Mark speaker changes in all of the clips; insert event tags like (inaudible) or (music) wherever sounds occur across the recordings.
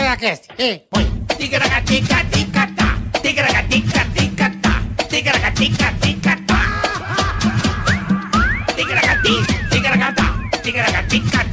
Speaker 1: Ticaracast, ei, põe.
Speaker 2: Ticaracatica, ticatá. Ticaracatica, ticatá. Ticaracatica, ticatá. Ticaracati, ticaracatá. Ticaracatica, ticatá.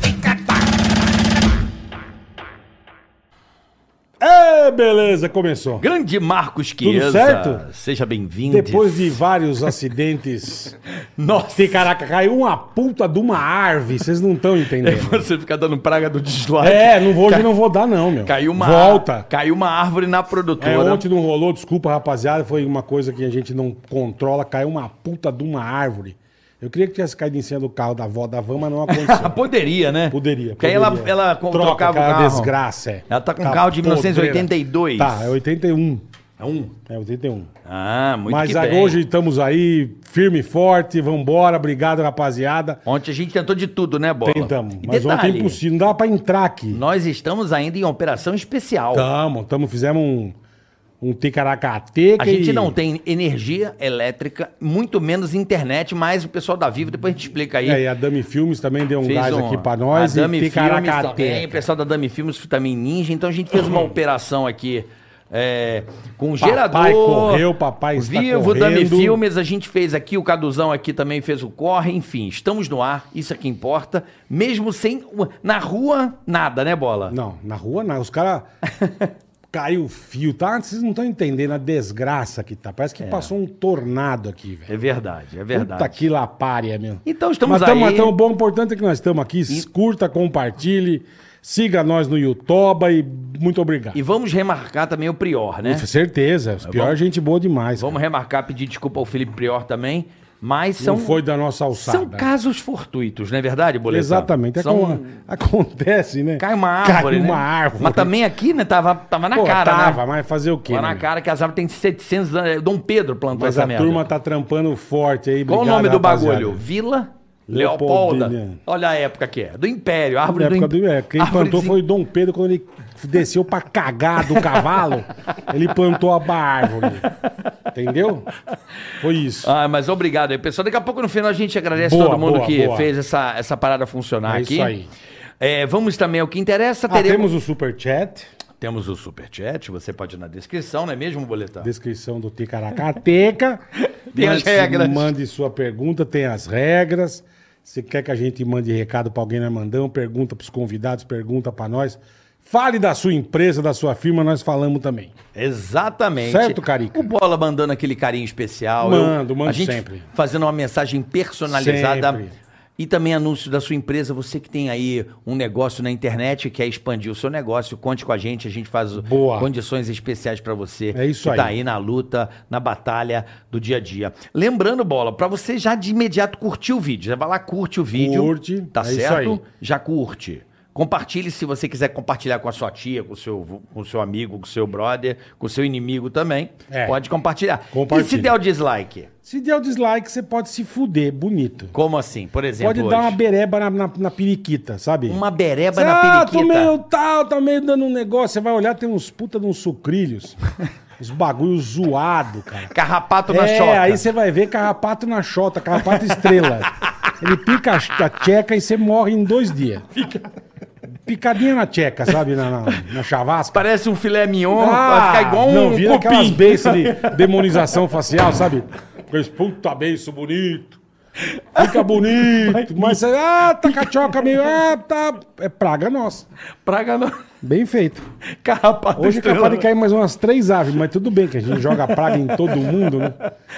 Speaker 3: É, beleza, começou.
Speaker 4: Grande Marcos Chiesa.
Speaker 3: certo?
Speaker 4: Seja bem-vindo.
Speaker 3: Depois de
Speaker 4: (laughs)
Speaker 3: vários acidentes.
Speaker 4: Nossa,
Speaker 3: Sim, caraca, caiu uma puta de uma árvore, vocês não estão
Speaker 4: (laughs)
Speaker 3: entendendo.
Speaker 4: você fica dando praga do dislike.
Speaker 3: É, não vou, hoje não vou dar, não, meu.
Speaker 4: Caiu uma
Speaker 3: Volta.
Speaker 4: Caiu uma árvore na
Speaker 3: É,
Speaker 4: produtora.
Speaker 3: ontem não rolou, desculpa, rapaziada. Foi uma coisa que a gente não controla. Caiu uma puta de uma árvore. Eu queria que tivesse caído em cima do carro da avó da van, mas não
Speaker 4: Ah, (laughs)
Speaker 3: aconteceu.
Speaker 4: poderia, né?
Speaker 3: Poderia.
Speaker 4: Porque aí ela,
Speaker 3: poderia.
Speaker 4: ela co-
Speaker 3: Troca,
Speaker 4: trocava o
Speaker 3: cara,
Speaker 4: carro.
Speaker 3: desgraça, é.
Speaker 4: Ela tá com um carro de
Speaker 3: podreira.
Speaker 4: 1982.
Speaker 3: Tá, é 81.
Speaker 4: É um.
Speaker 3: É 81.
Speaker 4: Ah, muito
Speaker 3: Mas
Speaker 4: que
Speaker 3: agora
Speaker 4: bem.
Speaker 3: hoje estamos aí, firme e forte, vambora, obrigado, rapaziada.
Speaker 4: Ontem a gente tentou de tudo, né, Bola?
Speaker 3: Tentamos,
Speaker 4: E
Speaker 3: mas
Speaker 4: detalhe,
Speaker 3: ontem é impossível, não dava pra entrar aqui.
Speaker 4: Nós estamos ainda em operação especial.
Speaker 3: Tamo, tamo, fizemos um, um ticaracateca
Speaker 4: A gente
Speaker 3: e-
Speaker 4: não tem energia elétrica, muito menos internet, mas o pessoal da Vivo, depois a gente explica aí.
Speaker 3: É, e a Dami Filmes também deu um
Speaker 4: Fez
Speaker 3: gás
Speaker 4: um-
Speaker 3: aqui pra nós
Speaker 4: a
Speaker 3: e
Speaker 4: Dami Filmes também, o
Speaker 3: ticaracateca.
Speaker 4: pessoal da Dami Filmes também ninja, então a gente fez uma operação aqui é, com o
Speaker 3: Uhum. Papai
Speaker 4: gerador.
Speaker 3: correu, papai está
Speaker 4: Vivo,
Speaker 3: correndo.
Speaker 4: Dami Filmes, a gente fez aqui, o Caduzão aqui também fez o corre, enfim, estamos no ar, isso é que importa, mesmo sem, na rua, nada, né Bola?
Speaker 3: Não, na rua não, os
Speaker 4: (laughs)
Speaker 3: caras... Caiu o fio, tá? Vocês não estão entendendo a desgraça que tá. Parece que passou um tornado aqui, velho.
Speaker 4: É verdade, é verdade.
Speaker 3: Puta que lapária, meu.
Speaker 4: Então estamos
Speaker 3: Mas tamo,
Speaker 4: aí.
Speaker 3: tamo bom, o importante é que nós estamos aqui. Curta, compartilhe, siga nós no YouTube e muito obrigado.
Speaker 4: E vamos remarcar também o Prior, né?
Speaker 3: Com certeza, os pior gente boa demais.
Speaker 4: Vamos remarcar, pedir desculpa ao Felipe Prior também, mas
Speaker 3: cara.
Speaker 4: são...
Speaker 3: Não foi da nossa alçada.
Speaker 4: São casos fortuitos, não é verdade, Boletar?
Speaker 3: Exatamente. é
Speaker 4: São...
Speaker 3: Acon- (laughs) Acontece, né?
Speaker 4: Cai uma árvore,
Speaker 3: Cai uma
Speaker 4: né?
Speaker 3: árvore.
Speaker 4: Mas também aqui, né? Tava, tava na
Speaker 3: Pô,
Speaker 4: cara,
Speaker 3: tava,
Speaker 4: né?
Speaker 3: mas fazer o quê?
Speaker 4: Tava
Speaker 3: né,
Speaker 4: na
Speaker 3: meu?
Speaker 4: cara que as árvores tem 700 anos. É, Dom Pedro plantou
Speaker 3: Mas
Speaker 4: essa
Speaker 3: a
Speaker 4: merda.
Speaker 3: turma tá trampando forte aí.
Speaker 4: Qual o
Speaker 3: obrigado,
Speaker 4: nome do
Speaker 3: rapaziada.
Speaker 4: bagulho? Vila
Speaker 3: Leopoldina.
Speaker 4: Leopolda. Olha a época que é. Do Império,
Speaker 3: Na
Speaker 4: árvore
Speaker 3: época do,
Speaker 4: do
Speaker 3: é,
Speaker 4: Império.
Speaker 3: quem plantou foi o Dom Pedro quando ele desceu pra cagar do
Speaker 4: (laughs)
Speaker 3: cavalo. ele plantou a árvore. Entendeu? Foi isso.
Speaker 4: Ah, mas obrigado aí, pessoal. Daqui a pouco no final a gente agradece
Speaker 3: Boa,
Speaker 4: todo mundo
Speaker 3: boa,
Speaker 4: que
Speaker 3: boa.
Speaker 4: fez essa, essa parada funcionar
Speaker 3: É
Speaker 4: aqui.
Speaker 3: isso aí.
Speaker 4: É, vamos também ao que interessa.
Speaker 3: Ah,
Speaker 4: teremos...
Speaker 3: temos o super chat,
Speaker 4: temos o superchat, você pode ir na descrição, não é mesmo, Boletar?
Speaker 3: descrição do Ticaracateca.
Speaker 4: (laughs) Tem as
Speaker 3: Mande-
Speaker 4: regras.
Speaker 3: Mande sua pergunta, tem as regras. Se quer que a gente mande recado pra alguém, nós mandamos. Pergunta pros convidados, pergunta pra nós. Fale da sua empresa, da sua firma, nós falamos também.
Speaker 4: Exatamente.
Speaker 3: Certo, Carica?
Speaker 4: O Bola mandando aquele carinho especial.
Speaker 3: Mando, mando
Speaker 4: a gente
Speaker 3: sempre.
Speaker 4: Fazendo uma mensagem personalizada.
Speaker 3: Sempre.
Speaker 4: E também anúncio da sua empresa. Você que tem aí um negócio na internet e quer expandir o seu negócio, conte com a gente. A gente faz
Speaker 3: Boa.
Speaker 4: condições especiais para você.
Speaker 3: É isso
Speaker 4: que tá
Speaker 3: aí.
Speaker 4: aí na luta, na batalha do dia a dia. Lembrando, Bola, para você já de imediato curtir o vídeo. Já vai lá, curte o vídeo.
Speaker 3: Curte,
Speaker 4: Tá
Speaker 3: é isso
Speaker 4: certo?
Speaker 3: aí.
Speaker 4: já curte. Compartilhe se você quiser compartilhar com a sua tia, com o seu, com o seu amigo, com o seu brother, com o seu inimigo também.
Speaker 3: É.
Speaker 4: Pode compartilhar.
Speaker 3: Compartilha.
Speaker 4: E se der o dislike?
Speaker 3: Se der o dislike, você pode se fuder, bonito.
Speaker 4: Como assim? Por exemplo,
Speaker 3: Pode dar uma
Speaker 4: hoje.
Speaker 3: bereba na, na, na periquita, sabe?
Speaker 4: uma bereba
Speaker 3: Cê,
Speaker 4: na
Speaker 3: Ah, tô
Speaker 4: periquita.
Speaker 3: meio tal, tá meio dando um negócio. Você vai olhar, tem uns puta de uns
Speaker 4: (laughs)
Speaker 3: sucrilhos. uns bagulho zoado, cara.
Speaker 4: Carrapato na
Speaker 3: é,
Speaker 4: choca.
Speaker 3: aí você vai ver carrapato na chota, carrapato estrela. Ele pica a ch- a tcheca e você morre em dois dias. Picadinha na tcheca, sabe? Na, na, na chavasca.
Speaker 4: Parece um filé mignon, vai ficar igual um
Speaker 3: Ah! não, vira aquelas
Speaker 4: cupim.
Speaker 3: bestas de demonização facial, sabe? Fez puta beijo bonito. Fica bonito. mas, você- ah, tá cachoca meio... Ah, tá... É praga nossa.
Speaker 4: Praga não. (laughs)
Speaker 3: Bem feito.
Speaker 4: Carrapato
Speaker 3: Hoje é
Speaker 4: estrela.
Speaker 3: capaz de cair mais umas três aves, mas tudo bem que a gente joga praga em todo mundo, né?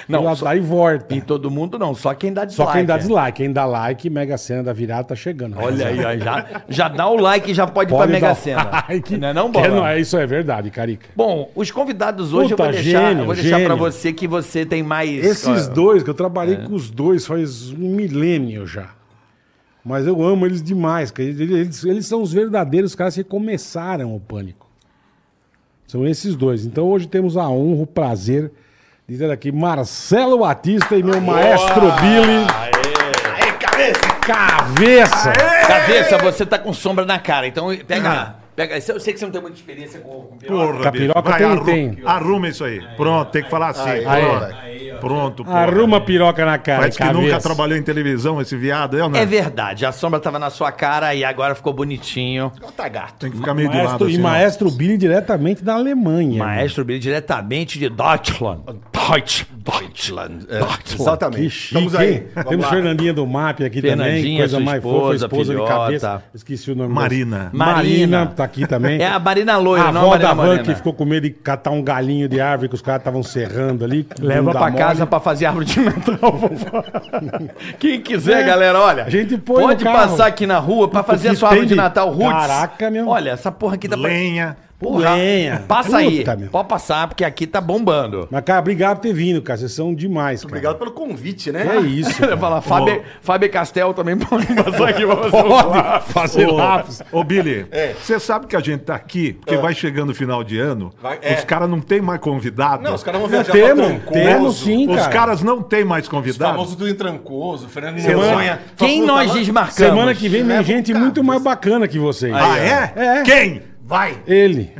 Speaker 4: Não,
Speaker 3: Ela
Speaker 4: só-
Speaker 3: dá e é. volta.
Speaker 4: Em todo mundo não, só quem dá
Speaker 3: Só
Speaker 4: dislike.
Speaker 3: quem dá dislike, quem dá like, Mega Sena da virada tá chegando.
Speaker 4: Olha aí, ó, já, já dá o like e já pode, ir pra Mega Sena. Não é não, Bola?
Speaker 3: bola? não, é, isso é verdade, Carica.
Speaker 4: Bom, os convidados hoje
Speaker 3: Puta,
Speaker 4: eu vou deixar,
Speaker 3: gênio,
Speaker 4: eu vou deixar
Speaker 3: gênio.
Speaker 4: para você que você tem mais.
Speaker 3: Esses
Speaker 4: ó,
Speaker 3: dois, que eu trabalhei com os dois faz um milênio já. Mas eu amo eles demais. cara. Eles, eles- eles são os verdadeiros caras que começaram o pânico. São esses dois. Então hoje temos a honra, o prazer de ter aqui Marcelo Batista e meu maestro Billy
Speaker 2: Aê, cabeça!
Speaker 3: Cabeça.
Speaker 4: Cabeça, você tá com sombra na cara, então pega.
Speaker 3: Ah.
Speaker 4: pega eu sei que você não tem muita experiência com ovo com piroca.
Speaker 3: Capiroca
Speaker 5: Vai,
Speaker 3: tem,
Speaker 5: arru-
Speaker 3: tem.
Speaker 5: Arruma isso aí. Pronto, tem que falar assim.
Speaker 3: Aí.
Speaker 5: Pronto.
Speaker 1: Pronto, pô.
Speaker 3: Arruma a piroca na cara.
Speaker 1: Parece que
Speaker 3: cabeça.
Speaker 1: nunca trabalhou em televisão esse viado, é ou não?
Speaker 4: É verdade, a sombra tava na sua cara e agora ficou bonitinho.
Speaker 2: Tá gato.
Speaker 1: Tem que ficar meio de lado
Speaker 3: Maestro-
Speaker 1: assim.
Speaker 3: e
Speaker 1: ó.
Speaker 3: Maestro Billy diretamente da Alemanha.
Speaker 4: Maestro Billy diretamente de Deutschland. Deutsch, Deutschland. É,
Speaker 3: mano. Que
Speaker 2: Exatamente.
Speaker 3: chique,
Speaker 2: Estamos aí.
Speaker 3: hein?
Speaker 2: Vamos
Speaker 3: Temos
Speaker 2: lá.
Speaker 3: Fernandinha do MAP aqui também.
Speaker 4: Fernandinha,
Speaker 3: Coisa
Speaker 4: sua
Speaker 3: mais fofa,
Speaker 4: esposa,
Speaker 3: esposa de
Speaker 4: filhota.
Speaker 3: cabeça. Esqueci o nome.
Speaker 1: Marina.
Speaker 3: dela. Marina.
Speaker 4: Marina.
Speaker 3: tá aqui também.
Speaker 4: (laughs) É a Marina Loira,
Speaker 3: A
Speaker 4: não
Speaker 3: avó
Speaker 4: a Marina
Speaker 3: da van
Speaker 4: Morena.
Speaker 3: que ficou com medo de catar um galinho de árvore que os caras estavam serrando ali.
Speaker 4: Leva
Speaker 3: bunda
Speaker 4: pra
Speaker 3: mole.
Speaker 4: casa pra fazer árvore de Natal, (laughs) vovó. Quem quiser,
Speaker 3: É.
Speaker 4: galera, olha.
Speaker 3: A gente põe
Speaker 4: pode
Speaker 3: no carro.
Speaker 4: passar aqui na rua pra fazer
Speaker 3: que
Speaker 4: a sua árvore
Speaker 3: tem
Speaker 4: de
Speaker 3: de-
Speaker 4: Natal roots.
Speaker 3: Caraca, meu.
Speaker 4: Olha, essa porra aqui tá
Speaker 1: Lenha.
Speaker 4: Porra,
Speaker 3: Lenha.
Speaker 4: passa
Speaker 3: Puta,
Speaker 4: aí.
Speaker 3: meu.
Speaker 4: Pode passar, porque aqui tá bombando.
Speaker 3: Mas, cara, obrigado por ter vindo, cara. Vocês são demais, cara.
Speaker 2: Obrigado pelo convite, né?
Speaker 3: É
Speaker 4: (laughs)
Speaker 3: isso.
Speaker 4: Ele fala, Fábio, Fábio Castel também (laughs) pode passar aqui pra fazer um
Speaker 3: Pode fazer
Speaker 1: Ô,
Speaker 3: lápis.
Speaker 1: Ô, Billy,
Speaker 2: (laughs) É. Ah.
Speaker 1: você sabe que a gente tá aqui, porque vai chegando o final de ano,
Speaker 2: Vai- é.
Speaker 1: os caras não tem mais convidado.
Speaker 2: Não, os caras vão viajar
Speaker 3: Temos,
Speaker 2: Trancoso.
Speaker 3: temos sim,
Speaker 1: Os
Speaker 3: cara.
Speaker 1: caras não tem mais
Speaker 2: Os
Speaker 1: convidado.
Speaker 2: famosos do Intrancoso, Fernando
Speaker 1: Semana-
Speaker 2: Noronha.
Speaker 4: Quem
Speaker 2: Fala,
Speaker 4: nós
Speaker 2: tá lá?
Speaker 4: desmarcamos?
Speaker 3: Semana que vem vem
Speaker 2: Leva
Speaker 3: gente
Speaker 2: o carro.
Speaker 3: muito mais bacana que vocês.
Speaker 1: Ah, é?
Speaker 3: É.
Speaker 1: Quem?
Speaker 2: Vai.
Speaker 3: Ele.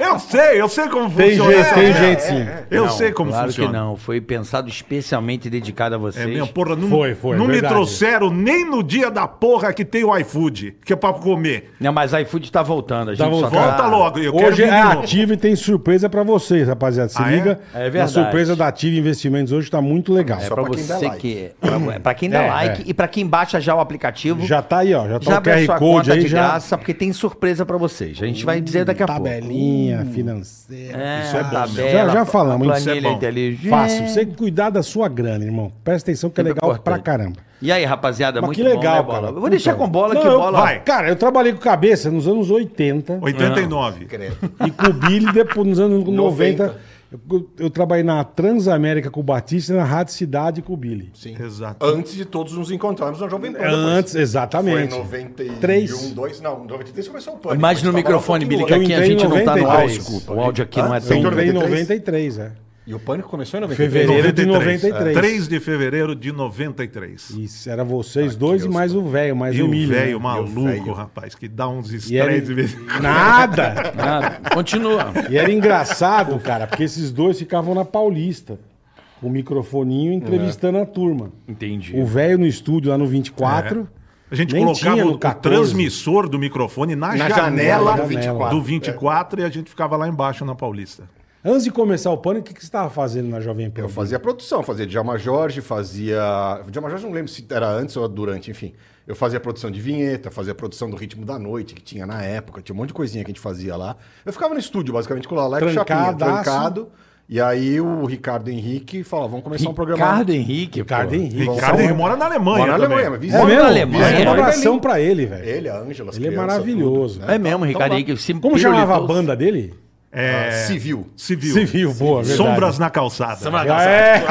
Speaker 1: Eu sei, eu sei como
Speaker 3: Tem
Speaker 1: funciona. né?
Speaker 3: jeito,
Speaker 1: É, essa
Speaker 3: tem
Speaker 1: merda.
Speaker 3: jeito sim.
Speaker 1: Eu sei como
Speaker 4: claro
Speaker 1: funciona.
Speaker 4: que não. Foi pensado especialmente e dedicado a vocês.
Speaker 1: É mesmo, porra, não,
Speaker 3: Foi, foi, é
Speaker 1: não me
Speaker 3: verdade.
Speaker 1: trouxeram nem no dia da porra que tem o iFood, que é pra comer.
Speaker 4: Não, mas iFood tá voltando. A gente
Speaker 3: Tá
Speaker 4: só
Speaker 3: voltando.
Speaker 1: Volta logo, eu quero
Speaker 3: hoje
Speaker 1: vir
Speaker 3: é
Speaker 1: de novo.
Speaker 3: ativo e tem surpresa pra vocês, rapaziada. Se
Speaker 1: Ah, é?
Speaker 3: liga.
Speaker 4: É verdade.
Speaker 3: A surpresa da Ativa Investimentos hoje tá muito legal.
Speaker 4: É
Speaker 2: Só
Speaker 4: pra
Speaker 2: pra quem dá
Speaker 4: você
Speaker 2: like.
Speaker 4: que. É pra quem dá
Speaker 3: É,
Speaker 4: like
Speaker 3: é.
Speaker 4: e pra quem baixa já o aplicativo.
Speaker 3: Já tá aí, ó. Já tá
Speaker 4: já
Speaker 3: o
Speaker 4: abre a
Speaker 3: QR
Speaker 4: sua
Speaker 3: Code
Speaker 4: conta
Speaker 3: aí,
Speaker 4: de
Speaker 3: já. tá
Speaker 4: graça, porque tem surpresa pra vocês. A gente vai dizer daqui a pouco.
Speaker 3: Tabelinha
Speaker 4: Hum.
Speaker 3: financeira.
Speaker 4: isso é bom.
Speaker 3: Já- já falamos, isso é
Speaker 4: planilha
Speaker 1: bom.
Speaker 4: inteligente.
Speaker 3: Fácil. Você cuidar da sua grana, irmão. Presta atenção que é
Speaker 4: Sempre
Speaker 3: legal pra
Speaker 4: importante.
Speaker 3: caramba.
Speaker 4: E aí, rapaziada,
Speaker 3: Mas
Speaker 4: muito
Speaker 3: que legal, cara.
Speaker 4: bom, né, bola? Eu Vou
Speaker 3: Puta.
Speaker 4: deixar com bola,
Speaker 3: Não,
Speaker 4: que
Speaker 3: eu-
Speaker 4: bola...
Speaker 1: vai.
Speaker 3: Cara, eu trabalhei com cabeça nos anos 80
Speaker 1: 89.
Speaker 3: e com o Billy depois, nos anos 90.
Speaker 2: 90.
Speaker 3: Eu, eu trabalhei na Transamérica com o Batista e na Rádio Cidade com o Billy.
Speaker 2: Sim.
Speaker 1: Exato.
Speaker 2: Antes de todos nos encontrarmos na Jovem Pan. depois.
Speaker 3: Antes,
Speaker 2: Foi em
Speaker 3: exatamente.
Speaker 2: 91,
Speaker 3: Três.
Speaker 2: 2, não, 93 começou o pânico.
Speaker 4: Mais no
Speaker 2: Mas tava lá um
Speaker 4: microfone, Billy, que
Speaker 2: pouquinho
Speaker 4: aqui a
Speaker 3: Eu
Speaker 4: gente
Speaker 3: entrei em
Speaker 4: não tá no
Speaker 3: 93.
Speaker 4: áudio. O áudio aqui não é
Speaker 2: Ah,
Speaker 3: Eu
Speaker 4: tão...
Speaker 3: entrei em
Speaker 2: 93?
Speaker 3: 93, é.
Speaker 2: antes. E o pânico começou em
Speaker 3: Fevereiro
Speaker 2: 93.
Speaker 3: de 93.
Speaker 1: 3 de fevereiro de 93.
Speaker 3: Isso, era
Speaker 1: Ah,
Speaker 3: vocês dois e
Speaker 2: Deus,
Speaker 3: mais o velho, mais
Speaker 1: E
Speaker 3: o
Speaker 1: o
Speaker 3: milho.
Speaker 1: velho
Speaker 3: né?
Speaker 1: maluco,
Speaker 2: velho.
Speaker 1: rapaz, que dá uns
Speaker 3: E era...
Speaker 1: estresses. vezes.
Speaker 3: (laughs) Nada!
Speaker 4: (laughs) Nada. Continua.
Speaker 3: E era engraçado, cara, porque esses dois ficavam na Paulista, com o microfoninho entrevistando a turma.
Speaker 4: Entendi.
Speaker 3: O velho no estúdio lá no 24.
Speaker 1: É. A gente
Speaker 3: nem
Speaker 1: colocava
Speaker 3: tinha no
Speaker 1: o
Speaker 3: 14.
Speaker 1: transmissor do microfone na,
Speaker 2: Na
Speaker 1: janela,
Speaker 2: janela
Speaker 3: janela.
Speaker 2: do 24.
Speaker 1: do 24 e a gente ficava lá embaixo na Paulista.
Speaker 3: Antes de começar o pânico, o que que você estava fazendo na Jovem Pan?
Speaker 2: Eu fazia produção, fazia Djalma Jorge, fazia... Djalma Jorge não lembro se era antes ou durante, enfim. Eu fazia produção de vinheta, fazia produção do Ritmo da Noite, que tinha na época, tinha um monte de coisinha que a gente fazia lá. Eu ficava no estúdio, basicamente, com o Laleco e Chapinha,
Speaker 3: Trancadaço.
Speaker 2: trancado. E aí o Ricardo Henrique falava, vamos começar um programa...
Speaker 4: Ricardo Henrique,
Speaker 3: Ricardo
Speaker 4: pô.
Speaker 3: Henrique.
Speaker 1: Ricardo
Speaker 3: São-
Speaker 1: ele mora na Alemanha.
Speaker 2: Mora na
Speaker 1: também.
Speaker 2: Alemanha, mas
Speaker 3: É
Speaker 2: vizinho.
Speaker 3: mesmo?
Speaker 4: da Alemanha.
Speaker 3: Fiz uma
Speaker 2: Mora em
Speaker 3: oração
Speaker 2: Berlim.
Speaker 3: pra ele, velho.
Speaker 2: Ele, a Ângela, as
Speaker 3: Ele é
Speaker 2: crianças,
Speaker 3: maravilhoso.
Speaker 2: tudo, né?
Speaker 4: É mesmo, Ricardo
Speaker 2: lá.
Speaker 4: Henrique. se
Speaker 3: Então Como chamava a
Speaker 4: pirulitou-
Speaker 3: banda dele?
Speaker 1: É,
Speaker 2: Ah, Civil.
Speaker 1: Civil.
Speaker 3: Civil, boa, é verdade.
Speaker 1: Sombras na calçada.
Speaker 3: É. (laughs)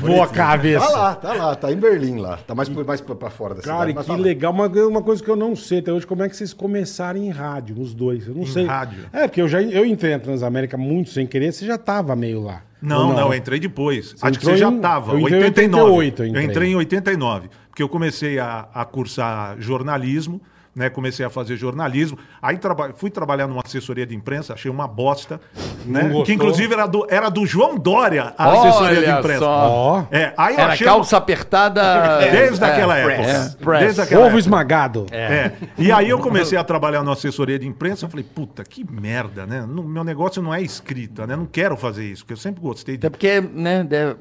Speaker 3: Boa cabeça.
Speaker 2: Tá lá, tá lá, tá em Berlim lá. Tá mais, mais pra pra fora da
Speaker 3: Cara,
Speaker 2: cidade.
Speaker 3: e
Speaker 2: mas
Speaker 3: que
Speaker 2: tá lá.
Speaker 3: legal. Uma, uma coisa que eu não sei até hoje, como é que vocês começaram em rádio, os dois? Eu não sei.
Speaker 1: rádio?
Speaker 3: É, porque eu já eu entrei na Transamérica muito sem querer, você já tava meio lá.
Speaker 1: Não,
Speaker 3: Ou
Speaker 1: não, eu entrei depois. Acho que
Speaker 3: entrou
Speaker 1: você já
Speaker 3: em-
Speaker 1: estava.
Speaker 3: eu entrei em
Speaker 1: 89.
Speaker 3: 88, eu
Speaker 1: eu,
Speaker 3: entrei.
Speaker 1: entrei. em 89, porque eu comecei a, a cursar jornalismo, né? Comecei a fazer jornalismo. Aí traba- fui trabalhar numa assessoria de imprensa, achei uma bosta, né?
Speaker 3: gostou?
Speaker 1: Que inclusive era do, era do João Dória a
Speaker 3: Ah,
Speaker 4: Olha
Speaker 1: assessoria de imprensa.
Speaker 4: só.
Speaker 3: Ó. um-
Speaker 1: É, aí eu
Speaker 4: Era
Speaker 1: achei um,
Speaker 3: (laughs)
Speaker 4: calça apertada...
Speaker 1: desde
Speaker 4: É,
Speaker 1: aquela
Speaker 4: press. É,
Speaker 1: época.
Speaker 4: press.
Speaker 1: Desde aquela
Speaker 3: Ovo
Speaker 1: época.
Speaker 3: esmagado.
Speaker 1: É. E aí eu comecei a trabalhar na assessoria de imprensa, eu falei, puta, que merda, né? Não- meu negócio não é escrita, né? Não quero fazer isso, porque eu sempre gostei de
Speaker 4: Até porque, né, deve-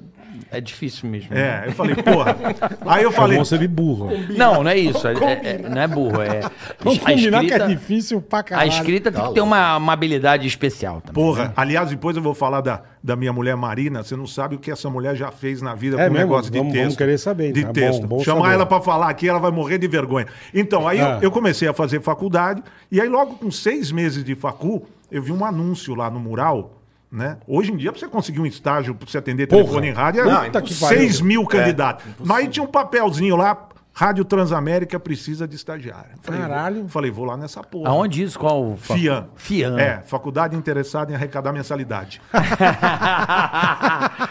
Speaker 4: é difícil mesmo. né?
Speaker 1: É, eu falei, porra.
Speaker 3: (laughs)
Speaker 1: Aí
Speaker 3: Falei.
Speaker 1: eu falei,
Speaker 3: Moça de burro.
Speaker 4: Não, não é isso. é- é- é- não é burro, é...
Speaker 3: Vamos
Speaker 4: a
Speaker 3: combinar que é
Speaker 4: escrita,
Speaker 3: difícil pra
Speaker 4: a
Speaker 3: caralho.
Speaker 4: escrita tem que ter uma, uma habilidade especial também.
Speaker 1: porra. Aliás, depois eu vou falar da, da minha mulher Marina. Você não sabe o que essa mulher já fez na vida
Speaker 3: É
Speaker 1: com o
Speaker 3: mesmo?
Speaker 1: negócio de
Speaker 3: Vamos-
Speaker 1: texto.
Speaker 3: vamos querer saber,
Speaker 1: De
Speaker 3: tá bom,
Speaker 1: texto.
Speaker 3: bom
Speaker 1: Chamar
Speaker 3: saber.
Speaker 1: ela pra falar aqui, ela vai morrer de vergonha. Então, aí
Speaker 3: Ah.
Speaker 1: eu, eu comecei a fazer faculdade. E aí, logo com seis meses de facu, eu vi um anúncio lá no mural. Né? Hoje em dia, pra você conseguir um estágio, pra você atender telefone em rádio, é
Speaker 3: Puta que pariu.
Speaker 1: 6 mil candidatos. Mas aí tinha um papelzinho lá, Rádio Transamérica precisa de estagiário. Falei,
Speaker 3: Caralho.
Speaker 1: vou- Falei, vou lá nessa porra.
Speaker 4: Aonde isso? Qual? o-
Speaker 1: FIAN.
Speaker 4: Fian.
Speaker 1: É, faculdade interessada em arrecadar mensalidade.
Speaker 4: (laughs)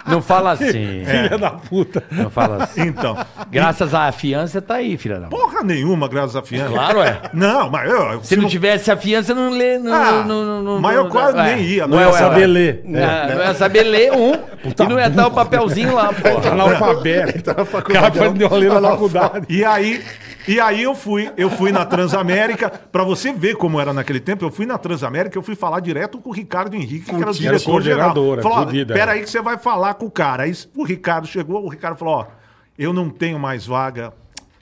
Speaker 4: Não fala assim.
Speaker 3: Filha da puta.
Speaker 4: Não fala assim.
Speaker 1: Então,
Speaker 4: Graças à fiança, tá aí, filha da
Speaker 1: porra nenhuma, graças a FIAN.
Speaker 4: Claro, é.
Speaker 1: Não, mas eu. eu-
Speaker 4: Se não tivesse a fiança, não lê. Não,
Speaker 1: Ah,
Speaker 4: não, não, não,
Speaker 1: mas eu quase
Speaker 4: é.
Speaker 1: nem ia,
Speaker 4: Não,
Speaker 1: não
Speaker 4: é,
Speaker 1: ia
Speaker 4: é,
Speaker 3: saber
Speaker 4: é.
Speaker 3: ler.
Speaker 4: Não, não ia saber ler um. e não ia dar o papelzinho lá, porra.
Speaker 3: Analfabeto.
Speaker 5: Tá na
Speaker 3: O cara
Speaker 5: faculdade.
Speaker 3: aprendeu a ler na faculdade.
Speaker 1: E aí, e aí eu fui, eu fui na Transamérica, pra você ver como era naquele tempo, eu fui na Transamérica, eu fui falar direto com o Ricardo Henrique, que era o
Speaker 3: Putz, era o
Speaker 1: diretor geral.
Speaker 3: coordenador, é
Speaker 1: Falou, "Ó,
Speaker 3: fodido,
Speaker 1: pera
Speaker 3: é."
Speaker 1: aí que você vai falar com o cara. Aí o Ricardo chegou, o Ricardo falou, ó, eu não tenho mais vaga,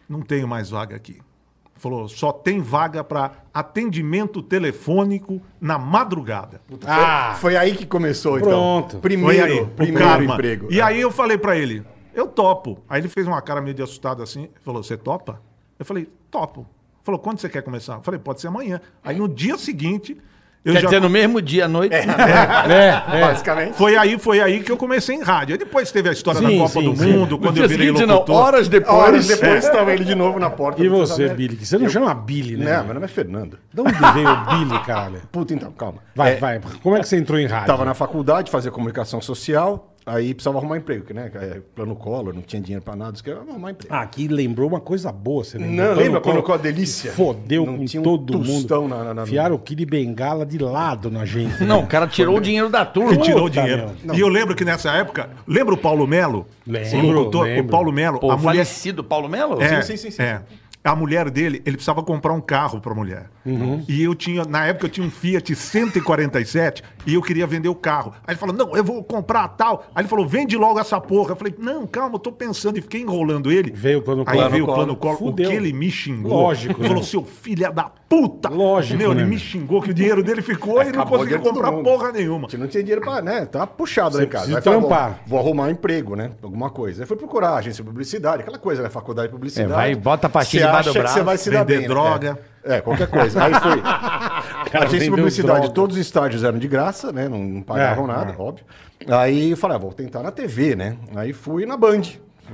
Speaker 1: não tenho mais vaga aqui. Falou, só tem vaga pra atendimento telefônico na madrugada.
Speaker 3: Ah,
Speaker 5: Foi aí que começou,
Speaker 3: Pronto.
Speaker 5: então.
Speaker 1: Foi
Speaker 5: Primeiro,
Speaker 1: aí, o
Speaker 5: primeiro
Speaker 1: karma.
Speaker 5: emprego. É,
Speaker 1: E aí eu falei pra ele, eu topo. Aí ele fez uma cara meio de assustado assim, falou, você topa? Eu falei, topo. Falou, quando você quer começar? Eu falei, pode ser amanhã. Aí no dia seguinte, eu
Speaker 4: Quer
Speaker 1: já...
Speaker 4: dizer, no mesmo dia à noite.
Speaker 3: é, é.
Speaker 5: Basicamente.
Speaker 1: Foi aí, foi aí que eu comecei em rádio. Aí depois teve a história
Speaker 3: Sim,
Speaker 1: da Copa
Speaker 3: sim,
Speaker 1: do
Speaker 3: sim.
Speaker 1: Mundo, quando eu virei
Speaker 4: não.
Speaker 1: locutor.
Speaker 4: Horas depois.
Speaker 5: Horas depois estava ele de novo na porta.
Speaker 3: E
Speaker 5: do
Speaker 3: você,
Speaker 5: Transamérica.
Speaker 3: Billy? que Você não chama Billy, né?
Speaker 5: Não,
Speaker 3: velho?
Speaker 5: meu nome é Fernando.
Speaker 3: De onde veio o Billy, caralho?
Speaker 5: Puta, então, calma.
Speaker 3: Vai,
Speaker 5: É,
Speaker 3: vai. Como é que você entrou em rádio?
Speaker 5: Tava na faculdade, fazia comunicação social, aí precisava arrumar emprego, que, né? é, Plano Collor, não tinha dinheiro pra nada, isso que era arrumar emprego.
Speaker 3: Ah, aqui lembrou uma coisa boa, você
Speaker 5: Não, lembra quando
Speaker 3: colocou
Speaker 5: colocou a delícia?
Speaker 3: Fodeu
Speaker 5: Não
Speaker 3: com
Speaker 5: tinha um
Speaker 3: todo
Speaker 5: tostão
Speaker 3: mundo.
Speaker 5: na- na- na-
Speaker 3: Fiaram o Kid Bengala de lado na gente.
Speaker 4: Não, o
Speaker 3: né?
Speaker 4: cara tirou o dinheiro da
Speaker 1: Que
Speaker 4: turma.
Speaker 1: tirou o
Speaker 3: Puta,
Speaker 1: dinheiro.
Speaker 3: meu.
Speaker 1: E eu lembro que nessa época, lembra o Paulo Melo?
Speaker 3: Lembro,
Speaker 1: O locutor,
Speaker 3: lembro.
Speaker 1: o Paulo Melo,
Speaker 4: Pô,
Speaker 1: a mulher
Speaker 4: falecido Paulo Melo?
Speaker 1: É,
Speaker 5: sim, sim, sim.
Speaker 1: é. A mulher dele, ele precisava comprar um carro pra mulher.
Speaker 3: Uhum.
Speaker 1: E eu tinha, na época eu tinha um Fiat 147 e eu queria vender o carro. Aí ele falou: "Não, eu vou comprar tal". Aí ele falou: "Vende logo essa porra". Eu falei: "Não, calma, eu tô pensando". E fiquei enrolando ele.
Speaker 3: Veio o plano
Speaker 1: Aí
Speaker 3: Collor.
Speaker 1: veio o
Speaker 3: Plano
Speaker 1: plano Collor, o que
Speaker 3: Fudeu.
Speaker 1: ele me xingou.
Speaker 3: Lógico,
Speaker 1: Ele falou:
Speaker 3: né?
Speaker 1: "Seu filho da puta".
Speaker 3: Lógico,
Speaker 1: Meu,
Speaker 3: né,
Speaker 1: ele me
Speaker 3: meu?
Speaker 1: xingou que o dinheiro dele ficou e ele não
Speaker 5: Acabou
Speaker 1: conseguiu
Speaker 5: dinheiro de
Speaker 1: comprar
Speaker 5: todo mundo.
Speaker 1: porra nenhuma.
Speaker 5: A gente não tinha dinheiro pra, né? Tava puxado lá em casa.
Speaker 3: precisa
Speaker 5: Aí falou,
Speaker 3: trampar.
Speaker 5: "Bom, Vou arrumar um emprego, né? Alguma coisa. Aí foi procurar agência de publicidade, aquela coisa, né? Faculdade de publicidade.
Speaker 4: É, vai, bota a pastinha
Speaker 5: Você
Speaker 4: debaixo do
Speaker 5: acha que
Speaker 4: braço,
Speaker 5: Você vai se dar
Speaker 1: vender
Speaker 5: bem, né?
Speaker 1: droga.
Speaker 5: É, é, qualquer coisa. Aí
Speaker 1: (laughs)
Speaker 5: foi. agência de
Speaker 3: vendeu
Speaker 5: publicidade,
Speaker 3: droga.
Speaker 5: todos os estágios eram de graça, né? Não, não pagavam
Speaker 3: É,
Speaker 5: nada,
Speaker 3: é.
Speaker 5: óbvio. Aí eu falei, ah, vou tentar na TV, né? Aí fui na Band.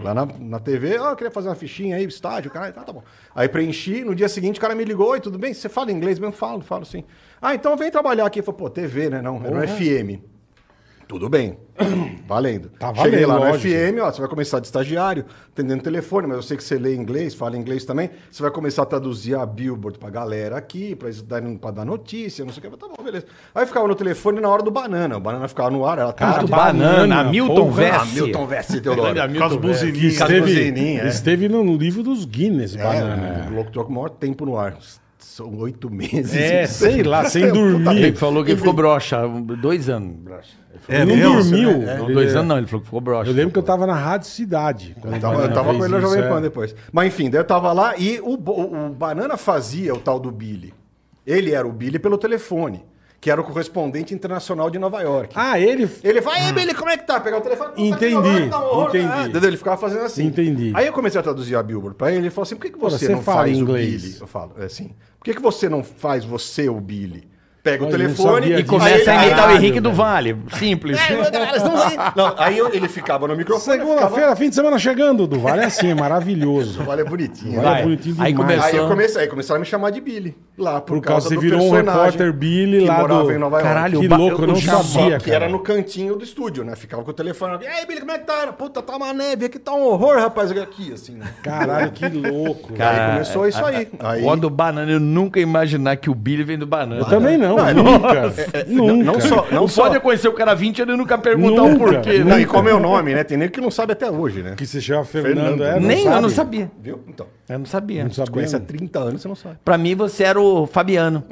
Speaker 5: Lá na, na TV, ó, eu queria fazer uma fichinha aí, estádio, caralho, tá, tá bom. Aí preenchi, no dia seguinte o cara me ligou, oi, tudo bem? Você fala inglês mesmo? Falo, falo sim. Ah, então vem trabalhar aqui. Eu Falei, pô, TV, né? Não, era no FM. Tudo bem, (clears throat) valendo.
Speaker 3: Tá valendo,
Speaker 5: Cheguei lá no
Speaker 3: lógico.
Speaker 5: FM, ó, você vai começar de estagiário, atendendo telefone, mas eu sei que você lê inglês, fala inglês também. Você vai começar a traduzir a billboard pra galera aqui, pra, eles darem- um, pra dar notícia, não sei o que. Eu falei, Tá bom, beleza. Aí ficava no telefone na hora do banana. O banana ficava no ar, era
Speaker 4: Cara,
Speaker 5: tarde.
Speaker 4: banana,
Speaker 3: banana,
Speaker 4: Ah, Milton
Speaker 3: porra.
Speaker 4: Vess.
Speaker 5: Hamilton Veste Teodoro.
Speaker 1: Com as buzininhas.
Speaker 5: Cara,
Speaker 3: Esteve,
Speaker 5: cozinhinha, é.
Speaker 3: esteve no, no livro dos Guinness, banana.
Speaker 5: É, o locutor com o maior tempo no ar. São oito meses. tá,
Speaker 3: É, sei lá, sem
Speaker 4: Ele
Speaker 3: dormir.
Speaker 4: falou que ele ficou broxa. Dois anos. broxa.
Speaker 1: É
Speaker 3: não
Speaker 1: mesmo?
Speaker 3: dormiu.
Speaker 5: né?
Speaker 4: Não,
Speaker 3: Ele-
Speaker 4: dois anos não, ele falou que ficou broxa.
Speaker 3: Eu lembro que eu tava na Rádio Cidade. quando
Speaker 5: Eu
Speaker 3: o
Speaker 5: tava, eu
Speaker 3: Banana
Speaker 5: tava com
Speaker 3: fez
Speaker 5: ele na
Speaker 3: isso,
Speaker 5: Jovem
Speaker 3: é.
Speaker 5: Pan depois. Mas enfim, daí eu tava lá e o, Bo- o, o Banana fazia o tal do Billy. Ele era o Billy pelo telefone, que era o correspondente internacional de Nova York.
Speaker 3: Ah, ele.
Speaker 5: Ele vai, ei, Billy, como é que tá? Pegar o telefone. "Tá
Speaker 3: Entendi,
Speaker 5: melhorando, tá horror,
Speaker 3: entendi.
Speaker 5: ah", entendeu? Ele ficava fazendo assim.
Speaker 3: Entendi.
Speaker 5: Aí eu comecei a traduzir a Billboard pra ele. Ele falou assim: por que, que
Speaker 3: Pô,
Speaker 5: você,
Speaker 3: você
Speaker 5: não
Speaker 3: fala
Speaker 5: faz o
Speaker 3: inglês?
Speaker 5: Billy? Eu falo, é assim. Por que, que você não faz você o Billy? Pega
Speaker 3: Eu
Speaker 5: o
Speaker 3: não
Speaker 5: telefone
Speaker 3: sabia
Speaker 4: E
Speaker 3: disso.
Speaker 5: Aí
Speaker 4: começa
Speaker 5: ele-
Speaker 4: a imitar o
Speaker 3: Caralho,
Speaker 4: Henrique do
Speaker 3: velho.
Speaker 4: Vale. Simples.
Speaker 3: É,
Speaker 5: Não, aí eu- ele ficava no microfone. eu Ficava...
Speaker 3: Segunda-feira, fim de semana chegando. Do Vale é assim, é maravilhoso.
Speaker 5: Olha, é bonitinho.
Speaker 3: Vai.
Speaker 5: né?
Speaker 4: Vai.
Speaker 3: bonitinho
Speaker 4: Aí
Speaker 3: demais.
Speaker 5: Aí, eu
Speaker 4: começou.
Speaker 5: comecei, aí começaram a me chamar de Billy. Lá, por,
Speaker 3: Por causa
Speaker 5: causa do
Speaker 3: você virou um
Speaker 5: personagem
Speaker 3: repórter Billy
Speaker 5: que
Speaker 3: lá
Speaker 5: morava
Speaker 3: do.
Speaker 5: em Nova York.
Speaker 4: Caralho,
Speaker 3: que
Speaker 4: o ba-
Speaker 3: louco, eu não
Speaker 4: o Jabá,
Speaker 3: sabia,
Speaker 5: Que era
Speaker 3: cara.
Speaker 5: no cantinho do estúdio, né? Ficava com o telefone. E aí, Billy, como é que tá? Puta, tá uma neve aqui, tá um horror, rapaz. Aqui, assim, né?
Speaker 3: Caralho, que louco.
Speaker 5: Aí
Speaker 4: Cara,
Speaker 5: começou isso aí. aí...
Speaker 4: Ó do banana, eu nunca ia imaginar que o Billy vem do banana.
Speaker 3: Eu também não, nunca. É, nunca. é
Speaker 5: Não só, não
Speaker 4: Não
Speaker 5: só.
Speaker 4: pode conhecer o cara há 20 anos e nunca perguntar o
Speaker 3: Nunca,
Speaker 4: porquê,
Speaker 5: Não,
Speaker 4: né?
Speaker 5: e como é o nome, né? Tem nego que não sabe até hoje, né?
Speaker 3: Que se chama Fernando,
Speaker 5: Fernando.
Speaker 3: é?
Speaker 4: Nem, eu não
Speaker 3: sabe?
Speaker 4: sabia.
Speaker 5: Viu? Então, você
Speaker 4: Eu não sabia.
Speaker 3: Não sabia.
Speaker 5: conhece há
Speaker 3: não.
Speaker 5: 30 anos, você não sabe.
Speaker 4: Pra mim, você era
Speaker 3: (laughs)
Speaker 4: o Fabiano.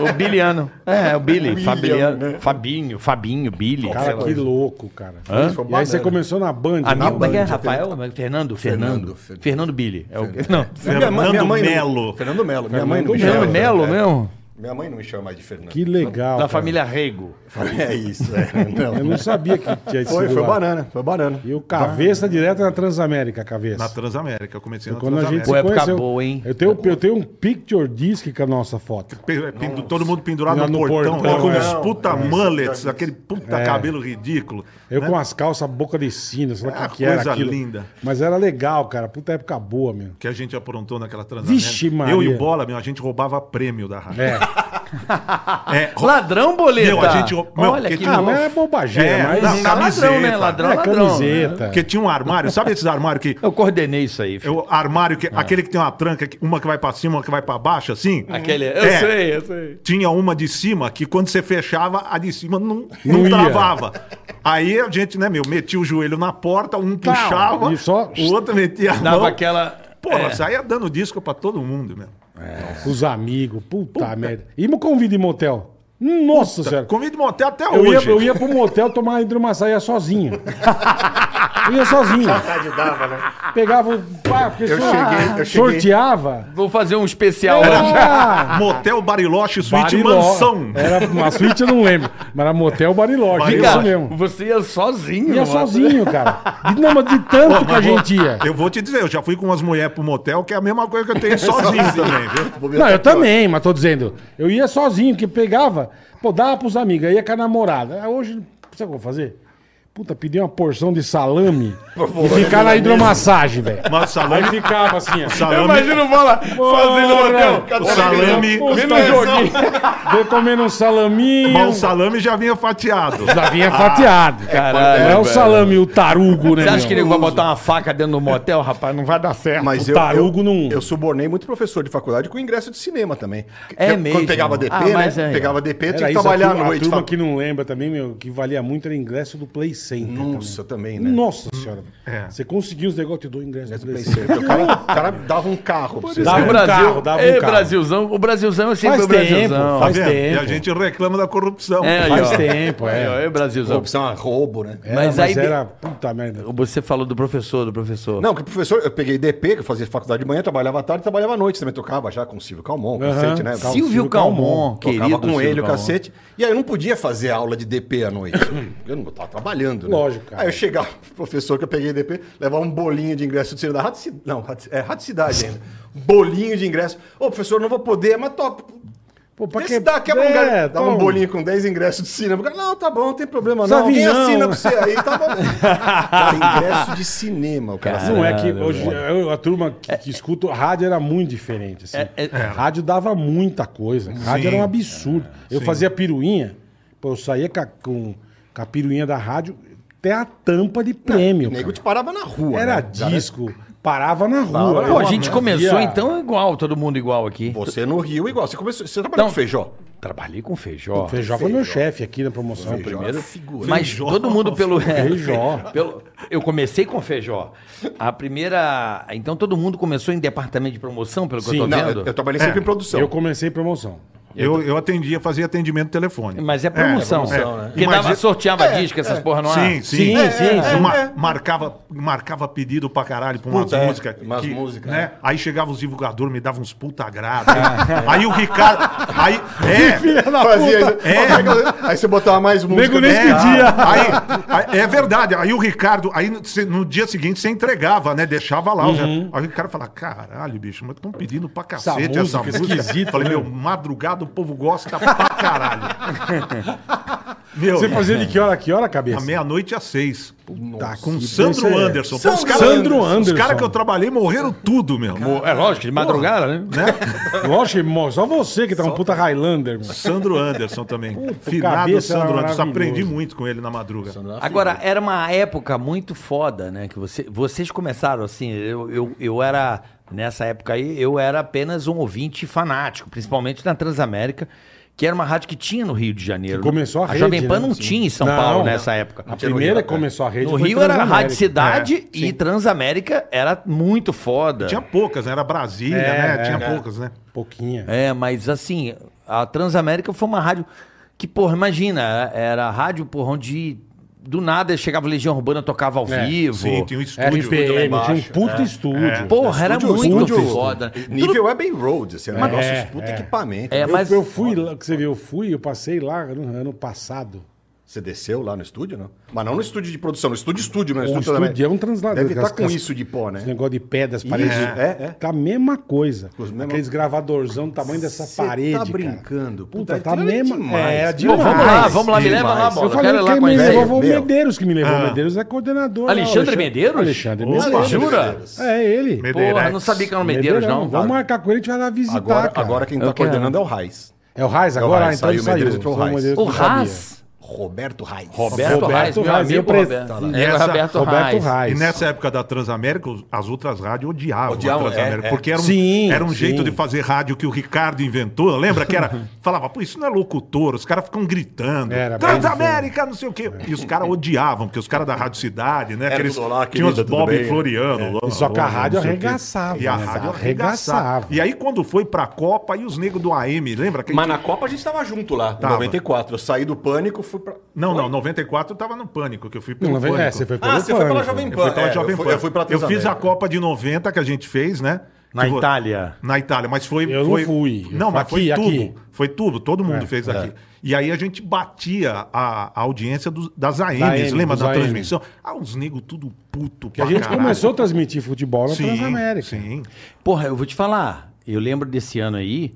Speaker 4: o Biliano. É, o Billy.
Speaker 5: William,
Speaker 4: Fabiano.
Speaker 5: né?
Speaker 4: Fabinho, Fabinho, Billy.
Speaker 3: Cara,
Speaker 4: sei lá.
Speaker 3: que louco, cara.
Speaker 4: Hã?
Speaker 3: E aí você começou na Band.
Speaker 4: Amigo,
Speaker 3: né?
Speaker 4: como é que é? Rafael? Como é que- Fernando? Fernando.
Speaker 5: Fernando,
Speaker 4: Fernando,
Speaker 5: Fernando.
Speaker 4: Billy. É o... Não,
Speaker 1: Fernando
Speaker 5: Minha mãe- minha mãe não-
Speaker 1: Melo.
Speaker 5: Fernando Melo. Minha mãe não
Speaker 3: É. Fernando
Speaker 4: Fernando
Speaker 5: chama.
Speaker 4: Melo mesmo?
Speaker 5: Minha mãe não me chama mais de Fernando.
Speaker 3: Que legal.
Speaker 4: da
Speaker 3: cara.
Speaker 4: família Rego.
Speaker 5: (laughs) É isso, é. Não.
Speaker 3: Eu não sabia que tinha esse
Speaker 5: Foi, foi
Speaker 3: celular.
Speaker 5: banana, foi banana.
Speaker 3: E o Cabeça direto na Transamérica, Cabeça.
Speaker 1: Na Transamérica, eu comecei na
Speaker 3: Quando a gente
Speaker 1: Transamérica.
Speaker 3: se
Speaker 4: Pô, época
Speaker 3: conheceu,
Speaker 4: boa, hein?
Speaker 3: Eu tenho, eu tenho um picture disc com a nossa foto.
Speaker 1: Pe- pendu- todo mundo pendurado
Speaker 3: Lá
Speaker 1: no,
Speaker 3: no
Speaker 1: portão, né?
Speaker 3: portão,
Speaker 1: com
Speaker 3: é.
Speaker 1: os puta mullets,
Speaker 5: já vi
Speaker 1: aquele puta
Speaker 3: É.
Speaker 1: cabelo ridículo.
Speaker 3: Eu
Speaker 1: né?
Speaker 3: com as calças boca de sino, sei lá o
Speaker 1: Ah,
Speaker 3: que, que era
Speaker 1: coisa
Speaker 3: aquilo.
Speaker 1: linda.
Speaker 3: Mas era legal, cara. Puta época boa, meu.
Speaker 1: Que a gente aprontou naquela Transamérica.
Speaker 3: Vixe, Maria.
Speaker 1: Eu e o Bola, meu, a gente roubava prêmio da rádio.
Speaker 3: É.
Speaker 1: (laughs) É, rou-
Speaker 4: Ladrão, boleta.
Speaker 1: Meu, a gente- meu,
Speaker 4: Olha
Speaker 1: que-
Speaker 4: que
Speaker 3: Ah,
Speaker 4: louco.
Speaker 3: mas é bobageira,
Speaker 1: É,
Speaker 3: mas...
Speaker 1: não,
Speaker 4: Ladrão, né?
Speaker 1: camiseta.
Speaker 4: Ladrão,
Speaker 3: é
Speaker 4: ladrão. né?
Speaker 3: camiseta.
Speaker 1: Porque tinha um armário, sabe esses armários que. é
Speaker 4: Eu coordenei isso aí. filho.
Speaker 1: O armário,
Speaker 3: É.
Speaker 1: que, aquele que tem uma tranca, que- uma que vai pra cima, uma que vai pra baixo, assim.
Speaker 4: Aquele, eu
Speaker 1: É.
Speaker 4: sei, eu sei.
Speaker 1: Tinha uma de cima que quando você fechava, a de cima não,
Speaker 3: Não
Speaker 1: não,
Speaker 3: ia.
Speaker 1: travava. Aí a gente, né, meu, metia o joelho na porta, um puxava,
Speaker 3: e só-
Speaker 1: o outro metia a
Speaker 4: Dava
Speaker 1: mão.
Speaker 4: aquela...
Speaker 1: Porra,
Speaker 4: é.
Speaker 1: saía dando disco pra todo mundo, meu.
Speaker 3: Os amigos, puta, merda. E me convida em motel. Nossa senhora.
Speaker 1: Comida de motel até
Speaker 3: Eu ia,
Speaker 1: hoje.
Speaker 3: eu ia pro motel tomar hidromassaia sozinho. Eu ia sozinho.
Speaker 5: Tarde dava, né?
Speaker 3: Pegava o. pá, porque
Speaker 5: Eu
Speaker 3: só-
Speaker 5: cheguei, eu cheguei.
Speaker 3: sorteava.
Speaker 4: Vou fazer um especial hoje.
Speaker 3: Era
Speaker 1: Ah, Motel Bariloche Suíte
Speaker 3: Bariló.
Speaker 1: Mansão.
Speaker 3: Era uma suíte, eu não lembro. Mas era motel Bariloche.
Speaker 1: Bariló.
Speaker 3: Isso
Speaker 4: Cara,
Speaker 3: mesmo.
Speaker 4: você ia sozinho.
Speaker 3: Ia
Speaker 4: mano.
Speaker 3: sozinho, né, cara. De- Não, mas de tanto
Speaker 1: Pô,
Speaker 3: que a
Speaker 1: mas vou-
Speaker 3: gente ia.
Speaker 1: Eu vou te dizer, eu já fui com umas mulheres pro motel, que é a mesma coisa que eu
Speaker 3: (laughs)
Speaker 1: tenho sozinho também, viu?
Speaker 3: Não,
Speaker 5: é
Speaker 3: eu também, mas tô dizendo. Eu ia sozinho, que pegava, pô, dava pros amigos, aí ia com a namorada. Ah, hoje, sabe o que eu vou fazer? Puta, pedir uma porção de salame e ficar na hidromassagem, velho.
Speaker 1: Mas
Speaker 3: Aí
Speaker 1: salame,
Speaker 3: ficava assim, ó.
Speaker 4: Eu
Speaker 1: salame,
Speaker 4: imagino bola fazendo hotel.
Speaker 1: o
Speaker 3: é
Speaker 1: salame,
Speaker 3: Puta (laughs) joguinho. Veio comendo um salaminho.
Speaker 1: mas o salame já vinha fatiado.
Speaker 3: Já vinha fatiado.
Speaker 4: Caralho,
Speaker 3: Não é o
Speaker 4: velho.
Speaker 3: salame, o tarugo, né?
Speaker 4: Você acha que
Speaker 3: meu?
Speaker 4: ele vai botar uma faca dentro do motel, rapaz? Não vai dar certo.
Speaker 5: Mas
Speaker 3: O
Speaker 5: eu,
Speaker 3: tarugo
Speaker 5: eu,
Speaker 3: não-
Speaker 5: eu subornei muito professor de faculdade com ingresso de cinema também.
Speaker 4: É
Speaker 5: Que-
Speaker 4: mesmo.
Speaker 5: Quando pegava DP,
Speaker 4: Ah, mas
Speaker 5: né?
Speaker 4: é.
Speaker 5: Pegava DP, tinha
Speaker 3: Era
Speaker 5: que
Speaker 3: isso,
Speaker 5: trabalhar
Speaker 3: a turma,
Speaker 5: à noite.
Speaker 3: A turma
Speaker 5: Fala-
Speaker 3: que não lembra também, meu, que valia muito era ingresso do Play Center.
Speaker 5: Nossa, também, né?
Speaker 3: também. Nossa senhora.
Speaker 1: É.
Speaker 3: Você conseguiu os negócios, eu te dou o ingresso do Play Center.
Speaker 5: Pensei, o cara, o cara dava um carro pra você.
Speaker 3: Dava
Speaker 4: o
Speaker 3: um
Speaker 5: né?
Speaker 4: Brasil,
Speaker 3: carro, dava um
Speaker 4: Ei,
Speaker 3: carro.
Speaker 4: Brasilzão, o Brasilzão é sempre
Speaker 3: Faz
Speaker 4: o Brasilzão.
Speaker 3: tempo,
Speaker 1: Tá
Speaker 3: faz
Speaker 1: vendo? E a
Speaker 3: tempo.
Speaker 1: gente reclama da corrupção.
Speaker 4: É, aí,
Speaker 3: Faz
Speaker 4: ó.
Speaker 3: tempo, é.
Speaker 4: Aí, ó, Ei, Brasilzão.
Speaker 5: Corrupção é roubo, né?
Speaker 3: Era,
Speaker 4: Mas
Speaker 3: Ah, mas
Speaker 4: aí-
Speaker 3: era puta merda.
Speaker 4: Você falou do professor, do professor.
Speaker 5: Não, porque professor, eu peguei DP, que eu fazia faculdade de manhã, trabalhava à tarde, trabalhava à noite, também tocava já com o Silvio Calmon, com o
Speaker 3: Aham.
Speaker 5: cacete, né?
Speaker 3: Silvio
Speaker 4: Silvio Calmon, querido.
Speaker 5: Tocava com ele
Speaker 4: Silvio
Speaker 5: o
Speaker 4: Calmon.
Speaker 5: cacete. E aí eu não podia fazer aula de DP à noite. (coughs) Eu não tava trabalhando, né?
Speaker 3: Lógico, cara.
Speaker 5: Aí eu chegava (laughs) pro professor que eu peguei DP, levava um bolinho de ingresso de cidade. Rádio, Ci- não, Rádio- é Rádio Cidade ainda. Um Bolinho de ingresso. Ô, professor, não vou poder, mas top.
Speaker 3: Pô, pra
Speaker 5: Pra
Speaker 3: que-
Speaker 5: dá, quebra um
Speaker 3: É,
Speaker 5: lugar. Dava
Speaker 3: toma.
Speaker 5: um bolinho com 10 ingressos de cinema. O cara, Não, tá bom, não tem problema não.
Speaker 3: Sabe,
Speaker 5: Alguém
Speaker 3: não.
Speaker 5: assina pra você aí,
Speaker 3: (laughs)
Speaker 5: tá bom. Cara, ingresso de cinema, o cara.
Speaker 4: Ah,
Speaker 3: Não é que hoje eu- a turma que, que escuta a rádio era muito diferente. Assim.
Speaker 4: É, é-
Speaker 3: Rádio dava muita coisa. Rádio era um absurdo. Eu fazia piruinha, pô, eu saía ca- com, com a piruinha da rádio até a tampa de prêmio.
Speaker 5: O nego
Speaker 3: cara.
Speaker 5: te parava na rua.
Speaker 3: Era
Speaker 5: né?
Speaker 3: disco, parava na rua.
Speaker 4: Pô, a
Speaker 3: Eu
Speaker 4: gente
Speaker 3: amava.
Speaker 4: começou
Speaker 3: Via-
Speaker 4: então igual, todo mundo igual aqui.
Speaker 5: Você no Rio igual. Você começou. Você trabalhou com feijó.
Speaker 4: Trabalhei com feijó.
Speaker 3: Feijó foi meu chefe aqui na promoção. primeiro.
Speaker 5: figura.
Speaker 4: Mas todo mundo pelo. é,
Speaker 3: Feijó.
Speaker 4: (laughs) pelo- eu comecei com feijó. A primeira. Então todo mundo começou em departamento de promoção, pelo que
Speaker 3: Sim.
Speaker 4: eu tô
Speaker 5: Não,
Speaker 4: vendo.
Speaker 5: eu, eu trabalhei sempre em produção.
Speaker 3: É. Eu
Speaker 2: (laughs)
Speaker 3: comecei promoção.
Speaker 1: Eu, eu atendia, fazia atendimento telefone.
Speaker 4: Mas é promoção.
Speaker 1: É,
Speaker 4: são,
Speaker 1: é.
Speaker 4: né? Porque dava,
Speaker 1: Imagina-
Speaker 4: sorteava disco, essas porra não
Speaker 1: Sim, sim.
Speaker 3: Sim,
Speaker 1: É,
Speaker 3: sim,
Speaker 1: é,
Speaker 3: sim.
Speaker 1: Mar- Marcava, marcava pedido pra caralho pra umas
Speaker 5: Puta, é.
Speaker 1: músicas.
Speaker 5: Umas
Speaker 1: que,
Speaker 5: músicas,
Speaker 1: Né? Aí chegava os divulgadores, me davam uns puta grada. (laughs) Aí o Ricardo. Aí. É.
Speaker 3: Filha da
Speaker 5: Fazia
Speaker 3: puta! É.
Speaker 5: isso. Aí você botava mais
Speaker 3: Nego
Speaker 5: música.
Speaker 2: né?
Speaker 3: nem
Speaker 5: É.
Speaker 1: É,
Speaker 3: pedia.
Speaker 1: aí, aí- é verdade. Aí o Ricardo, aí no, cê- no dia seguinte você entregava, né? Deixava lá. já- aí o cara falava: caralho, bicho, mas estão pedindo pra cacete
Speaker 3: música
Speaker 1: essa música.
Speaker 3: esquisita,
Speaker 1: Falei,
Speaker 3: né?
Speaker 1: meu, madrugada o povo gosta pra caralho. meu,
Speaker 3: Você fazia de que hora a que hora,
Speaker 1: a
Speaker 3: cabeça?
Speaker 1: meia-noite às seis.
Speaker 3: Tá,
Speaker 1: Com o Sandro Anderson. Pô, os
Speaker 5: Sandro
Speaker 1: caras-
Speaker 3: Sandro Anderson.
Speaker 1: Os caras que eu trabalhei morreram tudo, meu. Mo-
Speaker 4: É lógico, de madrugada, né?
Speaker 3: Lógico, irmão, só você que tá um puta Highlander, mano.
Speaker 1: Sandro Anderson também.
Speaker 3: Puta,
Speaker 1: Finado
Speaker 3: cabeça era
Speaker 1: Sandro Anderson.
Speaker 3: maravilhoso.
Speaker 1: Aprendi muito com ele na madruga.
Speaker 4: Agora, era uma época muito foda, né? Que você, vocês começaram assim, eu, eu, eu era, nessa época aí, eu era apenas um ouvinte fanático, principalmente na Transamérica, que era uma rádio que tinha no Rio de Janeiro.
Speaker 3: Começou a,
Speaker 4: a
Speaker 3: rede,
Speaker 4: Jovem Pan
Speaker 3: né?
Speaker 4: não
Speaker 3: Sim.
Speaker 4: tinha em São
Speaker 3: Não,
Speaker 4: Paulo
Speaker 3: não.
Speaker 4: nessa época.
Speaker 3: A primeira que começou a rede
Speaker 4: No
Speaker 3: foi
Speaker 4: Rio era
Speaker 3: Transamérica. É,
Speaker 4: Rádio Cidade e Transamérica era muito foda.
Speaker 1: Tinha poucas, né? Era Brasília,
Speaker 3: É,
Speaker 1: né?
Speaker 3: é.
Speaker 1: Tinha poucas, né?
Speaker 3: Pouquinha.
Speaker 4: É, mas assim, a Transamérica foi uma rádio que, porra, imagina, era a rádio, porra, onde do nada chegava Legião Urbana, tocava ao
Speaker 3: É,
Speaker 4: vivo.
Speaker 1: Sim, tinha um estúdio.
Speaker 3: RPM, tinha um
Speaker 2: embaixo,
Speaker 3: puta estúdio.
Speaker 4: É, Porra, era
Speaker 2: Estúdio-
Speaker 4: muito
Speaker 2: estúdio-
Speaker 4: foda.
Speaker 2: Nível é bem road, assim, era um
Speaker 3: É,
Speaker 2: negócio puta
Speaker 3: é.
Speaker 2: equipamento. né?
Speaker 4: É,
Speaker 3: Eu,
Speaker 4: mas-
Speaker 3: eu fui lá, que você viu, eu fui, eu passei lá no ano passado.
Speaker 2: Você desceu lá no estúdio, não? Mas não no estúdio de produção, no estúdio estúdio, né?
Speaker 3: O
Speaker 2: Estúdio também.
Speaker 3: estúdio é um translador.
Speaker 2: Deve estar
Speaker 3: Aquelas-
Speaker 2: com isso de pó, né?
Speaker 3: Esse negócio de pedras,
Speaker 2: Isso,
Speaker 3: paredes.
Speaker 2: é, é.
Speaker 3: Tá a mesma coisa.
Speaker 2: Os mesmos-
Speaker 3: Aqueles gravadorzão do tamanho dessa
Speaker 2: Cê tá
Speaker 3: parede. cara.
Speaker 2: brincando.
Speaker 3: Puta,
Speaker 2: Puta,
Speaker 3: tá a
Speaker 2: aquilo era
Speaker 3: mesma.
Speaker 2: demais.
Speaker 3: É,
Speaker 2: Pô,
Speaker 4: Pô,
Speaker 3: demais.
Speaker 4: vamos lá, vamos lá, me
Speaker 2: Demais.
Speaker 4: leva lá, bola.
Speaker 3: Eu
Speaker 4: Eu quero ir
Speaker 3: falei,
Speaker 4: lá
Speaker 3: quem
Speaker 4: com a
Speaker 3: me
Speaker 4: ideia.
Speaker 3: levou foi o
Speaker 2: Meu. Ah.
Speaker 3: Medeiros que me levou. O Medeiros é coordenador. lá,
Speaker 4: Alexandre Medeiros?
Speaker 3: Alexandre
Speaker 4: Opa,
Speaker 3: Medeiros.
Speaker 4: jura?
Speaker 3: É ele.
Speaker 1: Medeiros.
Speaker 4: Porra, não sabia que era um o Medeiros,
Speaker 3: Medeirão.
Speaker 4: não.
Speaker 3: Vamos marcar com ele, a gente vai lá visitar,
Speaker 2: Agora,
Speaker 3: cara.
Speaker 2: agora quem
Speaker 4: Eu
Speaker 2: tá
Speaker 4: quero.
Speaker 2: coordenando é o Raiz.
Speaker 3: É o Reis
Speaker 2: É o
Speaker 3: agora?
Speaker 2: Reis,
Speaker 3: então
Speaker 2: saiu
Speaker 3: ele
Speaker 2: o
Speaker 3: saiu.
Speaker 2: Medeiros, entrou o
Speaker 3: Foi
Speaker 2: Reis.
Speaker 3: Medeiros que
Speaker 4: O
Speaker 3: eu sabia.
Speaker 4: Haas.
Speaker 2: Roberto Raiz.
Speaker 4: Roberto
Speaker 3: Roberto
Speaker 4: Reis, meu
Speaker 3: Reis, eu
Speaker 4: amigo
Speaker 3: preciso-
Speaker 4: Roberto.
Speaker 1: E
Speaker 4: É
Speaker 1: essa-
Speaker 4: Roberto
Speaker 3: Roberto
Speaker 4: Reis.
Speaker 3: Reis.
Speaker 1: E nessa época da Transamérica, os- as outras rádios odiavam,
Speaker 2: Odiavam,
Speaker 1: a Transamérica.
Speaker 2: é, é.
Speaker 1: Porque era um,
Speaker 3: Sim,
Speaker 1: era um
Speaker 3: sim.
Speaker 1: jeito de fazer rádio que o Ricardo inventou. Lembra que
Speaker 2: (laughs)
Speaker 1: era. Falava, pô, isso não é locutor, os caras ficam gritando.
Speaker 3: Era bem
Speaker 1: Transamérica, não sei o quê. E os caras odiavam, porque os caras da Rádio Cidade, né?
Speaker 2: Era
Speaker 1: Aqueles,
Speaker 2: tudo lá,
Speaker 1: tinha os
Speaker 2: querida, tudo
Speaker 1: Bob
Speaker 2: bem? né? É.
Speaker 1: e Floriano. lá,
Speaker 3: E só que a
Speaker 1: lá,
Speaker 3: rádio
Speaker 1: não sei o quê.
Speaker 3: arregaçava.
Speaker 1: E a
Speaker 3: né?
Speaker 1: rádio arregaçava. E aí, quando foi pra Copa, e os negros do AM, lembra? Que a
Speaker 2: Mas
Speaker 1: gente-
Speaker 2: na Copa a gente tava junto lá, em
Speaker 1: Tava.
Speaker 2: 94. Eu saí do pânico, fui pra.
Speaker 1: Não, não, 94 eu tava no pânico, que eu fui pelo
Speaker 3: Não,
Speaker 1: pânico.
Speaker 3: é, você foi pelo
Speaker 2: Ah, você foi pela
Speaker 3: Pânico.
Speaker 2: Jovem
Speaker 1: Eu
Speaker 2: Pan.
Speaker 1: fui pela
Speaker 2: é,
Speaker 1: Jovem
Speaker 2: eu fui-
Speaker 1: Pan.
Speaker 2: Eu fui pra
Speaker 1: Eu fiz a
Speaker 2: Transamérica.
Speaker 1: Copa de 90 que a gente fez, né?
Speaker 4: Na
Speaker 1: Que vo-
Speaker 4: Itália.
Speaker 1: Na Itália, mas foi.
Speaker 3: Eu não
Speaker 1: foi-
Speaker 3: fui. Eu
Speaker 1: Não, mas
Speaker 3: fui
Speaker 1: foi
Speaker 3: aqui,
Speaker 1: tudo.
Speaker 3: aqui.
Speaker 1: Foi tudo, todo mundo
Speaker 3: É,
Speaker 1: fez aqui. E aí a gente batia a, a audiência dos- das AMs,
Speaker 3: AM,
Speaker 1: lembra
Speaker 3: dos
Speaker 1: da
Speaker 3: AM.
Speaker 1: transmissão? Ah, uns negros tudo puto.
Speaker 3: Que a gente começou a transmitir futebol na Transamérica.
Speaker 1: Sim.
Speaker 4: Porra, eu vou te falar. Eu lembro desse ano aí,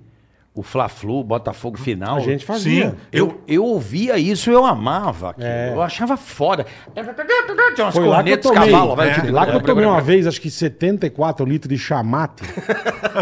Speaker 4: o Fla-Flu, Botafogo final.
Speaker 3: A gente fazia.
Speaker 1: Sim.
Speaker 4: Eu, eu ouvia isso, eu amava. aquilo.
Speaker 3: É.
Speaker 4: Eu achava foda. Tinha umas
Speaker 3: Foi lá que eu
Speaker 4: cornetas,
Speaker 3: tomei.
Speaker 4: cavalo. vai,
Speaker 3: é,
Speaker 4: tipo,
Speaker 3: lá que eu tomei uma vez, acho que 74 litros de chamate.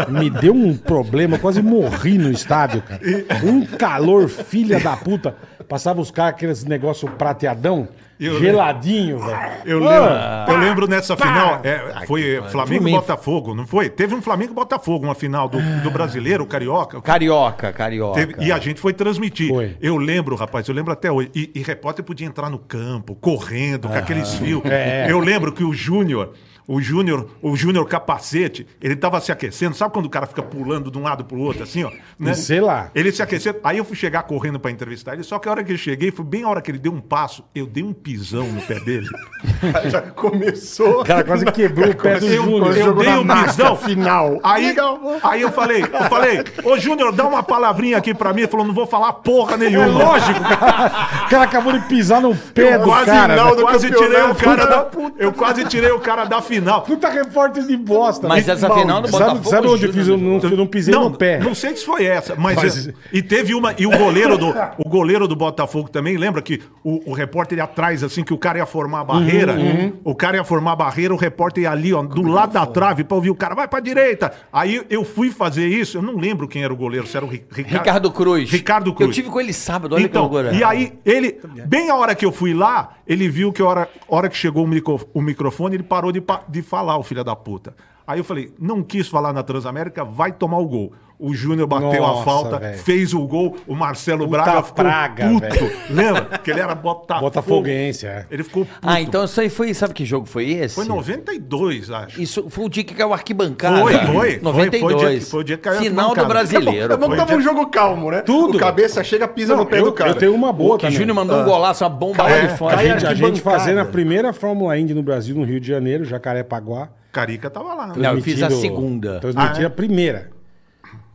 Speaker 3: me deu um problema, eu quase morri no estádio, cara. Um calor, filha da puta. Passava os caras, aqueles negócio prateadão,
Speaker 1: Eu
Speaker 3: geladinho, velho.
Speaker 1: Eu
Speaker 3: Ah,
Speaker 1: lembro, eu lembro nessa final. é, foi Flamengo e
Speaker 4: Fluminense.
Speaker 1: Botafogo, não foi? Teve um Flamengo e Botafogo, uma final do, do brasileiro, o Carioca.
Speaker 4: Carioca, carioca.
Speaker 1: Teve- e a gente foi transmitir.
Speaker 3: é. Foi.
Speaker 1: Eu lembro, rapaz, eu lembro até hoje. E, e repórter podia entrar no campo, correndo, com aqueles fios.
Speaker 3: Ah, (laughs) É.
Speaker 1: Eu lembro que o Júnior. O Júnior, o Júnior capacete, ele tava se aquecendo. Sabe quando o cara fica pulando de um lado pro outro, assim, ó? né?
Speaker 3: sei lá.
Speaker 1: Ele se aquecendo. Aí eu fui chegar correndo pra entrevistar ele, só que a hora que eu cheguei, foi bem a hora que ele deu um passo, eu dei um pisão no
Speaker 3: (laughs)
Speaker 1: pé dele.
Speaker 5: (laughs)
Speaker 2: Já começou.
Speaker 3: O cara quase quebrou o pé do
Speaker 1: Eu,
Speaker 3: Júnior.
Speaker 1: eu
Speaker 2: Jogou
Speaker 1: dei
Speaker 2: na
Speaker 1: o
Speaker 2: marca
Speaker 1: pisão.
Speaker 2: final.
Speaker 1: Aí,
Speaker 2: Legal.
Speaker 1: aí eu falei, eu falei, ô Júnior, dá uma palavrinha aqui pra mim. Ele falou, não vou falar porra nenhuma.
Speaker 3: é Lógico, cara. O cara acou de pisar no pé do cara.
Speaker 2: não-
Speaker 3: velho.
Speaker 1: eu
Speaker 2: do
Speaker 1: quase
Speaker 2: campeonato,
Speaker 1: tirei o cara
Speaker 2: puta
Speaker 1: da,
Speaker 2: da
Speaker 1: eu quase tirei o cara da final.
Speaker 3: né? Puta repórter de bosta.
Speaker 4: Mas
Speaker 3: Me-
Speaker 4: essa
Speaker 3: Mal-
Speaker 4: final do
Speaker 3: Sabe,
Speaker 4: Botafogo, né?
Speaker 3: sabe onde eu
Speaker 4: Júnior,
Speaker 3: fiz? Eu não, eu não pisei
Speaker 1: Não,
Speaker 3: no pé.
Speaker 1: não sei se foi essa, mas,
Speaker 3: Mas-
Speaker 1: é- e teve uma e o goleiro do o goleiro do Botafogo também lembra que o, o repórter ia atrás assim que o cara ia formar
Speaker 3: Uhum,
Speaker 1: a barreira, o cara ia formar a barreira, o repórter ia ali ó
Speaker 3: é
Speaker 1: do lado da trave pra ouvir o cara vai pra direita. Aí eu fui fazer isso, eu não lembro quem era o goleiro, se era o Ri-
Speaker 4: Ricardo Cruz.
Speaker 1: Ricardo Cruz.
Speaker 4: Eu tive com ele sábado, olha
Speaker 1: então,
Speaker 4: que loucura.
Speaker 1: E aí, ele, bem a hora que eu fui lá, ele viu que a hora, a hora que chegou o, micro- o microfone, ele parou de, pa- de falar, o filho da puta. Aí eu falei, não quis falar na Transamérica, vai tomar o gol. O Júnior bateu
Speaker 3: Nossa,
Speaker 1: a falta,
Speaker 3: velho.
Speaker 1: fez o gol, o Marcelo Braga ficou
Speaker 3: praga,
Speaker 1: puto.
Speaker 3: velho.
Speaker 1: Lembra? Que ele era Botafogo.
Speaker 3: Botafoguense, é.
Speaker 1: Ele ficou puto.
Speaker 4: Ah, então isso aí foi. Sabe que jogo foi esse?
Speaker 1: Foi 92, acho.
Speaker 4: Isso foi o dia que caiu a arquibancada.
Speaker 1: Foi, foi, foi, foi o dia que-
Speaker 4: 92.
Speaker 1: foi o dia que caiu a
Speaker 4: Final do
Speaker 1: arquibancada.
Speaker 5: é,
Speaker 4: brasileiro.
Speaker 2: Vamos
Speaker 4: pô.
Speaker 2: tava um jogo calmo, né?
Speaker 3: Tudo.
Speaker 2: O cabeça chega, pisa
Speaker 3: Não,
Speaker 2: no pé
Speaker 3: eu,
Speaker 2: do cara.
Speaker 3: eu tenho uma boa
Speaker 4: Que
Speaker 3: também.
Speaker 4: Júnior mandou um golaço, uma bomba lá de fora.
Speaker 3: A
Speaker 2: Cai
Speaker 3: gente, a gente
Speaker 2: arquibancada.
Speaker 3: fazendo a primeira Fórmula Indy no Brasil, no Rio de Janeiro, Jacarepaguá.
Speaker 1: Carica tava lá. né?
Speaker 4: Não, eu fiz a
Speaker 3: transmitindo-
Speaker 4: segunda.
Speaker 2: Ah, é?
Speaker 3: Transmiti a primeira.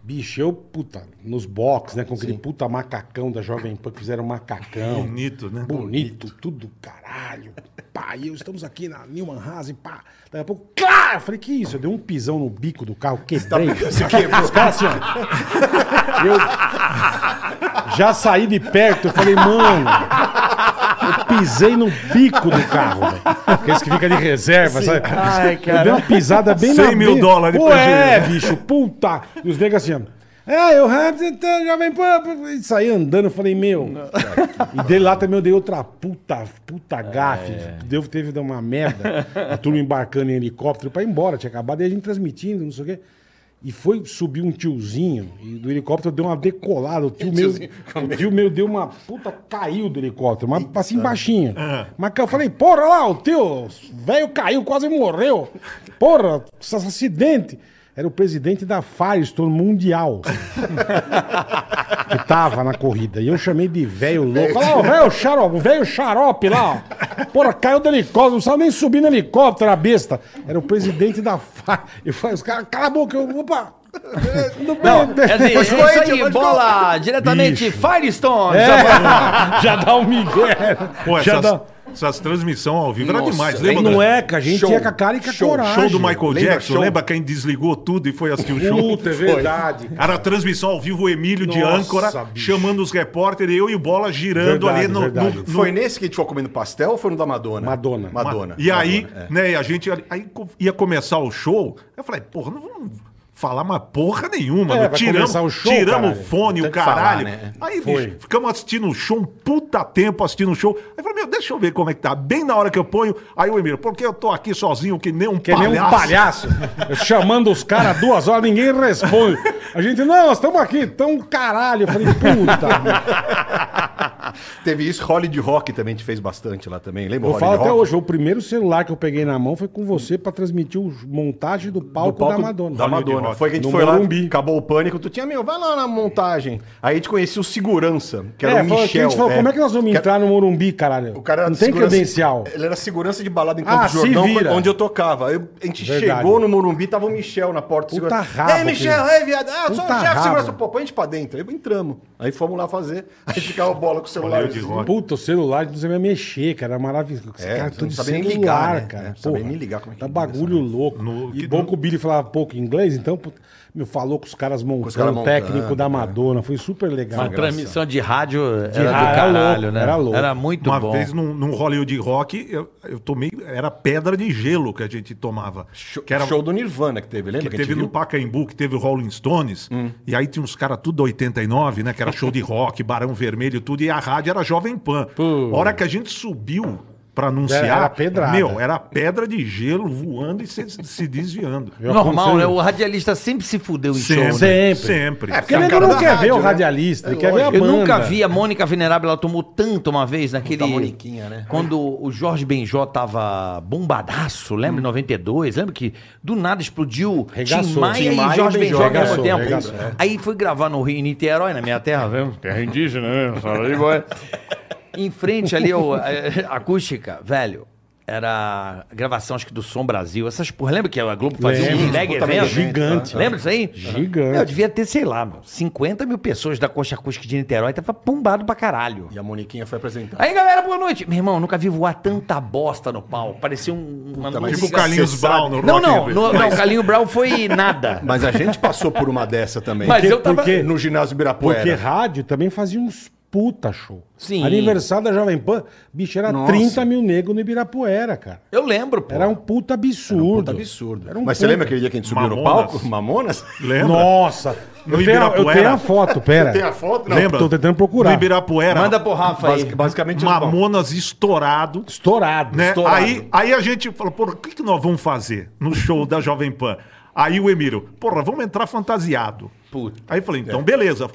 Speaker 3: Bicho, eu, puta, nos box, né? Com aquele puta macacão da Jovem Pan, que fizeram um
Speaker 2: (laughs)
Speaker 3: macacão.
Speaker 1: Bonito, né?
Speaker 3: Bonito, tudo caralho. Pá, e eu estamos aqui na Nilman Haas e pá. Daqui a pouco, claro! Eu falei, que isso? Eu dei um pisão no bico do carro, quebrei.
Speaker 2: Você quebrou.
Speaker 3: Os caras assim, ó. Eu já saí de perto, eu falei, mano. Eu pisei no bico do carro, velho. Aqueles que fica de reserva, sabe?
Speaker 4: Ai, cara.
Speaker 3: Eu dei uma pisada bem
Speaker 1: 100 mil
Speaker 3: bem-
Speaker 1: dólares
Speaker 3: Pô,
Speaker 1: pra
Speaker 3: é,
Speaker 1: gente.
Speaker 3: bicho, puta. E os negros assim, ó. É, eu representando, jovem pan. pan", E saí andando, eu falei, meu. E dele lá também eu dei outra puta, puta gafe.
Speaker 4: É.
Speaker 3: Deu, teve de uma merda. A turma embarcando em helicóptero pra ir embora, tinha acabado. E a gente transmitindo, não sei o quê. E foi subir um tiozinho, e do helicóptero deu uma decolada. O tio meu, o tio meu deu uma puta, caiu do helicóptero, mas assim baixinho. Mas eu falei, porra lá, o teu velho caiu, quase morreu. Porra, esse acidente. Era o presidente da Firestone Mundial. que tava na corrida. E eu chamei de velho louco. Fala, ó, velho xarope, velho xarope lá, ó. Porra, caiu do helicóptero, não sabe nem subir no helicóptero, a besta. Era o presidente da Fire. Eu falei, os caras, cala a boca, eu, opa.
Speaker 4: Não,
Speaker 3: (laughs)
Speaker 4: é assim, é isso
Speaker 5: gente,
Speaker 4: aí,
Speaker 5: mas
Speaker 4: bola diretamente
Speaker 3: Bicho.
Speaker 4: Firestone.
Speaker 3: (laughs) já dá um migué.
Speaker 1: Pô,
Speaker 3: já
Speaker 1: essas,
Speaker 3: dá...
Speaker 1: essas transmissões ao vivo
Speaker 5: Nossa,
Speaker 1: era demais.
Speaker 5: hein?
Speaker 1: Lembra
Speaker 3: Não
Speaker 1: do
Speaker 3: é, que a gente
Speaker 5: Show,
Speaker 3: ia com a cara e com a
Speaker 5: show,
Speaker 3: coragem.
Speaker 1: show do Michael
Speaker 5: Lembra
Speaker 1: Jackson?
Speaker 5: show?
Speaker 1: Lembra quem desligou tudo e foi assistir o show?
Speaker 3: Puta, é verdade.
Speaker 1: Era a transmissão ao vivo, o Emílio de
Speaker 3: Nossa,
Speaker 1: âncora,
Speaker 3: bicho.
Speaker 1: chamando os repórteres, eu e o Bola girando
Speaker 3: Verdade,
Speaker 1: ali no...
Speaker 3: verdade.
Speaker 1: no- no-
Speaker 5: Foi nesse que a gente ficou comendo pastel ou foi no da Madonna?
Speaker 3: Madonna.
Speaker 5: Madonna.
Speaker 1: E aí,
Speaker 5: Madonna, é.
Speaker 1: né, e a gente ali- aí co- ia começar o show, eu falei, porra, não vamos falar uma porra nenhuma.
Speaker 3: É,
Speaker 1: meu.
Speaker 3: vai
Speaker 1: tiramos
Speaker 3: começar o show,
Speaker 1: tiramos
Speaker 3: caralho.
Speaker 1: o fone,
Speaker 5: Tem
Speaker 1: o
Speaker 5: que falar,
Speaker 1: caralho.
Speaker 5: né?
Speaker 1: Aí,
Speaker 3: Foi.
Speaker 1: bicho, ficamos assistindo o show, um puta tempo assistindo o show. Aí eu falei, meu, deixa eu ver como é que tá. Bem na hora que eu ponho, aí o Emílio, porque eu tô aqui sozinho, que nem um
Speaker 3: Que nem um palhaço. Eu chamando os caras duas horas, ninguém responde. A gente, não, nós estamos aqui, tão caralho. Eu falei, puta. meu.
Speaker 5: Teve isso, Hollywood Rock também te fez bastante lá também. Lembra
Speaker 3: Eu
Speaker 5: Hollywood
Speaker 3: falo até
Speaker 5: Rock?
Speaker 3: hoje, o primeiro celular que eu peguei na mão foi com você pra transmitir o montagem do palco, da Madonna.
Speaker 5: Da Madonna.
Speaker 1: Rock.
Speaker 5: Foi que a gente
Speaker 3: No
Speaker 5: foi
Speaker 3: Morumbi.
Speaker 5: lá, acabou o pânico, tu tinha, meu, vai lá na montagem. Aí a gente conhecia o segurança, que era
Speaker 3: é,
Speaker 5: o
Speaker 3: foi-
Speaker 5: Michel.
Speaker 3: que a gente falou, como é que nós vamos entrar no Morumbi, caralho?
Speaker 5: O cara era
Speaker 3: Não tem
Speaker 5: segurança-
Speaker 3: credencial.
Speaker 5: Ele era segurança de balada em
Speaker 3: Ah,
Speaker 5: Campo
Speaker 3: se
Speaker 5: Jordão,
Speaker 3: vira.
Speaker 5: onde eu tocava. Aí a gente
Speaker 3: Verdade.
Speaker 5: chegou no Morumbi, tava o Michel na porta.
Speaker 3: Puta
Speaker 5: segurança.
Speaker 3: rabo,
Speaker 5: Ei, Michel,
Speaker 3: filho.
Speaker 5: ei, viado. Ah, eu sou o
Speaker 3: Puta
Speaker 5: chefe de
Speaker 3: rabo.
Speaker 5: segurança. Pô, põe a gente pra dentro. Aí entramos. Aí fomos lá fazer. (laughs) Aí ficava bola com o celular.
Speaker 1: Olha, de rock.
Speaker 3: Puta, o celular não sabia mexer, cara. Era maravilhoso. Esse
Speaker 5: É,
Speaker 3: cara,
Speaker 5: você
Speaker 3: tudo
Speaker 5: não
Speaker 3: de
Speaker 5: sabia nem
Speaker 3: celular,
Speaker 5: ligar, né?
Speaker 3: cara.
Speaker 5: É, não sabia nem ligar como é que
Speaker 3: Tá
Speaker 5: liga,
Speaker 3: bagulho louco.
Speaker 1: No-
Speaker 3: e
Speaker 1: que-
Speaker 3: bom que o Billy falava pouco inglês, então puta, meu, falou com os caras montando,
Speaker 5: os caras
Speaker 3: o
Speaker 5: montando, é.
Speaker 3: técnico da
Speaker 5: cara.
Speaker 3: Madonna. Foi super legal.
Speaker 4: Uma transmissão de rádio era
Speaker 3: rádio,
Speaker 4: do
Speaker 3: era
Speaker 4: caralho,
Speaker 3: louco,
Speaker 4: né?
Speaker 3: era louco.
Speaker 4: muito
Speaker 1: Uma
Speaker 4: bom.
Speaker 1: vez num, num Hollywood Rock, eu, eu tomei. Era pedra de gelo que a gente tomava.
Speaker 5: Show,
Speaker 1: que era,
Speaker 5: show do Nirvana que teve, lembra?
Speaker 1: que
Speaker 5: a gente
Speaker 1: teve no
Speaker 5: viu?
Speaker 1: Pacaembu, que teve o Rolling Stones. E aí tinha uns caras tudo 89, né? Que era show de rock, (laughs) Barão Vermelho, tudo. E a rádio era Jovem Pan. A hora que a gente subiu pra anunciar.
Speaker 3: É, Era- era pedrada.
Speaker 1: Meu, era pedra de gelo voando e se, se desviando.
Speaker 3: Eu
Speaker 4: Normal,
Speaker 3: aconteceu-
Speaker 4: né? O radialista sempre se fudeu em
Speaker 1: Sempre. um
Speaker 4: show. né?
Speaker 1: Sempre.
Speaker 3: Porque
Speaker 5: É
Speaker 3: ele
Speaker 5: o
Speaker 3: não
Speaker 5: cara
Speaker 3: quer ver
Speaker 5: da rádio,
Speaker 3: o
Speaker 5: né?
Speaker 3: radialista, ele quer ver a banda.
Speaker 4: Eu nunca vi a Mônica Venerável, ela tomou tanto uma vez naquele.
Speaker 5: Da Moniquinha, né?
Speaker 4: Quando o Jorge Benjó tava bombadaço, lembra? Em 92, lembra que do nada explodiu
Speaker 3: Hum. Regaçou.
Speaker 4: Tim Maia
Speaker 3: Tim
Speaker 4: e
Speaker 3: Maia
Speaker 4: Jorge
Speaker 3: e
Speaker 4: Benjó ao
Speaker 3: Benjó,
Speaker 4: mesmo
Speaker 3: regaçou,
Speaker 4: tempo.
Speaker 3: regaçou, é.
Speaker 4: Aí foi gravar no Rio em Niterói, na minha terra, viu? Terra indígena, né? Fala aí, boy. (laughs) Em frente ali, ao, a, a acústica, velho. Era a gravação, acho que do Som Brasil. Essas porra. Lembra que a Globo fazia
Speaker 3: Lembro,
Speaker 4: um mega
Speaker 5: puta
Speaker 4: evento?
Speaker 5: evento,
Speaker 3: Gigante.
Speaker 4: Lembra disso aí?
Speaker 3: Gigante.
Speaker 4: Eu devia ter, sei lá, meu, 50 mil pessoas da Coxa Acústica de Niterói. Tava pombado pra caralho.
Speaker 5: E a Moniquinha
Speaker 1: (laughs)
Speaker 5: foi apresentar.
Speaker 4: Aí, galera, boa noite. Meu irmão, nunca vi voar tanta bosta no pau. Parecia um... Uma
Speaker 5: Puta, mas
Speaker 1: Tipo o
Speaker 4: música-
Speaker 1: Carlinhos
Speaker 5: Você
Speaker 1: Brown
Speaker 5: sabe-
Speaker 1: no
Speaker 4: Não,
Speaker 1: Rock
Speaker 4: não.
Speaker 1: in
Speaker 4: No,
Speaker 1: Rio.
Speaker 4: não, o Carlinho Brown foi
Speaker 5: (laughs)
Speaker 4: nada.
Speaker 5: Mas a gente passou por uma dessa também.
Speaker 4: Mas
Speaker 3: Porque-
Speaker 4: eu tava...
Speaker 3: porque-
Speaker 5: No ginásio Ibirapuera.
Speaker 3: Porque rádio também fazia uns puta show.
Speaker 4: Sim.
Speaker 3: Aniversário da Jovem Pan, bicho, era
Speaker 5: Nossa.
Speaker 3: 30 mil negros no Ibirapuera, cara.
Speaker 4: Eu lembro, pô.
Speaker 3: Era um puta absurdo.
Speaker 5: Puta absurdo.
Speaker 3: Era um
Speaker 5: Mas você
Speaker 3: puta-
Speaker 5: lembra aquele dia que a gente subiu no
Speaker 1: Mamonas.
Speaker 5: palco? Mamonas?
Speaker 1: Lembra?
Speaker 3: Nossa!
Speaker 1: No
Speaker 3: eu, tenho, a- eu
Speaker 1: Ibirapuera?
Speaker 3: tenho a foto, pera.
Speaker 5: Tem a foto?
Speaker 1: Lembra?
Speaker 3: tô tentando procurar.
Speaker 1: No Ibirapuera.
Speaker 4: Manda pro Rafa aí.
Speaker 5: Basic- basicamente... um
Speaker 1: Mamonas estourado.
Speaker 3: Estourado.
Speaker 1: né?
Speaker 3: estourado.
Speaker 1: Aí, aí a gente falou, porra, o que, que nós vamos fazer no show da Jovem Pan? Aí o Emílio, porra, vamos entrar fantasiado.
Speaker 4: Puta.
Speaker 1: Aí eu falei,
Speaker 5: é.
Speaker 1: então beleza.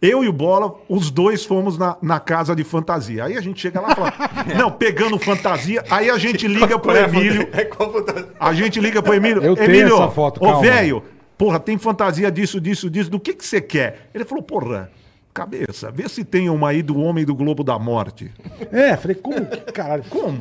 Speaker 1: Eu e o Bola, os dois fomos na, na casa de fantasia. Aí a gente chega lá e
Speaker 5: (laughs)
Speaker 1: fala, não, pegando fantasia. Aí a gente liga pro
Speaker 5: Qual é a foto?
Speaker 1: Emílio.
Speaker 5: (laughs) É qual foto?
Speaker 1: A gente liga pro Emílio.
Speaker 3: Eu tenho
Speaker 1: Emílio,
Speaker 3: essa foto,
Speaker 1: ô
Speaker 3: calma.
Speaker 1: velho, porra, tem fantasia disso, disso, disso. Do que que você quer? Ele falou, porra, cabeça, vê se tem uma aí do Homem do Globo da Morte.
Speaker 3: É, falei, como que, caralho?
Speaker 1: Como?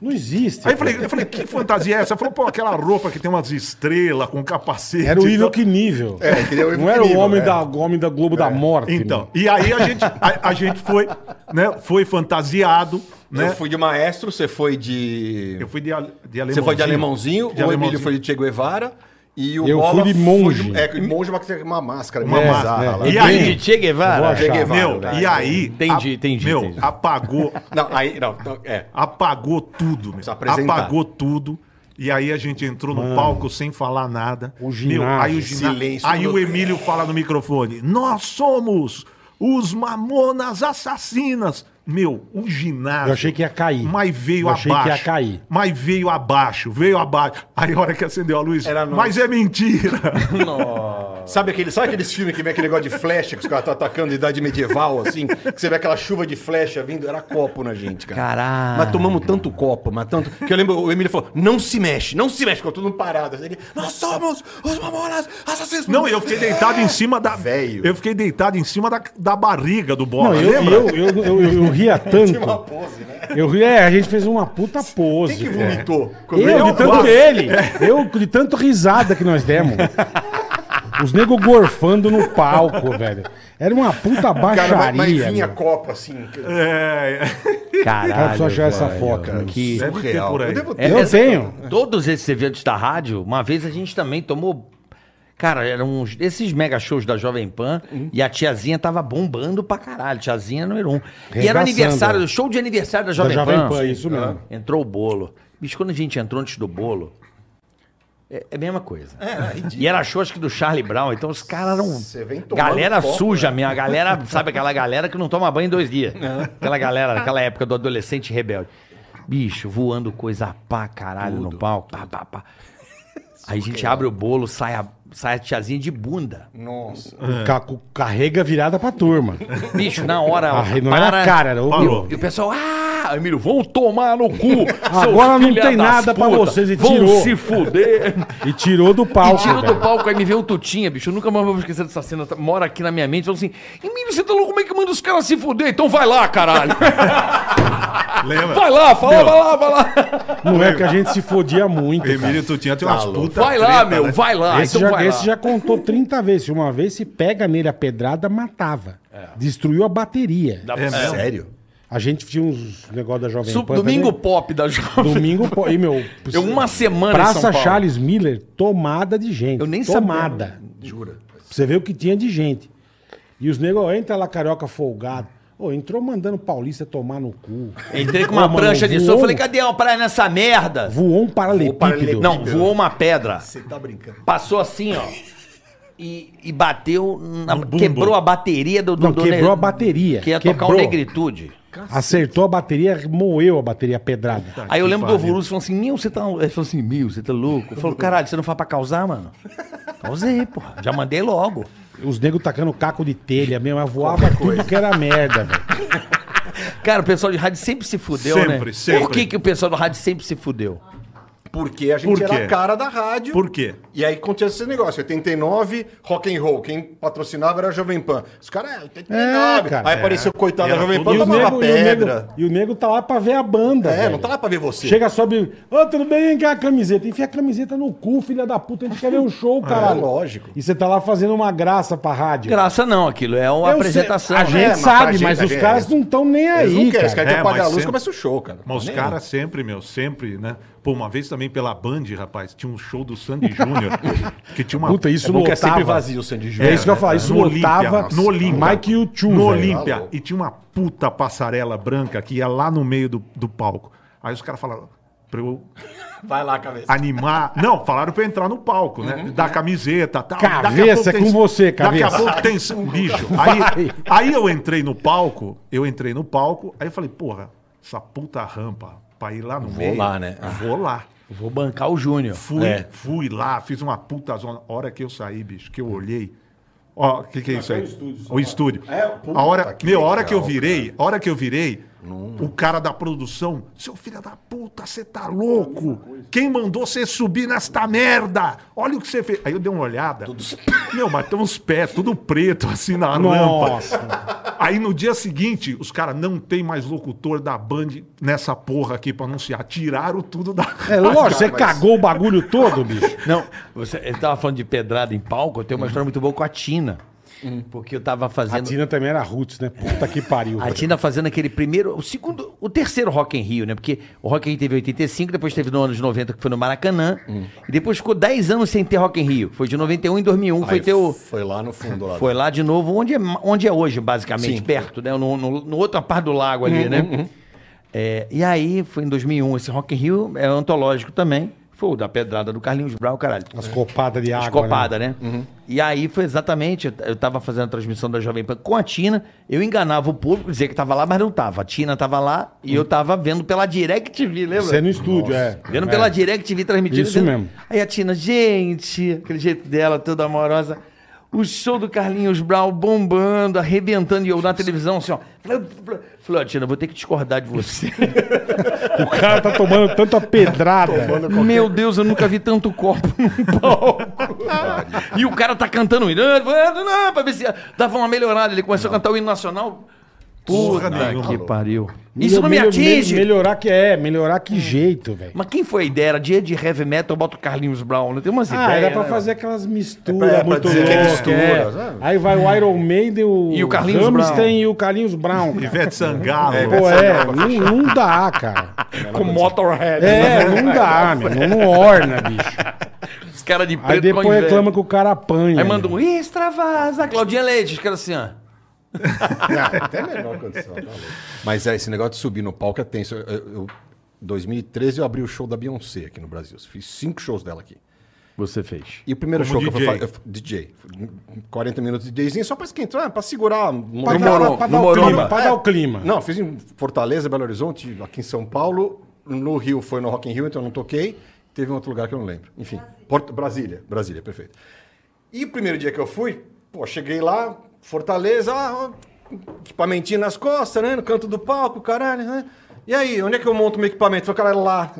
Speaker 3: Não existe.
Speaker 1: Aí eu falei, eu falei, que fantasia é essa? Falou, pô, aquela roupa que tem umas estrelas com um capacete. então."
Speaker 3: Era o
Speaker 1: e
Speaker 3: Ivel
Speaker 1: tal.
Speaker 3: que nível.
Speaker 5: É, queria o Ivel
Speaker 3: Não era o
Speaker 5: Knievel,
Speaker 3: homem,
Speaker 5: é.
Speaker 3: da, o homem da Globo da Morte. né?
Speaker 1: Então,
Speaker 3: mano.
Speaker 1: e aí a gente, a, a gente foi, né, foi fantasiado, né?
Speaker 5: Eu fui de maestro, você foi de...
Speaker 1: Eu fui de, ale- de alemãozinho.
Speaker 5: Você foi de alemãozinho,
Speaker 1: De
Speaker 5: o
Speaker 1: alemãozinho.
Speaker 5: Emílio foi de Che Guevara e o
Speaker 3: Eu
Speaker 5: Bola
Speaker 3: fui de monge.
Speaker 5: foi de- é, que monge mas que tem uma máscara,
Speaker 1: Uma
Speaker 5: uma
Speaker 1: máscara,
Speaker 5: máscara.
Speaker 1: é.
Speaker 5: lá.
Speaker 1: E
Speaker 4: E
Speaker 1: aí?
Speaker 4: aí? Che
Speaker 2: É.
Speaker 4: Guevara.
Speaker 3: Lógico.
Speaker 5: Che Guevara,
Speaker 1: Meu,
Speaker 5: né?
Speaker 1: e aí...
Speaker 4: Entendi,
Speaker 1: a-
Speaker 4: entendi,
Speaker 1: Meu,
Speaker 4: entendi.
Speaker 1: apagou,
Speaker 5: Não, aí, não, então, é.
Speaker 1: apagou tudo, meu.
Speaker 5: Precisa apresentar.
Speaker 1: Apagou tudo. E aí a gente entrou no palco sem falar nada.
Speaker 3: O ginásio,
Speaker 1: aí o, gina...
Speaker 5: silêncio.
Speaker 1: aí o Emílio fala no microfone: Nós somos os mamonas assassinas. Meu, o ginásio.
Speaker 3: Eu achei que ia cair.
Speaker 1: Mas veio
Speaker 3: Eu achei
Speaker 1: abaixo.
Speaker 3: que ia cair.
Speaker 1: Mas veio abaixo, veio abaixo. Aí a hora que acendeu a luz.
Speaker 5: Era nós.
Speaker 1: mas é mentira.
Speaker 2: Sabe, aquele, sabe aqueles filmes que vem aquele negócio de flecha que os caras estão atacando de idade medieval, assim? Que você vê aquela chuva de flecha vindo? Era copo na gente, cara.
Speaker 4: Caraca.
Speaker 2: Mas tomamos tanto copo, mas tanto. Que eu lembro, o Emílio falou: não se mexe, não se mexe, ficou todo mundo parado. Assim, ele, Nós somos os mamonas
Speaker 1: (laughs)
Speaker 2: assassinos.
Speaker 1: Não, eu fiquei deitado em cima da.
Speaker 2: Velho.
Speaker 1: Eu fiquei deitado em cima da, da barriga do
Speaker 3: Não,
Speaker 1: bola.
Speaker 3: eu,
Speaker 1: lembra?
Speaker 3: eu, eu, eu, eu- eu ria
Speaker 2: Tinha uma
Speaker 3: tanto.
Speaker 2: pose, né?
Speaker 3: Eu ria, é, a gente fez uma puta
Speaker 2: Quem
Speaker 3: pose.
Speaker 2: que
Speaker 3: cara.
Speaker 2: vomitou? Quando
Speaker 3: Eu,
Speaker 2: ele-
Speaker 3: de tanto ele. Eu, de tanto risada que nós demos. Os nego gorfando no palco, velho. Era uma puta
Speaker 2: Cara, mas, mas
Speaker 3: baixaria.
Speaker 2: vinha
Speaker 3: meu.
Speaker 2: copo assim. que-
Speaker 1: É,
Speaker 4: Caralho.
Speaker 3: Eu preciso achar essa
Speaker 4: velho.
Speaker 3: foto, meu.
Speaker 5: um
Speaker 4: Que...
Speaker 1: Deve ter
Speaker 2: surreal.
Speaker 1: por aí.
Speaker 2: Eu devo ter.
Speaker 4: É,
Speaker 3: Eu
Speaker 4: essa-
Speaker 3: tenho.
Speaker 4: Todos esses eventos da rádio, uma vez a gente também tomou. Cara, eram uns, esses mega shows da Jovem Pan
Speaker 3: Hum.
Speaker 4: e a tiazinha tava bombando pra caralho. Tiazinha número um. E
Speaker 3: Regaçando.
Speaker 4: era aniversário, show de aniversário da Jovem,
Speaker 3: Jovem
Speaker 4: Pan.
Speaker 3: Pan, isso mesmo.
Speaker 4: Ah. Entrou o bolo. Bicho, quando a gente entrou antes do bolo, é, é a mesma coisa. e era show, acho que do Charlie Brown. Então os caras eram.
Speaker 2: né? Você vem tomando
Speaker 4: Galera
Speaker 2: copo, né?
Speaker 4: suja mesmo. A galera, sabe aquela galera que não toma banho em dois dias? Aquela galera, aquela época do adolescente rebelde. Bicho, voando coisa pá caralho no palco. Pá, pá, pá. Aí a
Speaker 2: é.
Speaker 4: gente abre o bolo, sai a, sai a tiazinha de bunda.
Speaker 2: Nossa.
Speaker 3: Ca- com Carrega virada pra turma.
Speaker 4: Bicho, na hora.
Speaker 3: Ah, não
Speaker 4: para-
Speaker 3: era cara, né? era o
Speaker 1: Parou.
Speaker 4: E o pessoal, ah, Emílio, vão tomar no
Speaker 3: (laughs)
Speaker 4: cu. seus
Speaker 3: Agora não
Speaker 4: filha
Speaker 3: tem
Speaker 4: das
Speaker 3: nada pra
Speaker 4: puta.
Speaker 3: vocês, e
Speaker 4: Vão
Speaker 3: tirou.
Speaker 4: se fuder.
Speaker 3: E tirou do
Speaker 4: E
Speaker 3: palco.
Speaker 4: tira do
Speaker 3: velho.
Speaker 4: palco, aí me vê um tutinha, bicho. Eu nunca mais vou esquecer dessa cena. tá- Mora aqui na minha mente. Falando assim, Emílio, você tá louco? Como é que manda os caras se fuder? Então vai lá, caralho.
Speaker 1: é, lembra?
Speaker 4: Vai lá, fala,
Speaker 1: Meu,
Speaker 4: vai lá, vai lá.
Speaker 3: Não é que a gente se fodia muito. cara.
Speaker 1: Emílio Tutinha tem umas né? putas.
Speaker 4: Vai lá, meu, vai lá.
Speaker 3: né? Esse,
Speaker 4: então
Speaker 3: já,
Speaker 4: vai
Speaker 3: esse
Speaker 4: lá.
Speaker 3: já contou 30 vezes. Se Uma vez se pega nele a pedrada, matava. Destruiu a bateria.
Speaker 4: É. Dá-
Speaker 1: É mesmo?
Speaker 2: Sério?
Speaker 3: A gente tinha uns negócios da Jovem
Speaker 4: Su-
Speaker 3: Pan.
Speaker 4: domingo (laughs)
Speaker 3: também.
Speaker 4: pop da Jovem
Speaker 3: Domingo, pô. E, meu.
Speaker 4: Eu uma semana em São
Speaker 3: Praça
Speaker 4: Paulo.
Speaker 3: Charles Miller, tomada de gente.
Speaker 4: Eu nem
Speaker 3: Tomada.
Speaker 2: Jura?
Speaker 3: Pra você ver o que tinha de gente. E os negros, ó, entra lá, carioca folgado. Ô, entrou mandando paulista tomar no cu.
Speaker 4: Entrei com
Speaker 3: Ô,
Speaker 4: uma
Speaker 3: mano,
Speaker 4: prancha de
Speaker 3: voou
Speaker 4: som.
Speaker 3: um-
Speaker 4: Falei, cadê a praia nessa merda?
Speaker 3: Voou um paralelepípedo. né?
Speaker 2: paralelepípedo.
Speaker 4: Não, voou uma pedra.
Speaker 2: Você tá brincando.
Speaker 4: Passou assim, ó. E, e bateu. na-
Speaker 1: No bumbo.
Speaker 4: quebrou a bateria do. do
Speaker 3: Não,
Speaker 4: do
Speaker 3: quebrou a bateria.
Speaker 4: Que ia tocar o
Speaker 3: Quebrou.
Speaker 4: negritude.
Speaker 3: Acertou a bateria, moeu a bateria pedrada.
Speaker 4: Aí eu lembro do
Speaker 1: pariu.
Speaker 4: Alvorus falando assim, Mil, você tá. Ele falou assim, Mil, você tá louco? Eu falo, caralho, você não faz pra causar, mano? Causei, porra. Já mandei logo.
Speaker 3: Os negros tacando caco de telha mesmo, mas voava tudo que era merda, velho.
Speaker 4: Cara, o pessoal de rádio sempre se fudeu,
Speaker 1: Sempre,
Speaker 4: né?
Speaker 1: sempre.
Speaker 4: Por que, que o pessoal do rádio sempre se fudeu?
Speaker 2: Porque a gente
Speaker 1: Por quê?
Speaker 2: era a cara da rádio.
Speaker 1: Por quê?
Speaker 5: Tá
Speaker 2: E aí aconteceu esse negócio, 89, rock and roll, quem patrocinava era a Jovem Pan. Os caras, é, 89.
Speaker 3: É, cara.
Speaker 2: aí apareceu o coitado da
Speaker 1: Era
Speaker 2: Jovem
Speaker 1: tudo-
Speaker 2: Pan,
Speaker 3: E o,
Speaker 2: tomava
Speaker 3: nego, e, o nego,
Speaker 2: pedra.
Speaker 3: e o nego tá lá pra ver a banda.
Speaker 2: É,
Speaker 3: velho.
Speaker 2: não tá lá pra ver você.
Speaker 3: Chega, sobe. Ô, tudo bem? Quer a camiseta? Enfia a camiseta no cu, filha da puta. A gente quer ver um
Speaker 2: (laughs)
Speaker 3: show, caralho.
Speaker 2: Ah, lógico.
Speaker 3: E você tá lá fazendo uma graça pra rádio.
Speaker 4: Graça não, aquilo. É uma
Speaker 3: Eu sei,
Speaker 4: apresentação.
Speaker 3: a
Speaker 4: né?
Speaker 3: gente
Speaker 2: É, mas pra
Speaker 3: sabe,
Speaker 2: gente,
Speaker 3: mas
Speaker 2: a
Speaker 3: os
Speaker 2: gente-
Speaker 3: caras não estão nem aí.
Speaker 2: Eles não querem,
Speaker 3: cara.
Speaker 2: os caras querem
Speaker 1: É,
Speaker 2: apagar a
Speaker 1: mas
Speaker 2: luz,
Speaker 1: sempre-
Speaker 2: começa o show, cara.
Speaker 1: Mas os
Speaker 2: Nem-
Speaker 1: caras sempre, meu, sempre, né? Pô, uma vez também pela Band, rapaz, tinha um show do Sandy Júnior, que tinha uma...
Speaker 3: Puta, isso
Speaker 2: É bom que é sempre
Speaker 3: lotava.
Speaker 2: vazio o Sandy
Speaker 3: É,
Speaker 2: Júnior.
Speaker 3: isso que eu ia falar, isso
Speaker 1: no Olímpia,
Speaker 3: lotava
Speaker 1: nossa. no Olímpia.
Speaker 3: Mike e o Tio.
Speaker 1: No
Speaker 3: velho.
Speaker 1: Olímpia.
Speaker 2: Alô.
Speaker 1: E tinha uma puta passarela branca que ia lá no meio do, do palco. Aí os caras falaram pra eu
Speaker 2: Vai lá, cabeça.
Speaker 1: animar. Não, falaram pra eu entrar no palco, né? Dar camiseta, tal. Daqui a
Speaker 3: Cabeça,
Speaker 1: pouco
Speaker 3: é com você, cabeça.
Speaker 1: Daqui a pouco tem um bicho. Aí, aí eu entrei no palco, eu entrei no palco, aí eu falei, porra, essa puta rampa pra ir lá no meio.
Speaker 2: lá, né?
Speaker 1: Vou lá.
Speaker 4: Vou bancar o Júnior.
Speaker 1: Fui,
Speaker 2: É.
Speaker 1: fui lá, fiz uma puta zona. A hora que eu saí, bicho, que eu olhei. Ó, o que, que é isso aí? O tá estúdio. a hora,
Speaker 2: que
Speaker 1: meu, a hora
Speaker 2: legal,
Speaker 1: que eu virei, a hora que eu virei, o cara da produção, seu filho da puta, você tá louco? Quem mandou você subir nesta merda? Olha o que você fez. Aí eu dei uma olhada. Meu, mas tem uns pés, tudo preto, assim na
Speaker 3: Nossa.
Speaker 1: rampa. Aí no dia seguinte, os caras não tem mais locutor da Band nessa porra aqui pra anunciar. Tiraram tudo da.
Speaker 3: É lógico, você
Speaker 2: mas-
Speaker 3: cagou o bagulho todo, bicho.
Speaker 4: Não, você, ele tava falando de pedrada em palco. Eu tenho uma história muito boa com a Tina. Porque eu tava
Speaker 3: A
Speaker 4: fazendo.
Speaker 3: Tina também era roots, né? Puta que pariu.
Speaker 4: A
Speaker 3: velho.
Speaker 4: Tina fazendo aquele primeiro, o segundo, o terceiro Rock em Rio, né? Porque o Rock in Rio teve 85, depois teve no ano de 90 que foi no Maracanã, e depois ficou 10 anos sem ter Rock em Rio. Foi de 91 em 2001, foi
Speaker 2: Aí
Speaker 4: ter o
Speaker 2: Foi lá no fundo. Lá
Speaker 4: foi lá de novo, onde é, onde é hoje, basicamente,
Speaker 2: Sim.
Speaker 4: perto, né? No, no, no outra parte do lago ali, né? É, e aí, foi em 2001, esse Rock in Rio é antológico também, foi o da pedrada do Carlinhos Brown, caralho.
Speaker 3: As copadas É. de água.
Speaker 4: Escopada, né? E aí foi exatamente, eu- eu tava fazendo a transmissão da Jovem Pan com a Tina, eu enganava o público, dizia que tava lá, mas não tava. A Tina tava lá e eu tava vendo pela DirecTV, lembra?
Speaker 3: né? Você no estúdio, é.
Speaker 4: Vendo
Speaker 3: é.
Speaker 4: pela DirecTV transmitindo. né?
Speaker 3: Isso
Speaker 4: vendo-
Speaker 3: mesmo.
Speaker 4: Aí a Tina, gente, aquele jeito dela, toda amorosa. O show do Carlinhos Brown bombando, arrebentando, e eu na televisão assim, ó. Falei, ó, Tina, vou ter que discordar de você.
Speaker 3: O cara tá tomando tanta pedrada.
Speaker 4: (laughs) Meu Deus, eu nunca vi tanto copo num palco. (laughs) e o cara tá cantando o hino, não, pra ver se dava uma melhorada. Ele começou a cantar o hino nacional.
Speaker 1: Porra
Speaker 4: Puta
Speaker 1: nenhuma.
Speaker 4: que pariu. Isso não me
Speaker 3: Melho-
Speaker 4: atinge.
Speaker 3: me- Melhorar que é, melhorar que jeito, velho.
Speaker 4: Mas quem foi a ideia? Era dia de heavy metal, eu boto o Carlinhos Brown. né? Tem umas
Speaker 3: Ah,
Speaker 4: ideias.
Speaker 3: era pra
Speaker 4: né?
Speaker 3: fazer aquelas
Speaker 5: É
Speaker 3: misturas
Speaker 5: pra- é pra
Speaker 3: muito
Speaker 5: dizer que é
Speaker 3: loucas.
Speaker 5: mistura,
Speaker 3: é.
Speaker 5: sabe?
Speaker 3: Aí vai o Iron Maiden, o,
Speaker 4: E o Carlinhos
Speaker 3: Rammstein
Speaker 4: Brown.
Speaker 3: e o Carlinhos Brown. cara.
Speaker 1: Ivete Sangalo.
Speaker 3: Pô, é, não, não dá, cara.
Speaker 4: Com Motorhead.
Speaker 3: É, não dá, meu. Não, não orna, bicho.
Speaker 4: Os caras de preto
Speaker 3: Aí depois
Speaker 4: com inveja.
Speaker 3: reclama que o cara apanha.
Speaker 4: Aí manda
Speaker 3: meu.
Speaker 4: um extravasa, Claudinha Leite. Os caras assim, ó.
Speaker 5: Até menor condição, tá louco. Mas é, esse negócio de subir no palco é tenso. Eu, eu- 2013 eu abri o show da Beyoncé aqui no Brasil. Fiz cinco shows dela aqui.
Speaker 4: Você fez.
Speaker 5: E o primeiro
Speaker 1: Como
Speaker 5: show que
Speaker 1: DJ.
Speaker 5: eu fa- eu fa- DJ. 40 minutos de DJzinho só pra esquentar, pra
Speaker 3: Pra
Speaker 5: segurar. Não,
Speaker 4: No
Speaker 3: dar,
Speaker 4: Moron-
Speaker 3: pra
Speaker 4: no
Speaker 3: dar o
Speaker 4: Morumba.
Speaker 3: clima, pra dar o clima.
Speaker 5: É. não, fiz em Fortaleza, Belo Horizonte, aqui em São Paulo. No Rio foi no Rock in Rio, então eu não toquei. Teve um outro lugar que eu não lembro. Enfim, Porto- Brasília. Brasília, perfeito. E o primeiro dia que eu fui, pô, cheguei lá, Fortaleza, ah, ó, equipamentinho nas costas, né? No canto do palco, caralho, né? E aí, onde é que eu monto meu equipamento? Falei, cara, lá,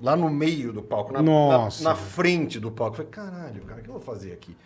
Speaker 5: lá no meio do palco, na, na-
Speaker 3: Nossa.
Speaker 5: na frente do palco. Falei, caralho, cara, o que eu vou fazer aqui?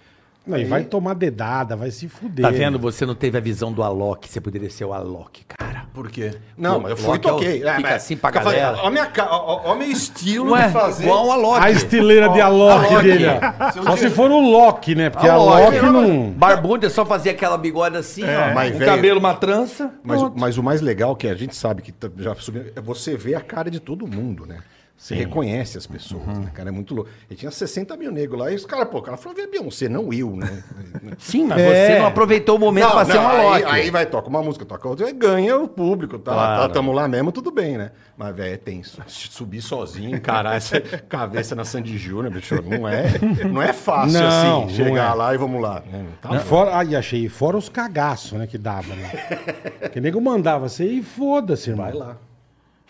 Speaker 3: Não, e vai tomar dedada, vai se fuder.
Speaker 4: Tá vendo? Você não teve a visão do Alok. Você poderia ser o Alok, cara.
Speaker 5: Por quê? Não, mas eu fui
Speaker 4: Logo
Speaker 5: e toquei. É,
Speaker 4: fica
Speaker 5: mas-
Speaker 4: assim pra
Speaker 5: eu falei,
Speaker 4: galera.
Speaker 5: Ó, minha ca- ó, ó, ó meu estilo
Speaker 4: Ué,
Speaker 5: de fazer.
Speaker 4: igual o Alok.
Speaker 3: é A estileira de Alok
Speaker 5: Alok.
Speaker 3: dele. ó.
Speaker 5: Seu
Speaker 3: Só se
Speaker 5: dinheiro.
Speaker 3: for o Loki, né? Porque
Speaker 5: Alok,
Speaker 3: Alok
Speaker 5: eu-
Speaker 3: não...
Speaker 4: Barbudo é só fazer aquela bigode assim, ó.
Speaker 5: mas,
Speaker 4: um
Speaker 5: É, velho-
Speaker 4: cabelo, uma trança.
Speaker 5: Mas, o-
Speaker 4: pronto.
Speaker 5: mas o mais legal é que a gente sabe que tá- já subiu, é você vê a cara de todo mundo, né? Você reconhece as pessoas, né, cara? É muito louco. E tinha 60 mil negros lá, e os caras, pô, o cara falou, vê Beyoncé, não eu, (laughs) né?
Speaker 4: Sim, mas
Speaker 3: É.
Speaker 4: você não aproveitou o momento pra ser um
Speaker 5: aí,
Speaker 4: Alok.
Speaker 5: aí vai, toca uma música, toca outra, e ganha o público, tá?
Speaker 4: Claro.
Speaker 5: Tá- Tamo lá mesmo, tudo bem, né? Mas, velho, é tenso. Subir sozinho, encarar (laughs) essa cabeça na Sandy Júnior, bicho, não é, (laughs) não é fácil
Speaker 3: Não, não
Speaker 5: assim, chegar
Speaker 3: é.
Speaker 5: lá e vamos lá. né? Tá
Speaker 3: E fora, ai, achei. E fora os cagaços, né? Que dava, né? que nego mandava você e foda-se, irmão. Vai lá.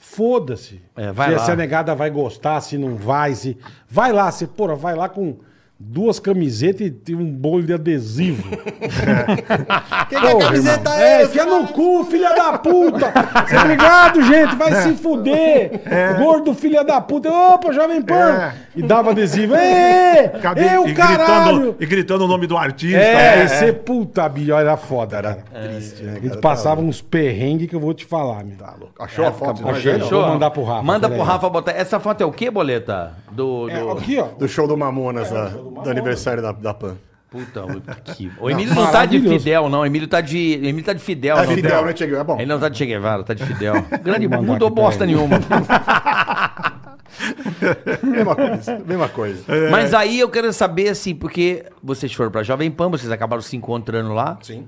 Speaker 3: Foda-se.
Speaker 4: É, vai
Speaker 3: se,
Speaker 4: lá.
Speaker 3: se a negada vai gostar, se não vai, se... Vai lá, você, porra, vai lá com duas camisetas e- e um bolo de adesivo.
Speaker 5: Quem
Speaker 3: Porra, irmão. é, fica no cu, filha da puta. Obrigado, gente, vai se fuder. Gordo, filha da puta. Opa, Jovem Pan.
Speaker 1: É.
Speaker 3: E dava adesivo. É,
Speaker 1: Cadê-
Speaker 3: é o
Speaker 1: e,
Speaker 3: caralho.
Speaker 1: gritando, e gritando o nome do artista.
Speaker 3: É,
Speaker 1: né?
Speaker 3: e ser puta, bicho, era foda, cara.
Speaker 5: Triste, né,
Speaker 3: Eles
Speaker 5: cara?
Speaker 3: passavam uns perrengues que eu vou te falar, meu.
Speaker 5: Tá louco. Achou a foto? né? do
Speaker 3: achei.
Speaker 5: Rogério?
Speaker 3: Vou mandar pro Rafa,
Speaker 4: Manda
Speaker 3: peraí.
Speaker 4: pro Rafa botar. Essa foto é o quê, boleta? Do. do...
Speaker 3: É, aqui, ó.
Speaker 5: Do show do Mamonas, lá, É, do aniversário da, da Pan.
Speaker 4: Puta, o- que... o Emílio não tá de
Speaker 3: Maravilhoso.
Speaker 4: Fidel, não. O Emílio tá de. O Emílio tá de Fidel,
Speaker 5: É
Speaker 4: não.
Speaker 5: Fidel, né, Che Guevara? É bom.
Speaker 4: Ele não tá de Che Guevara, tá de Fidel. Grande,
Speaker 3: Vou mandar
Speaker 4: mudou
Speaker 3: aqui,
Speaker 4: bosta
Speaker 3: peraí.
Speaker 4: nenhuma.
Speaker 5: Mesma (laughs) coisa, mesma coisa.
Speaker 4: Mas aí eu quero saber, assim, porque vocês foram pra Jovem Pan, vocês acabaram se encontrando lá.
Speaker 5: Sim.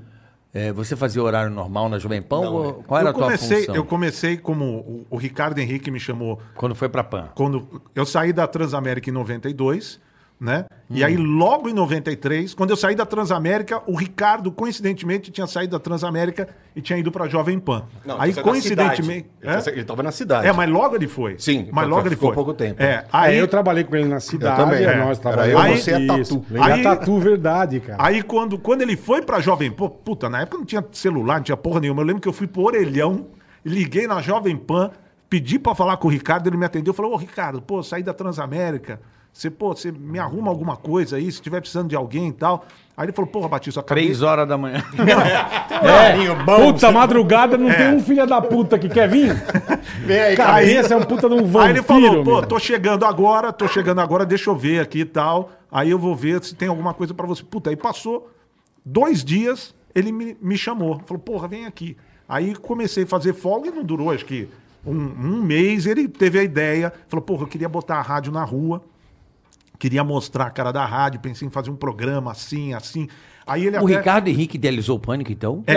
Speaker 4: É, você fazia horário normal na Jovem Pan?
Speaker 5: Não, né?
Speaker 4: ou- Qual era
Speaker 1: eu
Speaker 4: a tua
Speaker 1: comecei,
Speaker 4: função?
Speaker 1: eu comecei como o, o Ricardo Henrique me chamou
Speaker 4: Quando foi pra Pan?
Speaker 1: quando eu saí da Transamérica em 92, né? E aí
Speaker 4: Hum.
Speaker 1: logo em 93, quando eu saí da Transamérica, o Ricardo coincidentemente tinha saído da Transamérica e tinha ido pra Jovem Pan. aí coidentemente,
Speaker 5: tá Ele, tá-
Speaker 1: é?
Speaker 5: ele tava na cidade.
Speaker 1: É, mas logo ele foi.
Speaker 5: Sim,
Speaker 1: mas
Speaker 5: foi-
Speaker 1: logo ele
Speaker 5: ficou
Speaker 1: foi.
Speaker 5: pouco tempo.
Speaker 1: É,
Speaker 3: Aí
Speaker 1: aí
Speaker 3: Ah, eu trabalhei com ele na cidade,
Speaker 5: também,
Speaker 3: é,
Speaker 5: é.
Speaker 3: nós
Speaker 5: Era
Speaker 3: trabalhamos.
Speaker 1: eu,
Speaker 5: você e a
Speaker 3: Isso.
Speaker 5: Tatu.
Speaker 3: Ele é
Speaker 1: Aí-
Speaker 3: a Tatu, verdade, cara.
Speaker 1: Aí quando, quando ele foi pra Jovem Pan, puta, na época não tinha celular, não tinha porra nenhuma. Eu lembro que eu fui pro Orelhão, liguei na Jovem Pan, pedi pra falar com o Ricardo, ele me atendeu, falou: "Ô Ricardo, pô, saí da Transamérica. Você, pô, você me arruma alguma coisa aí, se tiver precisando de alguém e tal". Aí ele falou: "Porra, Batista, acabei
Speaker 4: Três horas da manhã.
Speaker 5: É.
Speaker 3: Puta, madrugada não tem um filho da puta que quer vir?
Speaker 5: Vem aí, cara.
Speaker 3: Cabeça é um puta de um vampiro,
Speaker 1: Aí ele falou, pô,
Speaker 3: meu.
Speaker 1: tô chegando agora, tô chegando agora, deixa eu ver aqui e tal. Aí eu vou ver se tem alguma coisa pra você. Puta, aí passou dois dias, ele me, me chamou. Falou, porra, vem aqui. Aí comecei a fazer folga e não durou, acho que um, um mês. Ele teve a ideia, falou, porra, eu queria botar a rádio na rua. Queria mostrar a cara da rádio, pensei em fazer um programa assim, assim. Aí ele
Speaker 4: (laughs) O Ricardo Henrique idealizou o pânico, então?
Speaker 1: É,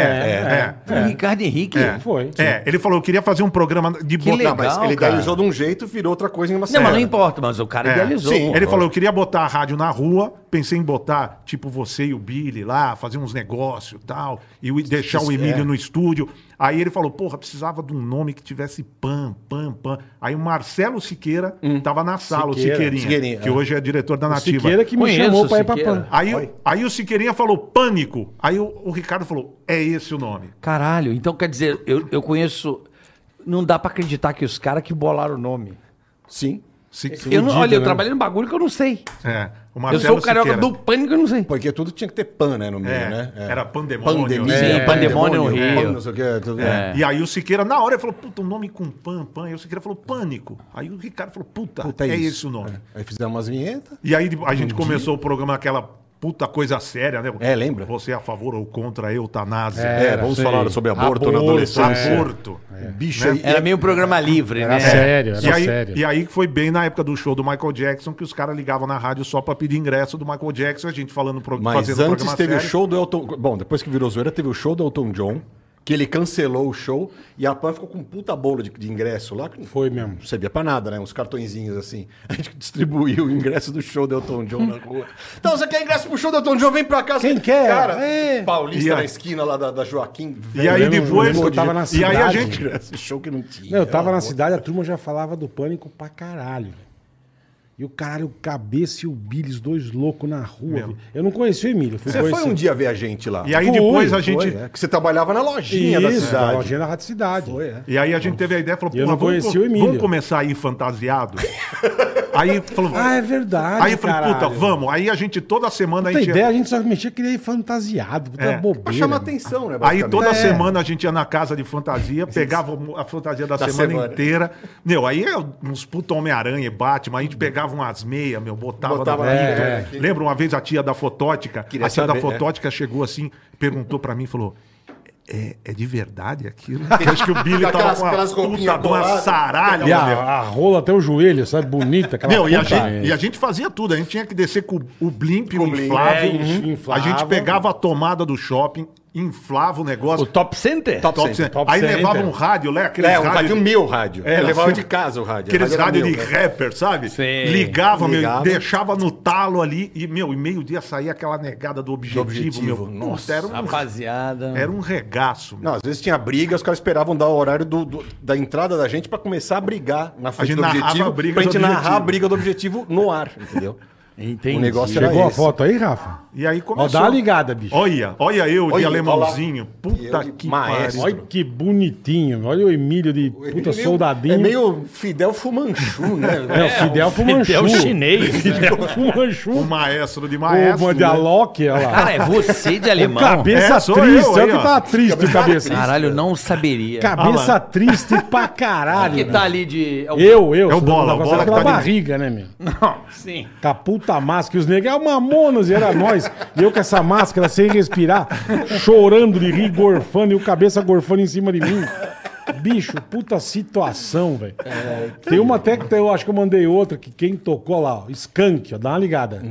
Speaker 1: é, é.
Speaker 4: O Ricardo Henrique.
Speaker 3: Foi.
Speaker 1: É, ele falou, eu queeria fazer um programa de
Speaker 4: Que
Speaker 1: botar-
Speaker 5: Não, mas
Speaker 4: Legal,
Speaker 5: ele
Speaker 4: cara.
Speaker 5: idealizou de um jeito e virou outra coisa em uma
Speaker 4: Não,
Speaker 5: semana.
Speaker 4: mas não importa, mas o cara
Speaker 1: É,
Speaker 4: idealizou.
Speaker 5: sim,
Speaker 4: pô.
Speaker 1: Ele falou, eu queria botar a rádio na rua, pensei em botar, tipo, você e o Billy lá, fazer uns negócios e tal, e o- deixar o Emílio no estúdio. Aí ele falou, porra, precisava de um nome que tivesse pan, pan, pan. Aí o Marcelo Siqueira tava na
Speaker 3: Siqueira,
Speaker 1: sala, o Siqueirinha,
Speaker 5: Siqueirinha,
Speaker 1: que
Speaker 5: é.
Speaker 1: hoje é diretor da Nativa.
Speaker 3: Siqueira que me
Speaker 4: Conheço
Speaker 3: chamou
Speaker 4: o
Speaker 3: pra ir pra
Speaker 4: Siqueira.
Speaker 3: Pan.
Speaker 1: Aí, aí o Siqueirinha falou, Pânico. Aí o, o Ricardo falou: é esse o nome.
Speaker 4: Caralho, então quer dizer, eu, eu conheço. Não dá pra acreditar que os caras que bolaram o nome.
Speaker 5: Sim.
Speaker 1: Se-
Speaker 4: eu não,
Speaker 3: Fudido,
Speaker 4: olha, eu
Speaker 3: né?
Speaker 4: trabalhei num bagulho que eu não sei.
Speaker 1: É, o
Speaker 4: eu
Speaker 1: Marcelo
Speaker 4: sou o carioca
Speaker 1: Siqueira.
Speaker 4: do pânico, eu não sei.
Speaker 5: Porque tudo tinha que ter pan, né, no meio,
Speaker 1: É,
Speaker 5: né?
Speaker 1: era pandemônio,
Speaker 5: Pandemia, é,
Speaker 1: né?
Speaker 4: Sim, pandemônio no Rio.
Speaker 5: pan, não sei o que, tudo.
Speaker 1: É. E aí o Siqueira, na hora, ele falou, puta, um nome com pan, pan. Aí o Siqueira falou, pânico. Aí o Ricardo falou, puta,
Speaker 5: Puta,
Speaker 1: é, esse o nome.
Speaker 5: É. Aí fizeram umas vinhetas.
Speaker 1: E aí a gente começou o programa aquela puta coisa séria, né?
Speaker 5: É, lembra?
Speaker 1: Você é a favor ou contra a eutanásia? tá
Speaker 5: É,
Speaker 3: Era,
Speaker 5: vamos
Speaker 3: sei.
Speaker 5: falar sobre aborto, na
Speaker 3: Aborto,
Speaker 5: adolescência. É.
Speaker 1: Aborto.
Speaker 5: Bicho aí.
Speaker 4: Era meio programa livre,
Speaker 3: Era
Speaker 4: né?
Speaker 3: sério,
Speaker 1: E
Speaker 3: era
Speaker 1: aí,
Speaker 3: sério.
Speaker 1: e aí que foi bem na época do show do Michael Jackson que os caras ligavam na rádio só pra pedir ingresso do Michael Jackson, a gente falando pro,
Speaker 5: Mas
Speaker 1: fazendo
Speaker 5: antes
Speaker 1: programa
Speaker 5: teve o
Speaker 1: sério.
Speaker 5: show do Elton. Bom, depois que virou zoeira, teve o show do Elton John, que ele cancelou o show e a Pan ficou com um puta bolo de, de ingresso lá. Que não
Speaker 3: Foi mesmo.
Speaker 5: Não servia pra nada, né? Uns cartõezinhos assim. (laughs) A gente distribuiu o ingresso do show do Elton John na rua. Então, você quer ingresso pro show do Elton John? Vem pra casa.
Speaker 3: Quem quer?
Speaker 5: Cara,
Speaker 3: É.
Speaker 1: E
Speaker 5: paulista
Speaker 1: aí?
Speaker 5: na esquina lá da, da Joaquim.
Speaker 1: E
Speaker 5: velho,
Speaker 1: aí
Speaker 3: Eu lembro-
Speaker 1: depois.
Speaker 3: eu lembro que eu tava na
Speaker 1: e aí a
Speaker 3: cidade.
Speaker 1: gente.
Speaker 5: ingresso, né? show que não tinha.
Speaker 3: Não, eu tava na
Speaker 5: Era É uma
Speaker 3: cidade, a turma já falava do pânico pra caralho. E o caralho, o cabeça e o Billy, os dois loucos na rua. Eu não conhecia o Emílio. Fui
Speaker 5: Você foi
Speaker 3: conhecer-
Speaker 5: um dia ver a gente lá.
Speaker 1: E aí
Speaker 3: Foi,
Speaker 1: depois a
Speaker 3: foi,
Speaker 1: gente.
Speaker 5: Foi, é, que você trabalhava na lojinha
Speaker 3: Isso,
Speaker 5: da cidade.
Speaker 3: na lojinha da Rádio Cidade. Foi, é.
Speaker 1: E aí a gente teve a ideia, falou,
Speaker 3: E eu não
Speaker 1: porra, vamos,
Speaker 3: conhecia o Emílio.
Speaker 1: vamos começar a
Speaker 3: (laughs)
Speaker 1: ir fantasiado? aí falou,
Speaker 3: Ah, é verdade,
Speaker 1: Aí eu falei, puta,
Speaker 3: caralho.
Speaker 1: vamos. Aí a gente, toda semana, a
Speaker 3: Puta
Speaker 1: gente...
Speaker 3: ideia, a gente só mexia que nem fantasiado, puta
Speaker 1: É.
Speaker 3: bobeira.
Speaker 5: Pra chamar
Speaker 3: mano.
Speaker 5: atenção, né?
Speaker 1: Aí
Speaker 5: basicamente.
Speaker 1: toda
Speaker 3: É.
Speaker 1: semana a gente ia na casa de fantasia, pegava a fantasia da,
Speaker 5: Da
Speaker 1: semana,
Speaker 5: semana.
Speaker 1: inteira. Meu, aí é uns puta Homem-Aranha e Batman,
Speaker 3: Uhum.
Speaker 1: aí a gente pegava umas meias, meu, botava,
Speaker 5: Botava
Speaker 1: no
Speaker 5: na
Speaker 1: pinto.
Speaker 5: cara
Speaker 3: é,
Speaker 5: aqui.
Speaker 1: Lembra uma vez a tia da fotótica?
Speaker 5: Queria
Speaker 1: a tia
Speaker 5: saber,
Speaker 1: da
Speaker 5: né?
Speaker 1: fotótica chegou assim, perguntou pra mim, falou... É, é de verdade
Speaker 5: (laughs)
Speaker 1: aquilo? Porque acho que o Billy tava
Speaker 5: Aquelas-
Speaker 1: com uma
Speaker 5: aquelas roupinhas
Speaker 1: puta de uma
Speaker 5: coladas.
Speaker 1: saralha,
Speaker 3: E a,
Speaker 1: meu.
Speaker 3: a rola até o joelho, sabe? Bonita, aquela
Speaker 1: Meu, e, a
Speaker 3: puta-
Speaker 5: é.
Speaker 3: é.
Speaker 1: gente, e a gente fazia tudo. A gente tinha que descer com o blimp,
Speaker 5: Com
Speaker 1: o
Speaker 5: o blimp,
Speaker 1: inflável.
Speaker 3: é,
Speaker 1: Uhum.
Speaker 3: inflava.
Speaker 1: A gente pegava a tomada do shopping, inflava o negócio.
Speaker 4: O Top Center?
Speaker 5: Top
Speaker 1: Top
Speaker 5: Center.
Speaker 1: center.
Speaker 3: Top
Speaker 1: Aí
Speaker 3: center.
Speaker 1: levava um rádio, né? Aqueles
Speaker 5: É, um
Speaker 1: rádio-
Speaker 5: rádio meu rádio.
Speaker 1: É,
Speaker 5: eu levava
Speaker 1: assim,
Speaker 5: de casa o rádio.
Speaker 1: Aqueles
Speaker 5: O rádio
Speaker 1: rádio
Speaker 5: era
Speaker 1: de
Speaker 5: meu, né?
Speaker 1: rapper, sabe?
Speaker 4: Sim.
Speaker 1: Ligava, meu,
Speaker 5: Ligava.
Speaker 1: deixava no talo ali e, meu, e meio-dia saía aquela negada do objetivo,
Speaker 5: objetivo,
Speaker 1: meu. Puta,
Speaker 5: nossa.
Speaker 1: era, um,
Speaker 4: Rapaziada.
Speaker 1: era um regaço, meu.
Speaker 5: Não, às vezes tinha briga, os caras esperavam dar o horário do- do- da entrada da gente pra começar a brigar na frente
Speaker 1: gente
Speaker 5: do
Speaker 1: narrava
Speaker 5: objetivo.
Speaker 1: a briga
Speaker 5: pra gente
Speaker 1: do
Speaker 5: narrar a
Speaker 1: objetivo.
Speaker 5: briga do objetivo no ar,
Speaker 1: (laughs)
Speaker 5: entendeu?
Speaker 4: Entendi.
Speaker 5: O negócio era
Speaker 3: Chegou a
Speaker 5: esse.
Speaker 3: foto aí, Rafa?
Speaker 1: E aí
Speaker 3: Ó,
Speaker 1: começou.
Speaker 3: dá uma ligada, bicho.
Speaker 1: Olha, olha eu de
Speaker 5: Olha,
Speaker 1: alemãozinho.
Speaker 5: olha lá.
Speaker 1: Puta
Speaker 5: Eu de
Speaker 1: que
Speaker 5: maestro.
Speaker 1: pariu.
Speaker 3: Olha que bonitinho. Olha o Emílio de puta
Speaker 5: É meio-
Speaker 3: soldadinho.
Speaker 5: É meio Fidel Fumanchu,
Speaker 1: (laughs)
Speaker 3: É,
Speaker 5: né?
Speaker 3: o Fidel Fumanchu.
Speaker 4: Fidel chinês. né?
Speaker 3: Fidel Fumanchu.
Speaker 1: O maestro de
Speaker 3: O
Speaker 1: maestro.
Speaker 3: o de
Speaker 1: né?
Speaker 3: Alok, olha lá.
Speaker 4: Cara, é você de alemão?
Speaker 3: Cabeça
Speaker 1: É, sou
Speaker 3: triste,
Speaker 1: eu
Speaker 3: olha
Speaker 1: aí,
Speaker 3: o que
Speaker 1: ó.
Speaker 3: tá triste, o cabeça.
Speaker 4: Caralho, eu não saberia.
Speaker 1: Olha lá.
Speaker 3: Cabeça triste pra caralho.
Speaker 4: que
Speaker 3: né?
Speaker 4: tá ali de... é o-
Speaker 3: Eu, eu.
Speaker 1: É o
Speaker 3: você
Speaker 1: Bola,
Speaker 3: tá
Speaker 1: o
Speaker 3: fazendo
Speaker 1: Bola que
Speaker 3: pela
Speaker 1: tá de-
Speaker 3: barriga, né, meu?
Speaker 4: Não, sim.
Speaker 3: Com a puta máscara, e os negros, é o Mamonas, e era nós. E eu com essa máscara, sem respirar, chorando de rir, gorfando, e o cabeça gorfando em cima de mim. Bicho, puta situação, velho.
Speaker 4: É,
Speaker 3: Tem uma até que eu acho que eu mandei outra, que quem tocou lá, ó, Skank, ó, dá uma ligada.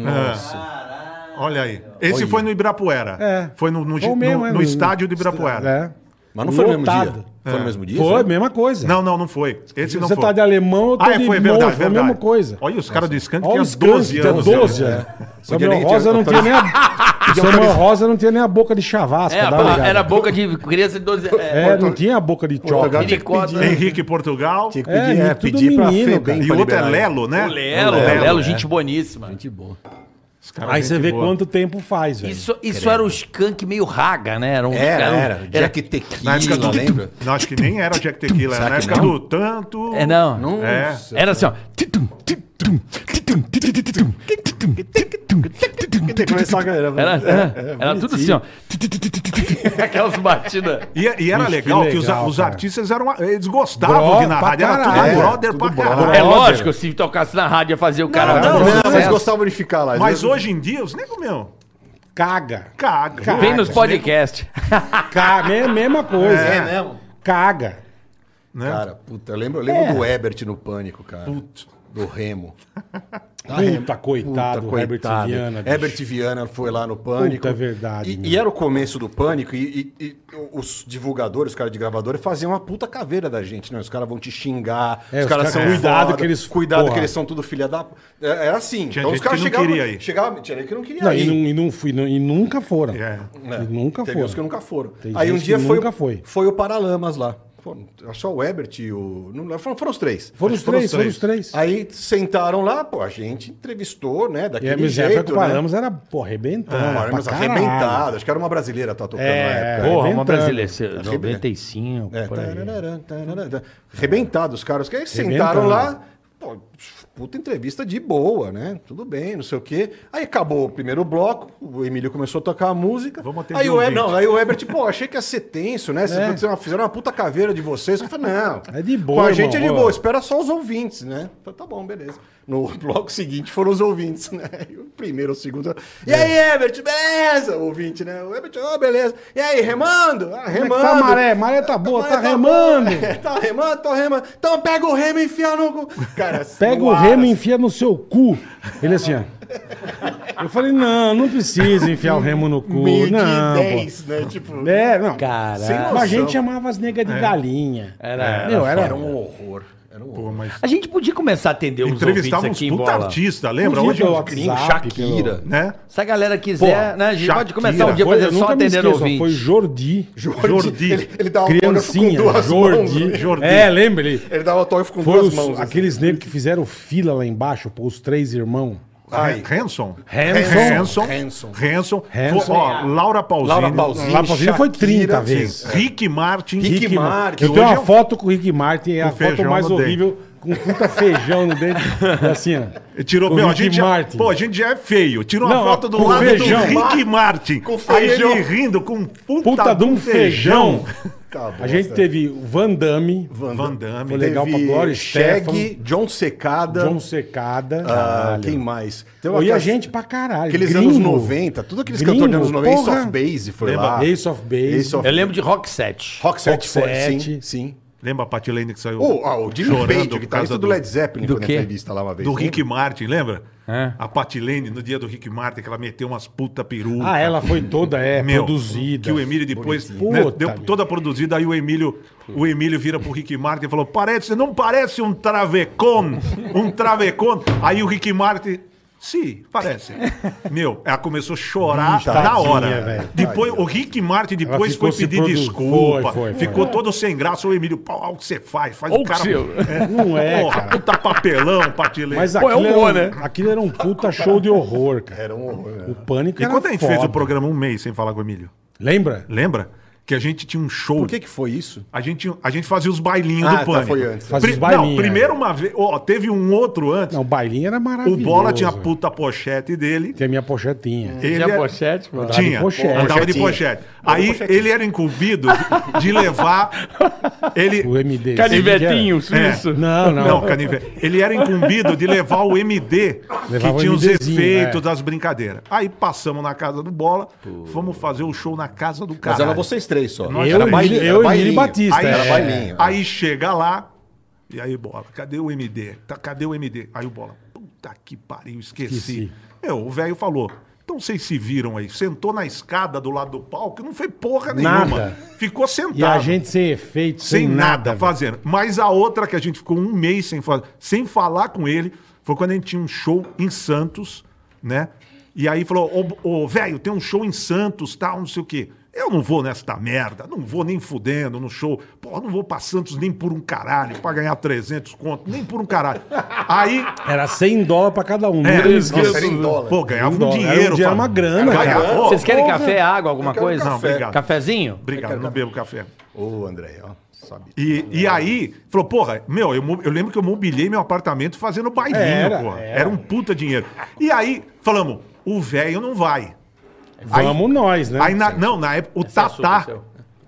Speaker 1: Olha aí. Esse foi no Ibirapuera.
Speaker 3: É.
Speaker 1: Foi no, no,
Speaker 3: Foi
Speaker 1: no-
Speaker 3: mesmo,
Speaker 1: no
Speaker 3: é, no-
Speaker 1: estádio do Ibirapuera.
Speaker 3: É.
Speaker 5: Mas não foi no mesmo dia.
Speaker 3: Lotado.
Speaker 5: Foi
Speaker 1: É.
Speaker 5: no mesmo dia?
Speaker 3: Foi,
Speaker 5: será?
Speaker 3: mesma coisa.
Speaker 1: Não, não, não foi. Esse não
Speaker 3: É. Você
Speaker 1: foi.
Speaker 3: tá de alemão, eu tô
Speaker 1: Ah, é,
Speaker 3: de monge,
Speaker 1: foi verdade,
Speaker 3: foi a
Speaker 1: verdade.
Speaker 3: mesma coisa.
Speaker 1: Olha, os caras do Skank
Speaker 3: Olha
Speaker 1: tinham
Speaker 3: os grandes,
Speaker 1: 12
Speaker 3: tinha
Speaker 1: anos.
Speaker 3: 12
Speaker 1: né?
Speaker 3: anos.
Speaker 5: Podia
Speaker 3: Samuel
Speaker 5: nem ter-
Speaker 3: Rosa não tinha nem
Speaker 1: (laughs)
Speaker 3: a... Samuel Rosa não tinha nem a boca de
Speaker 4: É,
Speaker 3: chavasca,
Speaker 4: a
Speaker 3: dá
Speaker 4: bo-
Speaker 3: uma ligada.
Speaker 4: era boca de criança de 12 é,
Speaker 3: Tá
Speaker 4: né?
Speaker 3: É, tá não tinha a boca de
Speaker 5: Portugal
Speaker 3: choca.
Speaker 5: tinha que
Speaker 4: Piricota.
Speaker 5: pedir.
Speaker 1: Henrique Portugal.
Speaker 5: Tinha que
Speaker 3: É,
Speaker 5: pedir,
Speaker 3: e
Speaker 5: é,
Speaker 3: tudo
Speaker 5: pedir pra
Speaker 3: menino,
Speaker 5: Febem
Speaker 3: cara.
Speaker 1: E
Speaker 5: pra
Speaker 1: o outro é
Speaker 5: liberar.
Speaker 1: Lelo, né?
Speaker 4: O Lelo,
Speaker 5: Lelo,
Speaker 4: Lelo,
Speaker 1: é.
Speaker 4: gente boníssima.
Speaker 5: Gente boa.
Speaker 1: Os caras,
Speaker 3: Aí você
Speaker 1: gente
Speaker 3: vê
Speaker 1: boa.
Speaker 3: quanto tempo faz, velho.
Speaker 4: Isso, isso era o skunk meio raga, né? Era um
Speaker 5: Era,
Speaker 4: um-
Speaker 5: era. Jack Tequila,
Speaker 1: Na época do... (laughs)
Speaker 5: lembra?
Speaker 1: Não, acho que nem era Jack Tequila. Era
Speaker 5: Será
Speaker 1: na
Speaker 5: que
Speaker 1: época
Speaker 5: não?
Speaker 1: do tanto...
Speaker 4: É, não.
Speaker 5: Nossa.
Speaker 1: É.
Speaker 4: Era assim, ó. Titum, titum, titum, titum, titum, titum, titum, titum,
Speaker 5: Tem que
Speaker 1: (laughs)
Speaker 5: começar a galera.
Speaker 4: Era, era,
Speaker 5: É, é,
Speaker 4: era tudo assim, ó. (laughs) Aquelas batidas.
Speaker 1: E, e era
Speaker 3: Ixi, que
Speaker 1: legal que, os,
Speaker 3: legal,
Speaker 1: os
Speaker 3: cara.
Speaker 1: artistas eram... Eles gostavam
Speaker 3: Bro-
Speaker 1: de narrar.
Speaker 3: pra
Speaker 1: Era tudo
Speaker 3: caralho.
Speaker 1: brother
Speaker 5: É,
Speaker 1: pra
Speaker 5: tudo
Speaker 1: caralho.
Speaker 5: brother.
Speaker 4: É lógico, se tocasse na rádio ia fazer o cara.
Speaker 1: Não,
Speaker 5: Não,
Speaker 1: não,
Speaker 5: não, mas
Speaker 4: sucesso.
Speaker 5: gostavam de ficar
Speaker 4: é,
Speaker 5: lá.
Speaker 1: Mas hoje em dia, os negros, meu...
Speaker 3: Caga.
Speaker 1: Caga.
Speaker 3: Caga.
Speaker 4: Vem nos podcasts.
Speaker 3: (laughs) Caga, é a mesma coisa.
Speaker 1: É
Speaker 4: mesmo?
Speaker 3: Caga.
Speaker 1: Né?
Speaker 5: Cara, puta, eu lembro, eu
Speaker 3: É.
Speaker 5: lembro do Ebert no Pânico, cara.
Speaker 1: Puto.
Speaker 5: Do Remo.
Speaker 3: Puta, Tá, coitado,
Speaker 5: Ah, Puta,
Speaker 3: Herbert
Speaker 5: coitado.
Speaker 3: Viana. bicho.
Speaker 5: Herbert Viana foi lá no Pânico.
Speaker 3: Puta, é verdade,
Speaker 5: E-
Speaker 3: meu.
Speaker 5: E, era o começo do Pânico e, e- e os divulgadores, os caras de gravadora, faziam uma puta caveira da gente, né? Os caras vão te xingar,
Speaker 3: É,
Speaker 5: os
Speaker 3: os
Speaker 5: caras
Speaker 3: caras-
Speaker 5: são
Speaker 3: cuidado
Speaker 5: foda,
Speaker 3: que eles-
Speaker 5: Cuidado
Speaker 3: porra.
Speaker 5: que eles são tudo filha da... É- Era assim.
Speaker 1: Tinha
Speaker 5: então os
Speaker 1: gente
Speaker 5: caras
Speaker 1: que não
Speaker 5: chegavam...
Speaker 1: queria ir.
Speaker 5: chegavam- Tinha gente que não queria
Speaker 3: Não,
Speaker 5: ir.
Speaker 3: e, não, e, não fui, não- e nunca foram.
Speaker 1: É.
Speaker 5: né?
Speaker 3: E nunca
Speaker 5: Teve
Speaker 3: foram.
Speaker 5: uns que nunca foram.
Speaker 3: Tem
Speaker 5: Aí um
Speaker 3: gente
Speaker 5: dia
Speaker 3: que
Speaker 5: foi,
Speaker 3: nunca
Speaker 5: o-
Speaker 3: foi.
Speaker 5: foi o Paralamas lá. Foram, acho só o Ebert e o. Não, lembro, foram, foram os três.
Speaker 3: Foram os
Speaker 1: Foram
Speaker 3: três,
Speaker 1: os
Speaker 3: foram
Speaker 1: três.
Speaker 3: os três.
Speaker 5: Aí sentaram lá, pô, a gente entrevistou, né?
Speaker 3: E
Speaker 5: Daquele
Speaker 3: a Miss
Speaker 5: jeito,
Speaker 3: Época com a Ramos era, pô, arrebentando.
Speaker 5: né? Paramos
Speaker 3: arrebentado.
Speaker 5: arrebentadas. Acho que era uma brasileira que tá tocando
Speaker 3: É,
Speaker 5: na época.
Speaker 4: Porra, uma
Speaker 3: arrebentando.
Speaker 4: brasileira. se-
Speaker 5: Arrebentando.
Speaker 4: 95,
Speaker 5: É,
Speaker 4: por aí.
Speaker 5: tararara, tararara. Arrebentado os caras. Que aí sentaram
Speaker 3: Arrebentando.
Speaker 5: lá, pô, puta entrevista de boa, né? Tudo bem, não sei o quê. Aí acabou o primeiro bloco, o Emílio começou a tocar a música.
Speaker 1: Vamos atender
Speaker 5: aí
Speaker 1: o
Speaker 5: o Ebert,
Speaker 1: ouvinte.
Speaker 5: não, aí o Ebert, pô, achei que ia ser tenso, né? Vocês
Speaker 3: É.
Speaker 5: fizeram uma- fizeram uma puta caveira de vocês. Eu falei, não.
Speaker 3: É de boa,
Speaker 5: Com a gente
Speaker 3: irmão,
Speaker 5: é de
Speaker 3: ó.
Speaker 5: boa, espera só os ouvintes, né? Eu falei, tá bom, beleza. No (laughs) bloco seguinte foram os ouvintes, né? E o primeiro, o segundo. E
Speaker 3: É.
Speaker 5: aí, Ebert, beleza? O ouvinte, né? O Ebert, ó, beleza. E aí, remando?
Speaker 3: Como é
Speaker 5: Ah,
Speaker 3: que
Speaker 5: remando.
Speaker 3: tá a maré? Maré tá boa,
Speaker 5: Mas
Speaker 3: tá remando.
Speaker 5: bom. É, (laughs) tá remando, tô remando. Então pega o remo e enfia no. cu. Cara,
Speaker 3: (laughs) Pega
Speaker 5: no
Speaker 3: o
Speaker 5: ar,
Speaker 3: remo e
Speaker 5: assim,
Speaker 3: enfia no seu cu. Ele assim, ó. Eu falei, não, não precisa enfiar o remo no cu.
Speaker 5: meio que
Speaker 3: não, pô.
Speaker 5: 10, né? Tipo.
Speaker 3: É, não.
Speaker 5: Sem
Speaker 4: Caralho.
Speaker 5: noção.
Speaker 3: Mas a gente chamava as negas de galinha.
Speaker 4: Era- era
Speaker 3: Meu, era,
Speaker 4: foda.
Speaker 5: um horror. Era um horror.
Speaker 1: Pô, mas
Speaker 4: A gente podia começar a atender os ouvintes
Speaker 1: entrevistava uns
Speaker 4: aqui em
Speaker 1: puta
Speaker 4: bola.
Speaker 1: artista, lembra?
Speaker 3: Podia
Speaker 1: Hoje,
Speaker 3: pelo
Speaker 1: uns-
Speaker 3: WhatsApp,
Speaker 5: Gringo, Shakira.
Speaker 3: pelo-
Speaker 1: né?
Speaker 4: Se a galera quiser,
Speaker 1: Porra,
Speaker 4: né? A gente pode
Speaker 1: Shakira.
Speaker 4: começar um dia
Speaker 3: Foi, eu
Speaker 4: fazer só
Speaker 3: nunca me
Speaker 4: atendendo
Speaker 3: esqueço,
Speaker 4: ouvintes.
Speaker 3: foi Jordi.
Speaker 1: Jordi.
Speaker 5: Ele, ele dá autógrafo com
Speaker 3: Criancinha,
Speaker 5: duas
Speaker 3: Jordi.
Speaker 5: mãos. né?
Speaker 1: Jordi.
Speaker 3: É, lembra ele?
Speaker 5: Ele dá autógrafo com
Speaker 3: Foi
Speaker 5: duas
Speaker 3: os-
Speaker 5: mãos. assim.
Speaker 3: aqueles negros que fizeram fila lá embaixo, pô, os três irmãos.
Speaker 5: Ai.
Speaker 1: Ah, é Hanson.
Speaker 3: Hanson.
Speaker 1: Hanson.
Speaker 5: Hanson.
Speaker 1: Hanson.
Speaker 3: Hanson.
Speaker 1: Foi, ó, Laura Pausini.
Speaker 5: Laura Pausini.
Speaker 3: Lá pra cima foi 30
Speaker 5: Shakira,
Speaker 3: vezes.
Speaker 1: Rick Martin.
Speaker 5: Rick
Speaker 3: Rick Martin.
Speaker 5: Martin. um
Speaker 3: Eu tenho
Speaker 1: Hoje
Speaker 3: uma
Speaker 1: é-
Speaker 3: foto com o Rick Martin, é a
Speaker 1: Com
Speaker 3: foto
Speaker 1: feijão
Speaker 3: mais
Speaker 1: no
Speaker 3: horrível, com um puta feijão no dente. É assim, ó.
Speaker 1: Ele Tirou,
Speaker 3: Com
Speaker 1: meu, a
Speaker 3: Rick
Speaker 1: gente, já,
Speaker 3: Martin.
Speaker 1: pô, a gente já é feio. Tirou
Speaker 3: Não,
Speaker 1: uma foto do
Speaker 3: com
Speaker 1: lado
Speaker 3: feijão.
Speaker 1: do Rick Martin.
Speaker 5: Com
Speaker 1: aí
Speaker 5: feijão.
Speaker 1: ele rindo com um puta,
Speaker 3: Puta de um feijão.
Speaker 5: Tá bom,
Speaker 3: A gente
Speaker 5: tá.
Speaker 3: teve o Van Damme,
Speaker 1: Van Damme.
Speaker 3: Foi legal pra Gloria
Speaker 5: Shag,
Speaker 3: Estefan.
Speaker 5: John Secada.
Speaker 3: John Secada.
Speaker 5: Ah,
Speaker 3: Caralho.
Speaker 5: quem mais? Tem
Speaker 3: Pô,
Speaker 5: uma
Speaker 3: e a
Speaker 5: classe-
Speaker 3: gente pra caralho.
Speaker 5: Aqueles anos 90, tudo aqueles
Speaker 3: Gringo,
Speaker 5: cantores de anos 90.
Speaker 3: porra.
Speaker 5: Ace of Base foi
Speaker 1: Lembra?
Speaker 5: lá.
Speaker 3: Ace of Base.
Speaker 5: Ace of
Speaker 4: Eu lembro de Rock 7.
Speaker 5: Rock Set
Speaker 3: Rock
Speaker 5: foi,
Speaker 3: Set.
Speaker 5: sim. sim.
Speaker 1: Lembra a Pat Lane que saiu
Speaker 5: Oh, ah, o Jimmy Page, o
Speaker 1: por
Speaker 5: guitarrista
Speaker 1: causa
Speaker 5: do Led Zeppelin,
Speaker 4: Do
Speaker 5: foi na
Speaker 4: quê?
Speaker 5: entrevista lá uma vez.
Speaker 3: ah,
Speaker 1: do
Speaker 5: lembra?
Speaker 1: Rick Martin, lembra?
Speaker 4: É.
Speaker 1: A Pat Lane, no dia do Rick Martin, que ela meteu umas puta peruca.
Speaker 3: Ah, ela foi toda é,
Speaker 1: Meu,
Speaker 3: produzida.
Speaker 1: Que o Emílio depois
Speaker 3: Bonitinho.
Speaker 1: né,
Speaker 3: Puta,
Speaker 1: deu
Speaker 3: meu.
Speaker 1: toda produzida, aí o Emílio, o Emílio vira pro Rick Martin e falou: parece, não parece um travecon, um travecon. Aí o Rick Martin. Sim, parece. Meu, ela começou a chorar
Speaker 3: Hum, Tadinha,
Speaker 1: na hora.
Speaker 3: velho.
Speaker 1: Depois, o Rick Martin depois
Speaker 3: ficou
Speaker 1: foi
Speaker 3: se
Speaker 1: pedir
Speaker 3: produ- Foi,
Speaker 1: desculpa.
Speaker 3: foi,
Speaker 1: ficou
Speaker 3: foi.
Speaker 1: todo sem graça. O Emílio, pau, o que você faz? Faz
Speaker 4: Ou
Speaker 1: o cara.
Speaker 4: que eu-
Speaker 3: (laughs) Não é,
Speaker 1: Porra,
Speaker 3: cara.
Speaker 1: puta papelão, patilê.
Speaker 3: Mas
Speaker 4: Pô, é
Speaker 3: aquilo,
Speaker 4: um
Speaker 3: era,
Speaker 4: bom,
Speaker 3: um-
Speaker 4: né?
Speaker 3: aquilo era um puta show de horror, cara.
Speaker 5: Era um horror. né?
Speaker 3: O pânico
Speaker 1: é. E
Speaker 3: era
Speaker 1: quando a gente fez o
Speaker 3: foda.
Speaker 1: programa um mês sem falar com o Emílio?
Speaker 3: Lembra?
Speaker 1: Lembra? Que a gente tinha um show.
Speaker 5: Por que que foi isso?
Speaker 1: A gente, a gente fazia os bailinhos
Speaker 5: Ah,
Speaker 1: do
Speaker 5: tá,
Speaker 1: pânico.
Speaker 5: foi antes.
Speaker 3: Fazia os
Speaker 1: Pri-
Speaker 3: bailinhos,
Speaker 1: Não,
Speaker 3: né?
Speaker 1: primeiro uma vez. Ó, teve um outro antes.
Speaker 3: Não, o bailinho era
Speaker 1: o
Speaker 3: maravilhoso.
Speaker 1: Bola tinha É. a puta pochete dele.
Speaker 3: Tinha a minha pochetinha.
Speaker 1: Ele
Speaker 4: Tinha
Speaker 1: era-
Speaker 4: pochete, mano?
Speaker 3: Andava de
Speaker 1: Tinha.
Speaker 3: pochete.
Speaker 1: Andava de
Speaker 5: Pochetinha.
Speaker 1: pochete. Aí ele era incumbido
Speaker 3: (laughs)
Speaker 1: de levar. Ele.
Speaker 3: O MD.
Speaker 6: Canivetinho,
Speaker 1: É.
Speaker 6: suíço.
Speaker 3: Não, não.
Speaker 1: Não, canivete. Ele era incumbido de levar o MD,
Speaker 3: Levava o
Speaker 1: que tinha os
Speaker 3: MDzinho, é.
Speaker 1: efeitos das brincadeiras. Aí passamos na casa do Bola, fomos fazer o show na casa do cara.
Speaker 5: Mas era vocês três só.
Speaker 3: Eu,
Speaker 5: era
Speaker 3: Emílio- eu e Emílio Batista.
Speaker 1: Aí,
Speaker 5: era
Speaker 3: é.
Speaker 5: bailinho.
Speaker 1: aí chega lá, e aí, bola, cadê o MD? Tá, cadê o MD? Aí o bola, puta que pariu, esqueci.
Speaker 3: Esqueci.
Speaker 1: Meu, o velho falou. Então vocês se viram aí, sentou na escada do lado do palco, não foi porra
Speaker 3: Nada.
Speaker 1: nenhuma. Ficou sentado.
Speaker 3: E a gente sem efeito, sem,
Speaker 1: sem nada
Speaker 3: velho.
Speaker 1: fazendo. Mas a outra que a gente ficou um mês sem, fa- sem falar com ele foi quando a gente tinha um show em Santos, né? E aí falou: Ô, ô, velho, tem um show em Santos, tal, não sei o quê. Eu não vou nesta merda, não vou nem fudendo no show. Porra, não vou pra Santos nem por um caralho, pra ganhar 300 conto, nem por um caralho. Aí.
Speaker 3: Era 100 dólares pra cada um.
Speaker 1: É,
Speaker 3: Nunca me
Speaker 1: nossa,
Speaker 3: esqueço.
Speaker 5: era em dólar.
Speaker 1: Pô, ganhava
Speaker 3: Um
Speaker 1: um
Speaker 3: dólar.
Speaker 1: dinheiro.
Speaker 3: Era um dinheiro,
Speaker 1: fa-
Speaker 3: uma grana,
Speaker 1: Ganhava-
Speaker 3: cara.
Speaker 1: Ô,
Speaker 4: Vocês querem
Speaker 5: porra.
Speaker 4: café, água, alguma
Speaker 5: Eu quero
Speaker 4: coisa?
Speaker 1: Não, obrigado.
Speaker 4: Cafezinho?
Speaker 1: Obrigado, não bebo café.
Speaker 5: Ô, André, ó. Sabe.
Speaker 1: E, e aí, falou, porra, meu, eu, mo- eu lembro que eu mobilei meu apartamento fazendo bailinho,
Speaker 3: Era,
Speaker 1: porra.
Speaker 3: era.
Speaker 1: Era. um puta dinheiro. E aí, falamos, o velho não vai.
Speaker 3: Vamos nós, né?
Speaker 1: Aí, na- não, na época, o
Speaker 4: é açúcar,
Speaker 1: Tatá.
Speaker 4: seu.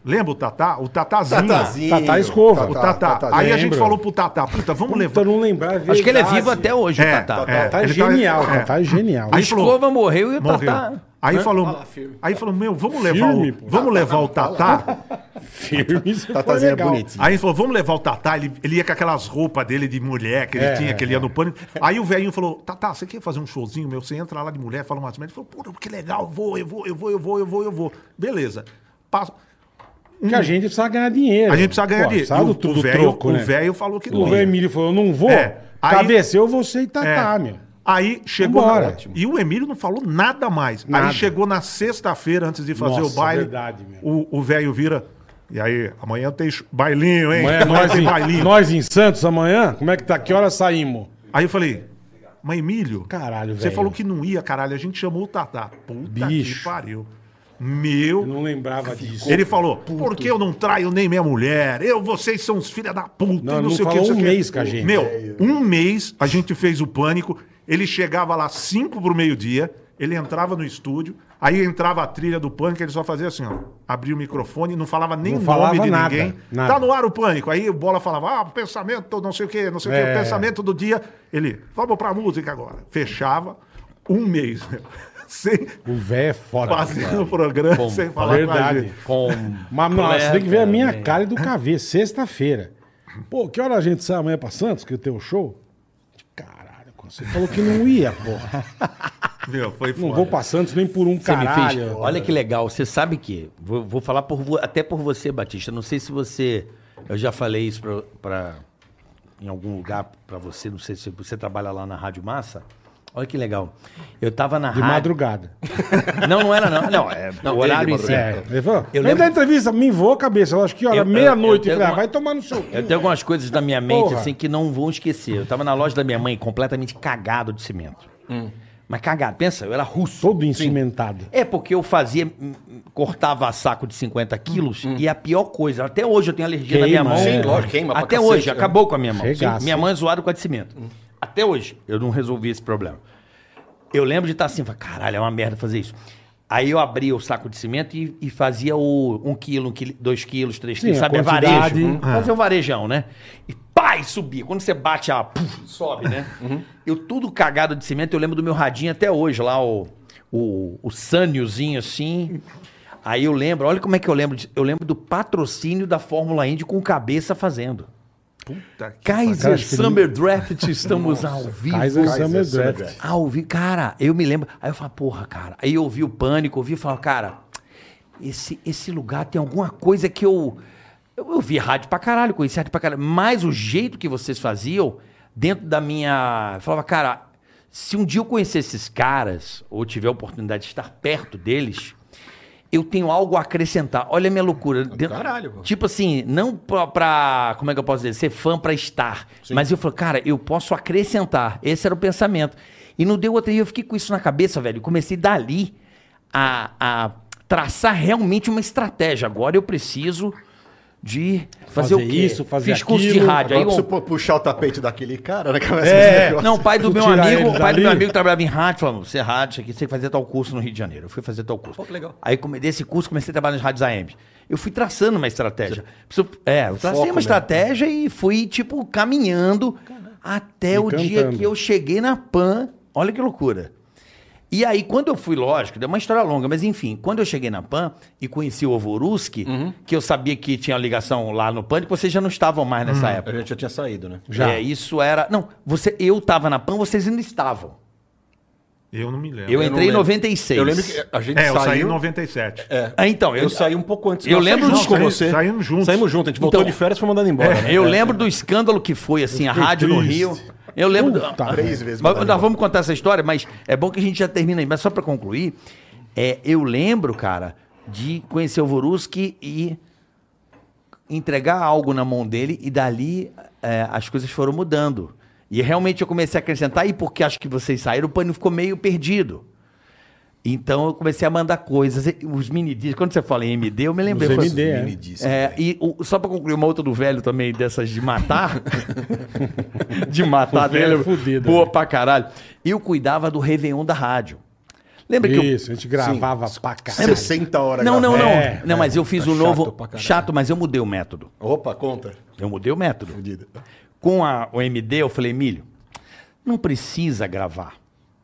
Speaker 1: Lembra o Tatá? O Tatazinho.
Speaker 3: Tá, Tatá Escova.
Speaker 1: O
Speaker 3: tá.
Speaker 1: Tatá. aí a gente
Speaker 3: lembro.
Speaker 1: falou pro Tatá, puta, vamos
Speaker 3: Puta,
Speaker 1: levar.
Speaker 3: eu não lembrar.
Speaker 4: Acho que ele é vivo até hoje,
Speaker 1: É,
Speaker 4: o Tatá.
Speaker 1: é.
Speaker 3: Tá
Speaker 1: Ele tá-
Speaker 3: genial,
Speaker 1: é.
Speaker 3: cara. Tá genial.
Speaker 4: A
Speaker 1: Aí falou-
Speaker 4: escova morreu e o
Speaker 1: Morreu.
Speaker 4: é Tatá.
Speaker 1: Aí falou,
Speaker 5: firme.
Speaker 1: aí falou, meu, vamos levar
Speaker 3: Firme,
Speaker 1: o,
Speaker 3: pô.
Speaker 1: vamos levar o Tatá.
Speaker 3: Firme, isso
Speaker 1: tá
Speaker 3: foi
Speaker 5: Tatazinha é
Speaker 3: legal.
Speaker 5: bonitinho.
Speaker 1: Aí ele falou, vamos levar o Tatá. Ele, ele ia com aquelas roupas dele de mulher que ele
Speaker 3: É,
Speaker 1: tinha, que ele ia
Speaker 3: é.
Speaker 1: no pânico. Aí o velhinho falou, Tatá, você quer fazer um showzinho meu? Você entra lá de mulher, fala umas merdas. Ele falou, pô, que legal, eu vou, eu vou, eu vou, eu vou, eu vou, eu vou. Beleza. Passa.
Speaker 3: Porque a gente precisa ganhar dinheiro.
Speaker 1: A gente precisa ganhar
Speaker 3: Pô,
Speaker 1: dinheiro.
Speaker 3: Sabe
Speaker 1: E
Speaker 3: do,
Speaker 1: o-
Speaker 3: do
Speaker 1: o velho-
Speaker 3: troco,
Speaker 1: o
Speaker 3: né?
Speaker 1: velho falou que não
Speaker 3: O
Speaker 1: ia.
Speaker 3: velho Emílio falou, eu não vou.
Speaker 1: É, aí-
Speaker 3: Cabeceu você e
Speaker 1: É.
Speaker 3: Tatá, meu.
Speaker 1: Aí chegou.
Speaker 3: Vambora.
Speaker 1: Na... E o Emílio não falou nada mais.
Speaker 3: Nada.
Speaker 1: Aí chegou na sexta-feira, antes de fazer
Speaker 3: Nossa,
Speaker 1: o baile.
Speaker 3: verdade, meu.
Speaker 1: o o velho vira. E aí, amanhã tem ch- bailinho, hein?
Speaker 3: Amanhã é
Speaker 1: amanhã
Speaker 3: nós,
Speaker 1: tem
Speaker 3: em,
Speaker 1: bailinho.
Speaker 3: nós em Santos amanhã? Como é que tá? Que horas saímos?
Speaker 1: Aí eu falei, mas Emílio,
Speaker 3: Caralho,
Speaker 1: você
Speaker 3: velho.
Speaker 1: falou que não ia, caralho. A gente chamou o Tatá. Puta
Speaker 3: Bicho.
Speaker 1: que pariu. Meu
Speaker 3: Eu não lembrava disso.
Speaker 1: Ele falou, por que eu não traio nem minha mulher? Eu, vocês são os filha da puta.
Speaker 3: Não,
Speaker 1: e
Speaker 3: não
Speaker 1: sei o que,
Speaker 3: falou
Speaker 1: não sei
Speaker 3: um
Speaker 1: o que.
Speaker 3: mês com a gente. É,
Speaker 1: Meu, um mês a gente fez o pânico. Ele chegava lá cinco pro meio-dia, ele entrava no estúdio, aí entrava a trilha do pânico, ele só fazia assim, ó. Abria o microfone, não falava nem
Speaker 3: Não
Speaker 1: o nome
Speaker 3: falava
Speaker 1: de
Speaker 3: nada,
Speaker 1: ninguém.
Speaker 3: nada.
Speaker 1: Tá no ar o pânico. Aí o Bola falava, ah, pensamento, não sei o que, não sei o
Speaker 3: É.
Speaker 1: que, pensamento do dia. Ele, vamos pra música agora. Fechava, um mês, (laughs) meu. Sem
Speaker 3: O véio é foda.
Speaker 1: fazer o programa,
Speaker 4: Bom,
Speaker 1: sem falar com a
Speaker 3: verdade.
Speaker 1: gente.
Speaker 4: Com.
Speaker 3: Mas não, você tem que ver a
Speaker 4: colega,
Speaker 3: minha
Speaker 4: né?
Speaker 3: cara e do KV, sexta-feira. Pô, que hora a gente sai amanhã pra Santos, que tem o show? Caralho, você falou que não ia, porra.
Speaker 1: Meu, foi foda.
Speaker 3: Não vou pra Santos nem por um
Speaker 4: Você me
Speaker 3: caralho.
Speaker 4: fez- Olha que legal. Você sabe que. Vou, vou falar por, vo- até por você, Batista. Não sei se você. Eu já falei isso pra, pra- em algum lugar pra você. Não sei se você trabalha lá na Rádio Massa. Olha que legal. Eu tava na
Speaker 3: De
Speaker 4: rádio.
Speaker 3: madrugada.
Speaker 4: Não, não era, não. Não, é
Speaker 2: Não,
Speaker 4: o horário
Speaker 2: ele
Speaker 4: em
Speaker 2: de
Speaker 4: si.
Speaker 3: É, ele falou. Eu
Speaker 4: Eu lembro-
Speaker 3: da entrevista, me voou a cabeça. Eu acho que
Speaker 4: Eu-
Speaker 3: hora, meia-noite.
Speaker 4: eu- eu
Speaker 3: Eu falei, ah,
Speaker 4: tenho
Speaker 3: vai tomar
Speaker 4: uma-
Speaker 3: no seu cu.
Speaker 4: Eu tenho algumas coisas da minha mente,
Speaker 3: Porra.
Speaker 4: assim, que não vão esquecer. Eu tava na loja da minha mãe, completamente cagado de cimento.
Speaker 2: Hum.
Speaker 4: Mas cagado, pensa, eu era russo.
Speaker 3: Todo encimentado.
Speaker 4: É porque eu fazia, hum, hum, cortava saco de 50 quilos e a pior coisa, até hoje eu tenho alergia na minha
Speaker 3: Queima,
Speaker 4: mão.
Speaker 3: sim,
Speaker 2: Hum, lógico, queima pra
Speaker 4: Até
Speaker 2: cacete, Hum.
Speaker 4: hoje,
Speaker 2: é.
Speaker 4: acabou com a minha mão.
Speaker 3: Regaça,
Speaker 4: Sim, minha mãe é zoada com a de cimento. Até hoje, eu não resolvi esse problema. Eu lembro de estar assim, falar, caralho, é uma merda fazer isso. Aí eu abria o saco de cimento e, e fazia o 1 um quilo, 2 quilo, dois quilos, 3
Speaker 3: Sim,
Speaker 4: quilos,
Speaker 3: a
Speaker 4: sabe? É
Speaker 3: quantidade.
Speaker 1: Uhum.
Speaker 4: varejo.
Speaker 1: É.
Speaker 4: Fazer o varejão, né? E pá, e subia. Quando você bate, a puf, sobe,
Speaker 1: (laughs)
Speaker 4: né?
Speaker 1: Uhum.
Speaker 4: Eu tudo cagado de cimento, eu lembro do meu radinho até hoje, lá o, o, o sâniozinho assim. Aí eu lembro, olha como é que eu lembro. de- eu lembro do patrocínio da Fórmula Indy com o cabeça fazendo.
Speaker 1: Puta que
Speaker 4: Kaiser
Speaker 3: Cara, acho que ele-
Speaker 4: Summer Draft,
Speaker 1: (laughs)
Speaker 4: estamos ao vivo.
Speaker 3: Kaiser Summer
Speaker 2: Summer
Speaker 3: Draft.
Speaker 2: Draft.
Speaker 4: Ah, ouvi, cara, eu me lembro. Aí eu falo, porra, cara. Aí eu ouvi o pânico, ouvi e falo, cara, esse, esse lugar tem alguma coisa que eu. Eu, eu vi rádio pra caralho, conheci rádio pra caralho. Mas o jeito que vocês faziam, dentro da minha. Eu falava, cara, se um dia eu conhecer esses caras, ou tiver a oportunidade de estar perto deles, eu tenho algo a acrescentar. Olha a minha loucura. Dentro-
Speaker 2: caralho, pô.
Speaker 4: Tipo assim, não pra, pra- Como é que eu posso dizer? Ser fã pra estar. Mas eu falo, cara, eu posso acrescentar. Esse era o pensamento. E não deu outra. E eu fiquei com isso na cabeça, velho. Comecei dali a, a traçar realmente uma estratégia. Agora eu preciso de fazer,
Speaker 3: Fazer
Speaker 4: o quê?
Speaker 3: isso, fazer
Speaker 4: Fiz curso de
Speaker 3: aquilo.
Speaker 4: rádio. É Aí
Speaker 2: Agora,
Speaker 4: eu-
Speaker 2: se eu puxar o tapete daquele cara, né? Começa
Speaker 3: É,
Speaker 2: esse negócio.
Speaker 4: não, o pai do
Speaker 3: Tu
Speaker 4: meu
Speaker 3: tirar
Speaker 4: amigo,
Speaker 3: eles
Speaker 4: o pai do meu
Speaker 3: dali?
Speaker 4: amigo trabalhava em rádio, falando, você é rádio, isso aqui, você tem que fazer tal curso no Rio de Janeiro. Eu fui fazer tal curso.
Speaker 2: que legal.
Speaker 4: Aí come- desse curso comecei a trabalhar nas rádios AM. Eu fui traçando uma estratégia. Preciso- é, eu tracei
Speaker 2: Foco
Speaker 4: uma
Speaker 2: mesmo.
Speaker 4: estratégia e fui, tipo, caminhando até
Speaker 3: E
Speaker 4: o dia
Speaker 3: cantando.
Speaker 4: que eu cheguei na PAN. Olha que loucura. E aí, quando eu fui, lógico, deu uma história longa, mas enfim, quando eu cheguei na PAN e conheci o Ovoruski,
Speaker 3: Uhum.
Speaker 4: que eu sabia que tinha ligação lá no Pânico, vocês já não estavam mais
Speaker 3: Uhum.
Speaker 4: nessa época.
Speaker 2: A gente já tinha saído, né?
Speaker 3: Já.
Speaker 4: É, isso era. Não, você, eu tava na PAN, vocês ainda estavam.
Speaker 1: Eu não me lembro.
Speaker 4: Eu, entrei em
Speaker 2: não lembro.
Speaker 4: 96.
Speaker 2: Eu lembro que a gente
Speaker 1: É, eu
Speaker 2: saiu...
Speaker 1: saí em 97.
Speaker 2: É.
Speaker 4: Ah, então,
Speaker 2: eu,
Speaker 4: eu-
Speaker 2: saí um pouco antes.
Speaker 4: Eu
Speaker 2: Nós
Speaker 4: lembro
Speaker 2: saímos
Speaker 4: disso
Speaker 1: com
Speaker 2: juntos
Speaker 1: você. Saímos juntos.
Speaker 2: Saímos juntos. A gente voltou
Speaker 4: Então-
Speaker 2: de férias e foi mandado embora. né?
Speaker 4: Eu lembro do escândalo que foi, assim, a rádio no
Speaker 3: triste.
Speaker 4: Rio. Eu lembro.
Speaker 3: Puta,
Speaker 4: Ah,
Speaker 2: três vezes
Speaker 4: Mas,
Speaker 2: mandaram
Speaker 4: nós vamos contar essa história, mas é bom que a gente já termina aí. Mas só pra concluir, é, eu lembro, cara, de conhecer o Voruski e entregar algo na mão dele e dali é, as coisas foram mudando. E realmente eu comecei a acrescentar, e porque acho que vocês saíram, o pânico ficou meio perdido. Então eu comecei a mandar coisas. e Os mini discos, quando você fala em MD, eu me lembrei.
Speaker 3: Os
Speaker 4: eu falei,
Speaker 3: MD, é.
Speaker 2: Mini disco,
Speaker 4: é,
Speaker 2: velho.
Speaker 4: e o- só pra concluir, uma outra do velho também, dessas de matar. (laughs) de matar
Speaker 3: O velho
Speaker 4: dele.
Speaker 3: é fudido,
Speaker 4: boa
Speaker 3: né?
Speaker 4: pra caralho. Eu cuidava do Réveillon da rádio. Lembra que eu.
Speaker 3: Isso, a gente gravava pra caralho.
Speaker 2: 60 horas.
Speaker 4: Não, não, não.
Speaker 2: gravando.
Speaker 3: É,
Speaker 4: não, mas eu fiz
Speaker 2: Tá
Speaker 4: um novo.
Speaker 2: chato pra
Speaker 4: Chato,
Speaker 2: caralho.
Speaker 4: mas eu mudei o método.
Speaker 2: Opa, conta.
Speaker 4: Eu mudei o método.
Speaker 2: Fudido.
Speaker 4: Com a, o MD, eu falei, Emílio, não precisa gravar.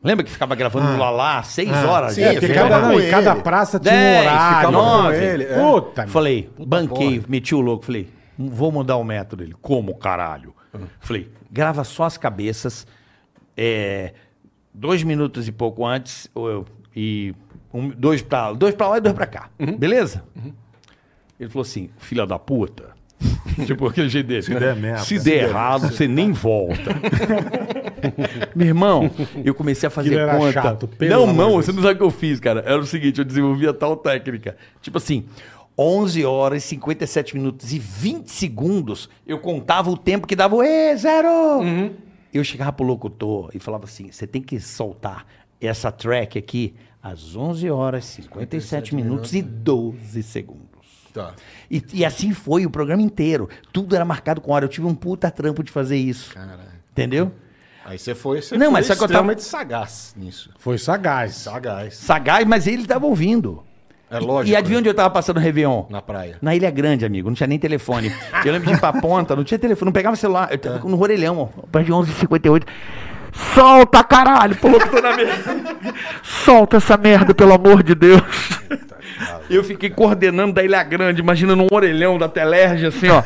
Speaker 4: Lembra que ficava gravando no Lalá seis horas?
Speaker 2: Ah. sim,
Speaker 4: de
Speaker 2: é,
Speaker 3: Porque
Speaker 4: evento?
Speaker 2: ficava
Speaker 3: cada,
Speaker 2: com
Speaker 3: não, e
Speaker 2: ele.
Speaker 3: cada praça tinha
Speaker 4: Dez,
Speaker 3: um horário.
Speaker 4: É,
Speaker 3: né?
Speaker 4: ficava com ele,
Speaker 2: é.
Speaker 3: Puta,
Speaker 4: Falei, banquei, meti o louco. Falei, vou mudar o método dele. Como, caralho? Falei, grava só as cabeças. é, dois minutos e pouco antes. ou eu- E um- dois, pra, dois pra lá e dois pra cá. Beleza? Ele falou assim, filha da puta. (laughs) tipo aquele jeito dele. Se
Speaker 1: der merda.
Speaker 4: Se der errado, você nem volta. Meu irmão, eu comecei a fazer
Speaker 3: Aquilo era
Speaker 4: conta.
Speaker 3: chato, pelo
Speaker 4: não,
Speaker 3: amor de
Speaker 4: não,
Speaker 3: Deus.
Speaker 4: você não sabe o que eu fiz, cara. Era o seguinte, eu desenvolvia tal técnica. Tipo assim, 11 horas, 57 minutos e 20 segundos, eu contava o tempo que dava o E, zero!
Speaker 3: Uhum.
Speaker 4: Eu chegava pro locutor e falava assim: você tem que soltar essa track aqui às 11 horas, 57 minutos e 12 segundos.
Speaker 2: Tá.
Speaker 4: E, e assim foi o programa inteiro. Tudo era marcado com hora. Eu tive um puta trampo de fazer isso.
Speaker 2: Caralho.
Speaker 4: Entendeu?
Speaker 2: Aí você foi, você
Speaker 4: Não,
Speaker 2: foi
Speaker 4: mas só que eu tava-
Speaker 2: extremamente sagaz nisso.
Speaker 3: Foi sagaz.
Speaker 2: Sagaz.
Speaker 4: Sagaz, mas ele tava ouvindo.
Speaker 2: É lógico.
Speaker 4: E adivinha
Speaker 2: né?
Speaker 4: onde eu tava passando o Réveillon?
Speaker 2: Na praia.
Speaker 4: Na Ilha Grande, amigo, não tinha nem telefone. Eu lembro de ir
Speaker 2: (laughs)
Speaker 4: pra ponta, não tinha telefone, não pegava celular. Eu tava
Speaker 2: É.
Speaker 4: no orelhão, ó, perto de 11h58. Solta, caralho! Pulou que tô na
Speaker 2: (laughs)
Speaker 4: mesa. Solta essa merda, pelo amor de Deus.
Speaker 2: Tá
Speaker 4: Eu fiquei coordenando da Ilha Grande, imagina num orelhão da Telerge, assim,
Speaker 2: (laughs)
Speaker 4: ó.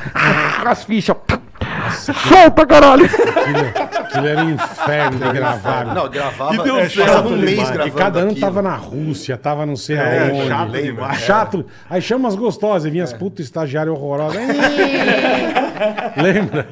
Speaker 4: As fichas. Solta, caralho!
Speaker 3: Aquilo era um inferno de gravar.
Speaker 2: Não, gravava.
Speaker 1: E deu
Speaker 2: é,
Speaker 1: certo.
Speaker 2: Passava um mês
Speaker 1: Demais. E
Speaker 2: gravando.
Speaker 3: E cada ano
Speaker 2: aquilo.
Speaker 3: tava na Rússia, tava não sei
Speaker 1: É,
Speaker 3: aonde.
Speaker 1: chato demais.
Speaker 3: Chato. Aí chama as gostosas, e vinha as putas estagiárias horrorosas. Lembra?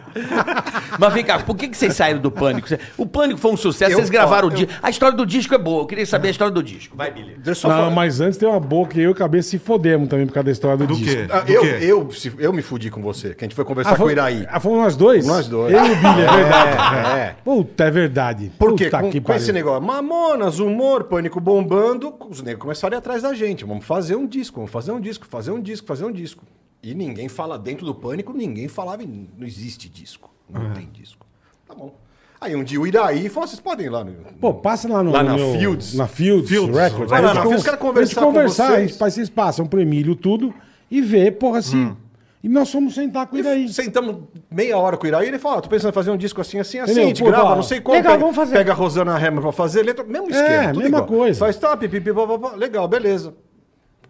Speaker 4: Mas vem cá, por que, que vocês saíram do pânico? O pânico foi um sucesso,
Speaker 2: Eu-
Speaker 4: vocês gravaram
Speaker 2: ó,
Speaker 4: o disco. A história do disco é boa, eu queria saber a história do disco. Vai, Billy.
Speaker 2: Deixa eu só
Speaker 3: Não,
Speaker 2: falar.
Speaker 3: mas antes tem uma boa que eu e o cabeça se fodemos também por causa da história do,
Speaker 1: Do
Speaker 3: disco.
Speaker 1: quê?
Speaker 2: Ah,
Speaker 1: Do
Speaker 2: eu,
Speaker 1: quê?
Speaker 2: eu, se- eu me fudi com você, que a gente foi conversar
Speaker 3: Ah,
Speaker 2: com o
Speaker 3: foi,
Speaker 2: Iraí.
Speaker 3: ah, fomos nós dois?
Speaker 2: Nós dois.
Speaker 3: Eu e o Billy, é verdade.
Speaker 2: É, é.
Speaker 3: Puta, é verdade.
Speaker 2: Porque
Speaker 3: Puta
Speaker 2: com,
Speaker 3: que
Speaker 2: com
Speaker 3: pariu.
Speaker 2: esse negócio, mamonas, humor, pânico bombando, os negros começaram a ir atrás da gente. Vamos fazer um disco, vamos fazer um disco, fazer um disco, fazer um disco. E ninguém fala dentro do pânico, ninguém falava em. Não existe disco. Não
Speaker 1: Ah.
Speaker 2: tem disco. Tá bom. Aí um dia o Iraí falou: vocês podem ir lá no.
Speaker 3: Pô, passa lá no.
Speaker 2: Lá
Speaker 3: no
Speaker 2: na
Speaker 3: meu-
Speaker 2: Fields.
Speaker 3: Na Fields,
Speaker 1: Fields.
Speaker 3: Records.
Speaker 1: Vai
Speaker 2: lá
Speaker 3: Aí
Speaker 2: na
Speaker 3: eles
Speaker 2: Fields, quero
Speaker 3: conversam-
Speaker 2: conversar
Speaker 3: eles
Speaker 2: com
Speaker 3: conversar,
Speaker 2: vocês.
Speaker 3: eles- Vocês passam pro Emílio tudo e vê, porra, assim. E nós fomos sentar com
Speaker 2: Hum. E
Speaker 3: ele aí.
Speaker 2: Sentamos meia hora com o Iraí, ele falou: ah, tô pensando em fazer um disco assim, assim, assim,
Speaker 3: Entendeu?
Speaker 2: a gente
Speaker 3: Pô,
Speaker 2: grava,
Speaker 3: fala.
Speaker 2: não sei como.
Speaker 3: Legal,
Speaker 2: pega,
Speaker 3: vamos fazer.
Speaker 2: Pega a Rosana Hammer pra fazer letra, mesmo esquema, tudo
Speaker 3: mesma
Speaker 2: igual.
Speaker 3: coisa.
Speaker 2: Faz top, pipi, pá, pá, pá. legal, beleza.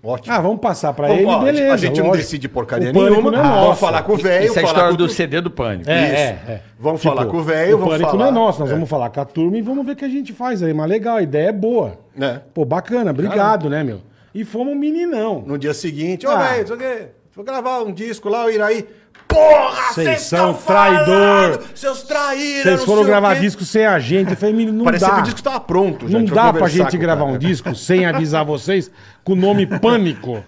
Speaker 2: Ótimo.
Speaker 3: Ah, vamos passar pra
Speaker 2: Vamos,
Speaker 3: ele,
Speaker 2: ó, a gente-
Speaker 3: beleza.
Speaker 2: a gente não
Speaker 3: lógico.
Speaker 2: decide porcaria
Speaker 3: O pânico
Speaker 2: nenhuma. Ah,
Speaker 3: não é
Speaker 2: vamos
Speaker 3: nosso.
Speaker 2: falar com o
Speaker 4: Isso
Speaker 2: velho.
Speaker 4: é a
Speaker 2: falar
Speaker 4: história
Speaker 2: com
Speaker 4: do
Speaker 2: tu-
Speaker 4: CD do pânico.
Speaker 3: É,
Speaker 2: Isso.
Speaker 3: é, é.
Speaker 2: Vamos falar com o velho,
Speaker 3: O
Speaker 2: vamos
Speaker 3: pânico
Speaker 2: falar-
Speaker 3: não é nosso, nós
Speaker 2: é.
Speaker 3: vamos falar com a turma e vamos ver o que a gente faz aí. Mas legal, a ideia é boa.
Speaker 2: É.
Speaker 3: Pô, bacana, obrigado, né, meu? E fomos um meninão.
Speaker 2: No dia seguinte, ô
Speaker 3: Ah.
Speaker 2: velho, não sei o quê, vou gravar um disco lá, o Iraí.
Speaker 3: Vocês
Speaker 2: Porra, vocês
Speaker 3: são
Speaker 2: tão falando,
Speaker 3: traidor.
Speaker 2: Seus traíram!
Speaker 3: Vocês
Speaker 2: não
Speaker 3: foram
Speaker 2: sei o
Speaker 3: gravar
Speaker 2: quê.
Speaker 3: disco sem a gente. Eu falei, menino, não
Speaker 2: Parecia
Speaker 3: dá.
Speaker 2: que o disco tava pronto.
Speaker 3: Não
Speaker 2: gente, eu
Speaker 3: dá pra
Speaker 2: conversar
Speaker 3: gente
Speaker 2: com o
Speaker 3: gravar
Speaker 2: cara.
Speaker 3: um disco sem avisar vocês com o
Speaker 2: (laughs)
Speaker 3: nome Pânico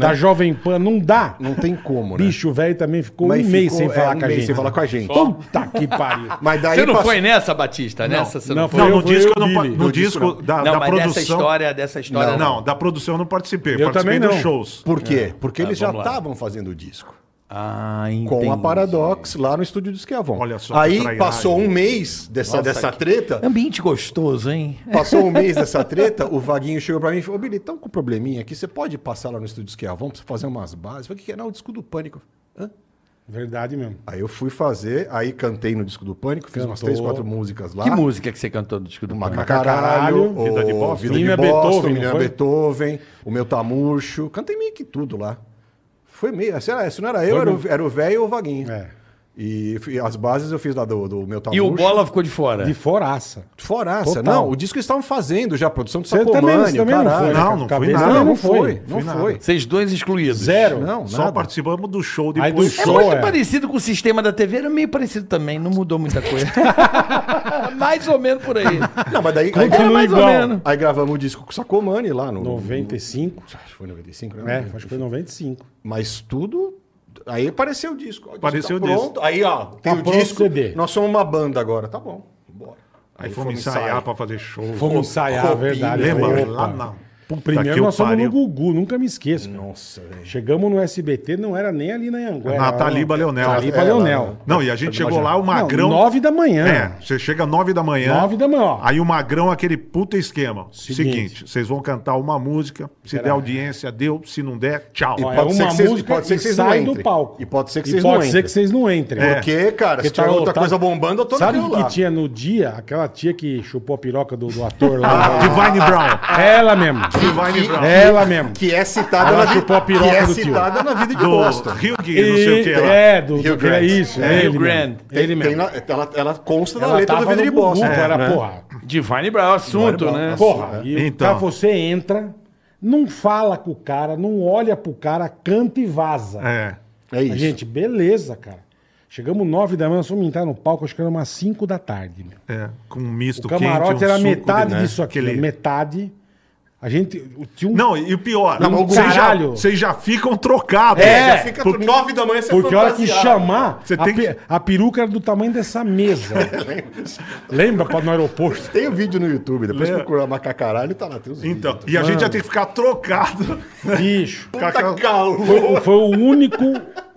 Speaker 3: da Jovem Pan. Não dá.
Speaker 2: Não tem como, né?
Speaker 3: Bicho, o velho também ficou
Speaker 2: Mas
Speaker 3: um mês
Speaker 2: ficou,
Speaker 3: sem
Speaker 2: é,
Speaker 3: falar
Speaker 2: um
Speaker 3: com a
Speaker 2: mês
Speaker 3: gente.
Speaker 2: sem falar com a gente.
Speaker 3: Puta que pariu.
Speaker 2: (laughs) Mas daí
Speaker 4: você não
Speaker 2: passou-
Speaker 4: foi nessa, Batista? Nessa você não,
Speaker 3: não,
Speaker 4: foi?
Speaker 1: Não,
Speaker 3: Eu
Speaker 1: no
Speaker 3: fui,
Speaker 1: disco,
Speaker 3: eu
Speaker 1: eu não,
Speaker 3: e o
Speaker 1: pa-
Speaker 3: Billy.
Speaker 1: no disco da,
Speaker 4: Não,
Speaker 1: da
Speaker 4: mas dessa
Speaker 1: produção.
Speaker 4: história, dessa história.
Speaker 1: Não, não, da produção eu não participei.
Speaker 3: Eu
Speaker 1: participei
Speaker 3: também
Speaker 1: dos
Speaker 3: não.
Speaker 1: shows.
Speaker 2: Por quê? Porque eles
Speaker 4: É,
Speaker 2: já
Speaker 4: vamos lá.
Speaker 2: estavam fazendo o disco.
Speaker 4: Ah, entendi.
Speaker 2: Com a Paradox lá no estúdio do Esquiavon.
Speaker 1: Olha só,
Speaker 2: Aí
Speaker 1: que trairagem.
Speaker 2: passou um mês dessa, dessa treta.
Speaker 4: Ambiente gostoso, hein?
Speaker 2: Passou um mês
Speaker 4: (laughs)
Speaker 2: dessa treta, o Vaguinho chegou pra mim e falou: Ô, Billy, tão com um probleminha aqui, você pode passar lá no estúdio Esquiavon pra você fazer umas bases? Eu falei: o que que é? Não, o disco do Pânico. Hã?
Speaker 3: Verdade mesmo.
Speaker 2: Aí eu fui fazer, aí cantei no disco do Pânico, fiz umas
Speaker 3: Cantou.
Speaker 2: três, quatro músicas lá.
Speaker 4: Que música que você cantou no disco do
Speaker 2: Uma
Speaker 4: Pânico?
Speaker 2: Maca Caralho,
Speaker 3: Caralho,
Speaker 2: Vida de Boston,
Speaker 4: é
Speaker 2: Vida de Boston,
Speaker 3: Beethoven, não
Speaker 2: Menina
Speaker 3: foi?
Speaker 2: Beethoven, O Meu Tamurcho. Cantei meio que tudo lá. Foi meio. Se, era- se não era eu, era, o- era o velho ou o Vaguinho.
Speaker 3: É.
Speaker 2: E fui- as bases eu fiz lá do, do Meu
Speaker 4: E
Speaker 2: Tamurcho.
Speaker 4: o Bola ficou de fora.
Speaker 2: É.
Speaker 3: De foraça.
Speaker 2: Foraça.
Speaker 3: Total.
Speaker 2: Não, o disco eles estavam fazendo já, a produção do
Speaker 3: Você também, você
Speaker 2: Sacomani,
Speaker 3: também não foi.
Speaker 2: Tá caralho.
Speaker 3: né?
Speaker 1: Não, não
Speaker 3: Cabeça
Speaker 1: fui
Speaker 3: também
Speaker 1: nada.
Speaker 2: Não,
Speaker 3: Não,
Speaker 2: não
Speaker 3: foi.
Speaker 2: foi.
Speaker 1: Fui
Speaker 2: Não
Speaker 1: nada.
Speaker 2: foi.
Speaker 4: Vocês dois excluídos.
Speaker 3: Zero.
Speaker 2: Não,
Speaker 1: Só
Speaker 2: nada.
Speaker 1: participamos do show
Speaker 3: Aí
Speaker 1: depois.
Speaker 3: do
Speaker 4: É
Speaker 3: show,
Speaker 4: muito
Speaker 3: é.
Speaker 4: parecido com o sistema da TV, era meio parecido também, não mudou muita coisa. (laughs) mais ou menos por aí.
Speaker 2: Não, mas daí. Aí,
Speaker 3: Continua
Speaker 4: Era mais ou
Speaker 3: igual.
Speaker 4: menos.
Speaker 2: aí gravamos o disco com o Sacomani lá no.
Speaker 3: 95.
Speaker 2: Acho que foi 95,
Speaker 3: É,
Speaker 2: né?
Speaker 3: acho que foi 95.
Speaker 2: Mas tudo. Aí apareceu o disco. Ó, o disco
Speaker 1: Apareceu
Speaker 2: tá
Speaker 1: o disco.
Speaker 2: pronto. Aí, ó, tem o
Speaker 3: pronto o
Speaker 2: disco.
Speaker 3: CD.
Speaker 2: Nós somos uma banda agora. Tá bom, bora.
Speaker 1: Aí fomos ensaiar pra fazer show.
Speaker 3: Fomos ensaiar,
Speaker 2: Robinho,
Speaker 3: verdade.
Speaker 1: Lembra?
Speaker 3: Opa.
Speaker 1: Lá na.
Speaker 3: Pô,
Speaker 1: Puta
Speaker 2: Tá
Speaker 3: primeiro
Speaker 1: que
Speaker 3: nós fomos
Speaker 1: pariu.
Speaker 3: no Gugu, nunca me esqueço. cara.
Speaker 2: Nossa, velho.
Speaker 3: Chegamos no SBT, não era nem ali na Anguera.
Speaker 1: Na Taliba Leonel.
Speaker 3: Taliba
Speaker 1: É, lá,
Speaker 2: né?
Speaker 3: Leonel.
Speaker 1: Não, e a gente chegou lá, o
Speaker 3: Magrão.
Speaker 1: Magrão.
Speaker 3: Nove da manhã.
Speaker 1: É, você chega às 9 da manhã.
Speaker 3: Nove da manhã, ó.
Speaker 1: Aí o Magrão, aquele puta esquema.
Speaker 3: Seguinte.
Speaker 1: Seguinte, vocês vão cantar uma música. Se der audiência, deu. Se não der, tchau.
Speaker 3: Ó,
Speaker 2: pode
Speaker 3: é
Speaker 2: ser
Speaker 3: uma
Speaker 2: que vocês-
Speaker 3: música
Speaker 2: pode ser que
Speaker 3: e
Speaker 2: vocês não
Speaker 3: sai do
Speaker 2: entrem.
Speaker 3: palco.
Speaker 2: E pode ser que
Speaker 3: E
Speaker 2: vocês não
Speaker 3: pode ser
Speaker 2: entrem.
Speaker 3: que vocês não entreem.
Speaker 1: É.
Speaker 2: Porque, cara,
Speaker 3: Porque
Speaker 2: se
Speaker 3: tá
Speaker 2: tiver outra
Speaker 3: lotado.
Speaker 2: coisa bombando, eu tô
Speaker 3: Sabe o
Speaker 2: naquilo
Speaker 3: que
Speaker 2: lá.
Speaker 3: tinha no dia? Aquela tia que chupou a piroca do, do ator lá.
Speaker 1: Ah, Divine Brown.
Speaker 3: Ela mesmo.
Speaker 1: Divine Brown.
Speaker 3: Ela mesmo.
Speaker 2: Ah, Que é citada
Speaker 3: Ela
Speaker 2: na vida.
Speaker 3: chupou a piroca
Speaker 2: que é
Speaker 3: do tio.
Speaker 2: citada na vida de
Speaker 1: Do
Speaker 2: Boston.
Speaker 1: Rio Gui, não sei o que lá.
Speaker 3: É, do, do
Speaker 2: Rio
Speaker 3: que era
Speaker 2: Grande.
Speaker 3: isso.
Speaker 4: É,
Speaker 3: ele
Speaker 4: Rio Grande.
Speaker 3: mesmo.
Speaker 2: Tem-
Speaker 3: Ele
Speaker 2: tem
Speaker 3: mesmo.
Speaker 2: na- ela, ela consta na
Speaker 3: Ela
Speaker 2: letra da
Speaker 3: tava
Speaker 2: vida de
Speaker 3: no Gugu,
Speaker 2: Boston.
Speaker 3: era,
Speaker 2: né?
Speaker 3: porra.
Speaker 4: Divine Brown, assunto, né?
Speaker 3: Porra, e o
Speaker 1: é um Então.
Speaker 3: cara, você entra, não fala com o cara, não olha pro cara, canta e vaza.
Speaker 1: É.
Speaker 2: É
Speaker 3: A
Speaker 2: isso.
Speaker 3: Gente, beleza, cara. Chegamos nove da manhã, nós fomos entrar no palco, acho que era umas cinco da tarde. Meu.
Speaker 1: É, com um misto
Speaker 3: O
Speaker 1: quente.
Speaker 3: camarote
Speaker 1: um
Speaker 3: era
Speaker 1: suco
Speaker 3: metade
Speaker 1: de- né?
Speaker 3: disso aqui,
Speaker 1: Aquele-
Speaker 3: metade. A gente. o- Tinha um
Speaker 1: Não, e o pior,
Speaker 3: Não, mas o
Speaker 1: vocês já,
Speaker 3: caralho.
Speaker 1: vocês já ficam trocados.
Speaker 2: É,
Speaker 3: É,
Speaker 2: já fica por
Speaker 1: porque-
Speaker 2: 9 da manhã você é
Speaker 3: Porque a hora que
Speaker 2: fantasiado.
Speaker 3: chamar,
Speaker 1: Você
Speaker 3: a,
Speaker 1: tem
Speaker 3: pe-
Speaker 1: que-
Speaker 3: a peruca era do tamanho dessa
Speaker 1: (laughs)
Speaker 3: mesa. Lembra quando no aeroporto?
Speaker 2: Tem o vídeo no YouTube, depois
Speaker 3: É.
Speaker 1: Lembra?
Speaker 2: procura macacaralho, tá lá, tem os
Speaker 1: Então,
Speaker 2: vídeos.
Speaker 1: e a gente já tem que ficar trocado. (laughs)
Speaker 3: Bicho.
Speaker 1: Com aquela-
Speaker 2: calor!
Speaker 3: Foi o único,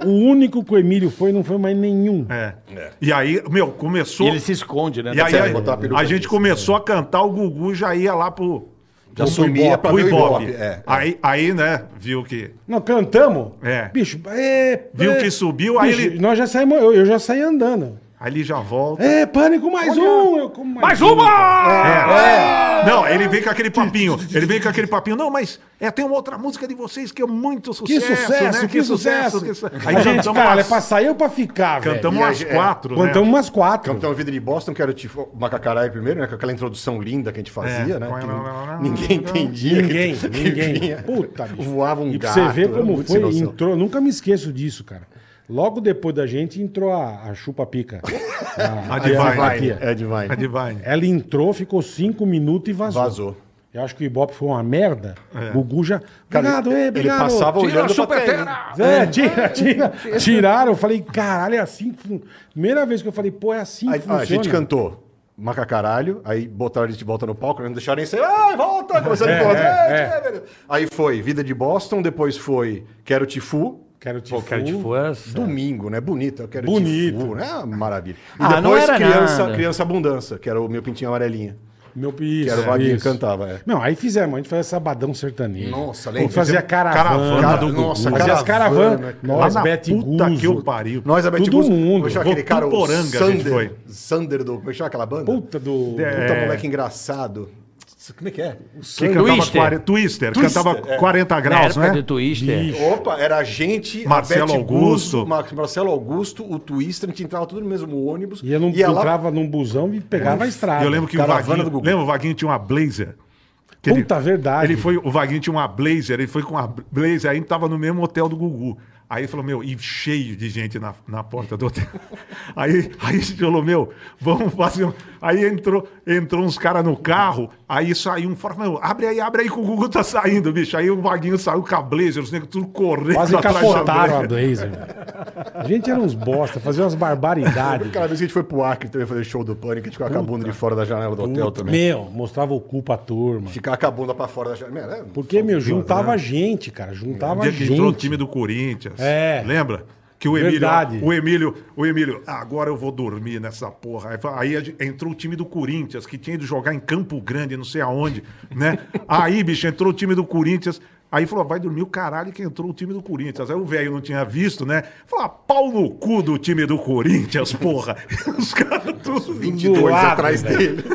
Speaker 3: o único que o Emílio foi, não foi mais nenhum.
Speaker 1: É. E aí, meu, começou.
Speaker 4: E ele se esconde, né?
Speaker 1: E aí,
Speaker 2: certo,
Speaker 1: a-
Speaker 2: botar uma peruca
Speaker 1: a gente
Speaker 2: disso.
Speaker 1: começou a cantar, o Gugu já ia lá pro.
Speaker 2: Já
Speaker 1: pro
Speaker 2: sumia
Speaker 1: Ibope,
Speaker 2: pra
Speaker 1: pro
Speaker 2: ver o
Speaker 1: Ibope.
Speaker 2: Ibope, é.
Speaker 1: Aí, aí, né, viu que.
Speaker 3: Não, cantamos?
Speaker 1: É.
Speaker 3: Bicho, é,
Speaker 1: Viu
Speaker 3: é.
Speaker 1: que subiu, aí ele-
Speaker 3: Nós já saímos, eu, eu já saí andando.
Speaker 1: Ali já volta.
Speaker 3: É, pânico, mais um! Eu como mais, um,
Speaker 1: É.
Speaker 3: cara.
Speaker 2: é.
Speaker 1: Não, ele vem com aquele papinho. Ele vem com aquele papinho. Não, mas é, tem uma outra música de vocês que é muito
Speaker 3: Que
Speaker 1: sucesso.
Speaker 3: sucesso,
Speaker 1: né?
Speaker 3: que sucesso!
Speaker 1: que su-
Speaker 3: A
Speaker 1: Aí
Speaker 3: gente,
Speaker 1: cantamos
Speaker 3: cara,
Speaker 1: umas,
Speaker 3: é pra sair ou pra ficar,
Speaker 1: cantamos
Speaker 2: E aí,
Speaker 1: umas
Speaker 2: é,
Speaker 1: quatro.
Speaker 3: velho? Cantamos
Speaker 1: né?
Speaker 3: umas quatro.
Speaker 2: Capitão Vidro de Boston, que era tipo macacaralho primeiro, né? Com aquela introdução linda que a gente fazia,
Speaker 1: É.
Speaker 2: né?
Speaker 1: Não, não, não, não,
Speaker 2: Que ninguém
Speaker 1: não.
Speaker 2: entendia.
Speaker 3: Ninguém,
Speaker 2: que, que
Speaker 3: ninguém.
Speaker 2: vinha.
Speaker 3: Puta, bicho.
Speaker 2: Voava um
Speaker 3: E pra
Speaker 2: gato.
Speaker 3: você ver
Speaker 2: era
Speaker 3: como
Speaker 2: muito sem
Speaker 3: foi,
Speaker 2: noção.
Speaker 3: entrou, nunca me esqueço disso, cara. Logo depois da gente entrou a, a Chupa Pica. (laughs) A,
Speaker 1: A Divine.
Speaker 3: a- a-
Speaker 2: Divine,
Speaker 3: a-
Speaker 2: É divine.
Speaker 1: É divine.
Speaker 3: Ela entrou, ficou cinco minutos e vazou.
Speaker 2: Vazou.
Speaker 3: Eu acho que o Ibope foi uma merda. O Gugu já.
Speaker 2: Cara,
Speaker 3: Obrigado, é,
Speaker 2: ele
Speaker 3: obrigado.
Speaker 2: passava
Speaker 4: Tira a
Speaker 2: olhando pra
Speaker 4: chupetera!
Speaker 2: terra.
Speaker 3: É, tira, tira. Tiraram, eu falei, caralho, é assim que fun- Primeira vez que eu falei, pô, é assim que
Speaker 2: Aí,
Speaker 3: funciona.
Speaker 2: a gente cantou macacaralho, aí botaram a gente de volta no palco, né? não deixaram nem sair. Ai, volta! Começaram a
Speaker 3: É,
Speaker 2: empurrar.
Speaker 3: é,
Speaker 2: "Ei, velho". Aí foi Vida de Boston, depois foi Quero Tifu.
Speaker 3: Quero te
Speaker 4: Pô, cara de
Speaker 3: fu-
Speaker 4: força.
Speaker 2: Domingo, né? Bonito, eu quero
Speaker 3: Bonito.
Speaker 2: Tifu, né? Maravilha. E
Speaker 4: Ah, não
Speaker 2: depois
Speaker 4: era
Speaker 2: criança,
Speaker 4: nada.
Speaker 2: criança Abundância, que era o meu pintinho amarelinha.
Speaker 3: Meu piso.
Speaker 2: Que era o Vaguinho que cantava, é.
Speaker 3: Não, aí fizemos, a gente fazia Sabadão Sertanejo.
Speaker 2: Nossa, lembra?
Speaker 3: lembra? Fazia
Speaker 1: Caravana
Speaker 3: caravana.
Speaker 1: do
Speaker 3: Gugu.
Speaker 2: Nossa,
Speaker 3: Fazia as
Speaker 2: caravana,
Speaker 3: caravanas.
Speaker 2: cara.
Speaker 1: Lá
Speaker 3: Nós,
Speaker 1: na
Speaker 3: Bete
Speaker 1: puta
Speaker 3: Guzo.
Speaker 1: que eu pariu.
Speaker 2: Nós, a Beth
Speaker 3: Todo
Speaker 2: Bus-
Speaker 3: mundo.
Speaker 2: Como chama aquele cara, o
Speaker 1: Votuporanga a gente
Speaker 2: Sander,
Speaker 1: foi.
Speaker 2: Sander do... Como chama aquela banda?
Speaker 3: Puta
Speaker 2: Puta,
Speaker 3: do...
Speaker 2: É. moleque engraçado. Como é que é? O
Speaker 1: Que
Speaker 2: Sander.
Speaker 1: cantava
Speaker 4: Twister.
Speaker 1: 40 Twister,
Speaker 2: Twister,
Speaker 1: cantava
Speaker 2: é.
Speaker 1: 40
Speaker 4: Na
Speaker 1: graus,
Speaker 4: época
Speaker 1: né?
Speaker 4: do Twister.
Speaker 2: Opa, era a gente, a
Speaker 1: Marcelo
Speaker 2: Beth
Speaker 1: Augusto.
Speaker 2: Guzzo, Mar- Marcelo Augusto, o Twister, a gente entrava tudo no mesmo ônibus.
Speaker 3: Ia num,
Speaker 2: ia lá-
Speaker 3: entrava num busão e pegava a estrada.
Speaker 1: E eu lembro que o
Speaker 2: Caravana
Speaker 1: Vaguinho.
Speaker 2: do Gugu.
Speaker 1: Lembra o Vaguinho tinha uma blazer? Que
Speaker 3: Puta, verdade.
Speaker 1: Ele foi, o Vaguinho tinha uma blazer, ele foi com a blazer, aí tava no mesmo hotel do Gugu. Aí ele falou, meu, e cheio de gente na, na porta do hotel. (laughs) Aí, aí ele falou, meu, vamos fazer um... Aí entrou, entrou uns caras no carro, aí saiu um fora, meu, abre aí, abre aí que o Gugu tá saindo, bicho. Aí o Vaguinho saiu com a blazer, os negros tudo correndo
Speaker 3: Quase
Speaker 1: (laughs) atrás da
Speaker 3: capotaram a
Speaker 1: blazer.
Speaker 3: Blazer. A gente era uns bosta, fazia umas barbaridades.
Speaker 2: Cara, a vez que a gente foi pro Acre também fazer show do Pânico, a gente ficava com a bunda de fora da janela do hotel também.
Speaker 3: Meu, mostrava o cu pra turma.
Speaker 2: Ficava com a bunda pra fora da janela. Era-
Speaker 3: Porque, meu, juntava gente, cara. Juntava
Speaker 1: O né? Um dia que
Speaker 3: gente.
Speaker 1: entrou o time do Corinthians.
Speaker 3: É.
Speaker 1: Lembra? Que o Emílio,
Speaker 3: Verdade.
Speaker 1: o Emílio, o Emílio, "Ah, agora eu vou dormir nessa porra. Aí fa- Aí a gente- entrou o time do Corinthians, que tinha ido jogar em Campo Grande, não sei aonde, (laughs) né? Aí, bicho, entrou o time do Corinthians. Aí falou, vai dormir o caralho que entrou o time do Corinthians. Aí o velho não tinha visto, né? Falou, ah, pau no cu do time do Corinthians, porra. (laughs) Os caras tudo...
Speaker 2: 22
Speaker 3: lado,
Speaker 2: atrás dele. (laughs)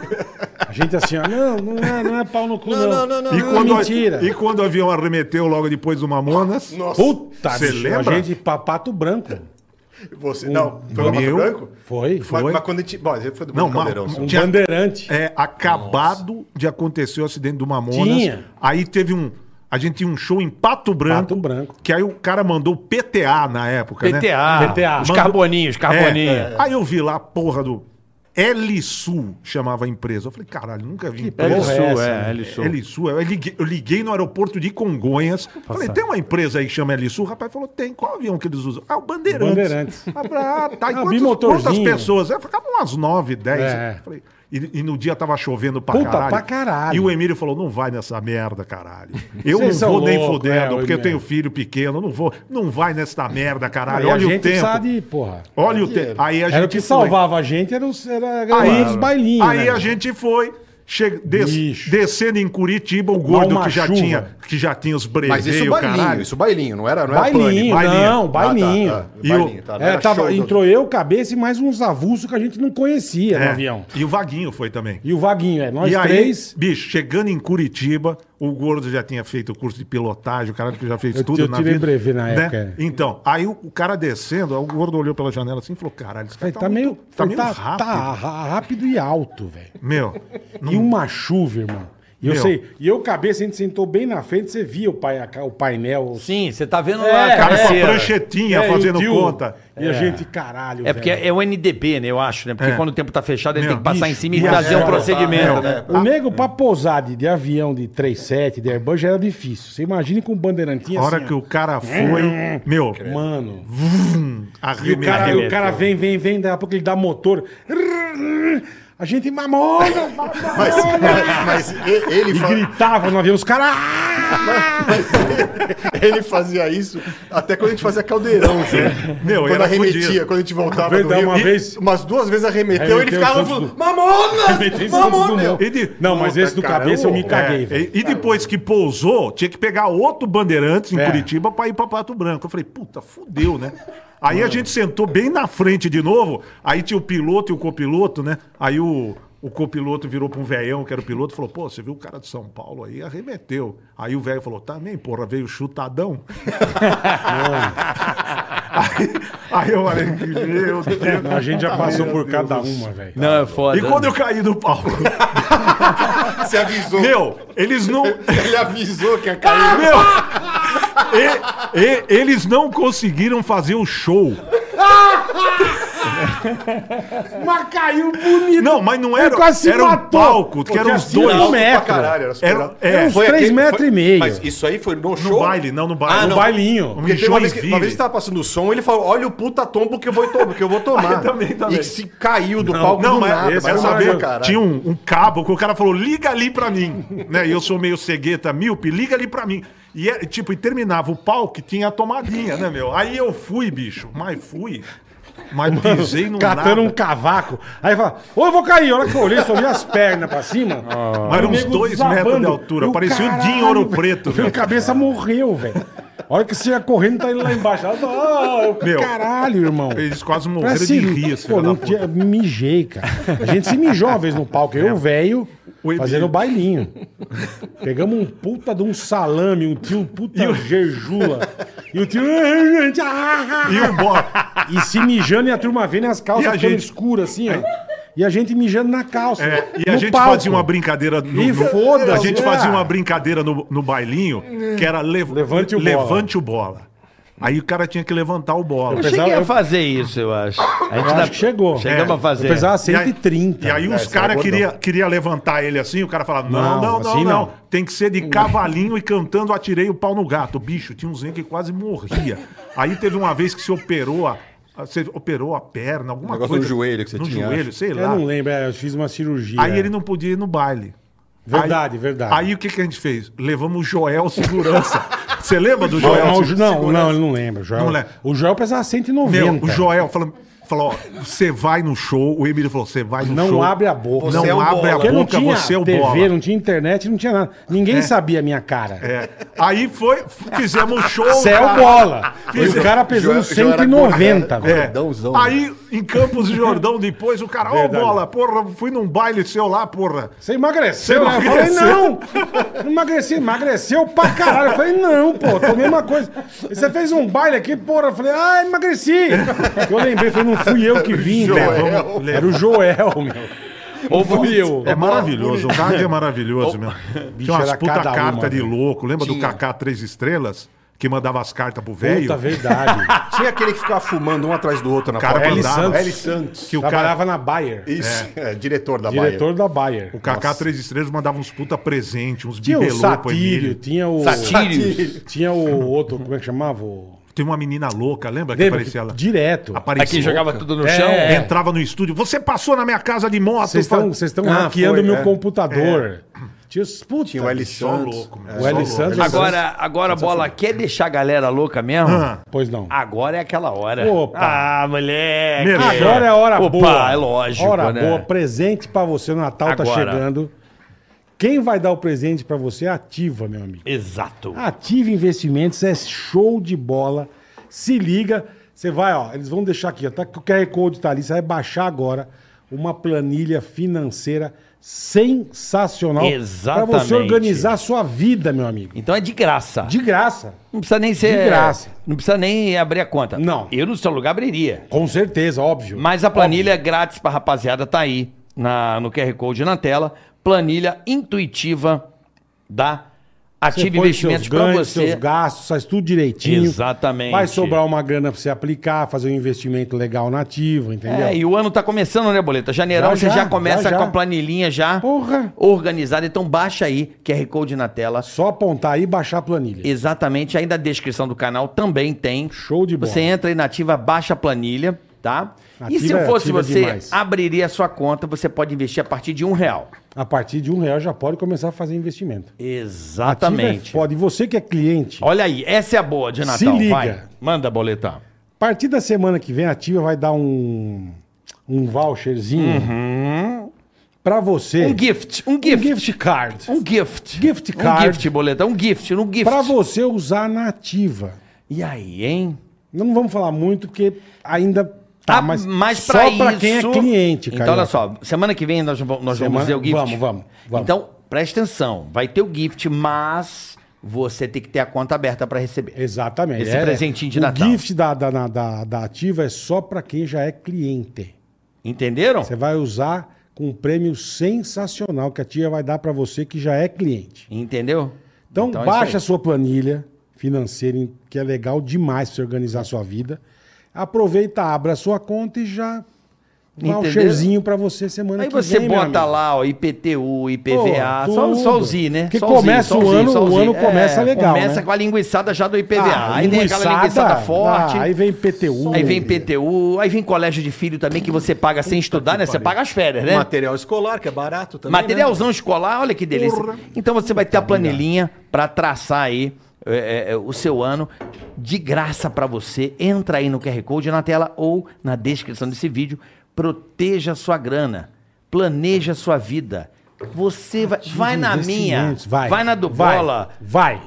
Speaker 3: A gente assim, ó, não, não é, não é pau no cu, não.
Speaker 2: não, não, não,
Speaker 1: E quando, a-
Speaker 3: mentira.
Speaker 1: e quando o avião arremeteu logo depois do Mamonas...
Speaker 2: Nossa.
Speaker 3: Puta,
Speaker 1: Cê
Speaker 3: bicho,
Speaker 1: lembra?
Speaker 3: a gente papato branco.
Speaker 2: Você, não, foi o
Speaker 1: meu-
Speaker 2: Mato Branco?
Speaker 3: Foi?
Speaker 2: Mas-
Speaker 1: Foi.
Speaker 2: Mas, quando a gente... Bom, você foi do
Speaker 1: Não,
Speaker 2: Bruno Caldeirão.
Speaker 1: mas-
Speaker 2: só.
Speaker 3: Um
Speaker 1: Tinha-
Speaker 3: bandeirante.
Speaker 1: É, acabado de acontecer o acidente do Mamonas.
Speaker 3: Tinha.
Speaker 1: Aí teve um. A gente tinha um show em Pato Branco.
Speaker 3: Pato Branco.
Speaker 1: Que aí o cara mandou PTA na época, né?
Speaker 4: PTA.
Speaker 3: PTA.
Speaker 4: Os carboninhos, carboninhos.
Speaker 1: É, Aí eu vi lá, a porra do. Elisul chamava a empresa. Eu falei, caralho, nunca vi
Speaker 4: É,
Speaker 1: empresa.
Speaker 3: porra
Speaker 4: Elisu,
Speaker 3: é essa,
Speaker 4: é,
Speaker 3: né?
Speaker 4: Elisu.
Speaker 1: Elisul, eu liguei, eu liguei no aeroporto de Congonhas. Falei, tem uma empresa aí que chama Elisul? O rapaz falou, tem. Qual avião que eles usam? Ah, o Bandeirantes.
Speaker 3: Bandeirantes.
Speaker 1: Ah, pra- ah, tá. E
Speaker 3: Ah,
Speaker 1: quantos-
Speaker 3: bimotorzinho.
Speaker 1: quantas pessoas? Eu falei, "Ah, umas nove, dez.
Speaker 3: É.
Speaker 1: Eu falei, e, e no dia tava chovendo pra
Speaker 3: Puta,
Speaker 1: caralho.
Speaker 3: pra caralho.
Speaker 1: E o Emílio falou, não vai nessa merda, caralho. Eu
Speaker 3: Vocês
Speaker 1: não vou
Speaker 3: são
Speaker 1: nem
Speaker 3: loucos,
Speaker 1: fudendo,
Speaker 3: é, o
Speaker 1: porque eu
Speaker 3: Emílio.
Speaker 1: tenho filho pequeno, eu não vou. Não vai nessa merda, caralho.
Speaker 3: E a
Speaker 1: Olha
Speaker 3: gente
Speaker 1: o tempo.
Speaker 3: precisava de, porra.
Speaker 1: Olha o tempo. Aí a gente
Speaker 3: Era o que
Speaker 1: foi.
Speaker 3: salvava a gente, era, os- era a galera
Speaker 1: Aí,
Speaker 3: dos bailinhos.
Speaker 1: aí
Speaker 3: né?
Speaker 1: a gente foi. Che... des-
Speaker 3: Bicho.
Speaker 1: Descendo em Curitiba, o gordo
Speaker 3: uma
Speaker 1: que já,
Speaker 3: chuva.
Speaker 1: tinha, que já tinha os
Speaker 2: Mas isso
Speaker 1: breveios,
Speaker 2: bailinho,
Speaker 1: caralho.
Speaker 2: isso bailinho, não era, não era
Speaker 3: Bailinho,
Speaker 2: Pânico.
Speaker 3: não, bailinho.
Speaker 2: Ah, tá, tá.
Speaker 1: E
Speaker 2: Bailinho,
Speaker 1: o-
Speaker 2: tá, não
Speaker 3: É,
Speaker 2: era
Speaker 3: tava-
Speaker 2: show do-
Speaker 3: entrou eu, cabeça e mais uns avulsos que a gente não conhecia
Speaker 1: É.
Speaker 3: no avião.
Speaker 1: E o Vaguinho foi também.
Speaker 3: E o Vaguinho, é, nós
Speaker 1: e aí,
Speaker 3: três.
Speaker 1: bicho, chegando em Curitiba, o gordo já tinha feito o curso de pilotagem, o cara que já fez
Speaker 3: Eu-
Speaker 1: tudo
Speaker 3: eu
Speaker 1: na
Speaker 3: tirei
Speaker 1: vida.
Speaker 3: brevet na
Speaker 1: né?
Speaker 3: época, é.
Speaker 1: Então, aí o, o cara descendo, o gordo olhou pela janela assim e falou: caralho, esse
Speaker 3: Falei,
Speaker 1: cara tá,
Speaker 3: tá, meio,
Speaker 1: muito, tá
Speaker 3: falei,
Speaker 1: meio
Speaker 3: tá,
Speaker 1: rápido.
Speaker 3: tá ra- rápido e alto, velho.
Speaker 1: Meu,
Speaker 3: E uma chuva, irmão. E eu
Speaker 1: Meu.
Speaker 3: sei, e eu cabeça, a gente sentou bem na frente, você via o, pai, a ca- o painel. os-
Speaker 4: Sim, você tá vendo
Speaker 3: É,
Speaker 4: lá a
Speaker 3: cara,
Speaker 1: cara com a
Speaker 4: cabeceira.
Speaker 1: pranchetinha
Speaker 3: É, e o
Speaker 1: fazendo
Speaker 3: Dil-
Speaker 1: conta.
Speaker 3: E a gente, caralho,
Speaker 4: É porque
Speaker 3: velho.
Speaker 4: é o NDB, né? Eu acho, né? Porque
Speaker 1: É.
Speaker 4: quando o tempo tá fechado, ele
Speaker 1: Meu,
Speaker 4: tem que passar em
Speaker 1: bicho,
Speaker 4: cima e
Speaker 1: bicho,
Speaker 4: fazer
Speaker 1: é,
Speaker 3: tá
Speaker 4: um procedimento,
Speaker 2: é,
Speaker 4: né?
Speaker 2: é.
Speaker 3: O nego pra pousar de, de avião de 37, de Airbus já era difícil. Você imagina com bandeirantinha
Speaker 1: A hora
Speaker 3: assim,
Speaker 1: que
Speaker 3: ó.
Speaker 1: o cara foi, meu,
Speaker 3: Mano. E o
Speaker 1: arremessou.
Speaker 3: cara, o cara vem, vem, vem, daqui a pouco ele dá motor. A gente mamona,
Speaker 1: (laughs)
Speaker 3: mamona.
Speaker 2: Mas, é, mas (laughs) e- ele,
Speaker 3: E
Speaker 2: fa-
Speaker 3: gritava no avião, os "Ah!" caras.
Speaker 2: ele fazia isso até quando a gente fazia caldeirão, gente.
Speaker 1: Meu,
Speaker 2: quando
Speaker 1: era
Speaker 2: arremetia,
Speaker 1: fudido.
Speaker 2: quando a gente voltava
Speaker 3: Veio
Speaker 2: do
Speaker 3: dar
Speaker 2: Rio,
Speaker 3: uma
Speaker 2: e
Speaker 3: vez-
Speaker 2: umas duas vezes arremeteu, ele
Speaker 3: Arremeteu
Speaker 2: ficava
Speaker 3: Santos
Speaker 2: falando,
Speaker 3: do- (laughs)
Speaker 2: mamonas, mamonas.
Speaker 1: E de-
Speaker 3: Não, mas
Speaker 2: Puta,
Speaker 3: esse do
Speaker 2: cara,
Speaker 3: cabeça eu me
Speaker 2: ô,
Speaker 3: caguei,
Speaker 1: É,
Speaker 3: velho.
Speaker 1: e- e depois que pousou, tinha que pegar outro Bandeirantes em
Speaker 3: É.
Speaker 1: Curitiba pra ir pra Pato Branco. Eu falei, puta, fudeu, né? Aí a gente sentou bem na frente de novo, aí tinha o piloto e o copiloto, né? Aí o, o copiloto virou pra um velhão que era o piloto e falou, pô, você viu o cara de São Paulo aí, arremeteu. Aí o velho falou, também, porra, veio chutadão. (laughs) aí, aí eu falei, meu Deus.
Speaker 3: A gente já passou
Speaker 1: É. Meu
Speaker 3: por
Speaker 1: Deus
Speaker 3: cada
Speaker 1: do céu.
Speaker 3: uma, velho.
Speaker 4: Não, é foda.
Speaker 1: E quando eu caí do palco, (laughs)
Speaker 2: "Ah, Você avisou.
Speaker 1: meu, eles não...
Speaker 2: Ele avisou que ia cair.
Speaker 1: Meu! E- e- eles não conseguiram fazer o show.
Speaker 3: Mas caiu bonito.
Speaker 1: Não, mas não era.
Speaker 3: Ele quase se
Speaker 1: era um
Speaker 3: matou,
Speaker 1: palco, que
Speaker 3: porque
Speaker 1: eram os
Speaker 3: assim,
Speaker 1: dois.
Speaker 3: não,
Speaker 2: Alto
Speaker 1: No
Speaker 3: né?
Speaker 2: pra
Speaker 3: metro.
Speaker 2: caralho, era super
Speaker 1: um Era-
Speaker 2: alto.
Speaker 1: é,
Speaker 3: Uns três
Speaker 2: aquele-
Speaker 3: metros e meio.
Speaker 2: Mas isso aí foi
Speaker 5: um
Speaker 2: no show?
Speaker 1: baile, não, no baile.
Speaker 2: Ah,
Speaker 1: no
Speaker 2: não.
Speaker 1: baile.
Speaker 3: Bailinho.
Speaker 1: Em
Speaker 2: Porque teve uma vez, que,
Speaker 1: Joinville.
Speaker 2: uma vez que tava passando o som, ele falou: Olha o puta tombo que eu vou tomar. Que eu
Speaker 1: (laughs)
Speaker 2: vou tomar.
Speaker 1: Ah, também, também.
Speaker 2: E se caiu do
Speaker 1: Não,
Speaker 2: palco do
Speaker 1: mas
Speaker 2: nada.
Speaker 1: esse
Speaker 2: mas
Speaker 1: essa
Speaker 2: não
Speaker 1: vez
Speaker 2: deu, caralho.
Speaker 1: tinha um, um cabo que o cara falou: liga ali pra mim. (laughs) né? E eu sou meio cegueta, míope, liga ali pra mim. E é, tipo, e terminava o palco e tinha a tomadinha, né, meu? Aí eu fui, bicho, mas fui. Mas pisei num nada.
Speaker 3: Catando um cavaco. Aí fala, ô, eu vou cair. A hora que eu olhei, só vi as pernas pra cima.
Speaker 1: Ah. Mas era uns
Speaker 3: Nego
Speaker 1: dois
Speaker 3: desabando.
Speaker 1: metros de altura.
Speaker 3: E o
Speaker 1: Parecia o Dinho
Speaker 3: caralho,
Speaker 1: Ouro
Speaker 3: velho.
Speaker 1: Preto,
Speaker 3: Minha
Speaker 1: velho.
Speaker 3: cabeça morreu, velho. A hora que você ia correndo, tá indo lá embaixo. Ah, eu,
Speaker 1: Meu,
Speaker 3: caralho, irmão.
Speaker 1: Eles quase morreram
Speaker 3: Parece
Speaker 1: de rir, esse
Speaker 3: pô,
Speaker 1: filho da
Speaker 3: não
Speaker 1: puta. É.
Speaker 3: tinha, mijei, cara. A gente se mijou uma vez no palco. Eu, velho,
Speaker 1: O Emílio.
Speaker 3: fazendo bailinho. Pegamos um puta de um salame, um tio puta gerjula. E o tio... ah,
Speaker 1: E o Bob,
Speaker 3: E se mijando e a turma vendo e as calças
Speaker 1: E a
Speaker 3: ficando
Speaker 1: gente-
Speaker 3: escuras, assim, ó. E a gente mijando na calça.
Speaker 1: É, e a
Speaker 3: no
Speaker 1: gente
Speaker 3: palco.
Speaker 1: fazia uma brincadeira no,
Speaker 3: E
Speaker 1: no-
Speaker 3: foda-se,
Speaker 1: a gente
Speaker 3: é.
Speaker 1: fazia uma brincadeira no, no bailinho que era lev-
Speaker 3: Levante o bola.
Speaker 1: levante o bola. Aí o cara tinha que levantar o bola.
Speaker 4: Eu
Speaker 3: Apesar-
Speaker 4: cheguei
Speaker 3: eu-
Speaker 4: a fazer isso, eu acho. A gente
Speaker 3: Eu
Speaker 4: dá-
Speaker 3: acho que chegou.
Speaker 4: Chegamos
Speaker 1: É.
Speaker 4: a fazer.
Speaker 3: Eu pesava
Speaker 1: E aí-
Speaker 3: 130.
Speaker 1: E aí os
Speaker 2: esse era
Speaker 1: caras
Speaker 2: gordão.
Speaker 1: queriam queria levantar ele assim, o cara falava: não,
Speaker 3: é Não,
Speaker 1: não, não,
Speaker 3: assim
Speaker 1: não,
Speaker 3: não.
Speaker 1: Tem que ser de cavalinho e cantando Atirei o pau no gato. Bicho, tinha um zen que quase morria. Aí teve uma vez que se operou a. a- Você operou a perna, alguma
Speaker 2: Negócio
Speaker 1: coisa.
Speaker 2: no joelho que você
Speaker 1: no
Speaker 2: tinha,
Speaker 1: joelho,
Speaker 2: acho.
Speaker 1: sei
Speaker 3: Eu
Speaker 1: lá.
Speaker 3: não lembro, é, eu fiz uma cirurgia.
Speaker 1: Aí ele não podia ir no baile.
Speaker 3: Verdade,
Speaker 1: Aí-
Speaker 3: verdade.
Speaker 1: Aí o que, que a gente fez? Levamos o Joel Segurança. Você lembra do Joel?
Speaker 3: Não, o
Speaker 1: Segurança?
Speaker 3: Ju- não, não, ele não lembra. O Joel,
Speaker 1: Não lembra.
Speaker 3: O Joel pesava 190.
Speaker 1: Meu, o Joel falou, falou, ó, você vai no show. O Emílio falou, você vai no
Speaker 3: Não
Speaker 1: show.
Speaker 3: abre a boca.
Speaker 1: Não
Speaker 2: Você é o
Speaker 1: abre a
Speaker 2: bola.
Speaker 3: Porque não
Speaker 1: boca,
Speaker 3: tinha
Speaker 1: você é o
Speaker 3: TV,
Speaker 1: bola.
Speaker 3: não tinha internet, não tinha nada. Ninguém sabia a minha cara.
Speaker 1: É. Aí foi, fizemos o show.
Speaker 3: Você é o
Speaker 1: cara.
Speaker 3: bola.
Speaker 1: Fiz-
Speaker 3: E o cara pesando
Speaker 2: Joel- Joel era
Speaker 3: 190,
Speaker 1: É.
Speaker 3: velho.
Speaker 2: Gordãozão,
Speaker 1: Aí, em Campos do Jordão, depois, o cara, ô
Speaker 3: Verdade.
Speaker 1: bola, porra, fui num baile seu lá, porra.
Speaker 3: Você emagreceu,
Speaker 1: Você
Speaker 3: né? Eu falei,
Speaker 1: emagreceu.
Speaker 3: não! Não emagreci, emagreceu pra caralho. Eu falei, não, pô, tô a mesma coisa. E Você fez um baile aqui, porra. Eu falei, ah, emagreci. Eu lembrei, falei, não fui eu que vim,
Speaker 2: Joel.
Speaker 3: velho. Era o Joel, meu. Ou fui eu.
Speaker 1: É maravilhoso, o rádio é
Speaker 3: (laughs)
Speaker 1: maravilhoso mesmo. Tinha umas
Speaker 3: era
Speaker 1: puta
Speaker 3: cada uma,
Speaker 1: carta de
Speaker 3: velho.
Speaker 1: louco. Lembra do
Speaker 2: Tinha.
Speaker 1: Kaká Três Estrelas? Que mandava as cartas pro velho?
Speaker 3: Puta, verdade.
Speaker 2: Tinha aquele que ficava fumando um atrás do outro na
Speaker 1: Cara,
Speaker 2: porta.
Speaker 1: L.
Speaker 3: Santos.
Speaker 2: L. Santos.
Speaker 1: (laughs) Que o cara,
Speaker 3: Trabalhava na Bayer.
Speaker 2: Isso, é, diretor da
Speaker 3: Diretor da Bayer.
Speaker 1: o Kaká Três Estrelas mandava uns puta presente, uns
Speaker 3: Tinha o
Speaker 1: bibelô pro
Speaker 3: Satírio,
Speaker 1: Emílio.
Speaker 3: tinha o...
Speaker 2: Satírio.
Speaker 3: Tinha o outro, como é que chamava? O...
Speaker 1: Tem uma menina louca, lembra que
Speaker 3: Lembra?
Speaker 1: aparecia lá?
Speaker 3: Direto.
Speaker 1: Aparecia
Speaker 4: Aqui jogava tudo no
Speaker 3: É.
Speaker 4: chão.
Speaker 1: É. Entrava no estúdio. Você passou na minha casa de moto.
Speaker 3: Vocês
Speaker 1: fa-
Speaker 3: estão vocês estão
Speaker 2: Ah,
Speaker 3: hackeando
Speaker 2: foi,
Speaker 3: meu
Speaker 2: é.
Speaker 3: computador. Tinha os... Puta.
Speaker 2: Tinha o L.
Speaker 1: Só
Speaker 2: Santos.
Speaker 1: louco, meu.
Speaker 2: É,
Speaker 1: O
Speaker 2: só
Speaker 3: L.
Speaker 2: louco.
Speaker 3: Santos.
Speaker 4: Agora, agora bola, quer deixar a galera louca mesmo?
Speaker 1: Ah,
Speaker 3: Pois não.
Speaker 4: Agora é aquela hora.
Speaker 3: Opa.
Speaker 4: Ah, moleque.
Speaker 1: Meu,
Speaker 3: Agora é a hora
Speaker 4: Opa,
Speaker 3: boa.
Speaker 4: é lógico,
Speaker 3: Hora
Speaker 4: né?
Speaker 3: boa, presente pra você. O Natal tá
Speaker 4: Agora.
Speaker 3: chegando. Quem vai dar o presente pra você é a ativa, meu amigo.
Speaker 4: Exato.
Speaker 3: Ativa Investimentos é show de bola. Se liga, você vai, ó, eles vão deixar aqui, ó, tá, que o QR Code tá ali, você vai baixar agora uma planilha financeira sensacional pra
Speaker 4: Exatamente.
Speaker 3: você organizar a sua vida, meu amigo.
Speaker 4: Então é de graça.
Speaker 3: De graça.
Speaker 4: Não precisa nem ser.
Speaker 3: De graça.
Speaker 4: Não precisa nem abrir a conta.
Speaker 3: Não.
Speaker 4: Eu, no seu lugar, abriria.
Speaker 3: Com certeza, óbvio.
Speaker 4: Mas a planilha é grátis pra rapaziada tá aí na, no QR Code na tela. Planilha intuitiva dá Ative
Speaker 3: põe
Speaker 4: Investimentos
Speaker 3: seus
Speaker 4: para
Speaker 3: ganhos,
Speaker 4: você.
Speaker 3: Seus gastos, faz tudo direitinho.
Speaker 4: Exatamente.
Speaker 3: Vai sobrar uma grana para você aplicar, fazer um investimento legal na ativa, entendeu?
Speaker 4: É, e o ano tá começando, né, Boleta? Janeirão
Speaker 3: Já,
Speaker 4: você já,
Speaker 3: já,
Speaker 4: começa
Speaker 3: já, já.
Speaker 4: com a planilhinha já
Speaker 3: Porra.
Speaker 4: organizada. Então baixa aí, QR Code na tela.
Speaker 3: Só apontar aí e baixar a planilha.
Speaker 4: Exatamente, aí na descrição do canal também tem.
Speaker 3: Show de bola.
Speaker 4: Você entra aí na ativa, baixa a planilha, tá? e se
Speaker 3: Ativa é
Speaker 4: eu fosse
Speaker 3: ativa
Speaker 4: você,
Speaker 3: demais.
Speaker 4: abriria a sua conta, você pode investir a partir de um real.
Speaker 3: A partir de um real já pode começar a fazer investimento. Ativa é
Speaker 4: Exatamente.
Speaker 3: foda. E você que é cliente,
Speaker 4: Olha aí, essa é a boa de Natal.
Speaker 3: Se liga.
Speaker 4: Vai. Manda, boletão.
Speaker 3: a partir da semana que vem a Ativa vai dar um, um voucherzinho pra você.
Speaker 4: Uhum. Um gift, um gift.
Speaker 3: Um gift card.
Speaker 4: Um gift.
Speaker 3: Gift
Speaker 4: Um
Speaker 3: card.
Speaker 4: gift, boleta. Um gift, um gift.
Speaker 3: Pra você usar na Ativa.
Speaker 4: E aí, hein?
Speaker 3: Não vamos falar muito porque ainda tá,
Speaker 4: Ah,
Speaker 3: mas,
Speaker 4: pra
Speaker 3: só pra quem é cliente, cara.
Speaker 4: Então, olha só. Semana que vem nós vo-
Speaker 3: Semana-
Speaker 4: nós vamos fazer o gift.
Speaker 3: vamos, vamos, vamos.
Speaker 4: Então, presta atenção. Vai ter o gift, mas você tem que ter a conta aberta pra receber.
Speaker 3: Exatamente. É,
Speaker 4: Esse presentinho de
Speaker 3: o
Speaker 4: Natal.
Speaker 3: gift da, da, na- da, da Ativa é só pra quem já é cliente.
Speaker 4: Entenderam?
Speaker 3: Você vai usar com um prêmio sensacional que a tia vai dar pra você que já é cliente.
Speaker 4: Entendeu?
Speaker 3: Então,
Speaker 4: é
Speaker 3: baixa a
Speaker 4: isso
Speaker 3: sua planilha financeira, em- que é legal demais pra você organizar a sua vida. Aproveita, abre a sua conta e já dá um
Speaker 4: Entendeu?
Speaker 3: cheirzinho pra você semana
Speaker 4: aí. Aí
Speaker 3: que
Speaker 4: você
Speaker 3: vem. meu
Speaker 4: bota
Speaker 3: amigo.
Speaker 4: lá, ó, IPTU, IPVA,
Speaker 3: Pô,
Speaker 4: só,
Speaker 3: tudo.
Speaker 4: só o Z, né?
Speaker 3: Porque
Speaker 4: Só
Speaker 3: começa
Speaker 4: só
Speaker 3: o
Speaker 4: Z,
Speaker 3: ano,
Speaker 4: só
Speaker 3: o
Speaker 4: Z. É,
Speaker 3: ano começa legal,
Speaker 4: Começa
Speaker 3: né?
Speaker 4: com a linguiçada já do IPVA.
Speaker 3: Ah,
Speaker 4: aí vem aquela linguiçada forte.
Speaker 3: ah, aí vem PTU.
Speaker 4: Aí vem PTU, aí vem colégio de filho também que você paga sem estudar, né? Você paga as férias, né?
Speaker 5: Material escolar, que é barato também.
Speaker 4: Materialzão escolar, olha que delícia. Então você vai ter
Speaker 3: Tá
Speaker 4: a planilhinha pra traçar aí é, é, é, o seu ano de graça pra você. Entra aí no QR Code na tela ou na descrição desse vídeo. Proteja a sua grana. Planeja a sua vida. Você vai, vai na minha,
Speaker 3: Investimentos,
Speaker 4: vai, na do
Speaker 3: vai,
Speaker 4: bola.
Speaker 3: Vai.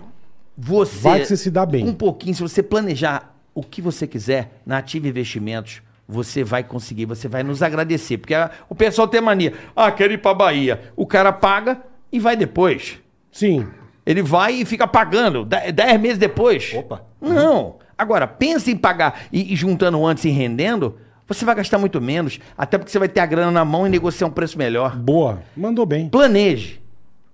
Speaker 4: Você,
Speaker 3: Vai que você se dá bem.
Speaker 4: Um pouquinho, se você planejar o que você quiser na Ativa Investimentos, você vai conseguir, você vai nos agradecer. Porque ah, o pessoal tem mania. Ah, quero ir pra Bahia. O cara paga e vai depois.
Speaker 3: Sim.
Speaker 4: Ele vai e fica pagando de- dez meses depois.
Speaker 5: Opa.
Speaker 4: Não. Agora, pensa em pagar e, e juntando antes e rendendo, você vai gastar muito menos. Até porque você vai ter a grana na mão e negociar um preço melhor.
Speaker 3: Boa. Mandou bem.
Speaker 4: Planeje.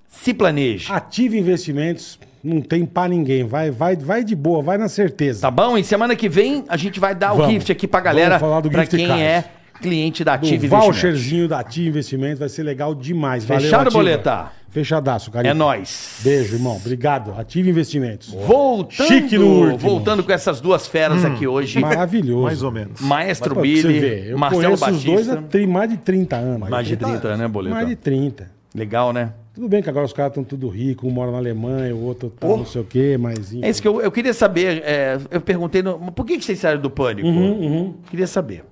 Speaker 4: Se planeje.
Speaker 3: Ative investimentos. Não tem pra ninguém. Vai, vai, vai de boa, vai na certeza.
Speaker 4: Tá bom? E semana que vem a gente vai dar
Speaker 3: Vamos.
Speaker 4: o gift aqui pra galera,
Speaker 3: Vamos falar do
Speaker 4: pra
Speaker 3: gift
Speaker 4: quem
Speaker 3: card.
Speaker 4: é cliente da Ative
Speaker 3: o voucherzinho da Ativa Investimentos vai ser legal demais. Valeu,
Speaker 4: Fechado,
Speaker 3: Ativa.
Speaker 4: Boleta?
Speaker 3: Fechadaço, carinho.
Speaker 4: É nóis.
Speaker 3: Beijo, irmão. Obrigado. Ativa Investimentos.
Speaker 4: Voltando,
Speaker 3: Chique no último.
Speaker 4: voltando com essas duas feras aqui hoje.
Speaker 3: Maravilhoso.
Speaker 1: Mais ou menos.
Speaker 4: Maestro
Speaker 3: Pô, pra você ver,
Speaker 4: Billy,
Speaker 3: eu
Speaker 4: Marcelo
Speaker 3: conheço os dois
Speaker 4: Batista.
Speaker 3: há tri- mais de 30 anos.
Speaker 4: Mais de 30, né, Boleta?
Speaker 3: Mais de 30.
Speaker 4: Legal, né?
Speaker 3: Tudo bem que agora os caras estão tudo ricos, um mora na Alemanha, o outro tá não sei o quê, mas...
Speaker 4: É isso que eu, eu queria saber. é, eu perguntei no, por que, que vocês saíram do pânico?
Speaker 3: Uhum,
Speaker 4: Queria saber.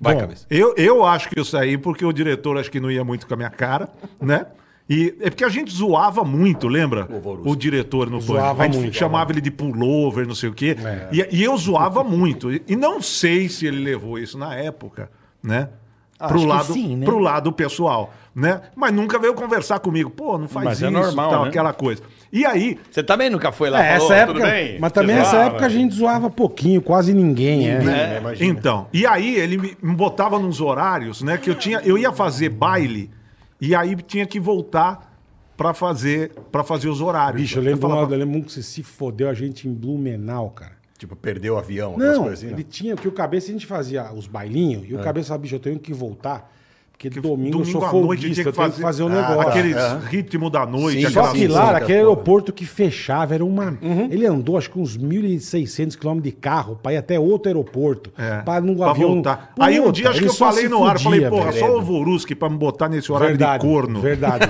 Speaker 5: Vai,
Speaker 2: né?
Speaker 3: Bom,
Speaker 5: cabeça.
Speaker 1: Eu, eu acho que eu saí porque o diretor acho que não ia muito com a minha cara, né? E é porque a gente zoava muito, lembra? O diretor no
Speaker 3: Zoava
Speaker 1: pânico. A gente
Speaker 3: muito.
Speaker 4: né?
Speaker 1: chamava ele de pullover, não sei o quê.
Speaker 4: É.
Speaker 1: E, e eu zoava muito. E, e não sei se ele levou isso na época, né?
Speaker 4: Acho
Speaker 1: Pro
Speaker 4: que
Speaker 1: lado,
Speaker 4: sim, né?
Speaker 1: pro lado pessoal, né? Mas nunca veio conversar comigo. Pô, não faz
Speaker 4: Mas é
Speaker 1: isso,
Speaker 4: normal,
Speaker 1: tal,
Speaker 4: né?
Speaker 1: aquela coisa. E aí,
Speaker 4: Você também nunca foi
Speaker 1: Tá
Speaker 4: lá?
Speaker 3: É,
Speaker 4: falou,
Speaker 3: essa
Speaker 4: "Tudo
Speaker 3: época,
Speaker 4: bem?"
Speaker 3: mas também
Speaker 4: Você
Speaker 3: essa
Speaker 4: zoava.
Speaker 3: época a gente zoava pouquinho, quase ninguém. É.
Speaker 2: né? Imagina.
Speaker 1: Então, e aí ele me me botava nos horários, né? Que eu tinha, eu ia fazer baile e aí tinha que voltar pra fazer para fazer os horários.
Speaker 3: Bicho, eu
Speaker 1: Eu
Speaker 3: lembro,
Speaker 1: falava,
Speaker 3: uma- eu lembro um que você se fodeu a gente em Blumenau, cara.
Speaker 2: Tipo, perdeu o avião, assim, aquelas
Speaker 3: Não,
Speaker 2: coisinhas.
Speaker 3: ele tinha, que o cabeça a gente fazia os bailinhos, e o cabeça falava, bicho, eu tenho que voltar, porque domingo, eu sou
Speaker 1: É. domingo à noite
Speaker 3: folguista,
Speaker 1: tinha
Speaker 3: eu
Speaker 1: que
Speaker 3: tenho
Speaker 1: fazer,
Speaker 3: que fazer o negócio.
Speaker 1: aqueles
Speaker 2: É.
Speaker 1: ritmo da noite,
Speaker 5: Sim,
Speaker 1: aquela
Speaker 3: Só que
Speaker 5: Sim,
Speaker 3: lá,
Speaker 5: sim,
Speaker 3: aquele
Speaker 5: aquela porra.
Speaker 3: aeroporto que fechava, era uma.
Speaker 1: Uhum.
Speaker 3: Ele andou acho que uns 1.600 quilômetros de carro pra ir até outro aeroporto.
Speaker 1: É,
Speaker 3: Pra não
Speaker 1: pra
Speaker 3: avião.
Speaker 1: voltar. aí um
Speaker 3: Puta,
Speaker 1: dia acho que
Speaker 3: ele
Speaker 1: eu
Speaker 3: só
Speaker 1: falei
Speaker 3: se
Speaker 1: no ar,
Speaker 3: fudia,
Speaker 1: falei, porra,
Speaker 3: velho.
Speaker 1: só o Voruski pra me botar nesse horário
Speaker 3: verdade,
Speaker 1: de corno, (laughs)
Speaker 3: Verdade.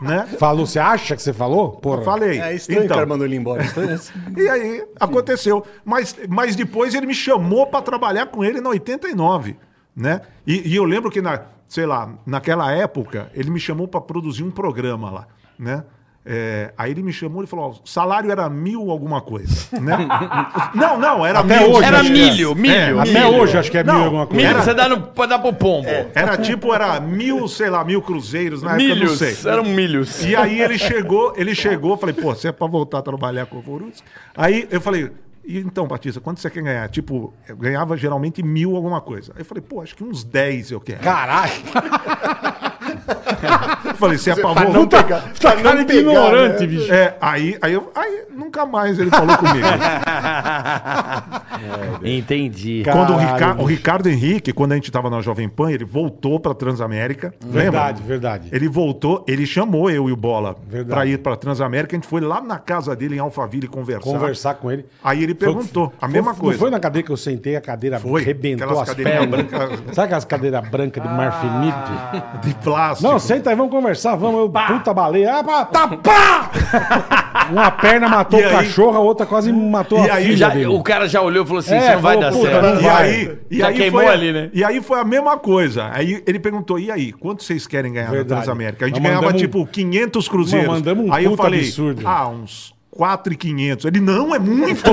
Speaker 1: né?
Speaker 3: Falou, você acha que você falou? Porra.
Speaker 1: Falei. Então,
Speaker 2: É estranho o cara mandou ele embora. Estranho isso.
Speaker 1: E aí aconteceu. Mas, mas depois ele me chamou para trabalhar com ele na 89, né? E, e eu lembro que, na, sei lá, naquela época, ele me chamou para produzir um programa lá, né? É, aí ele me chamou e falou: ó, salário era mil alguma coisa, né? (laughs) não, não, era
Speaker 3: Até
Speaker 1: mil.
Speaker 3: hoje,
Speaker 4: Era
Speaker 3: acho que
Speaker 4: milho,
Speaker 1: é.
Speaker 4: milho.
Speaker 1: É,
Speaker 3: Até hoje acho que é mil
Speaker 1: Não, tá
Speaker 3: alguma coisa.
Speaker 4: Milho,
Speaker 3: (laughs)
Speaker 1: Era-
Speaker 4: você dá, no, dá pro pombo.
Speaker 1: Era tipo, era mil, sei lá, mil cruzeiros na época, não
Speaker 4: milhos,
Speaker 1: sei.
Speaker 3: É,
Speaker 4: eram milhos.
Speaker 1: E aí ele chegou, ele chegou, falei, pô, você é pra voltar a trabalhar com o Borussia? Aí eu falei, e então, Batista, quanto você quer ganhar? Tipo, eu ganhava geralmente mil alguma coisa. Aí eu falei, pô, acho que uns 10 eu quero.
Speaker 3: Caralho.
Speaker 1: Eu falei, você é
Speaker 2: pra
Speaker 1: pavor.
Speaker 2: não pegar. pra
Speaker 3: Tá
Speaker 1: tá
Speaker 3: Cara
Speaker 2: não
Speaker 3: de
Speaker 2: pegar,
Speaker 3: ignorante,
Speaker 2: né?
Speaker 3: bicho.
Speaker 1: É, aí, aí, eu- aí nunca mais ele falou comigo.
Speaker 4: Entendi.
Speaker 1: É, quando o,
Speaker 3: Caralho,
Speaker 1: Rica- o
Speaker 3: bicho.
Speaker 1: Ricardo Henrique, quando a gente tava na Jovem Pan, ele voltou pra Transamérica. Lembra?
Speaker 3: Verdade, verdade.
Speaker 1: Ele voltou, ele chamou eu e o Bola
Speaker 3: Verdade.
Speaker 1: pra ir pra Transamérica. A gente foi lá na casa dele, em Alphaville, conversar.
Speaker 3: Conversar com ele.
Speaker 1: Aí ele perguntou a mesma
Speaker 3: Foi-
Speaker 1: coisa.
Speaker 3: Não foi na cadeira que eu sentei, a cadeira
Speaker 1: Foi.
Speaker 3: arrebentou
Speaker 1: Aquelas Ah.
Speaker 3: as
Speaker 1: cadeirinhas
Speaker 3: pernas.
Speaker 1: brancas.
Speaker 3: Sabe aquelas cadeiras brancas de marfinito?
Speaker 1: De plástico.
Speaker 3: Não, senta aí, vamos conversar, vamos. Eu, puta baleia. Ah, pá, tá, pá! Uma perna matou
Speaker 1: E
Speaker 3: o
Speaker 1: aí-
Speaker 3: cachorro, a outra quase matou
Speaker 1: E
Speaker 3: a
Speaker 1: aí
Speaker 3: filha
Speaker 4: Já-
Speaker 3: dele.
Speaker 4: o cara já olhou e falou assim:
Speaker 3: É,
Speaker 4: isso não vai
Speaker 3: falou,
Speaker 4: dar
Speaker 3: puta,
Speaker 4: certo.
Speaker 3: não
Speaker 1: E
Speaker 3: vai.
Speaker 1: aí, e
Speaker 4: Já
Speaker 1: aí
Speaker 4: queimou
Speaker 1: foi, a-
Speaker 4: ali, né?
Speaker 1: E aí foi a mesma coisa. Aí ele perguntou: e aí, quanto vocês querem ganhar
Speaker 3: Verdade.
Speaker 1: na Transamérica? A gente
Speaker 3: Nós
Speaker 1: ganhava
Speaker 3: mandamos um-
Speaker 1: tipo 500 cruzeiros.
Speaker 3: Nós mandamos um
Speaker 1: aí eu
Speaker 3: puta
Speaker 1: falei:
Speaker 3: absurdo.
Speaker 1: ah, uns 4,500. Ele não,
Speaker 3: (laughs)
Speaker 1: é muito.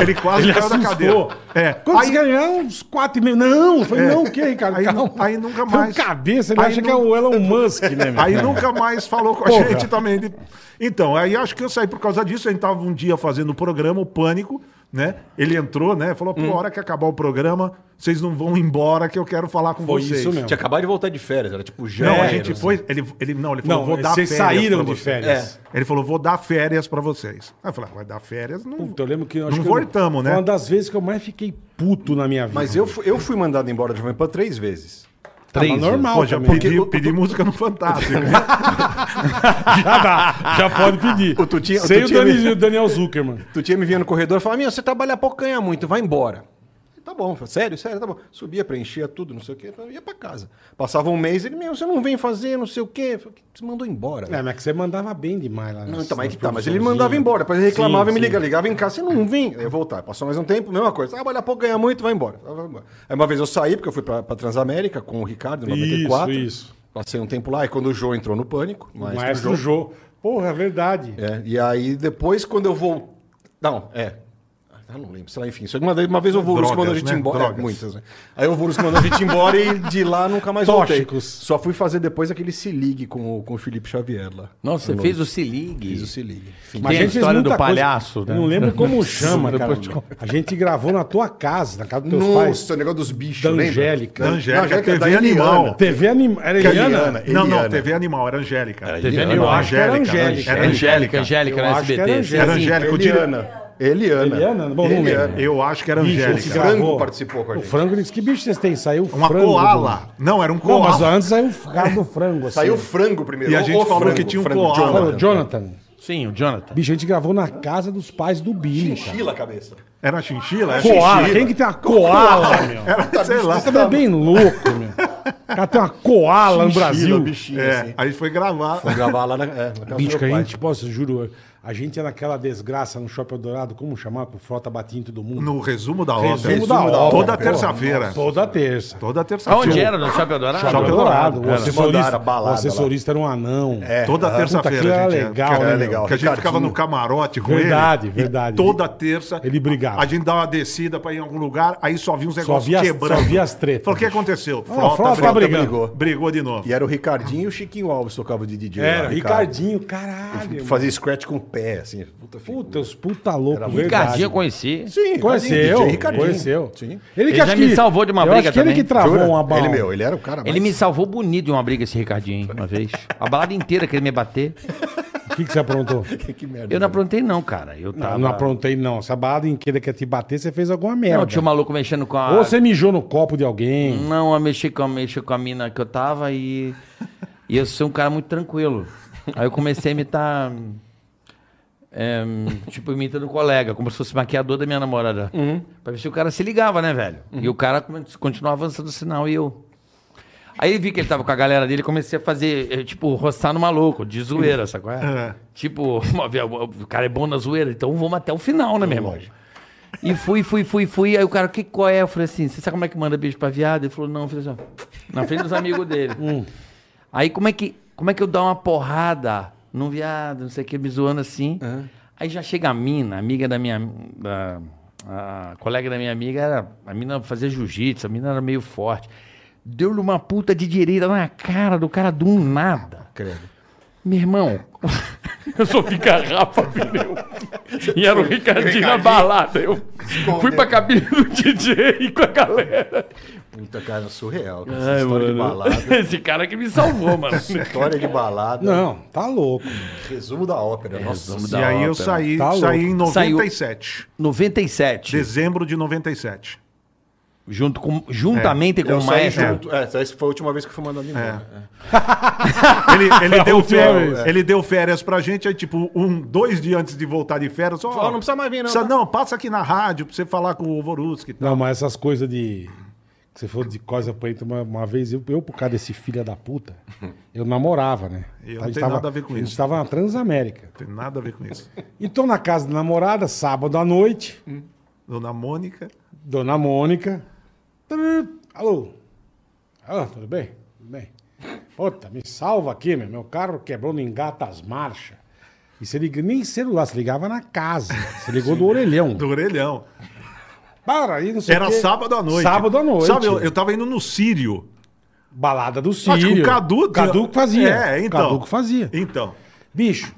Speaker 1: Ele quase
Speaker 3: Ele
Speaker 1: caiu da
Speaker 3: assustou.
Speaker 1: cadeira. É.
Speaker 3: Quantos
Speaker 1: Aí- É.
Speaker 3: ganhar? Uns 4 e meio. Não, foi não o quê, Ricardo?
Speaker 1: Aí
Speaker 3: Calma.
Speaker 1: nu- aí nunca
Speaker 3: Foi um
Speaker 1: mais.
Speaker 3: cabeça, ele
Speaker 1: Aí
Speaker 3: acha
Speaker 1: nu-
Speaker 3: que é o Elon Musk, né, meu?
Speaker 1: Aí nunca mais falou com a
Speaker 3: Porra.
Speaker 1: gente também. Ele- Então, aí acho que eu saí por causa disso. A gente tava um dia fazendo o programa, o Pânico, né? Ele entrou, né? Falou, pô,
Speaker 3: Hum.
Speaker 1: a hora que acabar o programa, vocês não vão embora que eu quero falar com
Speaker 3: Foi
Speaker 1: vocês.
Speaker 3: isso mesmo. É, assim.
Speaker 5: Tinha acabado de voltar de férias, era tipo já.
Speaker 1: Não, a gente foi... Ele, ele, não, ele falou,
Speaker 3: Não,
Speaker 1: vou dar
Speaker 3: vocês
Speaker 1: férias
Speaker 3: saíram
Speaker 1: pra
Speaker 3: de
Speaker 1: vocês.
Speaker 3: férias.
Speaker 1: É. Ele falou, vou dar férias pra vocês. Aí eu falei, ah, vai dar férias? Não,
Speaker 3: Puta, eu lembro que... eu
Speaker 1: não
Speaker 3: que eu-
Speaker 1: voltamos,
Speaker 3: Foi
Speaker 1: né?
Speaker 3: uma das vezes que eu mais fiquei puto na minha vida.
Speaker 2: Mas eu, fui- eu fui mandado embora da Jovem Pan três vezes.
Speaker 3: Tava
Speaker 4: Três
Speaker 3: normal
Speaker 1: Pô, já
Speaker 3: também. (laughs)
Speaker 1: pedi, pedi música no Fantástico. né?
Speaker 3: Já dá, Ah, tá. já pode
Speaker 1: (laughs)
Speaker 3: pedir.
Speaker 2: O Tutinha- o
Speaker 3: Sem o,
Speaker 2: Tutinha-
Speaker 3: Dani- o Daniel Zuckerman.
Speaker 2: Tu tinha me via no corredor e falava, minha, você trabalha pouco, ganha muito, vai embora. Eu, Tá bom, eu falei, sério, sério, tá bom. Subia, preenchia tudo, não sei o quê, então eu ia pra casa. Passava um mês, ele, meu, você não vem fazer, não sei o quê. Eu falei, Você mandou embora.
Speaker 3: É, mas que você mandava bem demais lá.
Speaker 2: Não,
Speaker 3: nas-
Speaker 2: então, mas,
Speaker 3: nas
Speaker 2: aí que tá, mas ele
Speaker 3: produções.
Speaker 2: mandava embora, depois ele reclamava
Speaker 3: Sim,
Speaker 2: e me
Speaker 3: sim.
Speaker 2: ligava, ligava em casa, você não vem, aí eu voltava. Passou mais um tempo, mesma coisa, trabalha pouco, ganha muito, vai embora. vai embora. Aí uma vez eu saí, porque eu fui pra, pra Transamérica com o Ricardo, em 94.
Speaker 3: Isso, isso.
Speaker 2: Passei um tempo lá, e quando o Jô entrou no pânico,
Speaker 3: O
Speaker 2: mas
Speaker 3: Maestro Jô. Porra, é verdade.
Speaker 2: é, e aí depois, quando eu vou. Não, é. Ah, não lembro, sei lá, enfim. Só que uma vez, uma vez o Vorus
Speaker 1: Drogas,
Speaker 2: mandou a gente
Speaker 1: né?
Speaker 2: embora.
Speaker 1: Drogas.
Speaker 2: É, muitas, né? Aí o Vorus mandou a gente embora e de lá nunca mais voltei.
Speaker 3: Tóxicos.
Speaker 2: Só fui fazer depois aquele Se Ligue com, o- com o Felipe Xavier lá.
Speaker 4: Nossa, você fez o Se Ligue.
Speaker 2: Fiz o Se Ligue. Enfim,
Speaker 4: Mas- Tem a
Speaker 3: fez
Speaker 4: história
Speaker 3: muita
Speaker 4: do palhaço,
Speaker 3: coisa-
Speaker 4: né?
Speaker 3: Não lembro
Speaker 4: (laughs)
Speaker 3: como chama, cara.
Speaker 4: Depois te
Speaker 3: A gente gravou na tua casa, na casa dos teus pais.
Speaker 2: Nossa, o negócio dos bichos,
Speaker 3: Da
Speaker 2: lembra?
Speaker 3: Angélica.
Speaker 1: Da Angélica,
Speaker 2: Não, é
Speaker 1: TV
Speaker 2: da Eliana.
Speaker 1: Animal.
Speaker 3: TV Animal. Era
Speaker 2: Que a
Speaker 3: Eliana?
Speaker 2: Eliana.
Speaker 1: Não, não,
Speaker 3: né?
Speaker 2: Eliana.
Speaker 1: TV Animal, era Angélica.
Speaker 4: TV
Speaker 1: Não,
Speaker 4: Animal.
Speaker 3: acho que era Angélica.
Speaker 1: Era Angélica.
Speaker 4: Angélica, Angélica né,
Speaker 3: Eu
Speaker 4: na
Speaker 3: acho que
Speaker 4: SBT.
Speaker 3: era
Speaker 4: sim.
Speaker 3: Angélica.
Speaker 1: Era Angélica. Eu tive-
Speaker 2: Eliana. Eliana.
Speaker 3: Eliana? Bom, não lembro.
Speaker 1: Eu acho que era
Speaker 3: Bicho, esse
Speaker 2: O
Speaker 1: Angélica.
Speaker 3: cara-
Speaker 2: Frango
Speaker 3: Gravou.
Speaker 2: participou com a
Speaker 3: O
Speaker 2: gente.
Speaker 3: frango disse que bicho vocês têm? Saiu o
Speaker 1: Uma
Speaker 3: frango. do-
Speaker 1: koala. Não, era um
Speaker 3: Não, mas
Speaker 1: koala.
Speaker 3: antes saiu o cara do frango. assim.
Speaker 2: Saiu o frango primeiro.
Speaker 1: E a
Speaker 2: o-
Speaker 1: gente
Speaker 2: o
Speaker 1: falou
Speaker 2: frango,
Speaker 1: que tinha um
Speaker 2: frango,
Speaker 1: koala.
Speaker 3: Falou,
Speaker 2: Jonathan.
Speaker 3: Jonathan.
Speaker 4: Sim, o Jonathan.
Speaker 3: Bicho, a gente gravou na casa dos pais do Billy, cara.
Speaker 2: Gila a cabeça.
Speaker 1: Era chinchila? Era
Speaker 3: Koala.
Speaker 1: chinchila.
Speaker 3: Quem que tem a koala, meu?
Speaker 1: Era, sei lá.
Speaker 3: Você também é bem louco, meu. O cara tem uma koala no Brasil.
Speaker 2: bichinho,
Speaker 1: É, aí foi gravar.
Speaker 2: Vou gravar lá na, é, na casa do
Speaker 3: Bicho,
Speaker 2: meu
Speaker 3: que a
Speaker 2: pai.
Speaker 3: gente, posso, juro, a gente ia naquela desgraça no Shopping Dourado, como chamar, com frota batia em todo mundo.
Speaker 1: No resumo da obra.
Speaker 3: Resumo
Speaker 2: da obra,
Speaker 1: Toda
Speaker 2: pô.
Speaker 1: terça-feira.
Speaker 3: Toda terça.
Speaker 1: Toda terça-feira.
Speaker 4: Aonde era? No Shopping Dourado?
Speaker 1: Shopping Dourado.
Speaker 3: O
Speaker 1: Era.
Speaker 3: assessorista,
Speaker 2: Mandaram a balada É.
Speaker 3: o assessorista era um anão. Puta,
Speaker 1: Toda
Speaker 3: aquilo
Speaker 1: terça-feira,
Speaker 3: era
Speaker 1: a gente.
Speaker 3: legal,
Speaker 1: era,
Speaker 3: né,
Speaker 1: era
Speaker 3: meu?
Speaker 1: legal. Que a gente
Speaker 2: Ricardinho.
Speaker 1: ficava no camarote com
Speaker 3: Verdade,
Speaker 1: ele.
Speaker 3: verdade.
Speaker 1: E toda terça.
Speaker 3: Ele brigava.
Speaker 1: A gente dava uma descida pra ir em algum lugar, aí só via uns
Speaker 3: via
Speaker 1: negócios
Speaker 3: as-
Speaker 1: quebrando.
Speaker 3: só via as tretas,
Speaker 1: Falou, o que
Speaker 3: bicho.
Speaker 1: aconteceu?
Speaker 3: Ah, a frota tá
Speaker 1: brigou.
Speaker 3: brigando.
Speaker 2: brigou.
Speaker 1: Brigou de novo.
Speaker 2: E era o Ricardinho e o Chiquinho Alves tocava de DJ.
Speaker 3: Era,
Speaker 2: lá,
Speaker 3: Ricardinho, caralho.
Speaker 2: Ricardo. Fazia scratch com o pé, assim. Puta, filho.
Speaker 3: Puta, os puta louco,
Speaker 2: Era
Speaker 3: verdade.
Speaker 4: Ricardinho eu conheci.
Speaker 2: Sim,
Speaker 3: Conheceu,
Speaker 2: DJ
Speaker 3: conheceu.
Speaker 2: Sim.
Speaker 3: Ele,
Speaker 4: já me salvou de uma
Speaker 3: eu
Speaker 4: briga
Speaker 3: acho que
Speaker 4: também.
Speaker 3: ele que travou
Speaker 2: Jura?
Speaker 3: uma bala.
Speaker 2: Ele, meu, ele era o cara mais...
Speaker 4: Ele me salvou bonito de uma briga, esse Ricardinho, hein, uma vez. A balada inteira queria me bater.
Speaker 3: O que, que você aprontou?
Speaker 2: Que merda.
Speaker 4: Eu não aprontei, não, cara. Eu
Speaker 3: Tá, Não,
Speaker 4: tava.
Speaker 3: não aprontei, não. Essa balada em que ele quer te bater, você fez alguma merda. Hum.
Speaker 4: Não, tinha um maluco mexendo com a.
Speaker 3: Ou você mijou no copo de alguém.
Speaker 4: Não, eu mexi com, a- mexi com a mina que eu tava e. E eu sou um cara muito tranquilo. Aí eu comecei a imitar. é, tipo, imitando um colega, como se fosse maquiador da minha namorada. Pra ver se o cara se ligava, né, velho? E o cara come- continuava avançando o sinal e eu. Aí ele vi que ele tava com a galera dele e comecei a fazer, eh, tipo, roçar no maluco, de zoeira, sabe?
Speaker 1: É.
Speaker 4: Tipo, (laughs) uma vez, o cara é bom na zoeira, então vamos até o final, né, meu irmão? E fui, fui, fui, fui. Aí o cara, que qual é? Eu falei assim, você sabe como é que manda beijo pra viado? Ele falou, não, eu falei assim, ó, na frente dos amigos dele. Aí como é que, como é que eu dou uma porrada num viado, não sei o que, me zoando assim. Aí já chega a mina, amiga da minha. da- a colega da minha amiga, era, a mina fazia jiu-jitsu, a mina era meio forte. Deu-lhe uma puta de direita na cara do cara do nada.
Speaker 2: Credo.
Speaker 4: Meu irmão,
Speaker 7: (laughs) Eu só vi garrafa, pneu. E era o Ricardinho na balada. Eu fui pra cabine do (laughs) DJ com a galera.
Speaker 2: Puta, cara, surreal. cara. Essa
Speaker 7: Ai,
Speaker 2: história de
Speaker 7: mano.
Speaker 4: (laughs)
Speaker 2: balada.
Speaker 7: Esse cara que me salvou, mano.
Speaker 2: História de balada.
Speaker 3: Não, tá louco.
Speaker 2: Resumo da ópera. Nossa,
Speaker 4: Resumo
Speaker 1: E
Speaker 4: da
Speaker 1: aí eu
Speaker 4: ópera.
Speaker 1: saí,
Speaker 3: Tá
Speaker 1: saí em
Speaker 4: louco. Saiu-
Speaker 1: 97.
Speaker 4: 97.
Speaker 1: Dezembro de 97.
Speaker 4: Junto com, juntamente com
Speaker 2: eu
Speaker 4: o
Speaker 2: saí
Speaker 3: né?
Speaker 4: maestro.
Speaker 2: junto. É, essa foi a última vez que eu fui mandado embora. É.
Speaker 1: Ele,
Speaker 3: (laughs)
Speaker 1: ele deu
Speaker 3: última
Speaker 1: férias,
Speaker 3: vez.
Speaker 1: ele deu férias pra gente, aí tipo, um, dois dias antes de voltar de férias, só...
Speaker 5: Falou, não precisa mais vir, não.
Speaker 1: Precisa- não, passa aqui na rádio pra você falar com o Voruski e tal.
Speaker 3: Não, mas essas coisas de. Que você falou de coisa pra ele, uma, uma vez eu, eu, por causa desse filho da puta, eu namorava, né?
Speaker 1: Eu não
Speaker 3: A gente
Speaker 1: tenho nada a ver com
Speaker 3: A gente
Speaker 1: isso.
Speaker 3: tava na Transamérica.
Speaker 1: Não tem nada a ver com isso. (laughs)
Speaker 3: Então, na casa da namorada, sábado à noite,
Speaker 1: Dona Mônica,
Speaker 3: Dona Mônica. Tru- Alô? Alô, tudo bem? Tudo bem? Puta, me salva aqui, meu. Meu carro quebrou no engata as marchas. E você liga, nem celular, você ligava na casa. Você ligou do orelhão.
Speaker 1: do orelhão.
Speaker 3: Para aí, não sei o
Speaker 1: Era
Speaker 3: quê.
Speaker 1: sábado à noite.
Speaker 3: é Sábado à noite.
Speaker 1: Sabe, eu, eu tava indo no Sírio.
Speaker 3: Balada do
Speaker 1: Acho que
Speaker 3: Sírio.
Speaker 1: o Cadu...
Speaker 3: Cadu que fazia.
Speaker 1: É, então.
Speaker 3: Cadu que fazia.
Speaker 1: Então.
Speaker 3: Bicho,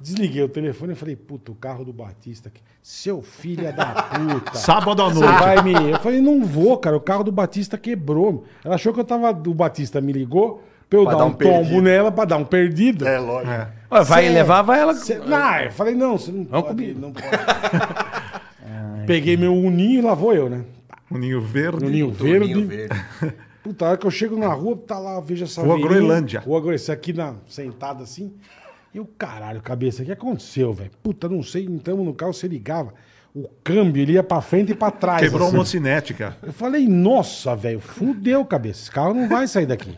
Speaker 3: desliguei o telefone e falei, puta, o carro do Batista aqui. Seu filho é da puta.
Speaker 1: (laughs) Sábado à
Speaker 3: Você
Speaker 1: noite.
Speaker 3: vai me... Eu falei, não vou, cara. O carro do Batista quebrou. Ela achou que eu tava. O Batista me ligou pra eu
Speaker 2: Pra
Speaker 3: dar,
Speaker 2: dar
Speaker 3: um,
Speaker 2: um
Speaker 3: tombo
Speaker 2: perdido.
Speaker 3: nela pra dar um perdido.
Speaker 2: É, lógico.
Speaker 4: Ué, vai
Speaker 3: Cê-
Speaker 4: levar, vai ela.
Speaker 3: Cê- Não, eu falei, não, você não pode.
Speaker 4: comigo.
Speaker 3: Não pode. (laughs) Peguei meu uninho e lá vou eu, né?
Speaker 1: O Ninho Verde.
Speaker 3: Uninho verde.
Speaker 2: Turminho verde.
Speaker 3: Puta, a hora que eu chego na rua, tá lá, vejo essa
Speaker 1: Rua
Speaker 3: velhinha,
Speaker 1: Groenlândia.
Speaker 3: Rua Groenlândia, aqui na, sentada assim. E o caralho, cabeça, o que aconteceu, velho? Puta, não sei, entramos no carro, você ligava. O câmbio, ele ia pra frente e pra trás.
Speaker 1: Quebrou
Speaker 3: assim.
Speaker 1: uma cinética.
Speaker 3: Eu falei, nossa, velho, fudeu, cabeça. Esse carro não vai sair daqui.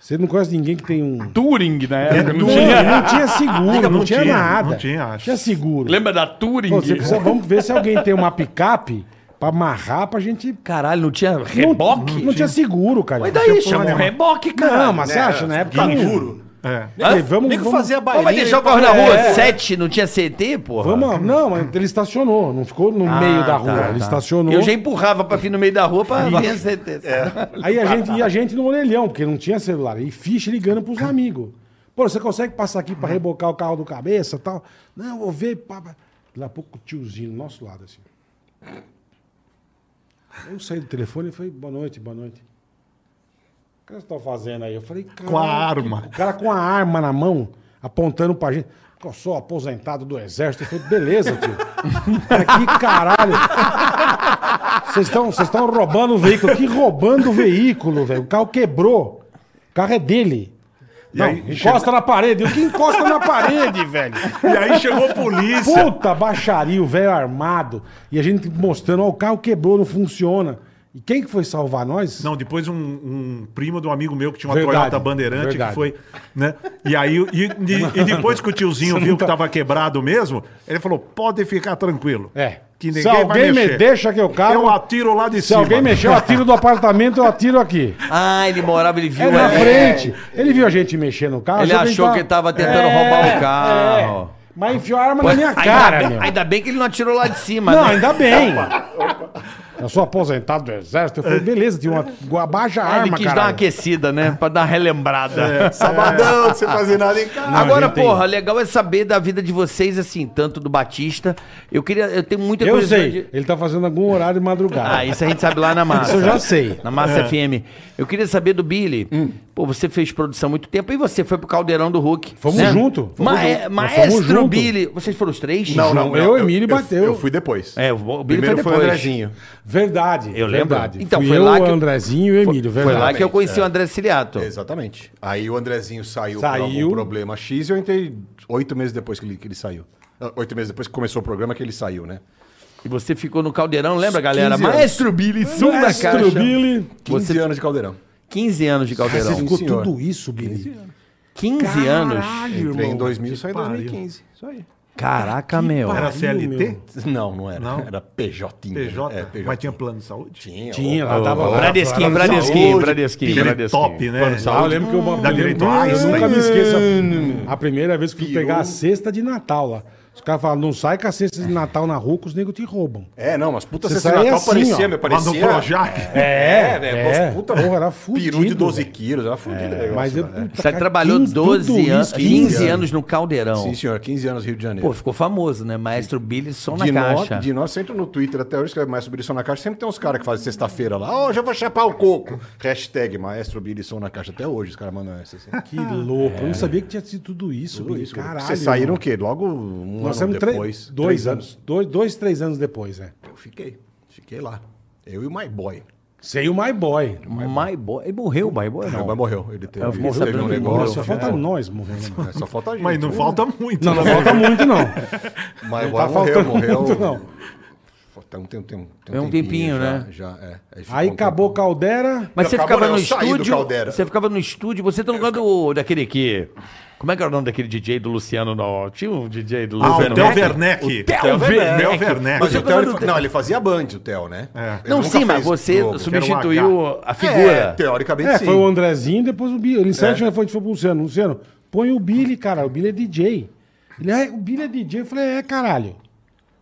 Speaker 3: Você não conhece ninguém que tem um.
Speaker 7: Touring na
Speaker 1: É
Speaker 7: época, não
Speaker 3: Não,
Speaker 7: tinha.
Speaker 3: não tinha seguro, não,
Speaker 1: não
Speaker 3: tinha,
Speaker 1: tinha,
Speaker 3: nada.
Speaker 1: não tinha, acho.
Speaker 3: Tinha seguro.
Speaker 7: Lembra da Touring?
Speaker 3: Pô, você precisa- vamos ver se alguém tem uma picape pra amarrar pra gente.
Speaker 4: Caralho, não tinha
Speaker 3: Não-
Speaker 4: reboque?
Speaker 3: Não, tinha seguro, cara.
Speaker 4: Mas daí, chama um
Speaker 1: nenhuma.
Speaker 4: reboque, cara.
Speaker 3: Não, mas você acha, né? tá na época. não-
Speaker 1: É.
Speaker 3: Falei,
Speaker 4: Hã?
Speaker 3: Vamos,
Speaker 5: Nem que
Speaker 3: vamos,
Speaker 5: fazia
Speaker 4: Mas
Speaker 5: bailinha.
Speaker 4: vai deixar o
Speaker 5: ele
Speaker 4: carro na
Speaker 5: tava-
Speaker 4: rua
Speaker 5: É.
Speaker 4: 7, não tinha CT, porra?
Speaker 3: vamos- Não, mas ele estacionou, não ficou no
Speaker 4: Ah,
Speaker 3: meio da
Speaker 4: tá,
Speaker 3: rua. ele
Speaker 4: tá.
Speaker 3: estacionou. É.
Speaker 4: Eu já empurrava pra vir no meio da rua pra ter certeza. (laughs)
Speaker 3: Aí a gente, e a gente no orelhão, porque não tinha celular. E ficha ligando pros amigos. Pô, você consegue passar aqui pra rebocar o carro do cabeça e tal? Não, vou ver. Pá, pá. Daqui a pouco o tiozinho do nosso lado, assim. Eu saí do telefone e falei, boa noite, boa noite. O que vocês estão fazendo aí? Eu falei, cara.
Speaker 1: Com a arma.
Speaker 3: O cara com a arma na mão, apontando pra gente. "Que Eu sou aposentado do exército. Eu falei, beleza, tio. Cara, que caralho. Vocês estão vocês estão roubando o veículo. Que roubando o veículo, velho? O carro quebrou. O carro é dele.
Speaker 1: E
Speaker 3: Não,
Speaker 1: aí,
Speaker 3: encosta na parede. O que encosta na parede, (laughs) velho?
Speaker 1: E aí chegou a polícia.
Speaker 3: Puta baixaria, o velho armado. E a gente mostrando, ó, o carro quebrou, não funciona. E quem que foi salvar nós?
Speaker 1: Não, depois um, um primo de um amigo meu que tinha uma
Speaker 3: Verdade,
Speaker 1: Toyota Bandeirante
Speaker 3: verdade.
Speaker 1: que foi, né? E aí e, e-
Speaker 3: (laughs)
Speaker 1: e depois que o tiozinho viu
Speaker 3: tá-
Speaker 1: que tava quebrado mesmo, ele falou: "Pode ficar tranquilo.
Speaker 3: É.
Speaker 1: Que ninguém
Speaker 3: Se alguém
Speaker 1: vai
Speaker 3: me
Speaker 1: mexer.
Speaker 3: deixa que eu caio-
Speaker 1: eu atiro lá de
Speaker 3: Se
Speaker 1: cima.
Speaker 3: alguém mexer, eu atiro do apartamento, eu atiro aqui.
Speaker 4: Ah, ele morava, ele viu.
Speaker 3: É na
Speaker 4: né?
Speaker 3: frente. Ele viu a gente mexer no carro.
Speaker 4: Ele achou que ele tava tentando roubar o carro.
Speaker 3: é. Mas enfiou a arma
Speaker 4: Pô,
Speaker 3: na minha
Speaker 4: ainda
Speaker 3: cara,
Speaker 4: bem- ainda,
Speaker 3: meu.
Speaker 4: bem, que ele não atirou lá de cima,
Speaker 3: Não,
Speaker 4: né?
Speaker 3: ainda bem. Eu sou aposentado do exército. Eu falei, beleza, tinha uma baixa
Speaker 4: Ah, ele
Speaker 3: arma,
Speaker 4: quis dar uma
Speaker 3: cara.
Speaker 4: aquecida, né? Pra dar uma relembrada.
Speaker 2: (laughs) Sabadão, sem fazer nada em
Speaker 4: (laughs)
Speaker 2: casa.
Speaker 4: Agora,
Speaker 3: a gente tem-
Speaker 4: porra, legal é saber da vida de vocês, assim, tanto do Batista. Eu queria. Eu tenho muita
Speaker 3: Eu
Speaker 4: curiosidade.
Speaker 3: sei, ele tá fazendo algum horário de madrugada.
Speaker 4: Ah, isso a gente sabe lá na massa.
Speaker 3: (laughs) Isso eu já sei. É. Hum.
Speaker 4: Na Massa FM. Eu queria saber do Billy. Pô, você fez produção há muito tempo e você foi pro Caldeirão do Hulk. né?
Speaker 3: Fomos junto, fomos
Speaker 4: Ma-
Speaker 3: junto.
Speaker 4: é,
Speaker 3: Nós fomos
Speaker 4: Maestro
Speaker 3: junto.
Speaker 4: Billy. Vocês foram os três?
Speaker 3: Não, não, eu, Emílio, bateu.
Speaker 2: Eu, fui depois.
Speaker 4: É, o Billy
Speaker 2: Primeiro foi
Speaker 4: foi
Speaker 2: o
Speaker 4: depois.
Speaker 2: Andrezinho.
Speaker 3: Verdade.
Speaker 4: Eu lembro.
Speaker 3: Verdade.
Speaker 4: Então,
Speaker 3: Fui
Speaker 4: foi
Speaker 3: eu,
Speaker 4: lá que-
Speaker 3: o Andrezinho e o Emílio,
Speaker 4: foi
Speaker 3: verdade.
Speaker 4: lá é. que eu conheci o André Ciliato.
Speaker 2: Exatamente. Aí o Andrezinho saiu,
Speaker 3: Saiu.
Speaker 2: por algum problema X e eu entrei oito meses depois que ele, que ele saiu. Ah, Oito meses depois que começou o programa que ele saiu, né?
Speaker 4: E você ficou no Caldeirão, lembra, galera?
Speaker 2: 15 anos.
Speaker 4: Maestro Billy, som da
Speaker 3: Maestro
Speaker 4: caixa.
Speaker 3: Billy.
Speaker 2: 15 anos de caldeirão.
Speaker 4: 15 anos de
Speaker 3: Você
Speaker 4: Caldeirão.
Speaker 3: ficou
Speaker 2: senhor.
Speaker 3: tudo isso, Billy?
Speaker 4: 15 anos.
Speaker 3: Caralho,
Speaker 2: Entrei em
Speaker 3: irmão.
Speaker 2: 2000 e saí em
Speaker 1: pariu.
Speaker 2: 2015. Isso aí.
Speaker 4: Caraca, meu.
Speaker 1: Era
Speaker 3: Pariu,
Speaker 1: CLT?
Speaker 3: meu.
Speaker 2: Não, não era.
Speaker 1: Não?
Speaker 2: Era PJ.
Speaker 1: PJ,
Speaker 2: É, PJ.
Speaker 1: mas tinha plano de saúde?
Speaker 2: Tinha.
Speaker 3: Tinha,
Speaker 2: ó,
Speaker 3: lá dava...
Speaker 4: Bradesquinho,
Speaker 3: lá-
Speaker 4: Bradesquinho, Bradesquinho,
Speaker 1: Aquele
Speaker 4: Bradesquinho.
Speaker 1: top, né?
Speaker 3: Ah, eu lembro que eu,
Speaker 1: Da
Speaker 3: eu,
Speaker 1: direito
Speaker 3: eu
Speaker 1: Einstein.
Speaker 3: nunca me esqueço. A primeira vez que fui
Speaker 2: Pirou.
Speaker 3: pegar a cesta de Natal lá. Os caras falam, não sai com a cesta de Natal na rua que os negros te roubam.
Speaker 2: É, não, mas puta
Speaker 3: Você
Speaker 2: cesta
Speaker 3: saía
Speaker 2: de Natal
Speaker 3: assim,
Speaker 2: parecia,
Speaker 3: ó,
Speaker 2: meu,
Speaker 1: Lá no
Speaker 2: parecia...
Speaker 1: Projac.
Speaker 2: É, velho,
Speaker 3: é.
Speaker 2: mas puta,
Speaker 3: Porra, era
Speaker 2: peru de
Speaker 3: fudido,
Speaker 2: 12
Speaker 3: velho. É,
Speaker 2: quilos, né? era fudido. o negócio,
Speaker 3: Mas eu,
Speaker 2: velho.
Speaker 3: puta,
Speaker 4: Você
Speaker 3: cara,
Speaker 4: trabalhou
Speaker 3: 15,
Speaker 4: 12
Speaker 3: tudo
Speaker 4: anos,
Speaker 3: isso,
Speaker 4: 15
Speaker 2: anos.
Speaker 4: anos no Caldeirão.
Speaker 2: Sim, senhor, 15 anos, Rio de Janeiro.
Speaker 4: Pô, ficou famoso, né? Maestro Billy, som na
Speaker 2: de nós,
Speaker 4: caixa.
Speaker 2: de nós, sempre no Twitter, até hoje escreve mais sobre isso na caixa, sempre tem uns caras que fazem sexta-feira lá, ó, já vou chapar o coco. Hashtag maestro Bilisson na caixa. Até hoje os caras mandam essa.
Speaker 3: (laughs)
Speaker 2: Assim.
Speaker 3: Que louco. Eu não sabia que tinha sido tudo isso, Billy. Caralho.
Speaker 2: Vocês saíram o
Speaker 3: irmão.
Speaker 2: quê? Logo um
Speaker 3: Nós
Speaker 2: ano
Speaker 3: saímos três-
Speaker 2: depois?
Speaker 3: dois
Speaker 2: Três
Speaker 3: anos. Dois, dois, três anos depois, é.
Speaker 2: Eu fiquei. Fiquei lá. Eu e o My Boy.
Speaker 3: Sem o My Boy.
Speaker 4: My Boy. Ele morreu, My Boy,
Speaker 2: Meu
Speaker 4: não.
Speaker 2: boy morreu. Ele teve,
Speaker 4: Eu fiquei
Speaker 2: teve
Speaker 4: sabendo
Speaker 2: um
Speaker 4: que
Speaker 2: negócio.
Speaker 4: morreu.
Speaker 3: Só falta nós morrendo.
Speaker 2: (laughs) É, só
Speaker 3: (laughs)
Speaker 2: falta a gente.
Speaker 1: Mas não falta muito.
Speaker 3: Não, não
Speaker 1: né?
Speaker 3: falta muito, não. (laughs)
Speaker 2: My Boy
Speaker 3: tá
Speaker 2: morreu,
Speaker 3: faltando (laughs)
Speaker 2: morreu.
Speaker 3: muito, não.
Speaker 2: Tem um, tem um- tem um- tem
Speaker 4: É um tempinho,
Speaker 2: já,
Speaker 4: né?
Speaker 2: Já, é. ficou
Speaker 3: Aí
Speaker 2: um
Speaker 3: acabou
Speaker 2: tempão.
Speaker 3: Caldera.
Speaker 4: Mas
Speaker 2: Não,
Speaker 4: você
Speaker 2: acabou,
Speaker 4: ficava
Speaker 2: não,
Speaker 4: no
Speaker 2: eu saí do
Speaker 4: estúdio.
Speaker 2: Caldeira.
Speaker 4: Você ficava no estúdio, você tá no lugar do, daquele que. Como é que era o nome daquele DJ do Luciano? No... Tinha um DJ do
Speaker 1: Ah,
Speaker 4: Luciano.
Speaker 1: o Del Werneck.
Speaker 4: Theo Werneck.
Speaker 1: Del Werneck.
Speaker 2: Mas o
Speaker 4: Mas
Speaker 2: Theo,
Speaker 4: eu
Speaker 2: ele
Speaker 4: tô-
Speaker 2: fa- não, ele fazia band, o Theo, né?
Speaker 1: É.
Speaker 2: Ele
Speaker 4: Não,
Speaker 2: nunca
Speaker 4: sim, mas
Speaker 2: fez
Speaker 4: você
Speaker 2: Globo.
Speaker 4: substituiu a
Speaker 2: um É,
Speaker 4: figura.
Speaker 2: teoricamente
Speaker 3: É,
Speaker 2: sim.
Speaker 3: foi o Andrezinho, depois o Billy. Ele
Speaker 2: É.
Speaker 3: insiste, foi, foi pro Luciano. Luciano, põe o Billy, cara. O Billy é DJ. Ele, é, o Billy é DJ. Eu falei, é, caralho.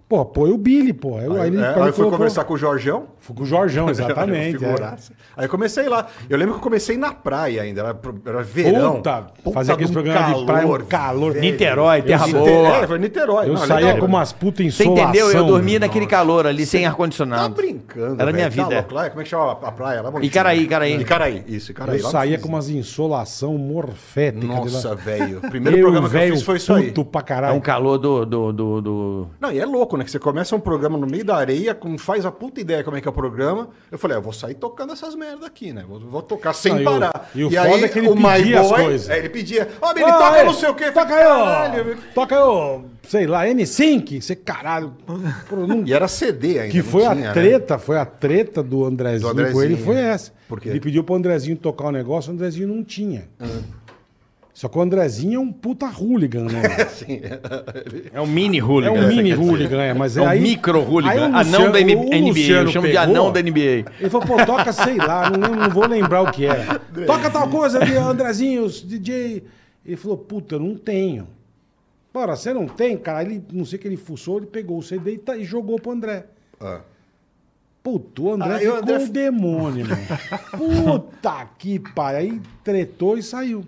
Speaker 3: Pô, põe o Billy, pô. Aí,
Speaker 2: Aí,
Speaker 3: ele-
Speaker 2: é,
Speaker 3: ele
Speaker 2: aí eu fui
Speaker 3: colocou-
Speaker 2: conversar com o Jorgão.
Speaker 3: Fui com o
Speaker 2: (laughs)
Speaker 3: Jorgão, exatamente. é.
Speaker 2: Figuraça. Aí eu comecei lá. Eu lembro que eu comecei na praia ainda. Era, pro- era verão.
Speaker 3: Puta, fazer aqueles programas de praia, um calor.
Speaker 2: um velho.
Speaker 4: Niterói, Terra
Speaker 2: Nite-
Speaker 4: Boa.
Speaker 2: É, foi Niterói. Tá
Speaker 3: Eu
Speaker 2: Não,
Speaker 3: saía
Speaker 2: legal.
Speaker 3: com umas putas
Speaker 4: Você
Speaker 3: insolação.
Speaker 4: entendeu? Eu dormia
Speaker 3: meu.
Speaker 4: naquele calor ali, sem
Speaker 2: Tá
Speaker 4: ar-condicionado.
Speaker 2: brincando.
Speaker 4: Era
Speaker 2: velho.
Speaker 4: minha
Speaker 2: Tá
Speaker 4: vida.
Speaker 2: louco lá? Como é que chama a a praia? Lá, Maurício?
Speaker 4: Icaraí, Icaraí.
Speaker 2: Icaraí, isso, Icaraí.
Speaker 3: Eu
Speaker 2: lá no
Speaker 3: saía
Speaker 2: fundo.
Speaker 3: com umas insolação morfética.
Speaker 2: Nossa, velho. O
Speaker 3: Primeiro
Speaker 2: primeiro
Speaker 3: eu,
Speaker 2: programa que eu
Speaker 3: velho,
Speaker 2: fiz foi isso aí.
Speaker 3: puto pra
Speaker 4: É
Speaker 3: caralho.
Speaker 4: um calor do. do, do, do-
Speaker 2: Não, e é louco, né? Que você começa um programa no meio da areia, com, faz a puta ideia como é que é o programa. Eu falei, ah, eu vou sair tocando essas merdas aqui, né? Vou, vou tocar sem
Speaker 3: Não, e o-
Speaker 2: parar.
Speaker 3: e o foda é que ele pedia as coisas.
Speaker 2: É, ele pedia. Ó, Billy,
Speaker 3: Ah,
Speaker 2: toca
Speaker 3: é,
Speaker 2: não sei o quê.
Speaker 3: Toca
Speaker 2: Falei,
Speaker 3: aí, ó.
Speaker 2: meu.
Speaker 3: Toca aí, ó. Sei lá, N5. Você, caralho. pô, não-
Speaker 2: E era CD ainda.
Speaker 3: que
Speaker 2: não
Speaker 3: foi
Speaker 2: tinha,
Speaker 3: a
Speaker 2: né?
Speaker 3: treta, foi a treta do Andrezinho,
Speaker 2: Do Andrezinho,
Speaker 3: com ele, foi
Speaker 2: é.
Speaker 4: né?
Speaker 3: essa.
Speaker 2: Por quê?
Speaker 3: Ele pediu pro Andrezinho tocar um negócio, o Andrezinho não tinha. Só que o Andrezinho é um puta hooligan, né?
Speaker 2: Assim, ele-
Speaker 4: É um mini (laughs) hooligan.
Speaker 3: É um mini hooligan, é, mas
Speaker 4: É um
Speaker 3: aí-
Speaker 4: micro hooligan.
Speaker 3: aí o
Speaker 4: anão
Speaker 3: Luciano-
Speaker 4: da N-
Speaker 3: o
Speaker 4: NBA. Eu
Speaker 3: Luciano
Speaker 4: chamo de
Speaker 3: pegou,
Speaker 4: anão da NBA.
Speaker 3: Ele falou, pô, toca, sei lá, não, lembro, não vou lembrar o que era. Toca tal coisa ali, Andrezinho, os DJ. Ele falou, puta, eu não tenho. Bora, você não tem, cara? Ele, não sei o que ele fuçou, ele pegou o CD e, tá- e jogou pro André.
Speaker 2: Ah.
Speaker 3: Puta, o André
Speaker 2: Aí o
Speaker 3: ficou
Speaker 2: André
Speaker 3: um
Speaker 2: fi-
Speaker 3: demônio,
Speaker 2: (laughs)
Speaker 3: mano. Puta que pariu. Aí tretou e saiu.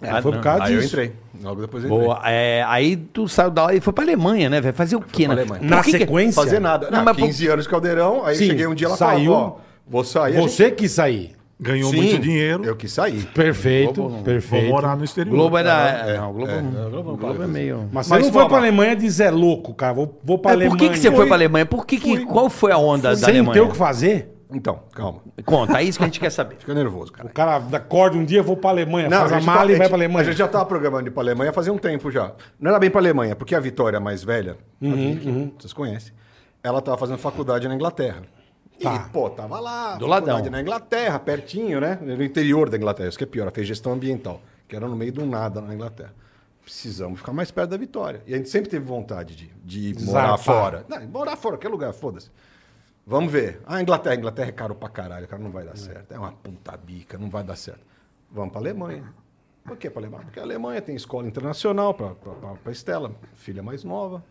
Speaker 3: É,
Speaker 4: Ah,
Speaker 3: foi
Speaker 4: não.
Speaker 3: por causa
Speaker 2: Aí eu
Speaker 3: disso.
Speaker 2: entrei. Logo depois eu entrei.
Speaker 4: Boa. É, aí tu saiu da aula e foi pra Alemanha, né, velho? Fazer o quê,
Speaker 2: pra
Speaker 4: né?
Speaker 2: Alemanha.
Speaker 4: Por
Speaker 3: Na
Speaker 4: que que-
Speaker 3: sequência,
Speaker 2: Fazer nada.
Speaker 4: Não,
Speaker 2: Não,
Speaker 4: mas
Speaker 2: 15 anos Caldeirão, aí
Speaker 3: Sim,
Speaker 2: cheguei um dia lá e
Speaker 3: saiu.
Speaker 2: ó, vou sair. A gente-
Speaker 3: você que sair.
Speaker 1: Ganhou
Speaker 2: Sim,
Speaker 1: muito dinheiro.
Speaker 2: Eu quis sair.
Speaker 3: Perfeito,
Speaker 1: Vou
Speaker 3: perfeito.
Speaker 1: morar no exterior.
Speaker 4: Globo era.
Speaker 2: É,
Speaker 4: não, Globo,
Speaker 2: é. assim.
Speaker 4: Globo, Globo é meio.
Speaker 3: Mas você
Speaker 2: Mas
Speaker 3: não foi
Speaker 2: fala.
Speaker 3: pra Alemanha dizer louco, cara. Vou, vou pra
Speaker 4: Mas
Speaker 3: Alemanha.
Speaker 4: por que, que você foi pra
Speaker 3: Fui.
Speaker 4: Alemanha? Por que que, qual foi a onda da
Speaker 3: Sem ter
Speaker 4: Alemanha?
Speaker 3: o que fazer?
Speaker 2: Então, calma.
Speaker 4: Conta, é isso que a gente quer saber.
Speaker 2: Fica nervoso, cara.
Speaker 3: O cara acorda um dia, vou pra Alemanha,
Speaker 2: Não,
Speaker 3: faz a,
Speaker 2: gente
Speaker 3: mala
Speaker 2: tá-
Speaker 3: e vai
Speaker 2: gente-
Speaker 3: pra Alemanha.
Speaker 2: A gente já tava programando ir pra Alemanha fazia um tempo já. Não era bem pra Alemanha, porque a Vitória é mais velha, a
Speaker 3: Uhum,
Speaker 2: Vicky, vocês conhecem, ela tava fazendo faculdade na Inglaterra.
Speaker 3: Tá.
Speaker 2: E, pô, tava lá,
Speaker 4: Do
Speaker 2: faculdade
Speaker 4: ladão.
Speaker 2: na Inglaterra, pertinho, né? No interior da Inglaterra, isso que é pior, ela fez gestão ambiental, que era no meio do nada na Inglaterra. Precisamos ficar mais perto da Vitória. E a gente sempre teve vontade de, de ir morar
Speaker 3: Zarpar.
Speaker 2: fora. Não, morar fora, que lugar, foda-se. Vamos ver. Ah, Inglaterra. Inglaterra é caro pra caralho, cara, não vai dar certo. É uma puta bica, não vai dar certo. Vamos pra Alemanha. Por que pra Alemanha? Porque a Alemanha tem escola internacional pra, pra, pra, pra Estela, filha mais nova.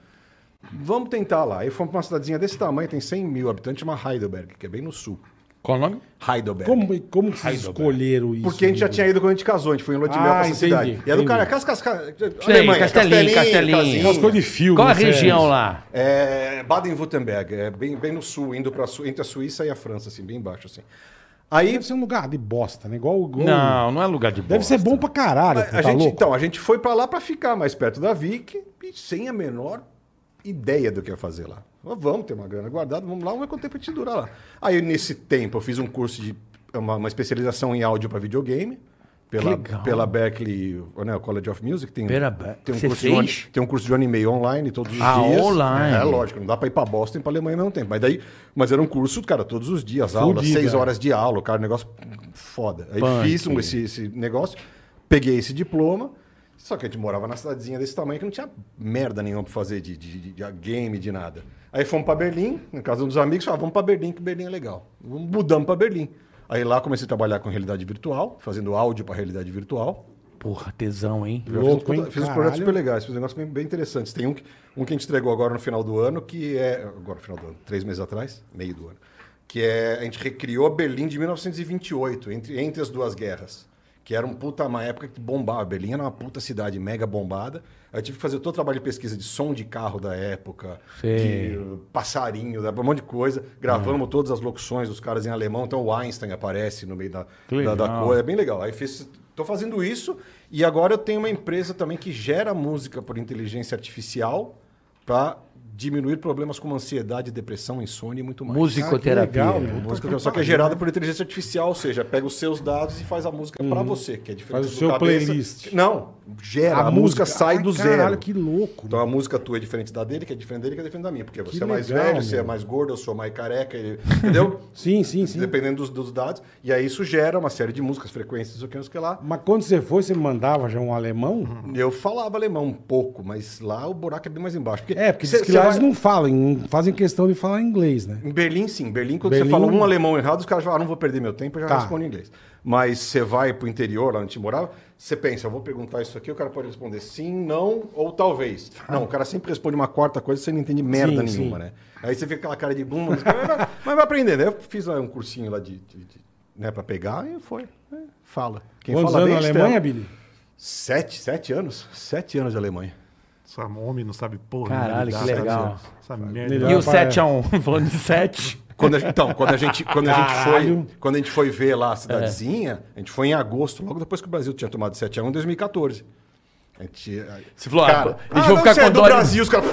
Speaker 2: Vamos tentar lá. Aí fomos pra uma cidadezinha desse tamanho, tem 100 mil habitantes, chama Heidelberg, que é bem no sul.
Speaker 7: Qual o nome?
Speaker 2: Heidelberg.
Speaker 3: Como, como que vocês escolheram isso?
Speaker 2: Porque a gente já tinha ido quando a gente casou, a gente foi em Lua de Mel
Speaker 3: Ah,
Speaker 2: pra essa
Speaker 3: entendi,
Speaker 2: cidade. E é do
Speaker 3: entendi.
Speaker 2: cara, casca, casca,
Speaker 4: Sim, Castelinho, Castelinho.
Speaker 2: casinha.
Speaker 3: Umas coisas de filme.
Speaker 4: Qual a
Speaker 3: sério.
Speaker 4: região lá?
Speaker 2: É Baden-Württemberg, é bem, bem no sul, indo pra, Su- entre a Suíça e a França, assim, bem embaixo, assim. Aí
Speaker 3: Deve ser um lugar de bosta, né? Igual o gol.
Speaker 4: Não, Ah, não é lugar de bosta.
Speaker 3: Deve ser bom pra caralho,
Speaker 2: a
Speaker 3: pô, tá
Speaker 2: gente,
Speaker 3: louco?
Speaker 2: então, a gente foi pra lá pra ficar mais perto da Vic e sem a menor ideia do que ia fazer lá. Falei, Vamos ter uma grana guardada, vamos lá, vamos ver quanto tempo a gente dura lá. Aí nesse tempo eu fiz um curso de uma, uma especialização em áudio pra videogame. Pela,
Speaker 4: Legal.
Speaker 2: pela Berkeley né, College of Music, tem,
Speaker 4: Pera,
Speaker 2: tem, um
Speaker 4: você
Speaker 2: curso de um,
Speaker 4: fez?
Speaker 2: tem um curso de um anime online todos os
Speaker 4: Ah,
Speaker 2: dias.
Speaker 4: online.
Speaker 2: É, lógico, não dá pra ir pra Boston e pra Alemanha ao mesmo tempo. Mas, daí, mas era um curso, cara, todos os dias, aulas,
Speaker 3: Fudido,
Speaker 2: seis
Speaker 3: é.
Speaker 2: horas de aula, cara, um negócio foda. Aí
Speaker 4: Punk.
Speaker 2: fiz um, esse, esse negócio, peguei esse diploma, só que a gente morava na cidadezinha desse tamanho que não tinha merda nenhuma pra fazer de, de- de- de game, de nada. Aí fomos pra Berlim, na casa dos amigos, falamos, ah, vamos pra Berlim, que Berlim é legal. Mudamos pra Berlim. Aí lá comecei a trabalhar com realidade virtual, fazendo áudio pra realidade virtual.
Speaker 4: Porra, tesão, hein?
Speaker 2: Eu fiz uns
Speaker 3: Louco, hein?
Speaker 2: puta- fiz uns
Speaker 3: Caralho.
Speaker 2: projetos super legais, fiz um negócio bem, bem interessante. Tem um que, um que a gente entregou agora no final do ano, que é. Agora no final do ano, três meses atrás, meio do ano. Que é. A gente recriou Berlim de 1928, entre, entre as duas guerras. Que era um puta, uma época que bombava. Berlim era uma puta cidade mega bombada. Aí Eu tive que fazer todo o trabalho de pesquisa de som de carro da época, de uh, passarinho, da- um monte de coisa.
Speaker 3: Uhum.
Speaker 2: Gravamos todas as locuções dos caras em alemão. Então o Einstein aparece no meio da,
Speaker 7: Que
Speaker 2: da, da
Speaker 7: legal.
Speaker 2: coisa. É bem legal. Aí fiz, tô fazendo isso e agora eu tenho uma empresa também que gera música por inteligência artificial para diminuir problemas como ansiedade, depressão, insônia e muito mais.
Speaker 4: Musicoterapia.
Speaker 3: legal, meu.
Speaker 2: Música que- só que é gerada por inteligência artificial, ou seja, pega os seus dados e faz a música pra para você, que é
Speaker 3: Uhum.
Speaker 2: diferente
Speaker 3: Faz o
Speaker 2: do
Speaker 3: seu
Speaker 2: cabeça.
Speaker 3: playlist.
Speaker 2: Não, gera. A, música, sai
Speaker 3: Ah, Ai,
Speaker 2: do
Speaker 3: caralho,
Speaker 2: zero.
Speaker 3: que louco.
Speaker 2: Então a música tua é diferente da dele, que é diferente dele, que é diferente da minha. Porque você é mais
Speaker 3: legal,
Speaker 2: velho, você é
Speaker 3: meu.
Speaker 2: mais gordo, eu sou mais careca, e- entendeu?
Speaker 3: (laughs) Sim, sim, sim.
Speaker 2: Dependendo dos, dos dados. E aí isso gera uma série de músicas, frequências, o que, não sei o que lá.
Speaker 3: Mas quando você foi, você mandava já um alemão?
Speaker 2: Eu falava alemão um pouco, mas lá o buraco é bem mais embaixo.
Speaker 3: É, porque
Speaker 2: cê-
Speaker 3: diz que
Speaker 2: cê
Speaker 3: lá
Speaker 2: vai-
Speaker 3: eles não falam, não fazem questão de falar inglês, né?
Speaker 2: Em Berlim, sim. Em Berlim, quando
Speaker 3: Berlim-
Speaker 2: você fala um alemão errado, os caras falam, ah, não vou perder meu tempo, eu já
Speaker 3: Tá.
Speaker 2: respondo em inglês. Mas você vai pro interior, lá onde te morava, você pensa, eu vou perguntar isso aqui, o cara pode responder sim, não ou talvez. Não, o cara sempre responde uma quarta coisa, você não entende merda
Speaker 3: Ah. Sim,
Speaker 2: nenhuma,
Speaker 3: sim.
Speaker 2: né? Aí você fica com aquela cara de bum, mas vai, mas vai aprendendo. Aí eu fiz lá um cursinho lá de... de- de- né, pra pegar, e foi. É, Fala. Quem
Speaker 3: Quantos
Speaker 2: fala
Speaker 3: anos na
Speaker 2: bem, é
Speaker 3: Alemanha,
Speaker 2: Estela.
Speaker 3: Billy?
Speaker 2: Sete, sete anos. Sete anos de Alemanha.
Speaker 1: Esse homem não sabe porra.
Speaker 4: Caralho,
Speaker 1: nenhuma
Speaker 4: que
Speaker 1: de nada.
Speaker 4: legal.
Speaker 1: Essa merda.
Speaker 3: Melhor.
Speaker 4: E o
Speaker 3: Rapaz,
Speaker 2: é.
Speaker 3: (laughs)
Speaker 4: 7x1? Falando de 7.
Speaker 2: Quando a gente- então, quando a gente, quando a gente
Speaker 3: Caralho.
Speaker 2: foi, quando a gente foi ver lá a cidadezinha, a gente foi em agosto, logo depois que o Brasil tinha tomado 7 a 1 em 2014. A gente,
Speaker 7: Você falou, ah,
Speaker 2: cara,
Speaker 7: eles vão
Speaker 2: não,
Speaker 7: ficar
Speaker 2: você
Speaker 7: com
Speaker 2: é do
Speaker 7: dó de-
Speaker 2: Brasil, os caras.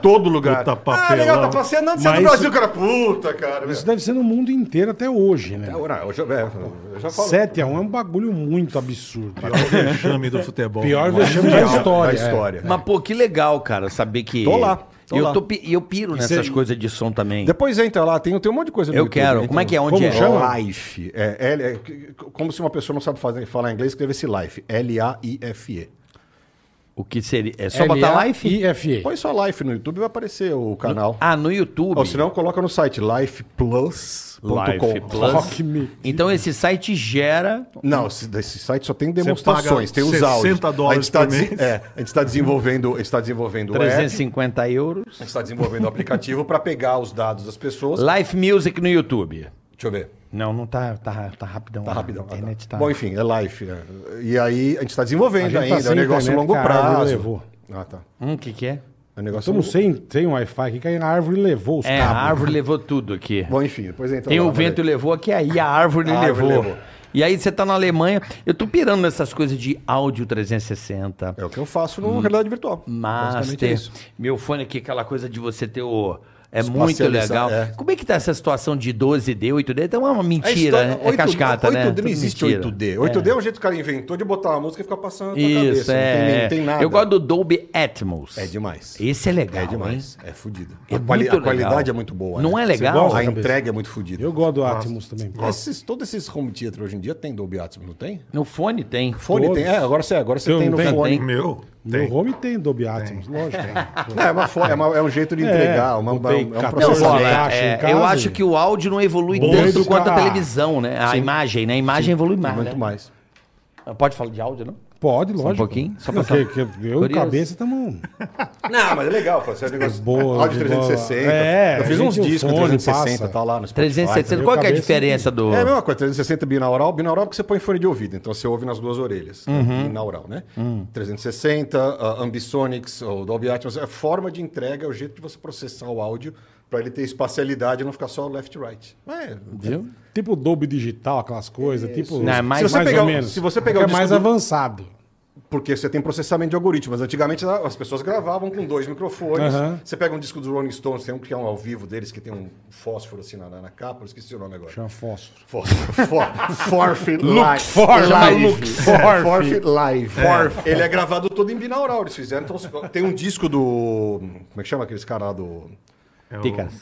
Speaker 2: Todo lugar.
Speaker 1: Puta
Speaker 2: Ah, legal,
Speaker 1: papelão.
Speaker 2: tá passeando, não, você é
Speaker 3: Mas
Speaker 2: do Brasil, cara. Puta, cara.
Speaker 3: Isso deve ser no mundo inteiro até hoje, né?
Speaker 2: É, ora, eu já, é, eu já falo.
Speaker 3: 7 a 1 é um bagulho muito absurdo.
Speaker 1: Pior vexame do futebol. é
Speaker 3: Pior
Speaker 1: Vai.
Speaker 3: vexame da
Speaker 2: da
Speaker 3: história.
Speaker 2: história.
Speaker 4: Mas, pô, que legal, cara, saber que.
Speaker 2: Tô lá, tô
Speaker 4: e eu,
Speaker 2: lá.
Speaker 4: tô pi- e eu piro nessas
Speaker 3: é-
Speaker 4: coisas de som também.
Speaker 2: É. Depois entra lá, tem, tem um monte de coisa no
Speaker 4: Eu
Speaker 2: YouTube,
Speaker 4: quero.
Speaker 2: né?
Speaker 4: Como é que é? Onde
Speaker 3: Como
Speaker 4: é?
Speaker 3: chama?
Speaker 2: Life. É, L, é, c- como se uma pessoa não sabe fazer, falar inglês, escrevesse Life. L-A-I-F-E.
Speaker 4: O que seria? É só botar live?
Speaker 3: IFE.
Speaker 2: Põe só Life no YouTube e vai aparecer o canal.
Speaker 4: Ah, no YouTube.
Speaker 2: Ou se não, coloca no site lifeplus.com.
Speaker 4: Plus.
Speaker 3: Rock me.
Speaker 4: Então esse site gera.
Speaker 2: Não, esse, desse site só tem demonstrações,
Speaker 1: paga
Speaker 2: tem os
Speaker 1: 60
Speaker 2: áudios.
Speaker 1: dólares
Speaker 2: a gente está
Speaker 1: por mês.
Speaker 2: desenvolvendo, a gente tá desenvolvendo o app, a gente
Speaker 4: 350 euros.
Speaker 2: está desenvolvendo o aplicativo para pegar os dados das pessoas.
Speaker 4: Live Music no YouTube.
Speaker 2: Deixa eu ver.
Speaker 4: Não, não tá, tá, tá rapidão.
Speaker 2: Tá rapidão.
Speaker 4: A internet tá.
Speaker 2: Bom, enfim, é life. né? E aí a gente está
Speaker 3: A
Speaker 2: desenvolvendo
Speaker 3: gente tá
Speaker 2: ainda, é
Speaker 3: sem
Speaker 2: um negócio a
Speaker 3: internet,
Speaker 2: longo
Speaker 3: cara, a árvore
Speaker 2: prazo.
Speaker 3: levou.
Speaker 2: Ah, tá.
Speaker 4: Hum, o que, que é?
Speaker 2: É um negócio a
Speaker 3: Estamos
Speaker 2: longo-
Speaker 3: sem, sem Wi-Fi aqui, que aí a árvore levou os
Speaker 4: É, a
Speaker 3: cabos.
Speaker 4: árvore levou tudo aqui.
Speaker 2: Bom, enfim, depois entra
Speaker 4: Tem
Speaker 2: lá, né?
Speaker 4: o
Speaker 2: vai
Speaker 4: vento
Speaker 2: ver.
Speaker 4: levou aqui, aí a árvore,
Speaker 2: A
Speaker 4: levou.
Speaker 2: árvore levou.
Speaker 4: E aí você tá na Alemanha. Eu tô pirando nessas coisas de áudio 360.
Speaker 2: É o que eu faço no realidade virtual. Basicamente é
Speaker 4: Master.
Speaker 2: isso.
Speaker 4: Meu fone aqui, aquela coisa de você ter o. É muito
Speaker 2: Espacializar,
Speaker 4: legal.
Speaker 2: é.
Speaker 4: Como é que tá essa situação de 12D, 8D? Então é uma
Speaker 2: A
Speaker 4: mentira,
Speaker 2: história-
Speaker 4: né? é
Speaker 2: 8D
Speaker 4: cascata, né?
Speaker 2: 8D
Speaker 4: Tudo
Speaker 2: não existe
Speaker 4: mentira.
Speaker 2: 8D. 8D é. um jeito que o cara inventou de botar uma música e ficar passando na tua
Speaker 4: Isso,
Speaker 2: cabeça.
Speaker 4: é.
Speaker 2: Não tem, nem- tem nada.
Speaker 4: Eu gosto do Dolby Atmos.
Speaker 2: É demais.
Speaker 4: Esse é legal,
Speaker 2: É demais.
Speaker 4: hein?
Speaker 2: É fudido.
Speaker 4: É
Speaker 2: a, quali-
Speaker 4: muito
Speaker 2: a qualidade
Speaker 4: legal.
Speaker 2: é muito boa.
Speaker 4: Não é legal?
Speaker 3: Você gosta?
Speaker 2: A
Speaker 3: Cabeça.
Speaker 2: entrega é muito fudida.
Speaker 3: Eu gosto do Atmos também.
Speaker 2: Esses, todos esses home theater hoje em dia tem Dolby Atmos, não tem?
Speaker 4: No fone tem.
Speaker 2: Fone
Speaker 3: Todos.
Speaker 2: tem. É, agora você, agora você
Speaker 3: Tem,
Speaker 2: tem no
Speaker 3: tem,
Speaker 2: fone.
Speaker 4: tem.
Speaker 1: Meu?
Speaker 3: No
Speaker 1: Tem.
Speaker 3: home tem Dolby Atmos, lógico.
Speaker 2: Não, é, uma fo- é uma- é um jeito de entregar. uma- uma-
Speaker 3: botei
Speaker 2: é um
Speaker 3: 14
Speaker 4: Não,
Speaker 2: processo.
Speaker 3: Você
Speaker 4: olha,
Speaker 3: acha
Speaker 4: é,
Speaker 3: em casa,
Speaker 4: eu acho
Speaker 3: né?
Speaker 4: que o áudio não evolui
Speaker 3: Bom,
Speaker 4: tanto
Speaker 3: isso,
Speaker 4: quanto a
Speaker 3: cara.
Speaker 4: televisão, né? A imagem, né? A imagem evolui mais,
Speaker 2: Muito
Speaker 4: né?
Speaker 2: mais.
Speaker 4: Pode falar de áudio, não?
Speaker 3: Pode, lógico.
Speaker 4: pouquinho, só
Speaker 3: Não,
Speaker 4: pra-
Speaker 3: que, que eu e
Speaker 4: Curioso.
Speaker 3: cabeça estamos...
Speaker 2: Não, mas é legal, pô. Você é um negócio.
Speaker 3: Boa,
Speaker 2: áudio
Speaker 3: de
Speaker 2: 360.
Speaker 3: boa. É,
Speaker 2: eu fiz
Speaker 3: a
Speaker 2: uns
Speaker 3: gente
Speaker 2: discos
Speaker 3: fone,
Speaker 2: 360,
Speaker 3: passa.
Speaker 2: tá lá no Spotify.
Speaker 4: 360.
Speaker 3: meu
Speaker 4: Qual que é a
Speaker 3: cabeça
Speaker 4: diferença do.
Speaker 2: É a mesma coisa, 360 binaural. Binaural é porque você põe fone de ouvido, então você ouve nas duas orelhas. Binaural, né? 360, ah, Ambisonics, ou Dolby Atmos. É a forma de entrega, é o jeito de você processar o áudio para ele ter espacialidade e não ficar só left e right. É,
Speaker 4: Viu?
Speaker 3: Tipo Dolby Digital, aquelas coisas. Tipo,
Speaker 4: Não, é mais-
Speaker 2: se você
Speaker 3: mais
Speaker 2: pegar,
Speaker 3: ou
Speaker 2: o-
Speaker 3: menos.
Speaker 2: Se você pegar
Speaker 3: Porque
Speaker 2: o
Speaker 3: é
Speaker 2: disco
Speaker 3: mais
Speaker 2: do-
Speaker 3: avançado.
Speaker 2: Porque você tem processamento de algoritmos. Antigamente a- as pessoas gravavam com dois microfones.
Speaker 3: Aham.
Speaker 2: Você pega um disco dos Rolling Stones, tem um que é um ao vivo deles, que tem um fósforo assim na, na, na capa, eu esqueci o nome agora.
Speaker 3: Chama é um fósforo.
Speaker 2: Fósforo. For, forfeit live.
Speaker 3: for-
Speaker 2: live.
Speaker 3: Look
Speaker 2: É,
Speaker 3: forfeit.
Speaker 2: forfeit live. Forfeit. Ele é gravado todo em binaural, eles fizeram. Então, tem um disco do. (laughs) Como é que chama aqueles caras lá do.
Speaker 1: É o-
Speaker 4: Ticas.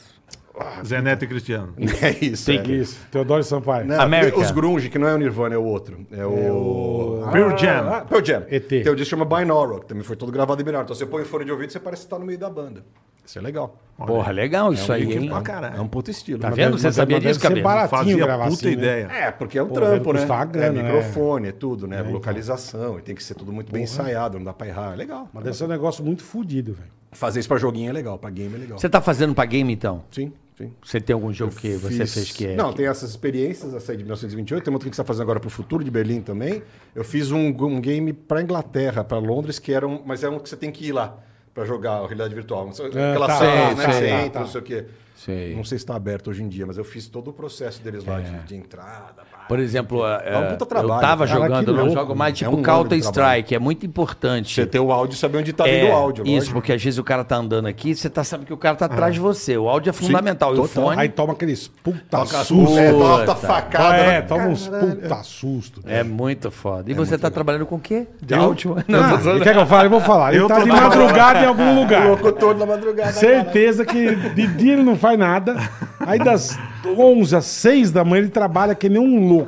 Speaker 2: Ah,
Speaker 1: Zé Neto e Cristiano.
Speaker 2: É isso. é.
Speaker 3: Isso, Teodoro Sampaio.
Speaker 2: Não,
Speaker 4: América.
Speaker 2: Os Grunge, que não é o Nirvana, é o outro. É o.
Speaker 3: Ah,
Speaker 1: Pearl Jam.
Speaker 2: Pearl Jam.
Speaker 3: ET.
Speaker 2: Tem um disco que chama Binaural, que também foi todo gravado em binaural. Então você põe o fone de ouvido e você parece que tá no meio da banda. Isso é legal.
Speaker 4: Porra, legal isso aí, hein?
Speaker 1: Pra caralho.
Speaker 2: É um puto estilo.
Speaker 4: Tá
Speaker 2: né?
Speaker 4: vendo? Você sabia disso,
Speaker 3: é Deve ser
Speaker 4: cabelo?
Speaker 3: baratinho
Speaker 1: Fazia
Speaker 3: gravar
Speaker 1: puta
Speaker 3: assim, né?
Speaker 1: ideia.
Speaker 2: É, porque é um
Speaker 3: Pô, deve
Speaker 2: trampo, né?
Speaker 3: custar a grana,
Speaker 2: é microfone, é tudo, né? Localização, e tem que ser tudo muito bem ensaiado, não dá pra errar. É legal.
Speaker 3: Mas deve ser um negócio muito fodido, velho.
Speaker 2: Fazer isso pra joguinho é legal, pra game é legal.
Speaker 4: Você tá fazendo pra game, então?
Speaker 2: Sim, sim.
Speaker 4: Você tem algum jogo que você
Speaker 2: Fiz-
Speaker 4: fez que é...
Speaker 2: Não, tem essas experiências, essa aí de 1928, tem outra que você está fazendo agora para o futuro de Berlim também. Eu fiz um, um game para Inglaterra, para Londres, que era um, mas é um que você tem que ir lá para jogar a realidade virtual. Não sei- Aquela
Speaker 3: tá,
Speaker 2: sala,
Speaker 3: sei,
Speaker 2: né? que
Speaker 3: sei,
Speaker 2: você
Speaker 3: tá,
Speaker 2: entra,
Speaker 3: tá.
Speaker 2: não sei o quê.
Speaker 4: Sei.
Speaker 2: Não sei se está aberto hoje em dia, mas eu fiz todo o processo deles lá de, de entrada. pá.
Speaker 4: Por exemplo, é,
Speaker 2: um puta trabalho,
Speaker 4: eu tava
Speaker 2: cara.
Speaker 3: Cara,
Speaker 4: jogando,
Speaker 3: que
Speaker 4: eu não
Speaker 3: louco,
Speaker 4: jogo mais,
Speaker 2: é
Speaker 4: tipo
Speaker 2: um ano de
Speaker 4: Counter-Strike, é muito importante.
Speaker 2: Você tem o áudio e saber onde está
Speaker 4: É,
Speaker 2: vindo o áudio.
Speaker 4: isso,
Speaker 2: lógico.
Speaker 4: porque às vezes o cara tá andando aqui, você tá sabe que o cara tá atrás de você. O áudio é fundamental. e o
Speaker 2: total.
Speaker 4: fone
Speaker 3: Aí toma aqueles puta
Speaker 2: Toca
Speaker 3: susto.
Speaker 2: susto, é, bota
Speaker 4: Puta.
Speaker 2: facada.
Speaker 3: é,
Speaker 2: né?
Speaker 3: toma uns puta susto.
Speaker 4: é muito foda. E você tá trabalhando com o quê? De
Speaker 1: Eu?
Speaker 4: áudio?
Speaker 3: (laughs)
Speaker 4: tá-
Speaker 3: Ah,
Speaker 4: tô zoando.
Speaker 3: quer que eu fale? Eu vou falar. Ele
Speaker 1: Eu
Speaker 3: tá
Speaker 1: tô
Speaker 3: de
Speaker 1: na-
Speaker 3: madrugada em algum lugar.
Speaker 2: Locutor da madrugada.
Speaker 3: Certeza que de dia ele não faz nada. Aí das 11 às 6 da manhã ele trabalha que nem um louco.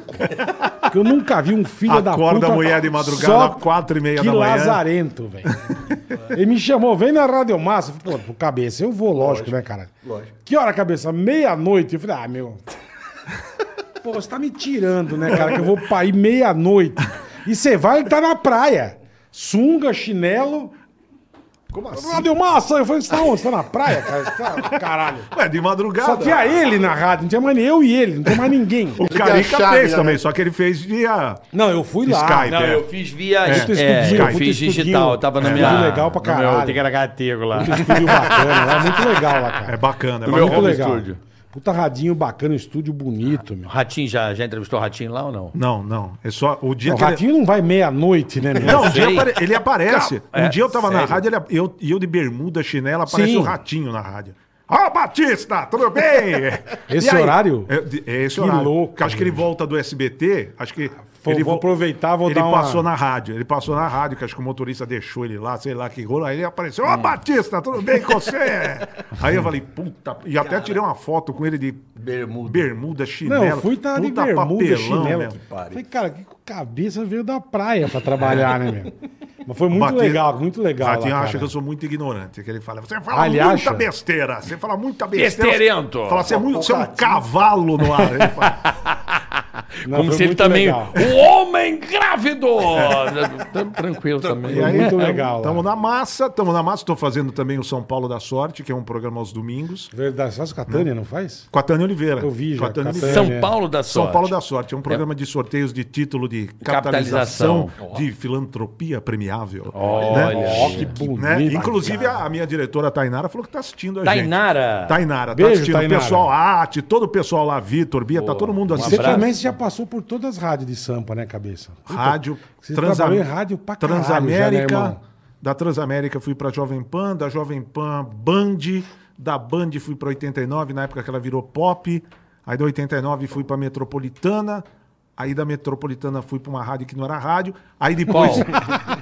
Speaker 3: Que eu nunca vi um filho da puta...
Speaker 1: Acorda a mulher de madrugada,
Speaker 3: só
Speaker 1: quatro e meia
Speaker 3: que
Speaker 1: da manhã.
Speaker 3: lazarento, velho. Ele me chamou, vem na Rádio Massa. Eu falei, Pô, pro cabeça, eu vou, lógico, né, cara?
Speaker 2: Lógico.
Speaker 3: Que hora, cabeça? Meia-noite. Eu falei, ah, meu... Pô, você tá me tirando, né, cara? Que eu vou pra ir meia-noite. E você vai e tá na praia. Sunga, chinelo...
Speaker 2: Como assim?
Speaker 3: Rádio Massa! Eu falei, você tá onde? Você tá na praia, cara? Você tá- Caralho.
Speaker 1: Ué, de madrugada.
Speaker 3: Só tinha ele na rádio, não tinha mais nem eu e ele, não tinha mais ninguém.
Speaker 1: O Carica
Speaker 2: a né? chave,
Speaker 1: fez
Speaker 2: né?
Speaker 1: também, só que ele fez via.
Speaker 3: Não, eu fui lá.
Speaker 1: Skype.
Speaker 4: Não,
Speaker 1: É.
Speaker 4: eu fiz via.
Speaker 3: Muito
Speaker 4: É,
Speaker 3: estudinho,
Speaker 4: eu
Speaker 3: muito
Speaker 4: fiz
Speaker 3: estudinho.
Speaker 4: digital. Eu tava na
Speaker 3: É.
Speaker 4: minha.
Speaker 3: Muito legal pra
Speaker 4: no meu
Speaker 3: caralho.
Speaker 4: Tigaragatigo lá.
Speaker 3: Muito estúdio bacana, lá, muito legal lá,
Speaker 1: É
Speaker 3: cara. Tá
Speaker 1: bacana. É
Speaker 3: muito
Speaker 1: bacana.
Speaker 3: legal. Puta radinho bacana, um estúdio bonito, meu.
Speaker 4: Ratinho, já, já entrevistou o Ratinho lá ou não?
Speaker 1: Não, não. É só. O dia
Speaker 3: O
Speaker 1: que ele...
Speaker 3: radinho não vai meia-noite, né, meu?
Speaker 1: Não, um dia
Speaker 4: Sei.
Speaker 1: apare- ele aparece.
Speaker 4: Cara,
Speaker 1: um dia eu tava na
Speaker 4: sério.
Speaker 1: rádio ele- eu- e eu, de bermuda, chinela,
Speaker 3: É,
Speaker 1: aparece
Speaker 3: Sim.
Speaker 1: o ratinho na rádio. Ó, Batista, tudo
Speaker 3: (laughs)
Speaker 1: bem?
Speaker 3: Esse
Speaker 1: E aí-
Speaker 3: horário?
Speaker 1: É, de- é esse
Speaker 3: Que
Speaker 1: horário.
Speaker 3: louco,
Speaker 1: Porque acho que ele volta do SBT, acho que...
Speaker 3: Vou-
Speaker 1: ele
Speaker 3: vou
Speaker 1: vo-
Speaker 3: aproveitar, vou
Speaker 1: ele
Speaker 3: dar uma-
Speaker 1: passou na rádio, ele passou na rádio, que acho que o motorista deixou ele lá, sei lá que rolo, aí ele apareceu,
Speaker 3: Hum.
Speaker 1: ó, Batista, tudo bem com você?
Speaker 3: (laughs)
Speaker 1: aí eu falei, puta... E até tirei uma foto com ele de
Speaker 2: Bermuda.
Speaker 1: bermuda, chinelo,
Speaker 3: Não, eu fui tá de
Speaker 1: puta
Speaker 3: bermuda,
Speaker 1: papelão, né?
Speaker 3: chinelo.
Speaker 1: meu.
Speaker 3: Falei, cara, que cabeça veio da praia pra trabalhar, né, meu? Mas foi muito
Speaker 1: Batista-
Speaker 3: legal, muito legal. lá,
Speaker 1: Ratinho acha
Speaker 3: cara.
Speaker 1: que eu sou muito ignorante. Que ele fala, você fala
Speaker 3: Ah, ele
Speaker 1: muita
Speaker 3: acha?
Speaker 1: besteira. Você fala muita besteira.
Speaker 7: Besteirento.
Speaker 1: Fala, você é, muito, você é um cavalo no ar. Ele
Speaker 3: (laughs)
Speaker 1: fala,
Speaker 3: Não,
Speaker 7: Como
Speaker 3: foi
Speaker 7: se ele
Speaker 3: muito
Speaker 7: também.
Speaker 1: (laughs)
Speaker 3: legal.
Speaker 7: O homem grávido! Tamo Tranquilo também.
Speaker 3: E aí, Muito legal,
Speaker 1: Estamos
Speaker 3: lá.
Speaker 1: na massa, estamos na massa. Estou fazendo também o São Paulo da Sorte, que é um programa aos domingos.
Speaker 3: Verdade, só as Catânia não faz?
Speaker 1: Com a Tânia Oliveira.
Speaker 3: Eu vi já,
Speaker 1: Com a Tânia
Speaker 3: Catânia.
Speaker 1: Oliveira.
Speaker 7: São Paulo da Sorte.
Speaker 1: é, São Paulo da Sorte é um programa de sorteios de título de capitalização,
Speaker 4: Capitalização.
Speaker 1: de filantropia premiável.
Speaker 7: Olha,
Speaker 1: né?
Speaker 3: que bonito,
Speaker 1: Né?
Speaker 3: cara.
Speaker 1: Inclusive, a, a minha diretora Tainara falou que está assistindo a gente.
Speaker 4: Tainara.
Speaker 1: Tainara,
Speaker 3: Beijo,
Speaker 1: tá assistindo
Speaker 3: Tainara.
Speaker 1: o pessoal, a Arte, todo o pessoal lá, Vitor, Bia, tá todo mundo
Speaker 3: Você
Speaker 1: assistindo.
Speaker 4: Um abraço.
Speaker 3: também já passou por todas as rádios de Sampa, né, cabeça? Puta,
Speaker 1: rádio,
Speaker 3: Você
Speaker 1: Transam-
Speaker 3: trabalhou em rádio pra caralho
Speaker 1: Transamérica.
Speaker 3: já, né, irmão?
Speaker 1: da Transamérica fui pra Jovem Pan, da Jovem Pan Band, da Band fui pra 89, na época que ela virou pop. Aí da 89 fui pra Metropolitana. Aí da Metropolitana fui pra uma rádio que não era rádio. Aí depois.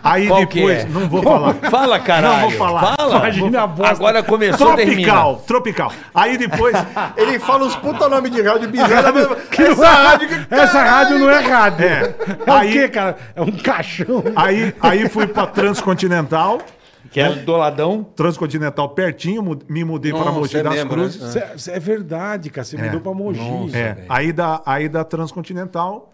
Speaker 1: Aí
Speaker 4: Qual que
Speaker 1: depois.
Speaker 4: é?
Speaker 1: Não vou falar.
Speaker 4: (laughs) Fala, caralho.
Speaker 1: Não vou falar.
Speaker 4: Fala.
Speaker 3: Imagina a bosta.
Speaker 4: Agora começou, termina.
Speaker 1: Tropical, tropical.
Speaker 4: (laughs)
Speaker 1: Aí depois. É,
Speaker 2: Ele fala uns puta nome de rádio bizarro. mesmo. Essa rádio que...
Speaker 3: Essa rádio não é rádio.
Speaker 1: É.
Speaker 3: É o
Speaker 1: Aí-
Speaker 3: quê, cara? É um caixão.
Speaker 1: Aí, aí fui pra Transcontinental.
Speaker 4: Que é do ladão.
Speaker 1: Transcontinental pertinho, mu- me mudei para Mogi
Speaker 2: é
Speaker 1: das
Speaker 2: mesmo,
Speaker 1: Cruzes.
Speaker 2: né?
Speaker 3: Cê- cê- é verdade, cara. Você mudou pra Mogi.
Speaker 1: É, aí da, aí da Transcontinental,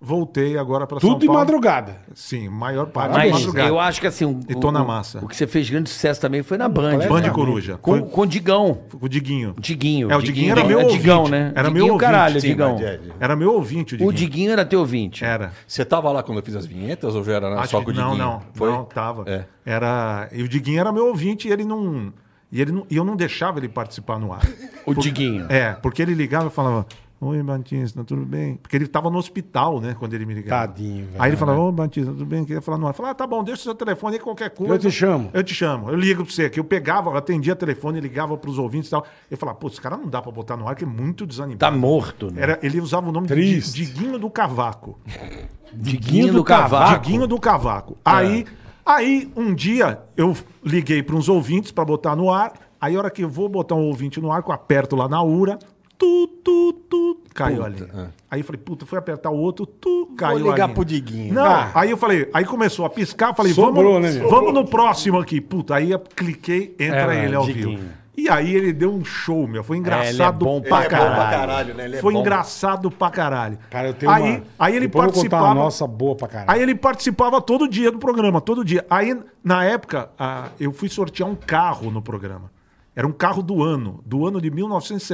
Speaker 1: voltei agora para São Paulo.
Speaker 3: Tudo de madrugada.
Speaker 1: Sim, maior parte de
Speaker 4: Mas
Speaker 1: madrugada.
Speaker 4: eu acho que assim. o-
Speaker 1: E tô na massa.
Speaker 4: O, que você fez grande sucesso também foi na Band.
Speaker 1: Band
Speaker 3: Exatamente.
Speaker 1: Coruja.
Speaker 4: Com,
Speaker 1: Foi
Speaker 4: com o Digão.
Speaker 1: com o Diguinho.
Speaker 4: Diguinho.
Speaker 1: É, o Diguinho era meu
Speaker 4: Digão,
Speaker 1: ouvinte.
Speaker 4: né?
Speaker 1: Era meu
Speaker 4: Diguinho,
Speaker 1: ouvinte.
Speaker 4: caralho,
Speaker 1: Sim,
Speaker 4: Digão.
Speaker 2: mas é, é.
Speaker 1: Era meu ouvinte, o Diguinho. É,
Speaker 4: O Diguinho era teu ouvinte.
Speaker 1: Era.
Speaker 2: Você tava lá quando eu fiz as vinhetas ou já era na- só
Speaker 1: Acho
Speaker 2: com
Speaker 1: que,
Speaker 2: o
Speaker 1: não,
Speaker 2: Diguinho?
Speaker 1: não.
Speaker 2: Foi?
Speaker 1: Não, tava.
Speaker 2: É.
Speaker 1: Era, e o Diguinho era meu ouvinte e ele não... E, ele não, e eu não deixava ele participar no ar.
Speaker 4: O Diguinho.
Speaker 1: É, porque ele ligava e falava: Oi, Batista, tá tudo bem? Porque ele estava no hospital, né, quando ele me ligava.
Speaker 3: Tadinho, velho. né?
Speaker 1: Aí ele falava: Ô, Batista, tudo bem? Queria falar no ar. Eu Falava: ah, tá bom, deixa o seu telefone aí, qualquer coisa.
Speaker 3: Eu te chamo.
Speaker 1: Eu te chamo. Eu ligo pra você. Que eu pegava, eu atendia telefone, ligava pros ouvintes e tal. Eu falava: Pô, esse cara não dá pra botar no ar, que é muito desanimado.
Speaker 4: Tá morto, né?
Speaker 1: Era, ele usava o nome
Speaker 3: Triste.
Speaker 1: de Di- Diguinho do Cavaco.
Speaker 4: Diguinho do Cavaco.
Speaker 1: Diguinho do Cavaco. Aí, aí, um dia, eu liguei para uns ouvintes para botar no ar. Aí a hora que eu vou botar um ouvinte no ar, que eu aperto lá na URA, tu, tu, tu, caiu ali. Aí eu falei, puta, fui apertar o outro, tu, caiu
Speaker 5: ligar
Speaker 1: ali.
Speaker 5: pro Diguinho.
Speaker 1: Não, aí eu falei, aí começou a piscar, eu falei,
Speaker 3: Sobrou,
Speaker 1: vamos,
Speaker 3: né, meu?
Speaker 1: vamos no próximo aqui. Puta, aí eu cliquei, entra
Speaker 7: Era
Speaker 1: ele ao
Speaker 7: Diguinho.
Speaker 1: vivo. E aí ele deu um show, meu. Foi
Speaker 4: É, ele é
Speaker 1: engraçado
Speaker 4: bom
Speaker 1: pra
Speaker 4: pra
Speaker 1: caralho.
Speaker 5: caralho, né? Ele é
Speaker 1: Foi
Speaker 5: bom.
Speaker 1: engraçado pra caralho.
Speaker 3: Cara, eu tenho
Speaker 1: aí,
Speaker 3: uma...
Speaker 1: aí ele
Speaker 3: Depois eu vou contar
Speaker 1: participava.
Speaker 3: uma nossa boa pra caralho.
Speaker 1: Aí ele participava todo dia do programa, todo dia. Aí, na época, ah, eu fui sortear um carro no programa. Era um carro do ano, do ano de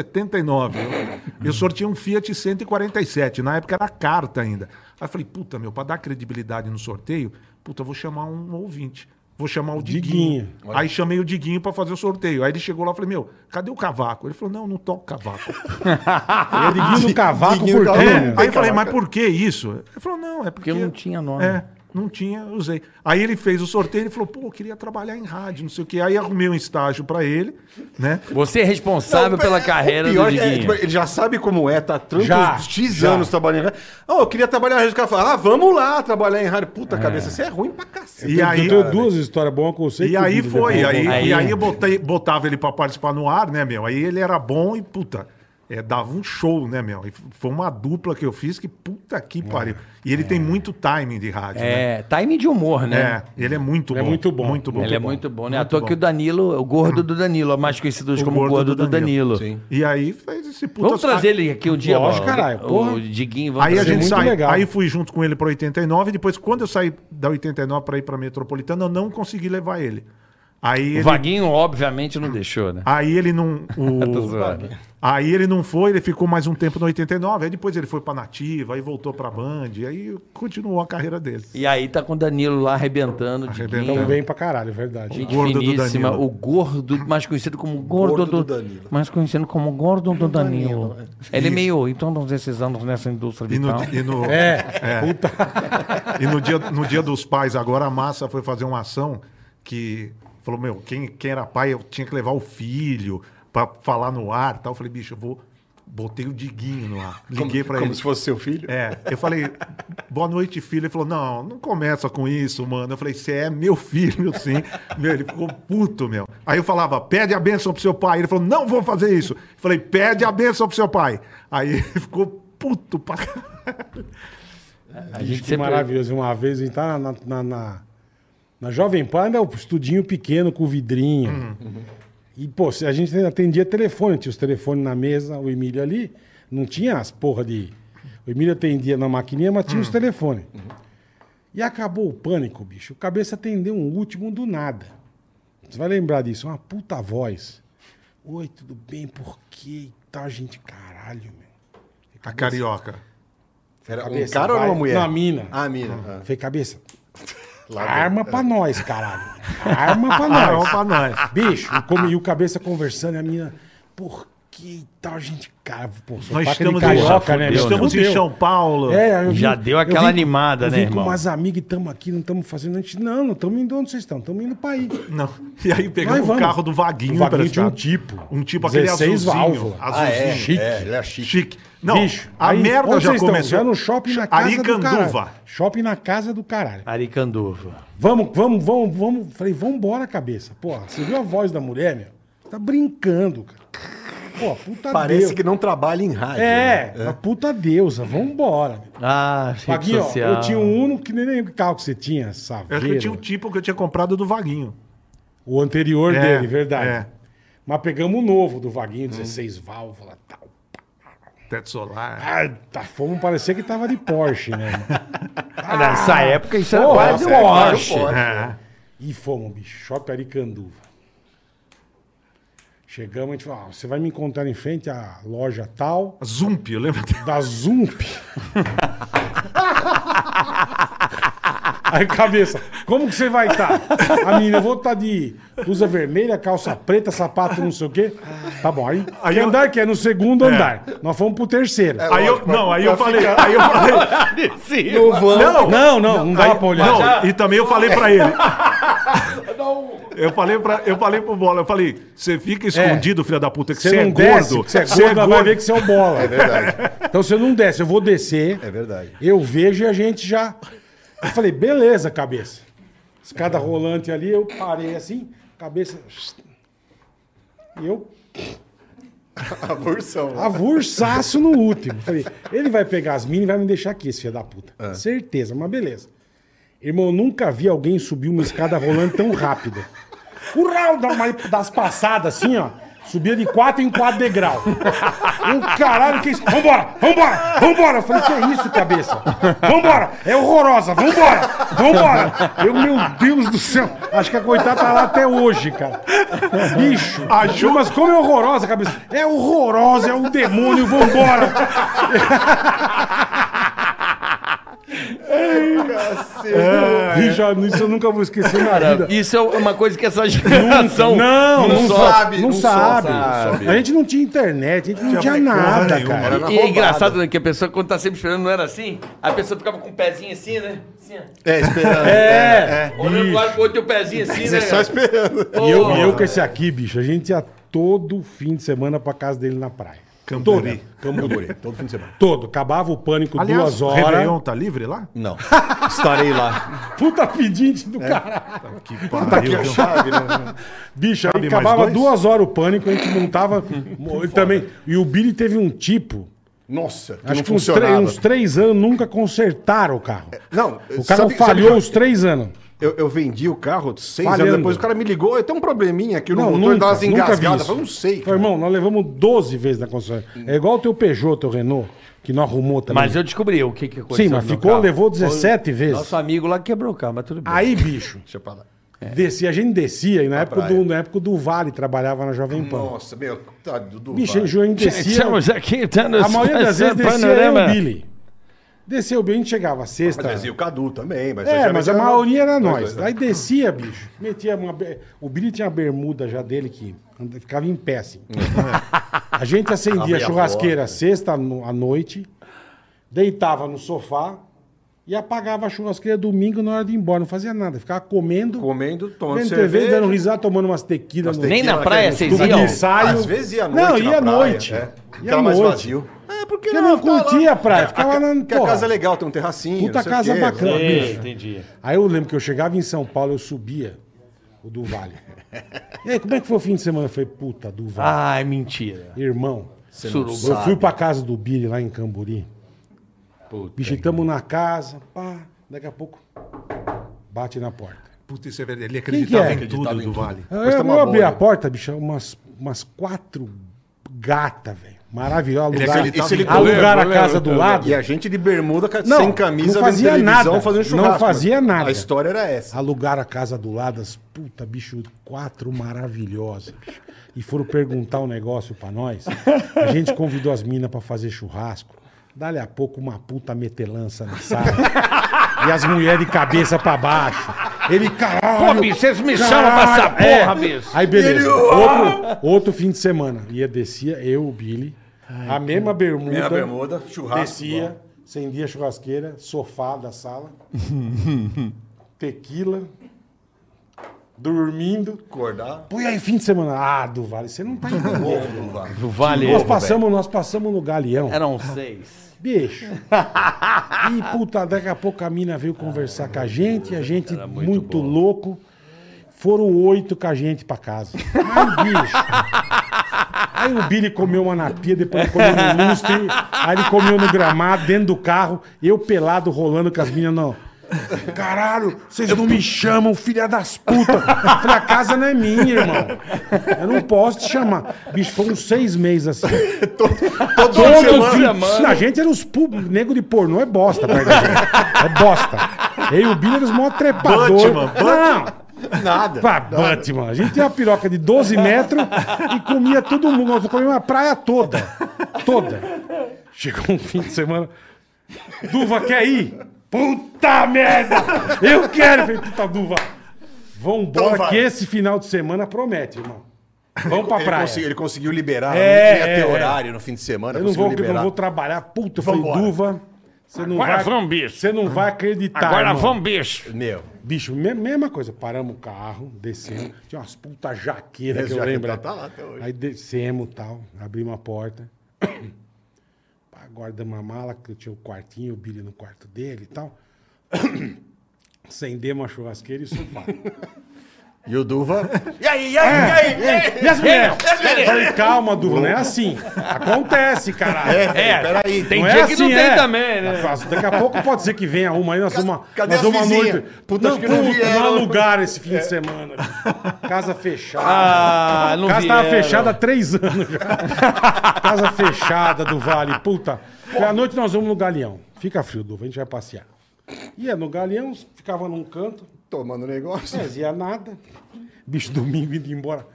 Speaker 1: 1979. Eu, eu sorteei um Fiat 147, na época era carta ainda. Aí eu falei, puta, meu, pra dar credibilidade no sorteio, puta, eu vou chamar um ouvinte. Vou chamar o Diguinho.
Speaker 3: Diguinho.
Speaker 1: Aí chamei o Diguinho pra fazer o sorteio. Aí ele chegou lá e falei, meu, cadê o cavaco? Ele falou, não, não toco cavaco.
Speaker 3: Aí,
Speaker 1: Ah,
Speaker 3: Diguinho no cavaco
Speaker 2: Diguinho
Speaker 3: por
Speaker 2: no
Speaker 3: quê?
Speaker 2: cavaco.
Speaker 1: É,
Speaker 3: meu?
Speaker 1: aí eu falei,
Speaker 2: cavaca.
Speaker 1: mas por que isso? Ele falou, não, é
Speaker 4: Porque
Speaker 1: porque.
Speaker 4: eu não tinha nome.
Speaker 1: É, não tinha, usei. Aí ele fez o sorteio, ele falou, pô, eu queria trabalhar em rádio, não sei o quê. Aí arrumei um estágio pra ele, né?
Speaker 4: Você é responsável
Speaker 2: Não,
Speaker 4: pela
Speaker 2: é,
Speaker 4: carreira
Speaker 2: o
Speaker 4: do
Speaker 2: pior é que é,
Speaker 4: Diguinho.
Speaker 2: tipo, ele já sabe como é, tá há tantos
Speaker 3: Já,
Speaker 2: X
Speaker 3: já.
Speaker 2: anos trabalhando em rádio. Ah, eu queria trabalhar em rádio. O cara fala, ah, vamos lá trabalhar em rádio. Puta cabeça, você é ruim pra cacete.
Speaker 1: E aí,
Speaker 3: eu tenho duas histórias boas que eu sei
Speaker 1: e
Speaker 3: que o
Speaker 1: aí
Speaker 3: Diguinho
Speaker 1: foi,
Speaker 3: depois-
Speaker 1: aí,
Speaker 4: Aí-
Speaker 1: e aí eu botei, botava ele pra participar no ar, né, meu? Aí ele era bom e, puta, é, dava um show, né, meu? E f- foi uma dupla que eu fiz que, puta que pariu. E ele tem muito timing de rádio, né?
Speaker 4: É, timing de humor, né?
Speaker 1: É, ele é muito
Speaker 3: É
Speaker 1: bom.
Speaker 3: muito bom.
Speaker 1: Muito bom.
Speaker 4: ele é muito bom, né?
Speaker 1: Muito
Speaker 4: à toa
Speaker 1: bom.
Speaker 4: que o Danilo, o gordo do Danilo, é mais conhecido hoje
Speaker 1: O
Speaker 4: como gordo, do Danilo.
Speaker 1: E aí fez esse puta...
Speaker 4: Vamos trazer ele aqui um dia,
Speaker 3: Lógico,
Speaker 4: ó,
Speaker 3: caralho,
Speaker 4: O,
Speaker 3: porra.
Speaker 4: o Diguinho, vamos
Speaker 1: Aí a
Speaker 4: trazer.
Speaker 1: gente
Speaker 3: muito
Speaker 1: sai,
Speaker 3: legal.
Speaker 1: aí fui junto com ele para 89, depois quando eu saí da 89 para ir para Metropolitana, eu não consegui levar ele. Aí ele,
Speaker 4: O Vaguinho, obviamente, não deixou, né?
Speaker 1: aí
Speaker 4: (laughs)
Speaker 1: ele não
Speaker 4: Tô
Speaker 1: o,
Speaker 4: zoando.
Speaker 1: aí ele não foi, ele ficou mais um tempo no 89, aí depois ele foi para Nativa, aí voltou para Band, aí continuou a carreira dele.
Speaker 4: E aí tá com o Danilo lá arrebentando, o
Speaker 1: Arrebentando.
Speaker 4: Diguinho.
Speaker 3: Então bem pra caralho, é verdade.
Speaker 4: Gente
Speaker 1: Gordo do
Speaker 4: finíssima,
Speaker 1: Danilo.
Speaker 4: o gordo, mais conhecido como gordo,
Speaker 5: Gordo
Speaker 4: do,
Speaker 5: do Danilo.
Speaker 4: Mais conhecido como gordo do Danilo. Ele é meio, então, nos esses anos nessa indústria
Speaker 1: E no,
Speaker 4: vital.
Speaker 1: e no-
Speaker 3: Então. (laughs) É, puta.
Speaker 1: E no dia, no dia dos pais, agora a massa foi fazer uma ação que falou: meu, quem, quem era pai, eu tinha que levar o filho pra falar no ar e tal. Eu falei, bicho, eu vou. Botei o Diguinho no ar. Liguei pra
Speaker 2: Como
Speaker 1: ele.
Speaker 2: se fosse seu filho.
Speaker 1: É, eu falei, boa noite, filho. Ele falou, não, não começa com isso, mano. Eu falei, você é meu filho, sim. Meu, ele ficou puto, meu. Aí eu falava, pede a benção pro seu pai. Ele falou, não vou fazer isso. Eu falei, pede a benção pro seu pai. Aí (laughs) ele ficou puto pra caralho.
Speaker 3: A gente que
Speaker 4: sempre-
Speaker 3: maravilhoso. Uma vez a gente tá na, na, na, na Jovem Pan, ainda é um estudinho pequeno com vidrinho. E, pô, se a gente atendia telefone, tinha os telefones na mesa, o Emílio ali, não tinha as porra de. O Emílio atendia na maquininha, mas tinha os telefones. E acabou o pânico, bicho. O cabeça atendeu um último do nada. Você vai lembrar disso, uma puta voz. Oi, tudo bem? Por quê? E tal, gente, caralho, meu.
Speaker 1: A carioca.
Speaker 2: Era um
Speaker 3: Cabeça,
Speaker 2: cara ou
Speaker 3: vai.
Speaker 2: era uma mulher?
Speaker 3: Não, a mina.
Speaker 2: Ah, a mina. Ah,
Speaker 3: Falei, cabeça, arma pra nós, caralho. Arma pra nós.
Speaker 1: Tá É. Arma pra nós.
Speaker 3: Bicho, como e o cabeça conversando, e a menina, por que e tal, gente, cara, pô, sotaque
Speaker 1: Nós
Speaker 3: de
Speaker 1: estamos,
Speaker 3: carioca,
Speaker 1: em,
Speaker 3: né,
Speaker 1: estamos
Speaker 3: bicho?
Speaker 1: em São Paulo.
Speaker 3: É, eu
Speaker 4: Já deu
Speaker 3: eu
Speaker 4: aquela
Speaker 3: com-
Speaker 4: animada,
Speaker 3: eu
Speaker 4: né,
Speaker 3: vim
Speaker 4: irmão?
Speaker 3: com umas amigas e estamos aqui, não estamos fazendo... A gente, não, não estamos indo onde vocês estão, estamos indo pra aí.
Speaker 1: Não. E aí
Speaker 3: Nós
Speaker 1: pegamos o
Speaker 3: vamos.
Speaker 1: carro do Vaguinho,
Speaker 3: O Vaguinho tinha
Speaker 1: emprestado.
Speaker 3: um tipo.
Speaker 1: Um tipo aquele
Speaker 3: 16
Speaker 1: azulzinho.
Speaker 3: válvula.
Speaker 1: Azulzinho.
Speaker 3: Chique.
Speaker 2: É, ele é chique.
Speaker 1: Chique. Não,
Speaker 3: Bicho,
Speaker 1: a
Speaker 3: aí,
Speaker 1: merda
Speaker 3: onde
Speaker 1: já
Speaker 3: vocês estão?
Speaker 1: começou.
Speaker 3: Já no shopping na casa do
Speaker 1: Aricanduva.
Speaker 3: caralho. Shopping na casa do caralho.
Speaker 4: Aricanduva.
Speaker 3: Vamos, vamos, vamos, vamos. Falei, vamos embora, cabeça. Porra, você viu a voz da mulher, meu? Você tá brincando, cara. Pô, puta
Speaker 5: Parece
Speaker 3: deusa.
Speaker 5: que não trabalha em rádio. né?
Speaker 3: É, a puta deusa, vambora. meu.
Speaker 4: Ah, rede
Speaker 3: Paguinho, ó,
Speaker 4: social.
Speaker 3: eu tinha um Uno que nem lembro que carro que você tinha,
Speaker 1: Eu acho que eu tinha um
Speaker 3: Saveiro.
Speaker 1: tipo que eu tinha comprado do Vaguinho.
Speaker 3: O anterior
Speaker 1: É,
Speaker 3: dele, verdade.
Speaker 1: é.
Speaker 3: Mas pegamos o novo do
Speaker 4: Hum.
Speaker 3: Vaguinho, 16 válvulas e tal.
Speaker 1: Teto solar.
Speaker 3: Ah, tá, fomos parecer que tava de Porsche,
Speaker 4: (laughs)
Speaker 3: né? mano?
Speaker 4: Ah, Nessa época isso era
Speaker 3: Porra,
Speaker 4: quase um
Speaker 3: era quase
Speaker 4: Porsche.
Speaker 1: É.
Speaker 3: E fomos, bicho, Shopping Aricanduva. Chegamos, a gente falou, ah, você vai me encontrar em frente à loja tal,
Speaker 1: Zump, eu lembro. dele.
Speaker 3: da Zump. Aí, cabeça, como que você vai estar? A menina, eu vou estar de blusa vermelha, calça preta, sapato não sei o quê. Tá bom, aí,
Speaker 1: Aí
Speaker 3: que
Speaker 1: eu- Ah,
Speaker 3: andar que é? No segundo andar. Nós fomos pro terceiro.
Speaker 1: Aí eu, não, aí eu falei, aí eu falei,
Speaker 2: No van.
Speaker 3: Não, não, não, não dá
Speaker 1: aí,
Speaker 3: pra olhar.
Speaker 1: não, e também eu falei pra ele. Eu falei, pra, eu falei pro Bola, eu falei, você fica escondido, filho da puta, que
Speaker 3: É. Você
Speaker 1: você é
Speaker 3: não desce,
Speaker 1: gordo.
Speaker 3: que você é
Speaker 1: cê
Speaker 3: gordo, ela vai ver que você é o bola.
Speaker 2: É verdade.
Speaker 3: Então você não desce, eu vou descer.
Speaker 2: É verdade.
Speaker 3: Eu vejo e a gente já. Eu falei, beleza, cabeça. Escada rolante ali, eu parei assim, cabeça. E eu
Speaker 2: A versão.
Speaker 3: avursaço no último. Falei, ele vai pegar as minas e vai me deixar aqui, esse filho da puta. Certeza, mas beleza. Irmão, eu nunca vi alguém subir uma escada rolando tão rápido. O Raul dá uma das passadas assim, ó. Subia de 4 em 4 degrau. O caralho que isso. Vambora, vambora, vambora. Eu falei, que é isso, cabeça? Vambora, é horrorosa, vambora, vambora. Eu, meu Deus do céu. Acho que a coitada tá lá até hoje, cara. Bicho. Achou, mas como é horrorosa, cabeça? É horrorosa, é um demônio, vambora. É, Richard, isso eu nunca vou esquecer na vida.
Speaker 4: Isso é uma coisa que essa geração
Speaker 3: Não, não,
Speaker 4: só-
Speaker 3: sabe. Não, sabe.
Speaker 5: sabe.
Speaker 3: A gente não tinha internet, a gente não tinha
Speaker 1: porra
Speaker 3: nada,
Speaker 2: Ah,
Speaker 1: nenhuma,
Speaker 3: cara.
Speaker 5: Era na
Speaker 4: E é
Speaker 5: roubada.
Speaker 4: engraçado, né? Que a pessoa, quando tá sempre esperando, não era assim. A pessoa ficava com o pezinho assim, né? Assim, ó.
Speaker 2: É, esperando.
Speaker 3: É.
Speaker 4: Olhando pro lado pro outro, e o pezinho assim,
Speaker 2: Você
Speaker 4: né?
Speaker 2: só
Speaker 4: cara?
Speaker 2: esperando.
Speaker 4: Pô,
Speaker 3: E eu, e eu com esse aqui, bicho, a gente ia todo fim de semana pra casa dele na praia.
Speaker 1: Camburi.
Speaker 2: Camburi, todo fim de semana.
Speaker 3: Todo. Acabava o pânico duas horas.
Speaker 1: Réveillon tá livre lá?
Speaker 2: Não. Estarei lá.
Speaker 3: Puta pedinte do caralho.
Speaker 1: Que
Speaker 3: Tá
Speaker 1: pariu. viu? (laughs)
Speaker 3: Bicho,
Speaker 1: Cabe
Speaker 3: aí
Speaker 1: mais
Speaker 3: acabava
Speaker 1: dois?
Speaker 3: duas horas o pânico, a gente montava. ele também. E o Billy teve um tipo.
Speaker 2: Nossa, que
Speaker 3: acho
Speaker 2: não
Speaker 3: que uns, três-
Speaker 2: funcionava.
Speaker 3: uns três anos nunca consertaram o carro.
Speaker 2: Não,
Speaker 3: O carro
Speaker 2: sabe-
Speaker 3: falhou
Speaker 2: sabe-
Speaker 3: os três anos.
Speaker 2: Eu, eu vendi o carro seis
Speaker 3: Falhando.
Speaker 2: anos depois. O cara me ligou, tem um probleminha aqui no
Speaker 3: Não,
Speaker 2: motor,
Speaker 3: nunca,
Speaker 2: tava assim,
Speaker 3: nunca vi
Speaker 2: engasgado. Eu
Speaker 3: isso.
Speaker 2: falei, não sei. Hum.
Speaker 3: Falei, irmão, nós levamos 12 vezes na concessionária. É igual o teu Peugeot, teu Renault, que não arrumou também.
Speaker 4: Mas eu descobri o que, que aconteceu.
Speaker 3: Sim, mas
Speaker 4: no meu
Speaker 3: ficou,
Speaker 4: carro.
Speaker 3: levou 17 vezes.
Speaker 4: Nosso amigo lá quebrou o carro, mas tudo bem. (laughs)
Speaker 3: Aí, bicho,
Speaker 2: Deixa pra lá.
Speaker 3: descia, a gente descia, e na época,
Speaker 2: É. praia.
Speaker 3: do, na época do Vale trabalhava na Jovem Pan.
Speaker 2: Nossa, meu, tá do, do
Speaker 3: Bicho, a gente descia,
Speaker 4: um
Speaker 7: Estamos aqui tendo
Speaker 3: a maioria das vezes
Speaker 7: esse
Speaker 3: descia
Speaker 4: né,
Speaker 3: eu e o
Speaker 7: panorama.
Speaker 3: Billy. Desceu o Billy, a gente chegava sexta.
Speaker 2: Mas e o Cadu também. Mas
Speaker 3: É, mas a
Speaker 2: geralmente
Speaker 3: maioria era
Speaker 2: nós
Speaker 3: nós.
Speaker 2: dois, né?
Speaker 3: Aí descia, bicho. Metia uma. be- O Billy tinha a bermuda já dele que and- ficava em pé,
Speaker 2: (laughs)
Speaker 3: assim. A gente acendia
Speaker 2: Abria
Speaker 3: a
Speaker 2: a
Speaker 3: churrasqueira
Speaker 2: porta.
Speaker 3: sexta no- à noite, deitava no sofá e apagava a churrasqueira domingo na hora de ir embora. Não fazia nada. Ficava comendo,
Speaker 2: Comendo, tomando
Speaker 3: vendo TV,
Speaker 2: cerveja.
Speaker 3: dando risada, tomando umas tequilas.
Speaker 4: Nem
Speaker 2: Tequila,
Speaker 4: na praia
Speaker 2: aquele
Speaker 4: vocês
Speaker 3: tubo de
Speaker 4: iam?
Speaker 3: ensaio.
Speaker 2: Às vezes ia à noite.
Speaker 3: Não, ia
Speaker 2: na
Speaker 3: à
Speaker 2: praia,
Speaker 3: noite.
Speaker 2: É.
Speaker 3: Ia
Speaker 2: Ficava
Speaker 3: à
Speaker 2: mais
Speaker 3: noite.
Speaker 2: vazio. É, porque
Speaker 3: Porque não
Speaker 2: Ficava lá-
Speaker 3: curtia a praia,
Speaker 2: É,
Speaker 3: ficava na-
Speaker 2: Porque a
Speaker 3: porra.
Speaker 2: casa é legal, tem um terracinho.
Speaker 3: Puta
Speaker 2: não sei o
Speaker 3: casa
Speaker 2: quê.
Speaker 3: bacana, bicho.
Speaker 4: Entendi.
Speaker 3: Aí eu lembro que eu chegava em São Paulo, eu subia o do
Speaker 2: (laughs)
Speaker 3: Vale. E aí, como é que foi o fim de semana? Eu falei, puta, do Vale.
Speaker 4: Ai,
Speaker 2: Ah.
Speaker 4: mentira.
Speaker 3: Irmão,
Speaker 4: Suruba.
Speaker 3: eu fui pra casa do Billy lá em Camburi. Bicho, tamo na casa, pá, daqui a pouco bate na porta.
Speaker 1: Puta, isso é verdade. Ele
Speaker 3: que
Speaker 1: acreditava
Speaker 3: é?
Speaker 1: em tudo
Speaker 2: Acreditava
Speaker 1: do
Speaker 2: em tudo.
Speaker 1: Vale.
Speaker 3: Eu,
Speaker 2: Mas tá uma
Speaker 3: eu abri
Speaker 2: boa,
Speaker 3: a
Speaker 2: né?
Speaker 3: porta, bicho, é umas, umas quatro gatas, velho. Maravilhosa.
Speaker 2: é
Speaker 1: Ele
Speaker 3: Alugaram,
Speaker 1: acreditava
Speaker 2: em tudo.
Speaker 3: alugaram
Speaker 7: Eu
Speaker 3: a
Speaker 7: lembro,
Speaker 3: casa
Speaker 7: eu
Speaker 3: do
Speaker 7: lembro.
Speaker 3: lado.
Speaker 2: E a gente de bermuda, ca-
Speaker 3: Não,
Speaker 2: sem camisa,
Speaker 3: não fazia
Speaker 2: vendo televisão,
Speaker 3: nada.
Speaker 2: fazendo
Speaker 3: Não
Speaker 2: churrasco.
Speaker 3: fazia nada.
Speaker 2: A história era essa.
Speaker 3: Alugaram a casa do lado, as puta, bicho, quatro maravilhosas. bicho. E foram perguntar um negócio pra nós. A gente convidou as minas pra fazer churrasco. Dali a pouco, uma puta metelança na sala. E as mulheres de cabeça pra baixo. Ele, caralho.
Speaker 7: Pô, bicho, vocês me
Speaker 3: caralho."
Speaker 7: chamam pra essa porra,
Speaker 3: é.
Speaker 7: bicho.
Speaker 3: Aí, beleza. Outro, outro fim de semana. Ia, descia eu, o Billy. a mesma bermuda.
Speaker 2: Minha
Speaker 5: é
Speaker 2: bermuda, churrasco.
Speaker 3: Descia, acendia a churrasqueira, sofá da sala, tequila, dormindo.
Speaker 2: Acordar.
Speaker 3: Põe aí fim de semana. Ah, do Vale, você não tá entendendo.
Speaker 2: Ovo, vá.
Speaker 4: Do Vale.
Speaker 3: nós, passamos, nós passamos no Galeão.
Speaker 4: Eram seis.
Speaker 3: Bicho. E puta, daqui a pouco a mina veio conversar com a gente, a gente muito, louco. Foram oito com a gente pra casa. Ai, bicho. Aí o Billy comeu uma na pia, depois ele comeu no lustre, aí ele comeu no gramado, dentro do carro, eu pelado rolando com as minas, não. Caralho, vocês não me chamam, filha das putas. Eu Falei, a casa não é minha, irmão. Eu não posso te chamar. Bicho, foram uns seis meses assim.
Speaker 2: (laughs) Todo
Speaker 3: Todo
Speaker 2: fim de semana.
Speaker 3: fim- A gente era os pu... nego de pornô, é bosta, perto da gente. É bosta. Eu e o Billy eram os maiores trepadores.
Speaker 1: Batman,
Speaker 3: Não,
Speaker 2: Nada.
Speaker 3: pá, Batman. A gente tinha uma piroca de 12 metros e comia todo mundo. Nós comíamos a praia toda. Toda. Chegou um fim de semana. Duva, quer ir? Puta merda! Eu quero! Eu Falei, puta, Duva. Vambora
Speaker 2: Então vai.
Speaker 3: que esse final de semana promete, irmão. Vamos pra
Speaker 2: Ele,
Speaker 3: praia.
Speaker 2: consegui- ele conseguiu liberar,
Speaker 3: É,
Speaker 2: não ia
Speaker 3: é,
Speaker 2: ter
Speaker 3: é.
Speaker 2: horário no fim de semana.
Speaker 3: Eu não vou,
Speaker 2: conseguiu
Speaker 3: eu não vou
Speaker 2: liberar.
Speaker 3: trabalhar. Puta, eu falei,
Speaker 2: Vambora.
Speaker 3: Duva, você não
Speaker 7: Agora
Speaker 3: vai...
Speaker 7: vamos, bicho.
Speaker 3: Você não vai acreditar,
Speaker 7: Agora
Speaker 3: irmão.
Speaker 7: vamos, bicho.
Speaker 2: Meu,
Speaker 3: Bicho, me- mesma coisa. Paramos o carro, descemos. Tinha umas puta jaqueiras
Speaker 2: esse
Speaker 3: que eu
Speaker 2: jaqueta
Speaker 3: lembro.
Speaker 2: tá lá até hoje.
Speaker 3: Aí descemos e tal, abrimos a porta. (coughs) Pá, Guardamos a mala, que eu tinha o quartinho, o Billy no quarto (coughs)
Speaker 2: (laughs)
Speaker 3: dele e tal. Acendemos a churrasqueira e o sofá.
Speaker 2: E
Speaker 3: (laughs)
Speaker 2: o Duva.
Speaker 4: E aí, e aí, e aí?
Speaker 3: E as mulheres? Falei, calma, Duva, não é assim. Acontece, caralho.
Speaker 2: É, peraí.
Speaker 7: Tem
Speaker 3: Não é
Speaker 7: dia que não
Speaker 3: assim,
Speaker 7: tem
Speaker 3: é.
Speaker 7: também, né?
Speaker 3: Mas Daqui a pouco pode ser que venha uma aí, nós uma,
Speaker 2: cadê
Speaker 3: nós
Speaker 2: as
Speaker 3: uma
Speaker 2: vizinhas?
Speaker 3: noite.
Speaker 2: Puta,
Speaker 3: não,
Speaker 2: acho que não
Speaker 3: puta,
Speaker 2: vieram. É.
Speaker 3: não há lugar esse fim de semana. Casa fechada.
Speaker 4: Ah, não
Speaker 3: Casa tava
Speaker 4: vieram.
Speaker 3: fechada há três anos já. (laughs) Casa fechada do Vale, puta. Falei, à noite nós vamos no Galeão. Fica frio, Duva, a gente vai passear. Ia no Galeão, ficava num canto,
Speaker 2: Tomando negócio.
Speaker 3: não fazia nada. Bicho, domingo indo embora.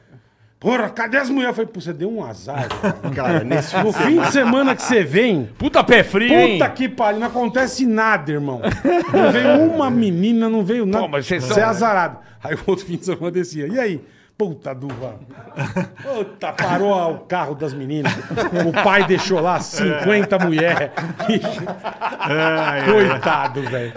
Speaker 3: Porra, cadê as mulheres? Eu falei, pô, você deu um azar. cara.
Speaker 2: Cara, nesse
Speaker 3: No fim de semana que você vem,
Speaker 7: Puta pé frio, hein?
Speaker 3: Puta que pariu, não acontece nada, irmão. Não veio uma menina, não veio nada.
Speaker 7: Pô, mas vocês
Speaker 3: Você
Speaker 7: são-
Speaker 3: é azarado. Aí o outro fim de semana descia. E aí? Puta duva. Puta, parou o carro das meninas. O pai deixou lá 50 mulheres.
Speaker 1: É,
Speaker 4: É.
Speaker 1: Ai, ai, ai.
Speaker 3: Coitado, velho.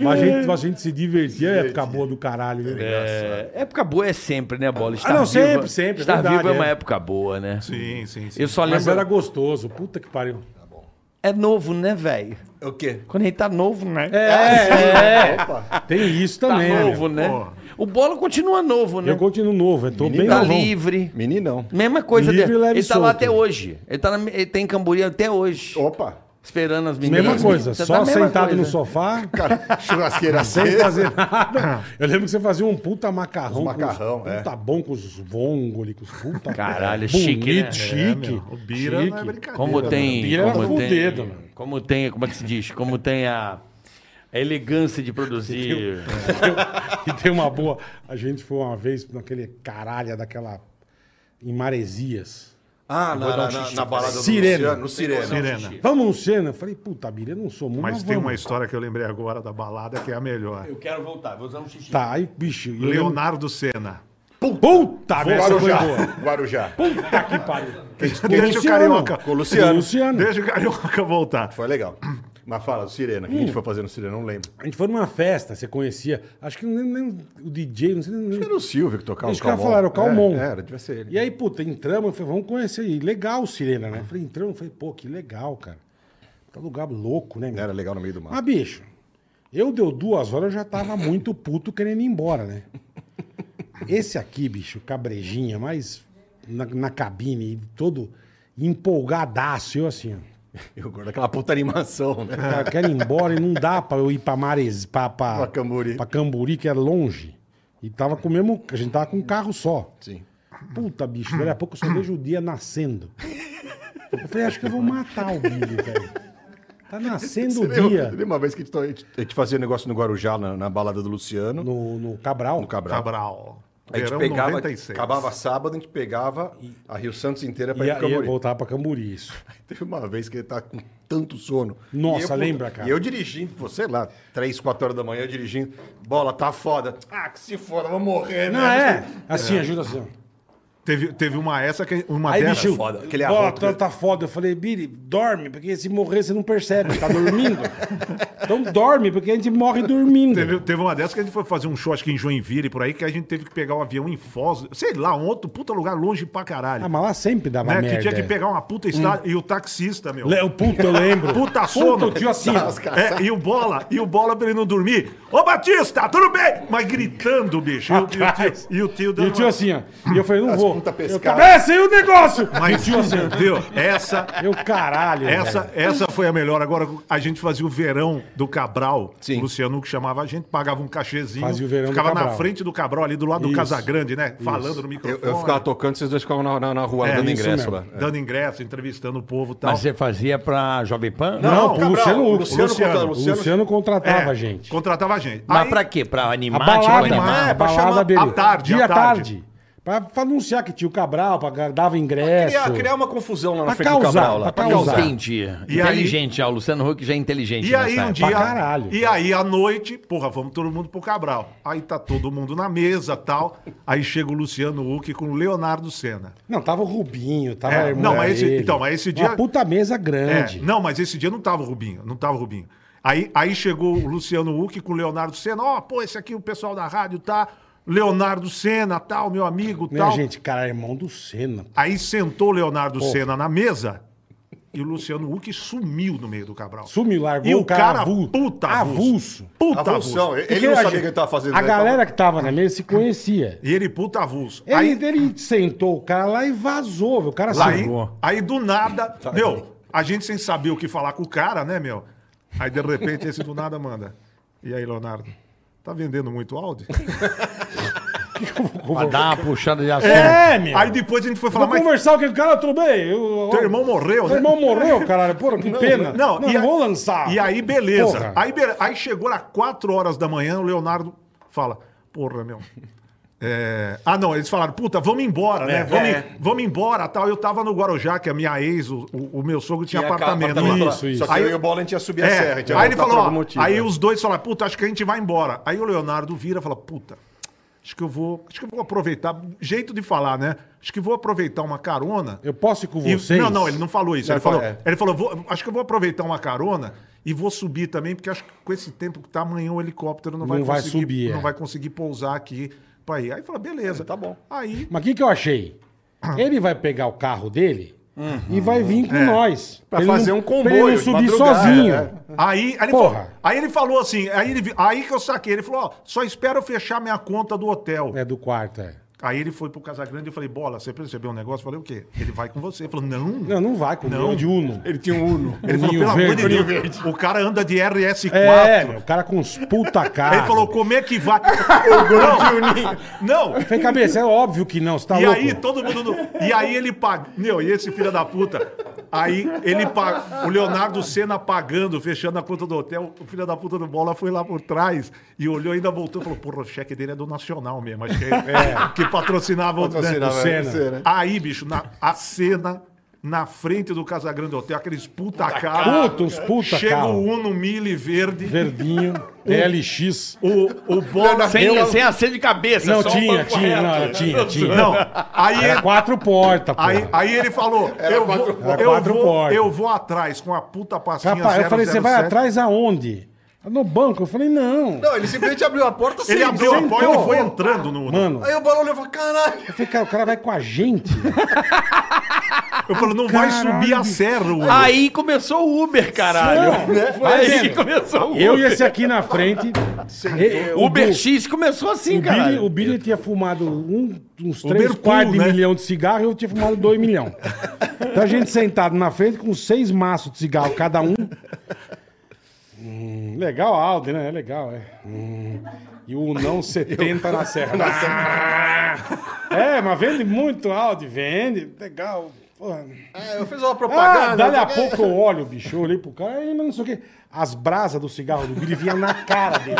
Speaker 3: Mas a gente, a gente se divertia. É época boa do caralho. viu?
Speaker 4: É, época boa é sempre, né, Bola? Estar
Speaker 3: Ah, não,
Speaker 4: vivo-
Speaker 3: sempre, sempre,
Speaker 4: Estar
Speaker 3: verdade,
Speaker 4: vivo é uma
Speaker 3: é.
Speaker 4: época boa, né?
Speaker 1: Sim, sim, sim.
Speaker 4: Eu só
Speaker 3: Mas
Speaker 4: lembro...
Speaker 3: era gostoso. Puta que pariu.
Speaker 4: É novo, né, velho?
Speaker 5: O quê?
Speaker 4: Quando a gente tá novo, né?
Speaker 3: É, Tem isso
Speaker 4: tá
Speaker 3: também. né, meu?
Speaker 4: novo, né?
Speaker 1: Porra.
Speaker 4: O Bola continua novo, né?
Speaker 3: Eu continuo novo. Eu tô bem
Speaker 4: Tá
Speaker 3: novão.
Speaker 4: livre.
Speaker 2: Meninão.
Speaker 4: Mesma coisa
Speaker 3: Livre,
Speaker 4: dele.
Speaker 3: leve e
Speaker 4: Ele tá lá
Speaker 3: solto.
Speaker 4: até hoje. Ele tá, na, ele tá em Camboriú até hoje.
Speaker 2: Opa.
Speaker 4: Esperando as meninas.
Speaker 3: Mesma coisa.
Speaker 4: Você
Speaker 3: Só
Speaker 4: tá a mesma
Speaker 3: sentado
Speaker 4: coisa.
Speaker 3: no sofá.
Speaker 2: Cara,
Speaker 3: (laughs)
Speaker 2: churrasqueira
Speaker 3: sem
Speaker 2: seca.
Speaker 3: fazer nada. Eu lembro que você fazia um puta macarrão.
Speaker 2: Os
Speaker 3: com os-
Speaker 2: macarrão, é.
Speaker 3: Puta bom com os vongo ali, com os puta.
Speaker 4: Caralho,
Speaker 3: bonito,
Speaker 4: chique, né?
Speaker 3: chique.
Speaker 1: meu, o Bira não é brincadeira.
Speaker 4: Como tem.
Speaker 3: Bira era
Speaker 4: como, tem
Speaker 3: fudido, é um mano.
Speaker 4: como tem. Como é que se diz? Como tem a. a elegância
Speaker 3: (laughs)
Speaker 4: de produzir.
Speaker 3: (laughs) E tem uma boa. A gente foi uma vez naquele caralho daquela. Em Maresias.
Speaker 5: Ah, na, na, na, na balada do
Speaker 3: Sirena.
Speaker 5: Luciano, no Sirena.
Speaker 1: Sirena.
Speaker 3: Vamos no Senna? Eu falei, puta, Bira, eu não sou muito.
Speaker 1: Mas
Speaker 3: mas
Speaker 1: tem
Speaker 3: vamos.
Speaker 1: uma história que eu lembrei agora da balada que é a melhor.
Speaker 4: Eu quero voltar, vou usar um xixi.
Speaker 3: Tá, aí, bicho. eu lembro-
Speaker 1: Leonardo Senna.
Speaker 3: Puta, velho, essa foi
Speaker 2: Guarujá.
Speaker 3: boa.
Speaker 2: Guarujá.
Speaker 3: Puta que pariu.
Speaker 1: Deixa o carioca.
Speaker 2: Com o Luciano.
Speaker 3: Com o Luciano.
Speaker 1: Deixa o carioca voltar.
Speaker 2: Foi legal. Mas fala, do Sirena. O que a
Speaker 3: Hum.
Speaker 2: gente foi fazer no Sirena? Não lembro.
Speaker 3: A gente foi numa festa, você conhecia. Acho que nem, nem o DJ, não sei nem.
Speaker 2: Era o Silvio que tocava
Speaker 3: Isso que eu ia falar, era o Calmon.
Speaker 2: É, era, devia ser ele.
Speaker 3: E aí, puta, entramos, eu falei, vamos conhecer aí. Legal, Sirena, né? Eu Falei, entramos, eu falei, pô, que legal, cara. Tá lugar louco, né, meu?
Speaker 2: Era legal no meio do
Speaker 3: Mas,
Speaker 2: mar.
Speaker 3: bicho, eu deu duas horas, eu já tava muito puto querendo ir embora, né? Esse aqui, bicho, cabrejinha, mas na, na cabine, todo empolgadaço, eu assim, ó.
Speaker 2: Eu gosto daquela puta animação, né?
Speaker 3: Cara, eu quero ir embora e não dá pra eu ir pra Mares, pra, pra,
Speaker 2: Pra Camburi.
Speaker 3: pra Camburi, que é longe. E tava com o mesmo. A gente tava com um carro só.
Speaker 2: Sim.
Speaker 3: Puta, bicho, daqui a pouco eu só vejo o dia nascendo. Eu falei, acho que eu vou matar o Billy, velho. Tá nascendo o dia
Speaker 2: Lembra uma vez que a gente, to- a gente- a gente fazia um negócio no Guarujá, na, na balada do Luciano, no,
Speaker 3: no, no Cabral.
Speaker 2: Cabral.
Speaker 1: Cabral.
Speaker 2: A gente
Speaker 1: Verão
Speaker 2: pegava,
Speaker 1: 96.
Speaker 2: acabava sábado, a gente pegava a Rio Santos inteira pra
Speaker 3: E
Speaker 2: ir pro
Speaker 3: aí eu
Speaker 2: Camboriú.
Speaker 3: voltar pra Camburi, isso.
Speaker 2: Teve uma vez que ele tá com tanto sono.
Speaker 3: Nossa,
Speaker 2: E eu-
Speaker 3: lembra, cara?
Speaker 2: E eu dirigindo, pô, sei lá, três, quatro horas da manhã, eu dirigindo. Bola, tá foda. Ah, que se foda, vou morrer, né?
Speaker 3: Não, é? Assim, ajuda assim. ó.
Speaker 1: Teve, teve uma essa que uma
Speaker 3: Aí,
Speaker 1: dessas.
Speaker 3: bicho,
Speaker 2: foda, aquele
Speaker 3: ó,
Speaker 2: arroto,
Speaker 3: tá,
Speaker 2: né?
Speaker 3: tá foda. Eu falei, Billy, dorme, porque se morrer você não percebe, tá dormindo. então dorme, porque a gente morre dormindo.
Speaker 1: Teve, teve uma dessas que a gente foi fazer um show, acho que em Joinville, por aí, que a gente teve que pegar o avião em Foz, sei lá, um outro puta lugar longe pra caralho.
Speaker 3: Ah, mas lá sempre dava
Speaker 1: né?
Speaker 3: merda. é.
Speaker 1: Que tinha que pegar uma puta estrada. E o taxista, meu.
Speaker 3: Le- o puto, eu lembro.
Speaker 1: Puta sono.
Speaker 3: Puta, o tio assim. ó.
Speaker 1: É, e o bola, e o bola pra ele não dormir. Ô Batista, tudo bem? Mas gritando, bicho. E o- e o
Speaker 3: Atrás.
Speaker 1: tio- E o tio
Speaker 3: E
Speaker 1: dando
Speaker 3: o tio
Speaker 1: uma-
Speaker 3: assim, ó. E eu falei, não
Speaker 2: As
Speaker 3: vou.
Speaker 2: puta
Speaker 3: Eu,
Speaker 2: pescada.
Speaker 3: cara, esse aí é o negócio.
Speaker 1: Mas,
Speaker 3: E o tio assim, ó.
Speaker 1: entendeu? Essa,
Speaker 3: Eu, caralho.
Speaker 1: essa,
Speaker 3: velho.
Speaker 1: essa foi a melhor. Agora, a gente fazia o verão do Cabral.
Speaker 2: Sim.
Speaker 1: O Luciano que chamava a gente, pagava um cachezinho.
Speaker 3: Fazia o verão do
Speaker 1: Ficava na
Speaker 3: Cabral.
Speaker 1: frente do Cabral, ali do lado do
Speaker 3: Isso.
Speaker 1: Casagrande, né? Falando no
Speaker 2: Eu,
Speaker 1: microfone.
Speaker 2: eu ficava tocando, vocês dois ficavam na, na, na rua
Speaker 1: É,
Speaker 2: dando
Speaker 1: isso
Speaker 2: ingresso
Speaker 3: mesmo.
Speaker 2: lá.
Speaker 1: Dando ingresso, entrevistando o povo e tal.
Speaker 4: Mas você fazia pra Jovem Pan?
Speaker 3: Não, pro Luciano,
Speaker 2: o
Speaker 3: é, Luciano,
Speaker 2: Luciano,
Speaker 1: Luciano,
Speaker 2: contando,
Speaker 3: o
Speaker 2: o
Speaker 3: Luciano,
Speaker 2: Luciano,
Speaker 1: É,
Speaker 3: contratava a gente.
Speaker 1: Contratava a gente.
Speaker 4: Mas
Speaker 1: Aí,
Speaker 4: pra quê? Pra animar?
Speaker 3: A balada,
Speaker 4: tipo, animar?
Speaker 3: a
Speaker 2: pra
Speaker 3: balada
Speaker 2: chamar-
Speaker 3: dele.
Speaker 1: à tarde,
Speaker 3: Dia
Speaker 1: à
Speaker 3: à
Speaker 1: tarde.
Speaker 3: tarde. Pra, pra anunciar que tinha o Cabral, pra, gar- dava ingresso.
Speaker 2: Criar, criar uma confusão lá na
Speaker 3: É, Pra
Speaker 2: frente do
Speaker 3: causar,
Speaker 2: Cabral.
Speaker 3: pra
Speaker 2: Lá. Pra
Speaker 3: causar.
Speaker 4: Entendi.
Speaker 1: E
Speaker 4: tá inteligente, ó. O Luciano Huck já é inteligente.
Speaker 1: E aí
Speaker 4: nessa
Speaker 1: um
Speaker 4: época.
Speaker 1: dia.
Speaker 3: Pra caralho.
Speaker 1: E aí à noite, porra, vamos todo mundo pro Cabral. Aí tá todo mundo na mesa tal. Aí chega o Luciano Huck com o Leonardo Senna.
Speaker 3: Não, tava o Rubinho, tava
Speaker 1: É,
Speaker 3: a irmã
Speaker 1: não, mas esse-
Speaker 3: dele.
Speaker 1: então, mas esse
Speaker 3: Uma
Speaker 1: dia-
Speaker 3: puta mesa
Speaker 1: É,
Speaker 3: grande.
Speaker 1: não, mas esse dia não tava o Rubinho, não tava o Rubinho. Aí, aí chegou o Luciano Huck com o Leonardo Senna. Ó, pô, esse aqui o pessoal da rádio tá. Leonardo Senna, tal, meu amigo,
Speaker 3: Né,
Speaker 1: tal.
Speaker 3: gente? Cara, irmão do Senna.
Speaker 1: Aí sentou o Leonardo Senna na mesa. e o Luciano Huck sumiu no meio do Cabral.
Speaker 3: Sumiu, largou
Speaker 1: E
Speaker 3: o cara, avul-
Speaker 1: puta avulso.
Speaker 3: avulso.
Speaker 1: Puta avulso.
Speaker 2: Avulsão. é? Ele
Speaker 3: Porque
Speaker 2: não
Speaker 3: a
Speaker 2: sabia o
Speaker 3: gente-
Speaker 2: que ele tava fazendo.
Speaker 3: A
Speaker 2: né? Ele tava-
Speaker 3: galera que tava na mesa se conhecia.
Speaker 1: E ele puta avulso.
Speaker 3: Ele,
Speaker 1: aí,
Speaker 3: ele sentou o cara lá e vazou, velho. O cara
Speaker 1: Aí,
Speaker 3: saiu.
Speaker 1: aí do nada, meu, a gente sem saber o que falar com o cara, né, meu? Aí de repente esse do nada manda. E aí, Leonardo? Tá vendendo muito
Speaker 3: (laughs)
Speaker 1: Audi?
Speaker 4: Pra dar uma puxada de assunto.
Speaker 3: É, meu.
Speaker 1: Aí depois a gente foi falar,
Speaker 3: Vou
Speaker 1: mas
Speaker 3: conversar com o cara, tudo bem. Eu,
Speaker 1: teu irmão morreu,
Speaker 3: Meu
Speaker 1: né?
Speaker 3: irmão morreu, caralho. Porra, que pena.
Speaker 1: Não,
Speaker 3: não,
Speaker 1: e a-
Speaker 3: vou lançar.
Speaker 1: E aí, beleza.
Speaker 3: Porra.
Speaker 1: Aí, be- aí chegou às 4 horas da manhã, o Leonardo fala: Porra, meu. É, Ah, não, eles falaram, puta, vamos embora,
Speaker 2: É,
Speaker 1: né? Vamos, em- vamos embora tal. Eu tava no Guarujá, que a minha ex, o, o- o meu sogro, tinha,
Speaker 5: Tinha
Speaker 1: um apartamento.
Speaker 5: apartamento
Speaker 1: lá.
Speaker 3: lá. Isso, isso.
Speaker 2: Só que
Speaker 1: Aí-
Speaker 2: eu e o Bola a gente ia subir a
Speaker 1: É,
Speaker 2: serra. A gente ia
Speaker 1: aí ele
Speaker 2: voltar
Speaker 1: falou,
Speaker 2: por
Speaker 1: ó,
Speaker 2: algum motivo,
Speaker 1: aí
Speaker 2: né?
Speaker 1: os dois falaram, puta, acho que a gente vai embora. Aí o Leonardo vira e fala, puta, acho que eu vou, acho que eu vou aproveitar, jeito de falar, né? Acho que vou aproveitar uma carona.
Speaker 3: Eu posso ir com
Speaker 1: E-
Speaker 3: vocês?
Speaker 1: Não, não, ele não falou isso.
Speaker 2: Não,
Speaker 1: ele falou,
Speaker 2: é.
Speaker 1: ele falou vou- acho que eu vou aproveitar uma carona e vou subir também, porque acho que com esse tempo que tá amanhã o helicóptero não, vai
Speaker 3: Não vai
Speaker 1: conseguir,
Speaker 3: subir,
Speaker 1: não
Speaker 3: é.
Speaker 1: vai conseguir pousar aqui para ir. Aí fala, beleza, tá bom. Aí
Speaker 3: Mas o que, que eu achei?
Speaker 1: Ah.
Speaker 3: Ele vai pegar o carro dele
Speaker 1: Uhum.
Speaker 3: e vai vir
Speaker 1: É.
Speaker 3: com nós.
Speaker 2: Pra
Speaker 3: Ele
Speaker 2: fazer um comboio
Speaker 3: Pra ele não
Speaker 2: de
Speaker 3: subir
Speaker 2: madrugada,
Speaker 3: sozinho.
Speaker 2: né?
Speaker 1: Aí, aí, ele
Speaker 3: Porra.
Speaker 1: falou, aí ele falou assim, aí, ele vi- aí que eu saquei, ele falou, ó, só espero eu fechar minha conta do hotel.
Speaker 3: É do quarto, é.
Speaker 1: Aí ele foi pro Casagrande e eu falei, bola, você percebeu um negócio? Eu falei, o quê? Ele vai com você. Ele falou, não.
Speaker 3: Não, não vai com o
Speaker 1: Não.
Speaker 3: meu de Uno.
Speaker 2: Ele tinha um Uno.
Speaker 1: Ele falou,
Speaker 3: Ninho
Speaker 1: pelo amor
Speaker 3: verde,
Speaker 1: de Deus,
Speaker 3: ninho
Speaker 1: o cara anda de RS4.
Speaker 3: É, meu, o cara com uns puta cara.
Speaker 1: Aí ele falou, como é que vai?
Speaker 3: (laughs)
Speaker 1: não, não.
Speaker 3: Tem cabeça, é óbvio que não, você tá
Speaker 1: E
Speaker 3: louco?
Speaker 1: aí todo mundo... no- E aí ele paga... Meu, e esse filho da puta... Aí ele paga... O Leonardo Senna pagando, fechando a conta do hotel. O filho da puta do Bola foi lá por trás e olhou, ainda voltou e falou, porra, o cheque dele é do Nacional mesmo. Acho que, é, que patrocinava, o-
Speaker 2: Patrocinava,
Speaker 1: né, o
Speaker 2: era
Speaker 1: Senna.
Speaker 2: o Senna.
Speaker 1: Aí, bicho, na, a cena na frente do Casagrande Hotel, aqueles puta, cara...
Speaker 3: Puta, uns puta
Speaker 1: Chega
Speaker 3: cara.
Speaker 1: o Uno Mille Verde,
Speaker 3: Verdinho, LX.
Speaker 1: o, o Bola...
Speaker 4: Sem, sem acender de
Speaker 1: é
Speaker 4: cabeça,
Speaker 3: Não,
Speaker 4: só um
Speaker 3: tinha,
Speaker 4: banco
Speaker 3: tinha,
Speaker 4: reto.
Speaker 3: não, tinha, tinha.
Speaker 1: né? Não, aí
Speaker 3: Era quatro portas, pô.
Speaker 1: Aí, aí ele falou, eu, vou,
Speaker 3: Era
Speaker 1: eu,
Speaker 3: quatro
Speaker 1: vou,
Speaker 3: portas.
Speaker 1: eu vou atrás com a puta pastinha
Speaker 3: Rapaz, eu falei, você vai
Speaker 1: 007.
Speaker 3: atrás aonde? No banco. Eu falei, não.
Speaker 5: Não, ele simplesmente abriu a porta
Speaker 1: Ele
Speaker 5: sentou.
Speaker 1: abriu a porta e
Speaker 3: sentou.
Speaker 1: foi entrando no...
Speaker 3: Mano,
Speaker 5: Aí o Bola olhou e falou, caralho.
Speaker 3: eu falei, cara, o cara vai com a gente.
Speaker 1: eu falei, não vai
Speaker 3: Caralho.
Speaker 1: subir a serra, Hugo.
Speaker 4: Aí começou o Uber, caralho.
Speaker 3: Não, né? Foi
Speaker 4: Aí
Speaker 3: assim.
Speaker 4: que começou o Uber.
Speaker 3: Eu e esse aqui na frente. eh, o
Speaker 4: Uber
Speaker 3: Bu-
Speaker 4: X começou assim,
Speaker 3: O Billy,
Speaker 4: cara.
Speaker 3: o Billy tinha fumado um- uns três
Speaker 1: Uber
Speaker 3: quartos
Speaker 1: Pool,
Speaker 3: de
Speaker 1: né?
Speaker 3: milhão de cigarro e eu tinha fumado dois milhão. Então a gente sentado na frente com seis maços de cigarro cada um. Hum, legal a Audi, né? É legal, é. Hum. E o não 70 na serra. Ah! é, mas vende muito Audi, vende. Legal. Porra.
Speaker 5: É, eu fiz uma
Speaker 3: Ah,
Speaker 5: propaganda.
Speaker 3: dali a pouco eu olho, bicho, eu olhei pro cara, aí, mas não sei o quê. As brasas do cigarro do Billy vinham na cara dele.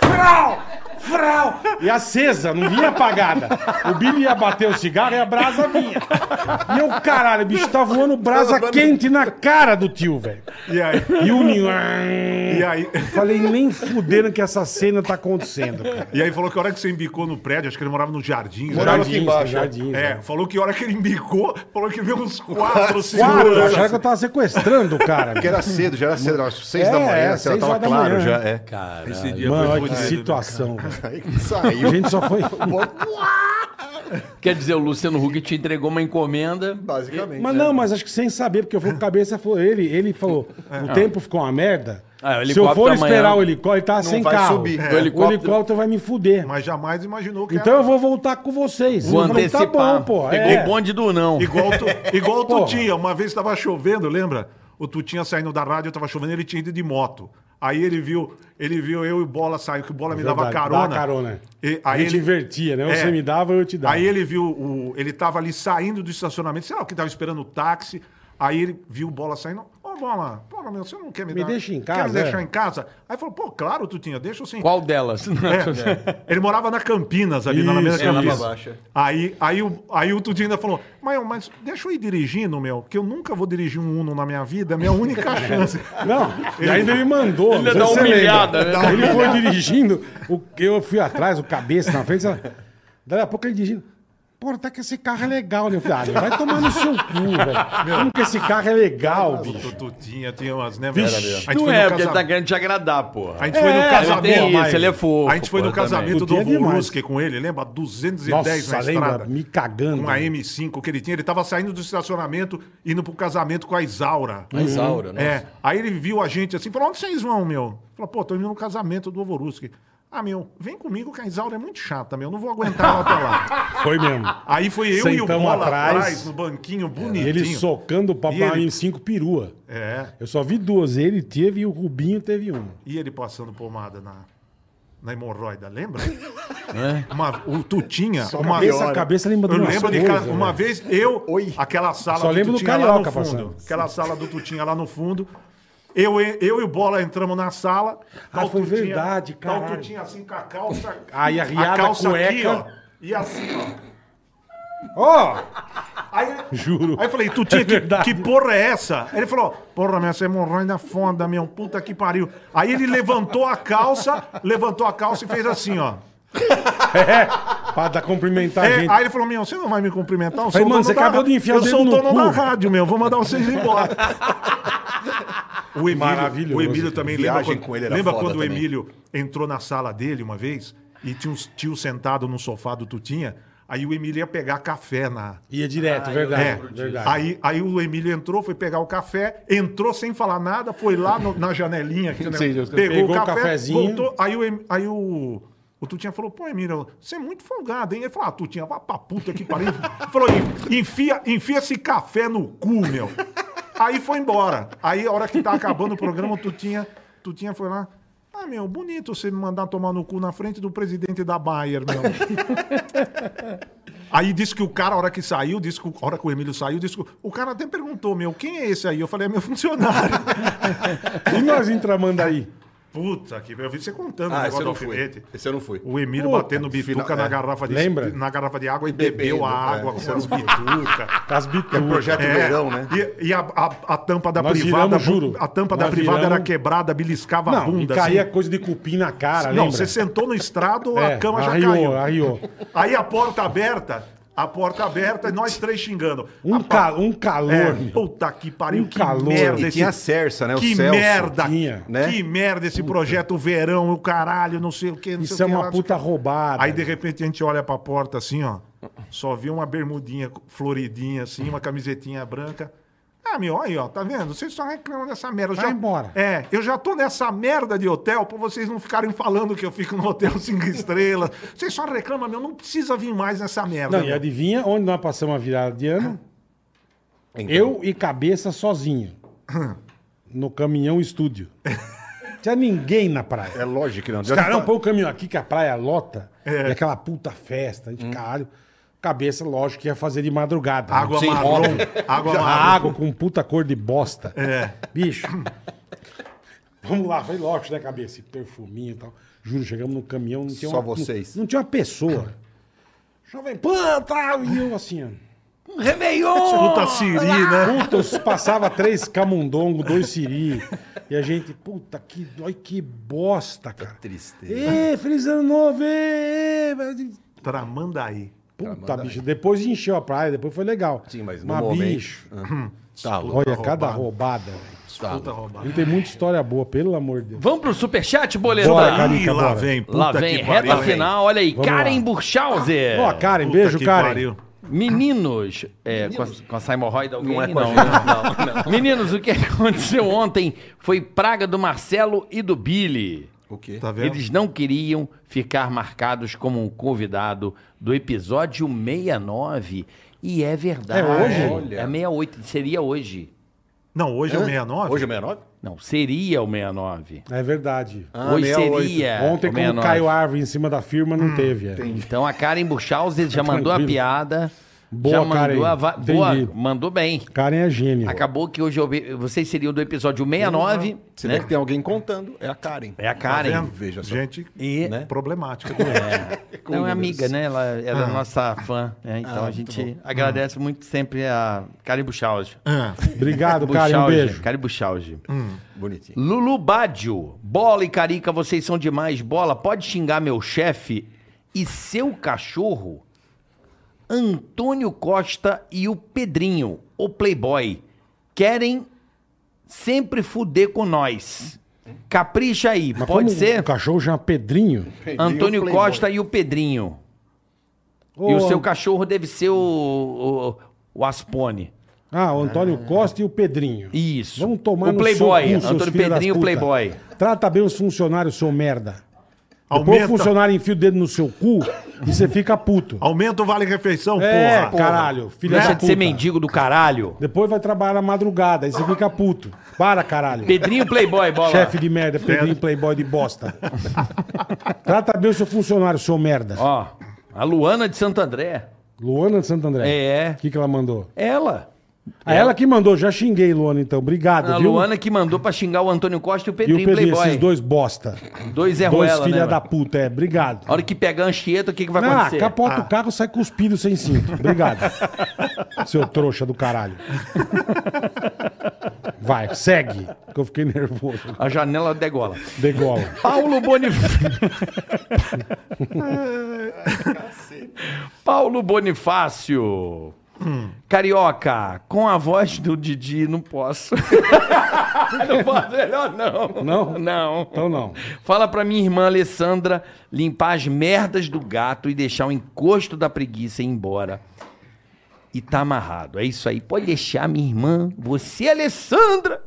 Speaker 3: Frau! Frau! E acesa, não vinha apagada. O Billy ia bater o cigarro e a brasa vinha. E eu, caralho, bicho, tá voando brasa quente na cara do tio, velho.
Speaker 1: E aí,
Speaker 3: E o Ninho.
Speaker 1: e, aí,
Speaker 3: Falei, nem fuderam que essa cena tá acontecendo, cara.
Speaker 1: e aí falou que a hora que você embicou no prédio, acho que ele morava no jardim. né?
Speaker 2: Morava aqui embaixo,
Speaker 3: Jardim,
Speaker 1: É, falou que a hora que ele embicou, falou que viu uns quatro
Speaker 3: Quatro,
Speaker 1: seguranças.
Speaker 3: acharam que eu tava sequestrando o cara.
Speaker 2: Porque
Speaker 3: bicho.
Speaker 2: era cedo,
Speaker 3: (laughs)
Speaker 2: já era cedo, era umas seis
Speaker 3: É,
Speaker 2: da manhã,
Speaker 3: é,
Speaker 2: sei lá,
Speaker 3: seis
Speaker 2: tava
Speaker 3: horas da
Speaker 2: claro
Speaker 3: manhã.
Speaker 2: já,
Speaker 3: (laughs)
Speaker 2: é.
Speaker 1: Esse dia
Speaker 3: Mano,
Speaker 1: foi
Speaker 3: olha que
Speaker 1: fudido. né,
Speaker 3: situação, velho.
Speaker 2: Aí
Speaker 3: A
Speaker 2: saiu.
Speaker 3: gente só foi.
Speaker 7: Quer dizer, o Luciano Huck te entregou uma encomenda.
Speaker 4: Tá
Speaker 2: Basicamente.
Speaker 3: Mas não, mas acho que sem saber, porque eu fui com a cabeça, falou, ele, ele
Speaker 1: (laughs)
Speaker 3: falou,
Speaker 1: É.
Speaker 3: o tempo ficou uma merda.
Speaker 7: Ah, o
Speaker 3: Se eu for
Speaker 7: helicóptero
Speaker 3: esperar
Speaker 7: amanhã
Speaker 3: o helicóptero, ele tá sem
Speaker 2: vai
Speaker 3: carro.
Speaker 2: subir.
Speaker 3: O
Speaker 2: É.
Speaker 3: helicóptero... vai me fuder.
Speaker 1: Mas jamais imaginou que
Speaker 3: Então
Speaker 1: era-
Speaker 3: eu vou voltar com vocês.
Speaker 7: Vou
Speaker 3: Eu falei,
Speaker 7: antecipar.
Speaker 3: Tá bom, pô.
Speaker 4: Pegou
Speaker 3: é.
Speaker 4: o bonde do não.
Speaker 1: Igual, tu, igual o
Speaker 3: Porra.
Speaker 1: Tutinha, uma vez estava chovendo, lembra? O Tutinha saindo da rádio, tava chovendo, ele tinha ido de moto. Aí ele viu, ele viu eu e o Bola saiu, que o Bola me dava
Speaker 3: Verdade,
Speaker 1: carona.
Speaker 3: dá carona.
Speaker 1: E
Speaker 3: a
Speaker 1: aí
Speaker 3: gente
Speaker 1: ele,
Speaker 3: invertia, né?
Speaker 1: É.
Speaker 3: Você me dava, eu te dava.
Speaker 1: aí ele viu, o, ele tava ali saindo do estacionamento, sei lá, o que tava esperando o táxi. Aí ele viu o Bola saindo. Ô, Bola, porra, meu, você não quer me,
Speaker 3: Me
Speaker 1: dar-
Speaker 3: deixa em
Speaker 1: Quer me
Speaker 3: casa,
Speaker 1: deixar
Speaker 3: é.
Speaker 1: em casa? Aí falou, pô, claro, Tutinha, deixa eu sim. (laughs)
Speaker 7: Qual delas?
Speaker 1: É. Ele morava na Campinas, ali na Alameda
Speaker 3: Isso, é, lá pra
Speaker 1: Campinas.
Speaker 5: baixo.
Speaker 1: Aí, aí, o- aí o Tudinho ainda falou, mas, mas deixa eu ir dirigindo, meu, que eu nunca vou dirigir um Uno na minha vida, é minha (laughs) única chance.
Speaker 3: Não, e ainda me mandou. Ele
Speaker 7: dá humilhada, né? Dá
Speaker 3: Ele foi dirigindo, o, eu fui atrás, o cabeça na frente. ela- Daí a pouco ele dirigindo. Pô, até que esse carro é legal, né? Eu falei, ah, vai tomar no seu cu, velho. Como que esse carro é legal, bicho?
Speaker 1: Tutinha, tinha umas, né?
Speaker 3: Vixe,
Speaker 1: velho? a gente
Speaker 8: Não
Speaker 1: foi
Speaker 8: é,
Speaker 1: no
Speaker 8: porque ele
Speaker 1: casa-
Speaker 8: tá querendo te agradar, porra.
Speaker 1: A gente foi no
Speaker 8: tem
Speaker 1: casamento.
Speaker 8: isso, ele é fofo,
Speaker 1: A gente foi
Speaker 8: pô,
Speaker 1: no
Speaker 8: também.
Speaker 1: casamento
Speaker 3: Tutinha é
Speaker 1: do Voruski
Speaker 3: demais.
Speaker 1: com ele, lembra? 210
Speaker 3: Nossa,
Speaker 1: na
Speaker 3: lembra?
Speaker 1: estrada.
Speaker 3: Me cagando.
Speaker 1: Com a M5 que ele tinha. Ele tava saindo do estacionamento, indo pro casamento com a Isaura.
Speaker 9: A Isaura, né?
Speaker 1: É, aí ele viu a gente assim, falou: onde vocês vão, meu? Falou, pô, tô indo no casamento do Ovoruski. Ah, meu, vem comigo que a Isaura é muito chata, meu. Não vou aguentar ela até
Speaker 3: (laughs)
Speaker 1: lá.
Speaker 3: Foi mesmo.
Speaker 1: Aí foi eu e o
Speaker 3: Sentamos
Speaker 1: Bola
Speaker 3: atrás.
Speaker 1: atrás, no banquinho,
Speaker 3: E
Speaker 1: bonitinho.
Speaker 3: ele socando o
Speaker 1: E
Speaker 3: papai
Speaker 1: ele-
Speaker 3: em cinco perua.
Speaker 1: É.
Speaker 3: Eu só vi duas. Ele teve e o Rubinho teve uma.
Speaker 1: E ele passando pomada na, na hemorroida, lembra? Uma, o Tutinha, uma
Speaker 3: Essa É. cabeça lembra de
Speaker 1: Eu
Speaker 3: umas
Speaker 1: lembro de
Speaker 3: coisas,
Speaker 1: cara, uma
Speaker 3: velho.
Speaker 1: vez eu,
Speaker 5: Oi.
Speaker 1: aquela sala
Speaker 3: Só lembro do
Speaker 1: Tutinha
Speaker 3: Carioca
Speaker 1: lá no fundo.
Speaker 3: passando.
Speaker 1: Aquela sala do Tutinha lá no fundo. Eu, e- eu e o Bola entramos na sala.
Speaker 3: Ah,
Speaker 1: tá o
Speaker 3: foi
Speaker 1: Tutinha-
Speaker 3: verdade,
Speaker 1: tá o
Speaker 3: caralho.
Speaker 1: Tutinha assim com a calça.
Speaker 3: Aí arriada, cueca.
Speaker 1: aqui, ó. E assim, ó.
Speaker 3: Ó!
Speaker 1: Aí,
Speaker 3: (laughs) Juro.
Speaker 1: aí eu falei, Tutinha, que,
Speaker 3: verdade.
Speaker 1: que porra é essa? Ele falou, porra, minha essa hemorroida foda, meu puta que pariu. Aí ele levantou a calça, levantou a calça e fez assim, ó.
Speaker 3: É, pra dar cumprimentar a
Speaker 1: É,
Speaker 3: gente.
Speaker 1: aí ele falou, meu, você não vai me cumprimentar? Eu
Speaker 3: Falei,
Speaker 1: o
Speaker 3: mano,
Speaker 1: dono
Speaker 3: você
Speaker 1: da
Speaker 3: acabou
Speaker 1: ra-
Speaker 3: de enfiar o
Speaker 1: Eu
Speaker 3: dedo
Speaker 1: sou o
Speaker 3: no
Speaker 1: dono
Speaker 3: cu."
Speaker 1: da rádio, meu, vou mandar vocês ir embora. (laughs) O Emílio,
Speaker 3: Maravilhoso,
Speaker 1: o Emílio
Speaker 3: cara.
Speaker 1: também
Speaker 5: Viagem
Speaker 1: lembra quando,
Speaker 5: com ele era
Speaker 1: lembra
Speaker 5: foda
Speaker 1: quando o
Speaker 5: também.
Speaker 1: Emílio entrou na sala dele uma vez e tinha uns tios sentados no sofá do Tutinha, aí o Emílio ia pegar café na...
Speaker 3: Ia direto,
Speaker 1: É,
Speaker 3: verdade. Tá, verdade.
Speaker 1: aí, aí o Emílio entrou, foi pegar o café, entrou sem falar nada, foi lá no- na janelinha, que, né,
Speaker 5: Sim, Deus,
Speaker 1: pegou,
Speaker 3: pegou
Speaker 1: o
Speaker 3: o
Speaker 1: café,
Speaker 3: cafezinho.
Speaker 1: voltou, aí o, Em- aí o, o Tutinha falou, pô, Emílio, você é muito folgado, hein? Ele falou, ah, Tutinha, vá pra puta que pariu. Ele falou, "En- enfia, enfia esse café no cu, meu. Aí foi embora. Aí a hora que tá acabando o programa, o Tutinha, Tutinha foi lá, ah, meu, bonito você me mandar tomar no cu na frente do presidente da Bayer, meu. Aí disse que o cara, a hora que saiu, disse que o- a hora que o Emílio saiu, disse que o- o cara até perguntou, meu, quem é esse aí? Eu falei, é meu funcionário.
Speaker 3: E nós em Tramandaí?
Speaker 1: Puta que eu vi você contando o
Speaker 5: Ah, esse
Speaker 1: negócio
Speaker 5: eu
Speaker 1: do
Speaker 5: não fui.
Speaker 1: alfinete.
Speaker 5: Esse eu não fui.
Speaker 1: O Emílio
Speaker 3: Puta,
Speaker 1: batendo bituca
Speaker 5: final-
Speaker 1: na,
Speaker 5: é.
Speaker 1: garrafa de,
Speaker 3: Lembra?
Speaker 1: na garrafa de água e bebeu
Speaker 5: Bebendo,
Speaker 1: a água
Speaker 5: é,
Speaker 1: com
Speaker 5: isso
Speaker 1: as
Speaker 5: (laughs)
Speaker 1: bituca.
Speaker 3: Com as bitucas.
Speaker 5: É projeto
Speaker 1: É,
Speaker 5: verão, né?
Speaker 1: E, e a, a- a tampa da
Speaker 3: Nós
Speaker 1: privada,
Speaker 3: viramos, juro.
Speaker 1: a tampa da
Speaker 3: Nós
Speaker 1: privada era
Speaker 3: viramos-
Speaker 1: quebrada, beliscava a
Speaker 3: Não, e
Speaker 1: bunda.
Speaker 3: caía
Speaker 1: assim.
Speaker 3: coisa de cupim na cara,
Speaker 1: Não,
Speaker 3: lembra?
Speaker 1: você sentou no estrado,
Speaker 3: É,
Speaker 1: a cama já
Speaker 3: arriou,
Speaker 1: caiu.
Speaker 3: arriou.
Speaker 1: Aí a porta aberta, a porta aberta e nós três xingando.
Speaker 3: Um,
Speaker 1: a,
Speaker 3: ca- um calor,
Speaker 1: É,
Speaker 3: meu.
Speaker 1: puta que pariu,
Speaker 3: Um
Speaker 1: que
Speaker 3: calor.
Speaker 1: merda.
Speaker 5: E
Speaker 1: esse-
Speaker 5: tinha a Cersa, né? O
Speaker 1: que
Speaker 5: Celso.
Speaker 1: merda,
Speaker 3: Tinha,
Speaker 5: né?
Speaker 1: que merda esse projeto verão, o caralho, não sei o que, não
Speaker 3: Isso
Speaker 1: sei
Speaker 3: é
Speaker 1: o que.
Speaker 3: uma puta roubada.
Speaker 1: Aí de repente a gente olha pra porta assim, ó, só vê uma bermudinha floridinha assim, uma camisetinha branca. Ah, meu, aí, ó, tá vendo? Vocês só reclamam dessa merda. Eu
Speaker 3: Vai embora.
Speaker 1: É, eu já tô nessa merda de hotel pra vocês não ficarem falando que eu fico no hotel (laughs) cinco estrelas. Vocês só reclamam, meu, não precisa vir mais nessa merda.
Speaker 3: Não, e é
Speaker 1: meu.
Speaker 3: adivinha onde nós passamos a virada de ano?
Speaker 5: Então,
Speaker 3: Eu e cabeça sozinho. No caminhão estúdio.
Speaker 1: (laughs)
Speaker 3: Tinha ninguém na praia.
Speaker 5: É lógico que não.
Speaker 3: Os caras, não, põe o caminhão aqui que a praia lota.
Speaker 1: tá. É. Hum.
Speaker 3: E aquela puta festa, a gente, caralho. Cabeça, lógico, que ia fazer de madrugada. né?
Speaker 1: Água
Speaker 5: Sim,
Speaker 1: marrom,
Speaker 5: óbvio.
Speaker 1: água
Speaker 3: Já-
Speaker 1: marrom.
Speaker 3: água com puta cor de bosta. Bicho. Vamos lá, foi lógico, né, cabeça? Esse perfuminho e tal. Juro, chegamos no caminhão, não tinha
Speaker 5: Só
Speaker 3: uma, não-
Speaker 5: vocês.
Speaker 3: Não, tinha uma pessoa. Jovem Pan, tal, e eu assim, ó.
Speaker 1: Puta siri,
Speaker 5: Ah!
Speaker 1: né?
Speaker 3: Puta, os- passava três camundongo, dois siri. E a gente, puta, que dói, que bosta, cara.
Speaker 5: Tristeza.
Speaker 3: Ê, feliz ano novo, ê, ê.
Speaker 1: Tramandaí.
Speaker 3: Puta, bicho, depois encheu a praia, depois foi legal.
Speaker 5: Sim, mas no momento-
Speaker 3: bicho,
Speaker 5: Tá louco.
Speaker 3: olha, cada roubada, velho.
Speaker 5: Tá
Speaker 1: Puta
Speaker 5: louco.
Speaker 1: roubada.
Speaker 3: Não tem muita história boa, pelo amor de Deus.
Speaker 4: Vamos pro superchat, boletão.
Speaker 3: Bora, cara.
Speaker 1: Ih,
Speaker 3: Carica,
Speaker 1: lá
Speaker 3: bora.
Speaker 1: vem, puta
Speaker 4: Lá vem,
Speaker 1: que
Speaker 4: reta
Speaker 1: pariu, hein?
Speaker 4: final. Olha aí,
Speaker 3: Vamos
Speaker 4: Karen
Speaker 3: lá. Ah,
Speaker 4: Burchauser.
Speaker 3: Ó, Karen,
Speaker 1: Puta
Speaker 3: beijo,
Speaker 1: que
Speaker 3: Karen.
Speaker 1: pariu.
Speaker 4: Meninos, é, com, a, com essa hemorroida alguém?
Speaker 5: Não é com a
Speaker 4: não, não. Meninos, o que (laughs) aconteceu ontem foi praga do Marcelo e do Billy.
Speaker 5: O quê?
Speaker 1: Tá vendo?
Speaker 4: Eles não queriam ficar marcados como um convidado do episódio 69. E é verdade.
Speaker 3: É hoje?
Speaker 4: Olha. É 68. Seria hoje.
Speaker 1: Não, hoje é o 69.
Speaker 5: Hoje é 69?
Speaker 4: Não, seria o 69.
Speaker 3: É verdade.
Speaker 4: hoje
Speaker 5: 68.
Speaker 4: seria.
Speaker 3: Ontem,
Speaker 4: o
Speaker 3: como
Speaker 4: 69.
Speaker 3: caiu árvore em cima da firma,
Speaker 1: Hum,
Speaker 3: não teve. é.
Speaker 4: Então a Karen Buchhauser já mandou a
Speaker 3: tranquilo.
Speaker 4: piada.
Speaker 3: Boa,
Speaker 4: já mandou
Speaker 3: Karen.
Speaker 4: a va- Boa,
Speaker 3: Entendi.
Speaker 4: mandou bem.
Speaker 3: Karen é gênio.
Speaker 4: Acabou que hoje eu vi- vocês seriam do episódio 69,
Speaker 5: Se
Speaker 4: né?
Speaker 5: bem que tem alguém contando, é a Karen.
Speaker 4: É a
Speaker 1: Tá
Speaker 4: Karen.
Speaker 1: vendo?
Speaker 5: veja só.
Speaker 1: Gente
Speaker 4: E-
Speaker 5: Né?
Speaker 1: problemática.
Speaker 4: Não, (laughs) é amiga, né? Ela, ela
Speaker 3: Ah.
Speaker 4: é nossa fã. né? Então a gente agradece muito sempre a Karen Buchhauser.
Speaker 1: Ah,
Speaker 3: Obrigado, Karen. Um beijo.
Speaker 4: Karen Buchhauser.
Speaker 5: Bonitinho.
Speaker 4: Lulu Badio. Bola e Carica, vocês são demais. Bola, pode xingar meu chefe e seu cachorro? Antônio Costa e o Pedrinho, o Playboy, querem sempre fuder com nós. Capricha aí,
Speaker 3: Mas
Speaker 4: pode
Speaker 3: como O
Speaker 4: ser?
Speaker 3: cachorro chama Pedrinho.
Speaker 4: Antônio
Speaker 2: Playboy.
Speaker 4: Costa e o Pedrinho. E
Speaker 3: Ô,
Speaker 4: o seu
Speaker 3: An-
Speaker 4: cachorro deve ser o, o, o Aspone.
Speaker 3: Ah, o Antônio Costa e o Pedrinho.
Speaker 4: Isso.
Speaker 3: Vamos tomar
Speaker 4: o
Speaker 3: no
Speaker 4: Playboy.
Speaker 3: seu cu, seus
Speaker 4: Antônio
Speaker 3: filhos das
Speaker 4: Pedrinho, o
Speaker 3: puta.
Speaker 4: Playboy.
Speaker 3: Trata bem os funcionários, seu merda. Depois o
Speaker 1: Aumenta,
Speaker 3: funcionário enfia o dedo no seu cu e você fica puto.
Speaker 1: aumenta o vale-refeição,
Speaker 3: É,
Speaker 1: porra.
Speaker 3: caralho, filha
Speaker 4: Deixa
Speaker 3: da
Speaker 4: de ser
Speaker 3: puta.
Speaker 4: mendigo do caralho.
Speaker 3: Depois vai trabalhar à madrugada, aí você fica puto. Para, caralho.
Speaker 4: Pedrinho Playboy, bola.
Speaker 3: Chefe de merda, Pedrinho Playboy de bosta. Trata bem o seu funcionário, seu merda.
Speaker 4: Ó, a Luana de Santo André.
Speaker 3: Luana de Santo André.
Speaker 4: É.
Speaker 3: O que, que ela mandou?
Speaker 4: Ela.
Speaker 3: Ah, ela que mandou, já xinguei, Luana, então. Obrigado,
Speaker 4: A
Speaker 3: viu?
Speaker 4: Luana que mandou pra xingar o Antônio Costa e o
Speaker 3: e o
Speaker 4: Pedrinho,
Speaker 3: Pedrinho,
Speaker 4: Playboy.
Speaker 3: esses dois bosta.
Speaker 4: Dois é
Speaker 3: dois
Speaker 4: roela,
Speaker 3: filha
Speaker 4: né?
Speaker 3: da
Speaker 4: mano?
Speaker 3: puta, é. Obrigado.
Speaker 4: A hora que pegar a anchieta, o que, que vai
Speaker 3: Ah,
Speaker 4: acontecer?
Speaker 3: capota o carro, sai cuspido sem cinto.
Speaker 4: (laughs)
Speaker 3: Obrigado. Seu trouxa do caralho. Vai, segue. Que eu fiquei nervoso.
Speaker 4: A janela degola.
Speaker 3: Degola.
Speaker 4: Paulo Bonifácio. (laughs) Paulo Bonifácio. Carioca, com a voz do Didi, não posso. (laughs) não posso, melhor não.
Speaker 3: Não?
Speaker 4: Não.
Speaker 3: Então não.
Speaker 4: Fala pra minha irmã Alessandra limpar as merdas do gato e deixar o encosto da preguiça ir embora. E tá amarrado. É isso aí. Pode deixar, minha irmã. Você, Alessandra,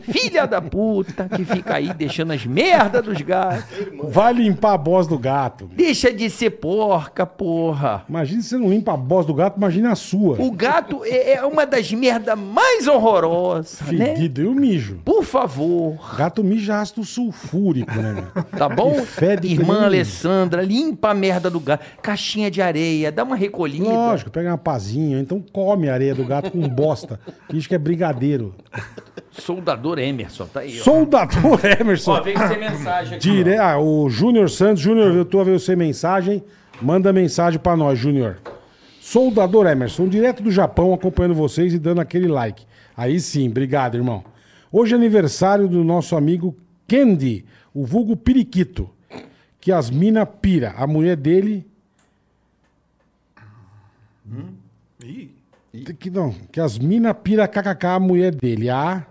Speaker 4: filha da puta, que fica aí deixando as merdas dos gatos.
Speaker 3: Vai limpar a bosta do gato.
Speaker 4: Deixa de ser porca, porra.
Speaker 3: Imagina se você não limpa a bosta do gato, imagina a sua.
Speaker 4: O gato é é uma das merdas mais horrorosas, né?
Speaker 3: Fedido. E o mijo?
Speaker 4: Por favor.
Speaker 3: Gato mija ácido sulfúrico, né, meu?
Speaker 4: Tá bom?
Speaker 3: E fede que
Speaker 4: Irmã
Speaker 3: nem-
Speaker 4: Alessandra, limpa a merda do gato. Caixinha de areia, dá uma recolhida.
Speaker 3: Lógico, pega uma pazinha, então come a areia do gato com bosta. Finge que é brigadeiro.
Speaker 4: Soldador Emerson, tá aí. ó.
Speaker 3: Soldador
Speaker 4: Ó,
Speaker 3: Emerson.
Speaker 4: veio sem mensagem aqui.
Speaker 3: Dire... Ah, o Júnior Santos, Júnior, eu tô a ver você mensagem. Manda mensagem pra nós, Júnior. Soldador Emerson, direto do Japão, acompanhando vocês e dando aquele like. Aí sim, obrigado, irmão. Hoje é aniversário do nosso amigo Candy, o vulgo Periquito, que as mina pira. A mulher dele,
Speaker 1: Ih,
Speaker 3: que não, que as mina pira kkk a mulher dele. Ah,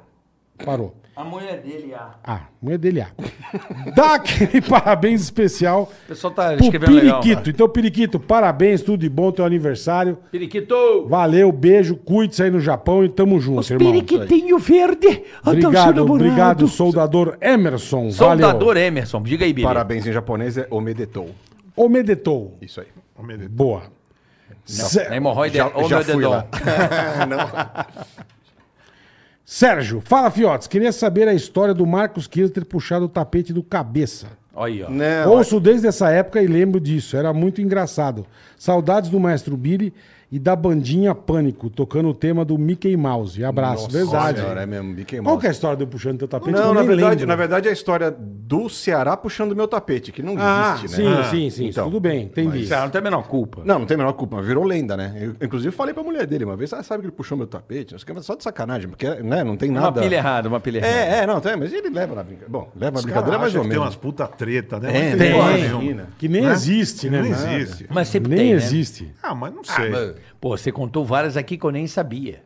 Speaker 3: parou.
Speaker 4: A mulher dele, a.
Speaker 3: Ah, mulher dele, ah. (laughs) Dá aquele parabéns especial
Speaker 4: O pessoal tá
Speaker 3: pro
Speaker 4: escrevendo legal.
Speaker 3: Periquito. então, Periquito, parabéns, tudo de bom, teu aniversário.
Speaker 4: Periquito!
Speaker 3: Valeu, beijo, cuide-se aí no Japão e tamo junto, irmão.
Speaker 4: Periquitinho verde!
Speaker 3: Obrigado, obrigado, soldador Emerson.
Speaker 4: Soldador
Speaker 3: Valeu.
Speaker 4: Emerson, diga aí, Billy.
Speaker 2: Parabéns em japonês é omedetou.
Speaker 3: Omedetou.
Speaker 2: Isso aí.
Speaker 1: homem,
Speaker 3: Boa. Sé-
Speaker 4: A hemorroide
Speaker 2: Já,
Speaker 4: Ô,
Speaker 2: já
Speaker 4: meu
Speaker 2: fui
Speaker 4: dedão. (laughs)
Speaker 2: lá. Não.
Speaker 3: Sérgio, fala, fiotes. Queria saber a história do Marcos Queiroz ter puxado o tapete do cabeça.
Speaker 4: Olha aí, ó.
Speaker 2: Não,
Speaker 3: Ouço desde essa época e lembro disso. Era muito engraçado. Saudades do Maestro Billy e da bandinha Pânico, tocando o tema do Mickey Mouse. Abraço. Verdade.
Speaker 2: senhora, é mesmo, Mickey
Speaker 3: Qual
Speaker 2: Mouse.
Speaker 3: que é a história do puxando teu tapete?
Speaker 2: Não,
Speaker 3: Eu
Speaker 2: na
Speaker 3: nem
Speaker 2: verdade,
Speaker 3: lembro.
Speaker 2: na verdade é a história do Ceará puxando meu tapete, que não
Speaker 3: Ah,
Speaker 2: existe,
Speaker 3: sim,
Speaker 2: né?
Speaker 3: sim, sim.
Speaker 2: Então,
Speaker 3: tudo bem, entendi.
Speaker 4: Cara, Ah, não tem a menor culpa.
Speaker 2: Não, não tem a menor culpa, mas virou lenda, né? Eu, inclusive falei pra mulher dele uma vez, ah, sabe que ele puxou meu tapete? Isso que é só de sacanagem, porque né, não tem
Speaker 4: uma
Speaker 2: nada.
Speaker 4: pilha errada, uma pilha errada.
Speaker 2: É, é, não, tem, mas ele leva na brincadeira. Bom, leva na
Speaker 1: Os
Speaker 2: brincadeira é
Speaker 1: caras
Speaker 2: mais
Speaker 1: acham
Speaker 2: ou
Speaker 1: que tem
Speaker 2: menos.
Speaker 1: umas puta treta, né?
Speaker 2: É,
Speaker 1: Mas
Speaker 2: tem,
Speaker 1: porra
Speaker 2: tem,
Speaker 1: nenhuma.
Speaker 2: né?
Speaker 3: Que nem
Speaker 1: Né?
Speaker 3: existe, né?
Speaker 1: Não
Speaker 3: mano?
Speaker 1: é. existe.
Speaker 4: Mas sempre
Speaker 3: Nem
Speaker 4: tem, né?
Speaker 3: existe.
Speaker 1: Ah, mas não sei.
Speaker 4: Pô, você contou várias aqui que eu nem sabia.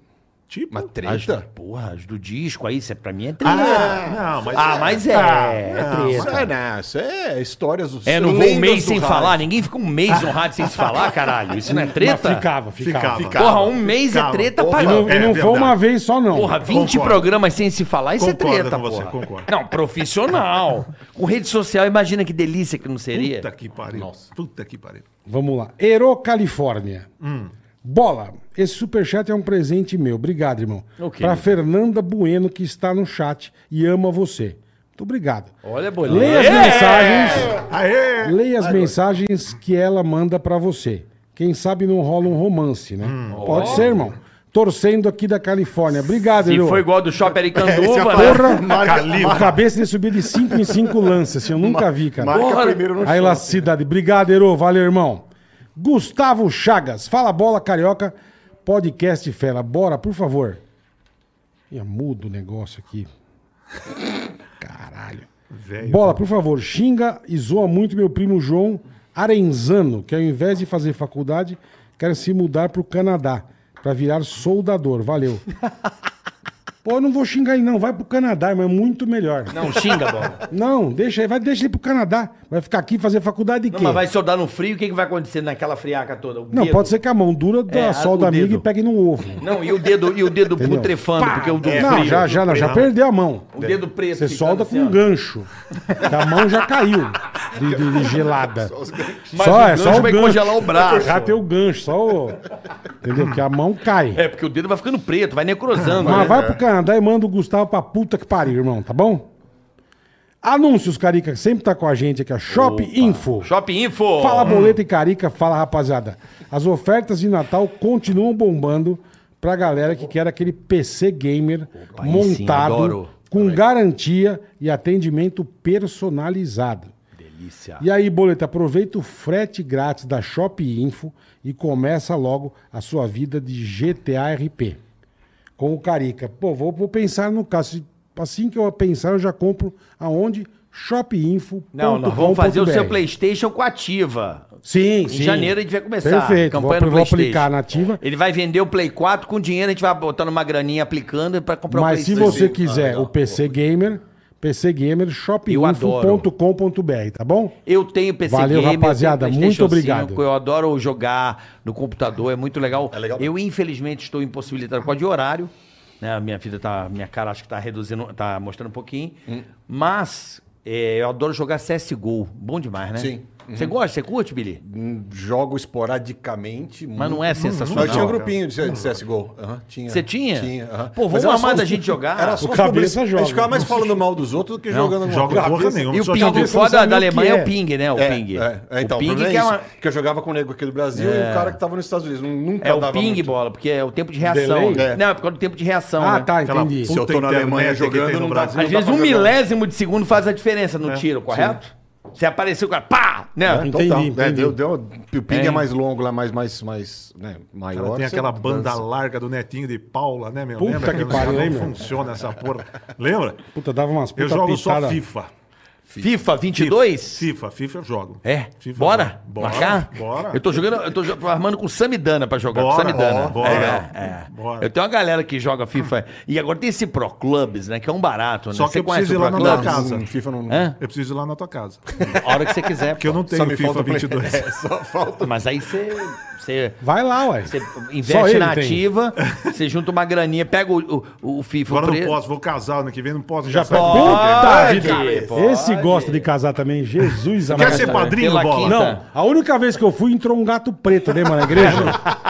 Speaker 1: Tipo...
Speaker 2: Uma
Speaker 4: As,
Speaker 2: treta?
Speaker 4: porra, as do disco aí, isso é, pra mim é treta.
Speaker 1: Ah, não, mas...
Speaker 4: Ah, mas é, é
Speaker 1: não,
Speaker 4: treta.
Speaker 2: Isso é, não, isso é histórias dos
Speaker 4: É, não vou um
Speaker 2: lendas
Speaker 4: mês
Speaker 2: do
Speaker 4: sem
Speaker 2: rádio.
Speaker 4: falar. Ninguém fica um mês no rádio sem se falar, caralho. Isso não é treta?
Speaker 3: Mas ficava, ficava.
Speaker 1: Ficava.
Speaker 4: Porra, um mês é
Speaker 1: Ficava.
Speaker 4: treta pra...
Speaker 2: Porra,
Speaker 3: E não,
Speaker 1: É,
Speaker 3: e não foi
Speaker 1: verdade.
Speaker 3: uma vez só, não.
Speaker 4: Porra, 20
Speaker 1: Concordo.
Speaker 4: programas sem se falar, isso
Speaker 1: Concordo
Speaker 4: é treta,
Speaker 1: com
Speaker 4: porra.
Speaker 1: você, concordo.
Speaker 4: Não,
Speaker 3: (laughs)
Speaker 4: profissional. Com rede social, imagina que delícia que não seria.
Speaker 1: Puta que pariu. Puta que pariu.
Speaker 3: Vamos lá. Ero Califórnia. Bola, esse superchat é um presente meu. Obrigado, irmão.
Speaker 4: Ok.
Speaker 3: Pra Fernanda Bueno, que está no chat e ama você. Muito obrigado.
Speaker 4: Olha, bolinha. É!
Speaker 3: Leia as mensagens.
Speaker 1: Aê!
Speaker 3: Leia as mensagens que ela manda pra você. Quem sabe não rola um romance, né? Pode ser, irmão. Torcendo aqui da Califórnia. Obrigado,
Speaker 4: Se
Speaker 3: Ero.
Speaker 4: foi igual do
Speaker 3: (laughs)
Speaker 4: Shopper e Canduva, né?
Speaker 3: Porra,
Speaker 1: Califa.
Speaker 3: a cabeça de subir de 5 em 5 lances, assim, eu nunca vi, cara.
Speaker 2: Marca
Speaker 4: Porra.
Speaker 2: primeiro
Speaker 1: Ah,
Speaker 2: no
Speaker 3: A elasticidade. Obrigado, Herô. Valeu, irmão. Gustavo Chagas. Fala bola, carioca. Podcast Fera. Bora, por favor. Ia mudo o negócio aqui. (laughs) Caralho.
Speaker 1: Velho.
Speaker 3: Bola, por favor. Xinga e zoa muito meu primo João Arenzano, que ao invés de fazer faculdade, Quero se mudar pro Canadá pra virar soldador. Valeu. Pô, eu não vou xingar ele, não. Vai pro Canadá, mas é muito melhor.
Speaker 4: Não, xinga, bola.
Speaker 3: Não, deixa ele, vai, deixa ele pro Canadá. Vai ficar aqui fazer faculdade de quê?
Speaker 4: Não, mas vai soldar no frio, o que, que vai acontecer naquela friaca toda? O
Speaker 3: Não,
Speaker 4: dedo.
Speaker 3: pode ser que a mão dura da
Speaker 4: É,
Speaker 3: solda
Speaker 4: o
Speaker 3: amiga e
Speaker 4: dedo.
Speaker 3: pegue no ovo.
Speaker 4: Não, e o dedo, e o dedo
Speaker 3: Entendeu?
Speaker 4: putrefando,
Speaker 3: Pá!
Speaker 4: porque o do
Speaker 3: Não,
Speaker 4: É frio,
Speaker 3: já, já, não, já perdeu a mão.
Speaker 4: o dedo preto.
Speaker 3: Você
Speaker 4: ficando
Speaker 3: solda com
Speaker 4: assim, ó.
Speaker 3: um gancho. Que a mão já caiu de, de- de gelada.
Speaker 7: Mas
Speaker 3: só,
Speaker 7: o
Speaker 3: é só
Speaker 7: gancho
Speaker 3: o
Speaker 7: vai
Speaker 3: gancho.
Speaker 7: congelar o braço.
Speaker 3: Já tem o gancho, só o... Entendeu? Porque a mão cai.
Speaker 4: É, porque o dedo vai ficando preto, vai necrosando.
Speaker 3: Mas
Speaker 4: né?
Speaker 3: vai pro Canadá e manda o Gustavo pra puta que pariu, irmão, tá bom? Anúncios, Carica, que sempre tá com a gente aqui, ó. Shop Info.
Speaker 4: Shopping Info.
Speaker 3: Fala Boleta e Carica, fala rapaziada. As ofertas de Natal continuam bombando pra galera que quer aquele PC gamer
Speaker 4: aí
Speaker 3: montado
Speaker 4: sim, adoro.
Speaker 3: com garantia e atendimento personalizado.
Speaker 4: Delícia.
Speaker 3: E aí, Boleta, aproveita o frete grátis da Shop Info e começa logo a sua vida de GTA RP. Com o Carica. Pô, vou, vou pensar no caso. Se- Assim que eu pensar, eu já compro aonde? shopinfo.com.br.
Speaker 4: Não, nós vamos fazer o seu PlayStation com a Ativa.
Speaker 3: Sim,
Speaker 4: Em
Speaker 3: sim.
Speaker 4: janeiro a gente vai começar
Speaker 3: Perfeito.
Speaker 4: a campanha
Speaker 3: vou,
Speaker 4: no
Speaker 3: vou
Speaker 4: PlayStation. É,
Speaker 3: aplicar na ativa.
Speaker 4: Ele vai vender o Play 4 com dinheiro, a gente vai botando uma graninha aplicando pra comprar
Speaker 3: Mas
Speaker 4: o
Speaker 3: se
Speaker 4: PlayStation. Ah,
Speaker 3: você quiser o PC Gamer, PC Gamer, shopinfo.com.br, tá bom?
Speaker 4: Eu tenho PC
Speaker 3: Valeu,
Speaker 4: Gamer, eu tenho
Speaker 3: rapaziada, muito
Speaker 4: PlayStation
Speaker 3: obrigado.
Speaker 4: 5, eu adoro jogar no computador, é muito legal.
Speaker 2: É legal
Speaker 4: Eu, infelizmente, estou impossibilitado por causa de horário. Né? A Minha vida tá. Minha cara acho que tá reduzindo, tá mostrando um pouquinho.
Speaker 2: Hum.
Speaker 4: Mas é, eu adoro jogar CSGO. Bom demais, né?
Speaker 2: Sim. Uhum.
Speaker 4: Você gosta? Você curte, Billy?
Speaker 2: Hum, Jogo esporadicamente.
Speaker 4: Mas não é sensacional.
Speaker 2: Mas tinha um grupinho de, de CSGO. Aham, tinha.
Speaker 4: Você tinha?
Speaker 2: Tinha. aham.
Speaker 4: Pô, vamos
Speaker 2: Mas era
Speaker 4: armar
Speaker 2: só
Speaker 4: da
Speaker 2: os-
Speaker 4: gente jogar?
Speaker 2: Era só
Speaker 3: O
Speaker 2: os
Speaker 3: cabeça
Speaker 2: publici- A
Speaker 3: joga.
Speaker 2: gente ficava mais falando mal dos outros do que jogando alguma
Speaker 1: Joga porra
Speaker 5: assim.
Speaker 1: nenhuma.
Speaker 4: E o
Speaker 1: só
Speaker 4: ping,
Speaker 1: joga-
Speaker 4: o
Speaker 3: cabeça não
Speaker 4: foda
Speaker 3: sabe
Speaker 4: da
Speaker 3: nem o que
Speaker 4: Alemanha é
Speaker 3: é.
Speaker 4: o ping, né? O
Speaker 2: É,
Speaker 4: ping.
Speaker 2: É, é, então,
Speaker 4: o
Speaker 2: o
Speaker 4: ping
Speaker 2: problema
Speaker 4: que
Speaker 2: é
Speaker 4: é,
Speaker 2: isso,
Speaker 4: uma-
Speaker 2: que eu jogava com o nego aqui do Brasil e o cara que tava nos Estados Unidos. Nunca
Speaker 4: é o
Speaker 2: dava
Speaker 4: ping,
Speaker 2: muito.
Speaker 4: bola, porque é o tempo de reação.
Speaker 2: Delay? É.
Speaker 4: Não, é por causa do tempo de reação.
Speaker 3: Ah,
Speaker 4: né?
Speaker 3: tá,
Speaker 1: Aquela
Speaker 3: entendi.
Speaker 2: Se eu tô na
Speaker 1: Puta
Speaker 2: Alemanha
Speaker 1: internet que
Speaker 2: jogando,
Speaker 1: tem
Speaker 2: não
Speaker 1: no
Speaker 2: dá-
Speaker 1: Brasil.
Speaker 2: não
Speaker 4: Às vezes
Speaker 2: dá
Speaker 4: um
Speaker 2: pra jogar.
Speaker 4: milésimo de segundo faz a diferença
Speaker 1: É.
Speaker 4: no tiro, correto? Você apareceu com a pá! né? Então, Não.
Speaker 3: Entendi,
Speaker 2: Total. É,
Speaker 3: entendi.
Speaker 2: deu, deu, o ping
Speaker 4: É.
Speaker 2: é mais longo lá, mais, mais, mais né, maior.
Speaker 1: Ela tem
Speaker 2: você
Speaker 1: aquela banda
Speaker 2: dança.
Speaker 1: larga do Netinho de Paula, né, meu?
Speaker 3: Puta que
Speaker 1: os caras
Speaker 3: pariu, hein,
Speaker 1: Não
Speaker 3: meu?
Speaker 1: funciona essa porra. Lembra?
Speaker 3: Puta, dava umas puta
Speaker 1: Eu jogo só
Speaker 3: pitada.
Speaker 1: FIFA.
Speaker 4: FIFA 22?
Speaker 1: FIFA, FIFA eu jogo.
Speaker 4: É.
Speaker 1: Então, FIFA eu
Speaker 4: bora?
Speaker 1: jogo. Bora.
Speaker 4: Marcar?
Speaker 1: Bora.
Speaker 4: Eu tô jogando, eu tô jo- armando com o Samidana pra jogar. com o
Speaker 1: Bora,
Speaker 4: Samidana.
Speaker 1: ó, bora.
Speaker 4: É, é.
Speaker 1: Bora.
Speaker 4: Eu tenho uma galera que joga FIFA. E agora tem esse Pro Clubs, né? Que é um barato, né?
Speaker 1: Só que eu preciso ir lá na
Speaker 4: Clubs?
Speaker 1: minha casa. É?
Speaker 2: Hum, FIFA não.
Speaker 4: Hã?
Speaker 1: Eu preciso ir lá na
Speaker 4: (laughs)
Speaker 1: tua casa.
Speaker 4: A hora que você quiser.
Speaker 1: (laughs) Porque eu não tenho
Speaker 2: me
Speaker 1: FIFA
Speaker 2: falta play.
Speaker 1: 22.
Speaker 2: (laughs) É, só falta.
Speaker 4: Mas aí você. Você.
Speaker 3: Vai lá, ué.
Speaker 4: Você
Speaker 3: Só
Speaker 4: investe
Speaker 3: ele
Speaker 4: na
Speaker 3: tem.
Speaker 4: ativa, você junta uma graninha, pega o, o, o FIFA
Speaker 1: Agora eu não
Speaker 4: preto.
Speaker 1: posso, vou casar ano que vem, não posso.
Speaker 3: Já
Speaker 1: sai
Speaker 3: pode.
Speaker 1: do videogame.
Speaker 3: Puta
Speaker 4: Pode,
Speaker 3: vida.
Speaker 4: pode.
Speaker 3: Esse gosta de casar também. Jesus
Speaker 1: Quer
Speaker 3: amado.
Speaker 1: ser padrinho,
Speaker 4: Pela
Speaker 1: Bola?
Speaker 4: quinta.
Speaker 3: Não, a única vez que eu fui entrou um gato preto, lembra na igreja?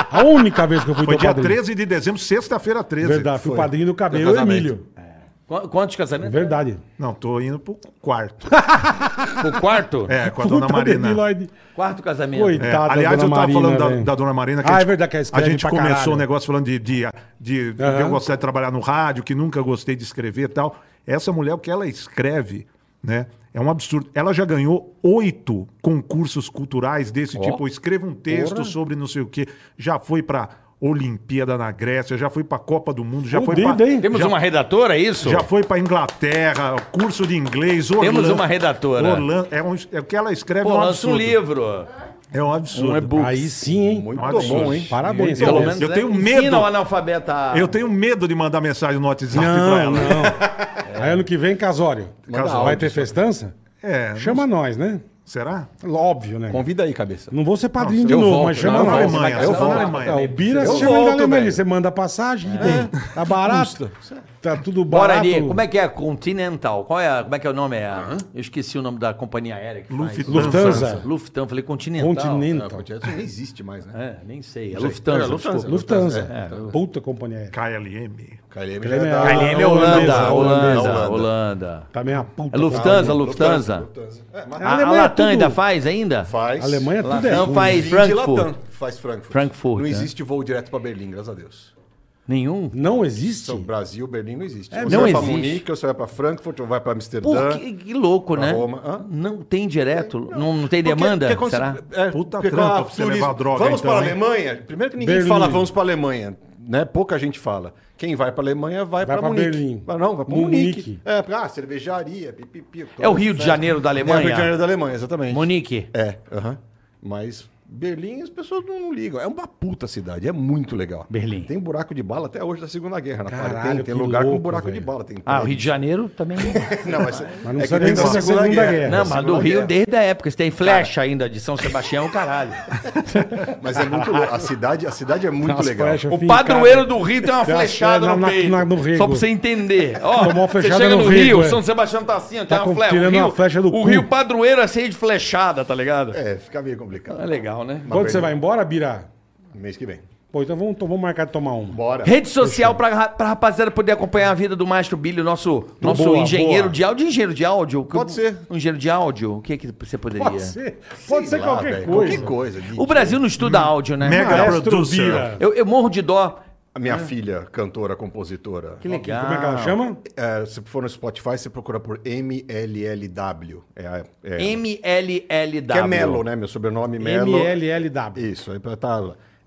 Speaker 3: A única vez que eu fui
Speaker 1: Foi
Speaker 3: teu
Speaker 1: dia
Speaker 3: padrinho.
Speaker 1: 13 de dezembro, sexta-feira 13.
Speaker 3: Verdade, fui padrinho do cabelo, eu e Emílio. É
Speaker 4: Qu- Quantos casamentos?
Speaker 3: Verdade.
Speaker 1: Não, tô indo pro
Speaker 3: (laughs)
Speaker 1: quarto.
Speaker 4: O quarto?
Speaker 1: É, com a dona Marina.
Speaker 3: Debiloide.
Speaker 4: Quarto casamento.
Speaker 1: É,
Speaker 3: Coitada
Speaker 1: aliás,
Speaker 3: da dona
Speaker 1: eu tava
Speaker 3: Marina,
Speaker 1: falando da,
Speaker 3: velho.
Speaker 1: da Dona Marina.
Speaker 3: Ah,
Speaker 1: a
Speaker 3: é
Speaker 1: gente-
Speaker 3: verdade que ela
Speaker 1: A
Speaker 3: escreve
Speaker 1: gente
Speaker 3: pra
Speaker 1: começou
Speaker 3: caralho.
Speaker 1: o negócio falando de, de, de, de
Speaker 3: Aham.
Speaker 1: eu gostar de trabalhar no rádio, que nunca gostei de escrever e tal. Essa mulher, o que ela escreve, né? É um absurdo. Ela já ganhou oito concursos culturais desse tipo. Escreva um texto sobre não sei o quê. Já foi pra Olimpíada na Grécia, já foi pra Copa do Mundo, já foi
Speaker 3: Fudido,
Speaker 1: pra.
Speaker 3: hein?
Speaker 4: Temos
Speaker 1: já,
Speaker 4: uma redatora, é isso?
Speaker 1: já foi pra Inglaterra, curso de inglês, Orlando.
Speaker 4: Temos uma redatora.
Speaker 1: Orlando, é, um- é o que ela escreve é
Speaker 4: Pô,
Speaker 1: um
Speaker 4: lança um
Speaker 1: absurdo.
Speaker 4: livro.
Speaker 1: É um absurdo.
Speaker 3: Aí sim, hein?
Speaker 2: Muito
Speaker 1: Um absurdo.
Speaker 2: bom, hein?
Speaker 3: Parabéns.
Speaker 1: Muito
Speaker 3: Paulo.
Speaker 1: bom. Eu tenho medo.
Speaker 4: né? Ensina o analfabeta. a-
Speaker 1: Eu tenho medo de mandar mensagem no WhatsApp pra
Speaker 3: Não,
Speaker 1: ela.
Speaker 3: não.
Speaker 2: É.
Speaker 3: Aí ano que vem, casório.
Speaker 1: Casório.
Speaker 3: Vai ter festança?
Speaker 1: É, não-
Speaker 3: Chama nós, né?
Speaker 1: será?
Speaker 3: Óbvio, né?
Speaker 2: Convida aí, cabeça.
Speaker 3: Não vou ser padrinho de
Speaker 2: eu
Speaker 3: novo,
Speaker 2: volto,
Speaker 3: mas chama
Speaker 2: não,
Speaker 1: na
Speaker 2: eu
Speaker 3: nós.
Speaker 2: volto.
Speaker 1: Alemanha,
Speaker 2: Eu
Speaker 1: só na
Speaker 2: volto.
Speaker 1: Alemanha.
Speaker 3: É, o Bira
Speaker 2: Eu
Speaker 3: se chama ele da
Speaker 2: volto,
Speaker 3: Alemanha.
Speaker 2: velho. É.
Speaker 3: Você manda passagem, tem. Tá barato. Tá tudo
Speaker 4: Bora
Speaker 3: barato.
Speaker 4: ali. Como é que é? Continental. Qual é a- como é que é o nome? É a- Eu esqueci o nome da companhia aérea que faz.
Speaker 3: Lufthansa.
Speaker 4: Lufthansa. Falei Continental.
Speaker 2: é? Não,
Speaker 3: Continental.
Speaker 2: Continental não existe mais, né?
Speaker 4: É, nem sei. É Lufthansa.
Speaker 2: É, Lufthansa.
Speaker 4: desculpa.
Speaker 3: Lufthansa.
Speaker 2: tá
Speaker 4: É.
Speaker 3: Puta companhia aérea.
Speaker 1: KLM.
Speaker 2: KLM já
Speaker 3: KLM
Speaker 2: é da-
Speaker 3: é-
Speaker 4: KLM
Speaker 3: Holandesa,
Speaker 4: é Holanda. Holanda.
Speaker 2: holandesa.
Speaker 4: Holanda.
Speaker 3: Também é uma puta.
Speaker 4: É Lufthansa,
Speaker 2: Lufthansa.
Speaker 4: Lufthansa.
Speaker 2: Lufthansa. É, mas
Speaker 4: A, a
Speaker 3: Alemanha é
Speaker 4: Latam
Speaker 3: tudo-
Speaker 4: ainda faz ainda?
Speaker 2: faz.
Speaker 3: Alemanha
Speaker 2: Lá-
Speaker 3: tudo é
Speaker 4: Latam
Speaker 3: ruim.
Speaker 4: faz
Speaker 2: Vinde
Speaker 4: Frankfurt.
Speaker 2: Latam, Faz Frankfurt.
Speaker 4: Frankfurt,
Speaker 2: Não
Speaker 4: né?
Speaker 2: existe voo direto pra Berlim, graças a Deus.
Speaker 4: Nenhum?
Speaker 3: Não existe?
Speaker 2: São Brasil, Berlim não existe.
Speaker 3: É,
Speaker 2: ou você
Speaker 4: não
Speaker 2: vai pra
Speaker 4: existe.
Speaker 2: Munique, ou você vai pra Frankfurt, ou vai pra Amsterdã.
Speaker 4: Pô, que, que louco,
Speaker 2: Pra
Speaker 4: né?
Speaker 2: Roma, hã?
Speaker 4: Não tem direto? Não, não tem
Speaker 2: Porque-
Speaker 4: demanda?
Speaker 2: porque quando
Speaker 4: Será?
Speaker 2: você- É,
Speaker 1: Puta
Speaker 2: porque
Speaker 1: trampa
Speaker 2: quando-
Speaker 1: pra você
Speaker 2: turismo.
Speaker 1: levar droga,
Speaker 2: Vamos
Speaker 1: então,
Speaker 2: para a
Speaker 1: hein?
Speaker 2: Alemanha? Primeiro que ninguém
Speaker 3: Berlim.
Speaker 2: fala vamos para a Alemanha, né? Pouca gente fala. Quem vai para a Alemanha vai,
Speaker 3: Vai
Speaker 2: para
Speaker 3: pra
Speaker 2: Munique.
Speaker 3: Berlim.
Speaker 2: Vai- Não, vai para
Speaker 3: Munique.
Speaker 2: Munique. É, pra ah, cervejaria, pipipi.
Speaker 4: É o Rio de Janeiro da
Speaker 2: É o Rio de
Speaker 4: Alemanha?
Speaker 2: Janeiro da Alemanha, exatamente.
Speaker 4: Monique.
Speaker 2: É, aham. Mas Berlim, as pessoas não, não ligam. É uma puta cidade, é muito legal.
Speaker 7: Berlim.
Speaker 2: Tem buraco de bala até hoje da Segunda Guerra. Na
Speaker 3: Caralho,
Speaker 2: parede. tem, tem
Speaker 3: que
Speaker 2: lugar
Speaker 3: louco,
Speaker 2: com buraco
Speaker 3: velho.
Speaker 2: de bala. Tem
Speaker 4: Ah, o Rio de Janeiro também.
Speaker 2: Não,
Speaker 3: Mas
Speaker 2: mas,
Speaker 3: não
Speaker 2: é que
Speaker 3: sabe
Speaker 2: tem
Speaker 3: nem se é
Speaker 2: da Segunda Guerra.
Speaker 4: Não, mas do
Speaker 2: Segunda
Speaker 4: Rio
Speaker 2: Guerra.
Speaker 4: desde a época. Você tem flecha ainda de São Sebastião, caralho.
Speaker 2: Mas é muito louco. A cidade, a cidade é muito
Speaker 3: Aquelas
Speaker 2: legal.
Speaker 3: flechas
Speaker 7: O
Speaker 3: fincadas.
Speaker 7: padroeiro do Rio tem uma
Speaker 3: Tem uma
Speaker 7: flechada
Speaker 3: flecha
Speaker 7: no
Speaker 3: na-
Speaker 7: peito.
Speaker 3: na- no rego.
Speaker 7: só pra você entender. Ó,
Speaker 3: Tomou uma
Speaker 7: você
Speaker 3: flechada
Speaker 7: chega
Speaker 3: no
Speaker 7: no,
Speaker 3: rego,
Speaker 7: Rio,
Speaker 3: é.
Speaker 7: São Sebastião tá assim, ó, tem
Speaker 3: Tá com-
Speaker 7: uma flecha.
Speaker 3: tirando
Speaker 7: o Rio,
Speaker 3: uma flecha do
Speaker 7: o
Speaker 3: cu.
Speaker 7: Rio padroeiro é cheio de flechada, tá ligado? É,
Speaker 2: É, fica meio complicado.
Speaker 7: legal, né?
Speaker 3: Quando você vai embora, Bira?
Speaker 2: Mês que vem.
Speaker 3: Pô, então vamos, to- vamos marcar de tomar uma.
Speaker 2: Bora.
Speaker 4: Rede social pra, ra- pra rapaziada poder acompanhar a vida do Maestro Billy, nosso, nosso
Speaker 3: Boa,
Speaker 4: engenheiro
Speaker 3: boa.
Speaker 4: de áudio. Engenheiro de áudio?
Speaker 2: Pode ser.
Speaker 4: Um engenheiro de áudio? O que que você poderia?
Speaker 3: Pode ser, pode
Speaker 2: Sei
Speaker 3: ser
Speaker 2: lá,
Speaker 3: qualquer
Speaker 2: velho,
Speaker 3: coisa.
Speaker 2: Qualquer coisa. DJ.
Speaker 4: O Brasil não
Speaker 2: Hum.
Speaker 4: estuda áudio, né?
Speaker 1: Mega
Speaker 3: Maestro
Speaker 1: producer.
Speaker 3: Bira.
Speaker 4: Eu, eu morro de dó.
Speaker 2: A minha filha, cantora, compositora.
Speaker 4: Que legal.
Speaker 3: Como é que ela chama?
Speaker 2: É, se for no Spotify, você procura por MLLW. É, a- é,
Speaker 4: MLLW.
Speaker 2: que é Melo, né? Meu sobrenome Melo.
Speaker 3: MLLW.
Speaker 2: Isso, aí tá.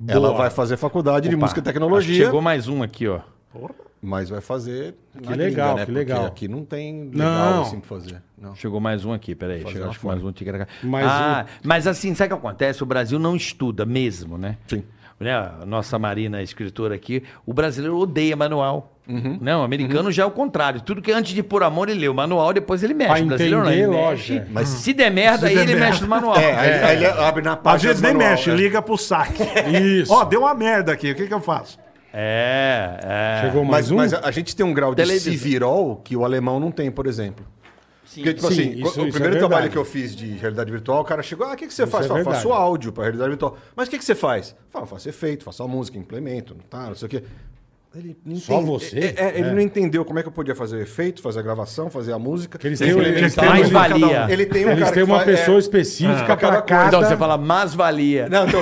Speaker 2: Ela vai fazer faculdade de
Speaker 4: Opa,
Speaker 2: música e
Speaker 7: Acho que
Speaker 2: tecnologia,
Speaker 7: chegou mais um aqui, ó.
Speaker 2: mas vai fazer. na né?
Speaker 3: Que legal, que
Speaker 2: Porque
Speaker 3: legal.
Speaker 2: aqui não tem legal
Speaker 3: Não.
Speaker 2: assim pra fazer. Não.
Speaker 7: Chegou mais um aqui, peraí. Chegou, acho que mais um ticaraca.
Speaker 3: Mais
Speaker 4: ah, mas assim, sabe o que acontece? O Brasil não estuda mesmo, né?
Speaker 2: Sim.
Speaker 4: Né, a Nossa Marina, a escritora aqui, o brasileiro odeia manual. Não, o americano já é o contrário. Tudo que antes de pôr amor, ele lê o manual, depois ele mexe.
Speaker 3: Pra
Speaker 4: o brasileiro
Speaker 3: entender,
Speaker 4: não, ele
Speaker 3: lógico,
Speaker 4: mexe.
Speaker 3: é.
Speaker 4: Mas se der merda, aí
Speaker 1: der
Speaker 4: ele
Speaker 1: merda.
Speaker 4: mexe no manual.
Speaker 2: É, aí, aí ele abre na página.
Speaker 1: Às vezes
Speaker 2: do
Speaker 1: nem
Speaker 2: manual,
Speaker 1: mexe,
Speaker 2: né?
Speaker 1: liga pro saque.
Speaker 3: é. (laughs) Isso.
Speaker 1: Ó, deu uma merda aqui, o que, que eu faço?
Speaker 4: É, é.
Speaker 3: Chegou mais
Speaker 2: Mas,
Speaker 3: um?
Speaker 2: mas a a gente tem um grau de
Speaker 4: Televisão.
Speaker 2: civirol que o alemão não tem, por exemplo. Porque, tipo
Speaker 3: Sim,
Speaker 2: assim,
Speaker 3: isso-
Speaker 2: o
Speaker 3: isso
Speaker 2: primeiro
Speaker 3: é
Speaker 2: trabalho
Speaker 3: verdade.
Speaker 2: que eu fiz de realidade virtual, o cara chegou, ah, o que, que você faz?
Speaker 3: é
Speaker 2: Fala,
Speaker 3: verdade.
Speaker 2: faço áudio para realidade virtual. Mas o que, que você faz? Fala, faço efeito, faço a música, implemento, não tá, não sei o quê. Ele não
Speaker 3: Só você?
Speaker 2: É, é, ele
Speaker 3: É.
Speaker 2: não entendeu como é que eu podia fazer o efeito, fazer a gravação, fazer a música.
Speaker 3: Que eles
Speaker 2: Ele
Speaker 3: têm-
Speaker 2: implementa-
Speaker 3: eles têm-
Speaker 4: Então,
Speaker 2: Ele
Speaker 4: Mais
Speaker 2: tem um-
Speaker 4: valia.
Speaker 2: Ele tem um
Speaker 3: Eles
Speaker 2: cara
Speaker 3: têm
Speaker 2: que
Speaker 3: uma
Speaker 2: fa-
Speaker 3: pessoa
Speaker 2: é-
Speaker 3: específica
Speaker 2: Ah,
Speaker 3: pra
Speaker 2: cada
Speaker 3: cada...
Speaker 4: Então você fala, mas valia.
Speaker 2: Não, então,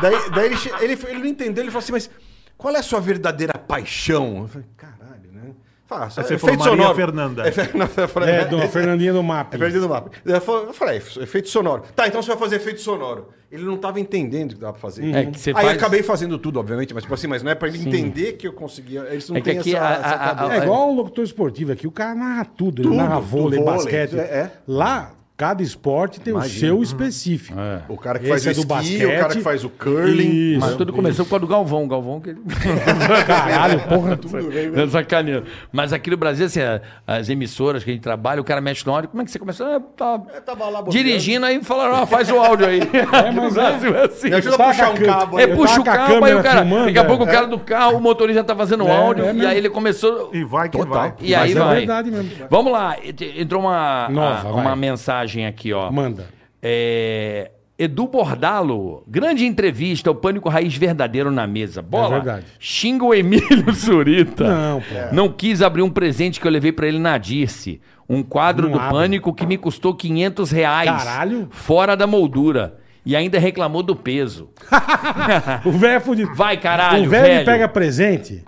Speaker 2: daí, daí ele, che- ele, ele não entendeu, ele falou assim, mas qual é a sua verdadeira paixão? Eu falei, caralho, né? Fala, só-
Speaker 1: Aí você falou,
Speaker 2: efeito
Speaker 1: Maria
Speaker 2: sonoro.
Speaker 1: Fernanda.
Speaker 2: É, (laughs) Fer- não, eu falei,
Speaker 3: É,
Speaker 2: né?
Speaker 3: do Fernandinha do Map.
Speaker 2: É perdido no mapa. Eu fal- eu falei, "É, efeito sonoro. Tá, então você vai fazer efeito sonoro. Ele não estava entendendo o que dava pra fazer.
Speaker 4: Uhum.
Speaker 7: É que você
Speaker 2: Aí
Speaker 7: faz-
Speaker 2: eu acabei fazendo tudo, obviamente, mas tipo assim, mas não é pra ele entender que eu conseguia. Eles não
Speaker 4: É que
Speaker 2: têm
Speaker 4: aqui
Speaker 2: essa,
Speaker 4: a-
Speaker 2: essa
Speaker 4: a- a-
Speaker 2: cabeça.
Speaker 3: É igual o locutor esportivo aqui, o cara narra tudo, ele
Speaker 2: Tudo,
Speaker 3: narra
Speaker 2: tudo,
Speaker 3: vôlei,
Speaker 2: vôlei,
Speaker 3: basquete.
Speaker 2: é, é.
Speaker 3: Lá, cada esporte tem o seu específico.
Speaker 2: O cara que
Speaker 3: Esse
Speaker 2: faz
Speaker 3: é
Speaker 2: o
Speaker 3: do
Speaker 2: esqui,
Speaker 3: basquete.
Speaker 2: o cara que faz o curling.
Speaker 3: Isso.
Speaker 4: Mas tudo começou por causa do Galvão. Galvão (laughs) que...
Speaker 3: Caralho, porra.
Speaker 7: Tudo,
Speaker 3: né?
Speaker 4: Não, sacaneiro. Mas aqui no Brasil, assim, a- as emissoras que a gente trabalha, o cara mexe no áudio. Como é que você começou? Ah, tá
Speaker 2: É, tava lá bobeando.
Speaker 4: dirigindo aí falaram, ah, faz o
Speaker 3: (laughs)
Speaker 4: áudio aí. É,
Speaker 3: mas
Speaker 4: é assim.
Speaker 2: Me ajuda a
Speaker 3: Taca
Speaker 2: puxar um
Speaker 3: canto.
Speaker 2: cabo
Speaker 4: É,
Speaker 2: aí.
Speaker 3: Eu
Speaker 4: puxa
Speaker 3: tava
Speaker 4: o
Speaker 3: com a
Speaker 4: carro, aí
Speaker 3: câmera
Speaker 4: o cara.
Speaker 3: filmando,
Speaker 4: daqui a pouco
Speaker 3: é.
Speaker 4: o cara do carro, o motorista já tá fazendo o
Speaker 3: É,
Speaker 4: áudio,
Speaker 3: é
Speaker 4: e
Speaker 3: mesmo.
Speaker 4: aí ele começou.
Speaker 1: E vai que vai.
Speaker 4: E aí
Speaker 3: Mas é
Speaker 4: vai.
Speaker 3: verdade mesmo.
Speaker 4: Vamos lá, ent- entrou uma,
Speaker 3: Nova,
Speaker 4: a- uma
Speaker 3: vai.
Speaker 4: mensagem aqui, ó.
Speaker 3: Manda.
Speaker 4: É, Edu Bordalo, grande entrevista, o Pânico Raiz Verdadeiro na mesa. Bola,
Speaker 3: É verdade.
Speaker 4: xinga o Emílio (laughs) Surita.
Speaker 3: Não, pô.
Speaker 4: Não quis abrir um presente que eu levei pra ele na Dirce. Um quadro
Speaker 3: Não
Speaker 4: do
Speaker 3: abre.
Speaker 4: Pânico que me custou 500 reais.
Speaker 3: Caralho.
Speaker 4: Fora da moldura. E ainda reclamou do peso.
Speaker 3: O velho é fudido.
Speaker 4: Vai, caralho,
Speaker 3: O velho,
Speaker 4: velho.
Speaker 3: pega presente.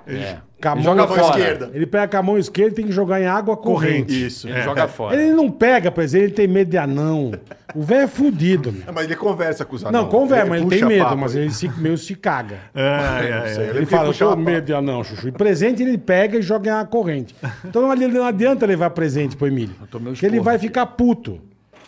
Speaker 3: Com a mão
Speaker 2: Joga a mão
Speaker 3: fora.
Speaker 2: esquerda.
Speaker 3: Ele pega com a mão esquerda e tem que jogar em água corrente.
Speaker 2: Isso.
Speaker 4: Ele joga fora.
Speaker 3: Ele não pega presente, ele tem medo de anão. O velho é fudido, meu.
Speaker 2: É, Mas ele conversa com os
Speaker 3: Não,
Speaker 2: anãos.
Speaker 3: conversa, mas ele tem
Speaker 2: puxa
Speaker 3: medo,
Speaker 2: papo.
Speaker 3: mas ele se- meio se caga.
Speaker 1: É,
Speaker 2: Não
Speaker 1: é,
Speaker 2: sei,
Speaker 1: é.
Speaker 2: ele
Speaker 3: Ele
Speaker 2: fica
Speaker 3: fala, eu
Speaker 2: puxando
Speaker 3: tô
Speaker 2: papo.
Speaker 3: medo de
Speaker 4: né?"
Speaker 3: anão, chuchu. E presente ele pega e joga em uma corrente. Então não adi- não adianta levar presente pro Emílio.
Speaker 4: tomei um
Speaker 3: Porque ele
Speaker 4: esporro
Speaker 3: vai ficar puto.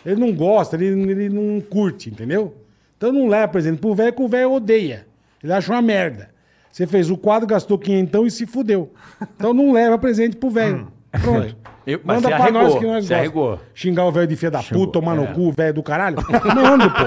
Speaker 3: Ele não gosta, ele, ele não curte, entendeu? Então não leva presente pro velho, que o velho odeia. Ele acha uma merda. Você fez o quadro, gastou quinhentão e se fudeu. Então não leva presente pro velho. Pronto.
Speaker 4: Hum. (laughs) Eu- mas você arregou, você arregou. É.
Speaker 3: Xingar o velho de filha da puta, tomar no cu, velho do caralho. Mando, pô.
Speaker 4: (laughs)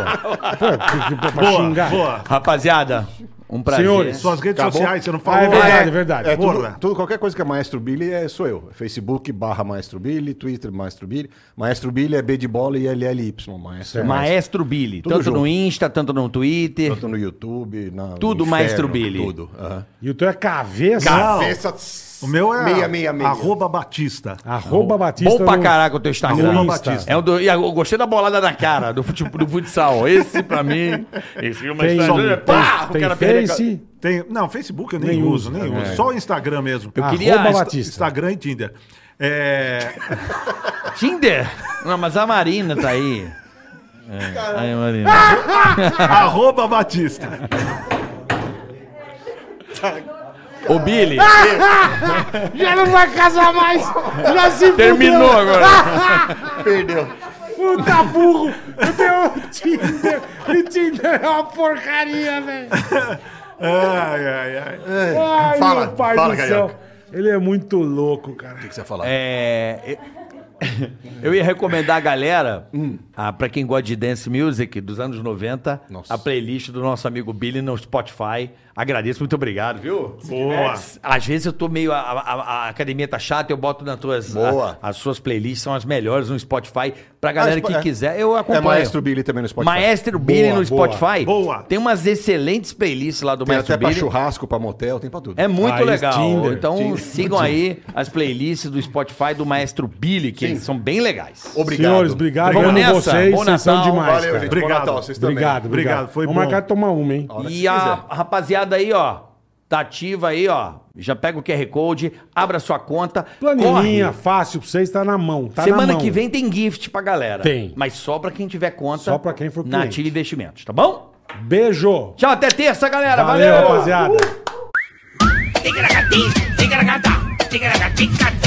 Speaker 3: pô pra
Speaker 1: Boa,
Speaker 3: xingar.
Speaker 1: boa.
Speaker 4: Rapaziada, um prazer.
Speaker 3: Senhores,
Speaker 1: Suas redes
Speaker 2: Acabou?
Speaker 1: sociais, você não
Speaker 3: Ah,
Speaker 1: falou.
Speaker 3: é verdade, é
Speaker 2: É,
Speaker 3: verdade.
Speaker 2: é tudo,
Speaker 1: Porra.
Speaker 2: tudo- qualquer coisa que é Maestro Billy é, sou eu. Facebook barra Maestro Billy, Twitter Maestro Billy. Maestro Billy é B de bola e LLY. Maestro é Maestro.
Speaker 4: Maestro Billy.
Speaker 2: Tudo
Speaker 4: tanto no
Speaker 2: junto.
Speaker 4: Insta, tanto no Twitter.
Speaker 2: Tanto no YouTube, na,
Speaker 4: Tudo
Speaker 2: no
Speaker 4: Maestro Billy.
Speaker 2: Tudo. aham.
Speaker 3: E o teu é cabeça.
Speaker 1: Não,
Speaker 2: Cabeça-
Speaker 1: o meu é
Speaker 2: Meia, meia, meia.
Speaker 1: arroba batista.
Speaker 3: Arroba Batista.
Speaker 4: Bom pra
Speaker 3: no-
Speaker 4: caraca o teu Instagram.
Speaker 1: Arroba
Speaker 3: Insta.
Speaker 1: Batista.
Speaker 4: É um do, e eu gostei da bolada na cara do, fute- do futsal. Esse pra mim. Esse é uma
Speaker 3: Tem,
Speaker 4: história. Pá!
Speaker 3: tem,
Speaker 4: o cara
Speaker 3: tem
Speaker 4: perdeu a ca-
Speaker 3: Face.
Speaker 1: Tem, não, Facebook eu nem, uso,
Speaker 3: é,
Speaker 1: nem uso. Só o Instagram mesmo. Ah,
Speaker 4: Eu queria-
Speaker 3: Arroba
Speaker 4: Insta-
Speaker 3: Batista.
Speaker 1: Instagram e Tinder. É, (laughs)
Speaker 4: Tinder? Não, mas a Marina tá
Speaker 3: (laughs)
Speaker 4: aí. É, aí, Marina.
Speaker 1: arroba Batista.
Speaker 4: Ô, Billy,
Speaker 2: (laughs)
Speaker 3: Já não vai casar mais. Já se
Speaker 7: Terminou agora.
Speaker 2: (laughs) Perdeu.
Speaker 3: Puta burro! Eu tenho o Tinder! E Tinder é uma porcaria, velho!
Speaker 1: Ai, ai, ai.
Speaker 3: Ai,
Speaker 2: Fala,
Speaker 3: meu pai
Speaker 2: fala,
Speaker 3: do céu!
Speaker 2: Carioca.
Speaker 3: Ele é muito louco, cara.
Speaker 2: que você ia falar?
Speaker 4: É, eu- (laughs) eu ia recomendar a galera,
Speaker 2: Hum.
Speaker 4: ah, pra quem gosta de dance music dos anos 90,
Speaker 2: Nossa.
Speaker 4: a playlist do nosso amigo Billy no Spotify. Agradeço, muito obrigado, viu?
Speaker 1: Boa.
Speaker 4: Às vezes eu tô meio. A, a- a academia tá chata, eu boto nas tuas.
Speaker 2: Boa.
Speaker 4: a- as suas playlists são as melhores no Spotify. Pra galera
Speaker 2: Spo-
Speaker 4: que
Speaker 2: é.
Speaker 4: quiser, eu acompanho.
Speaker 2: Maestro Billy também no Spotify.
Speaker 4: Maestro Billy
Speaker 3: Boa,
Speaker 4: no
Speaker 3: boa,
Speaker 4: Spotify.
Speaker 1: boa.
Speaker 4: Tem umas excelentes playlists lá do
Speaker 2: Tem
Speaker 4: Maestro
Speaker 2: até pra
Speaker 4: Billy.
Speaker 2: churrasco, pra motel, tem pra tudo.
Speaker 4: É muito
Speaker 3: Ah, isso,
Speaker 4: legal.
Speaker 3: Tinder,
Speaker 4: então
Speaker 2: Tinder.
Speaker 4: sigam aí as playlists do Spotify do Maestro Billy, que eles são bem legais.
Speaker 2: Obrigado.
Speaker 3: Senhores, obrigado.
Speaker 4: Vamos
Speaker 3: Eu amo
Speaker 4: nessa.
Speaker 3: vocês,
Speaker 4: Bom
Speaker 3: vocês são
Speaker 4: Natal.
Speaker 3: demais,
Speaker 2: Valeu,
Speaker 3: cara.
Speaker 2: gente.
Speaker 1: Obrigado.
Speaker 2: Bom Natal, vocês também.
Speaker 3: Obrigado, obrigado.
Speaker 1: Obrigado, foi
Speaker 3: Vamos
Speaker 1: bom.
Speaker 3: marcar de tomar uma, hein?
Speaker 2: hora que
Speaker 4: E
Speaker 2: quiser.
Speaker 4: a rapaziada aí, ó, tá ativa aí, ó. Já pega o QR Code, abra sua conta.
Speaker 3: Planilhinha
Speaker 4: corre.
Speaker 3: fácil pra vocês, tá na mão. Tá na
Speaker 4: Semana
Speaker 3: mão.
Speaker 4: que vem tem gift pra galera.
Speaker 3: Tem.
Speaker 4: Mas só pra quem tiver conta.
Speaker 3: Só pra quem for
Speaker 4: Na
Speaker 3: cliente.
Speaker 4: Ativa Investimentos, tá bom?
Speaker 3: Beijo!
Speaker 4: Tchau, até terça, galera.
Speaker 3: Valeu,
Speaker 4: Valeu,
Speaker 3: rapaziada!
Speaker 10: Ticaracatica, ticaracatica, ticaracatica,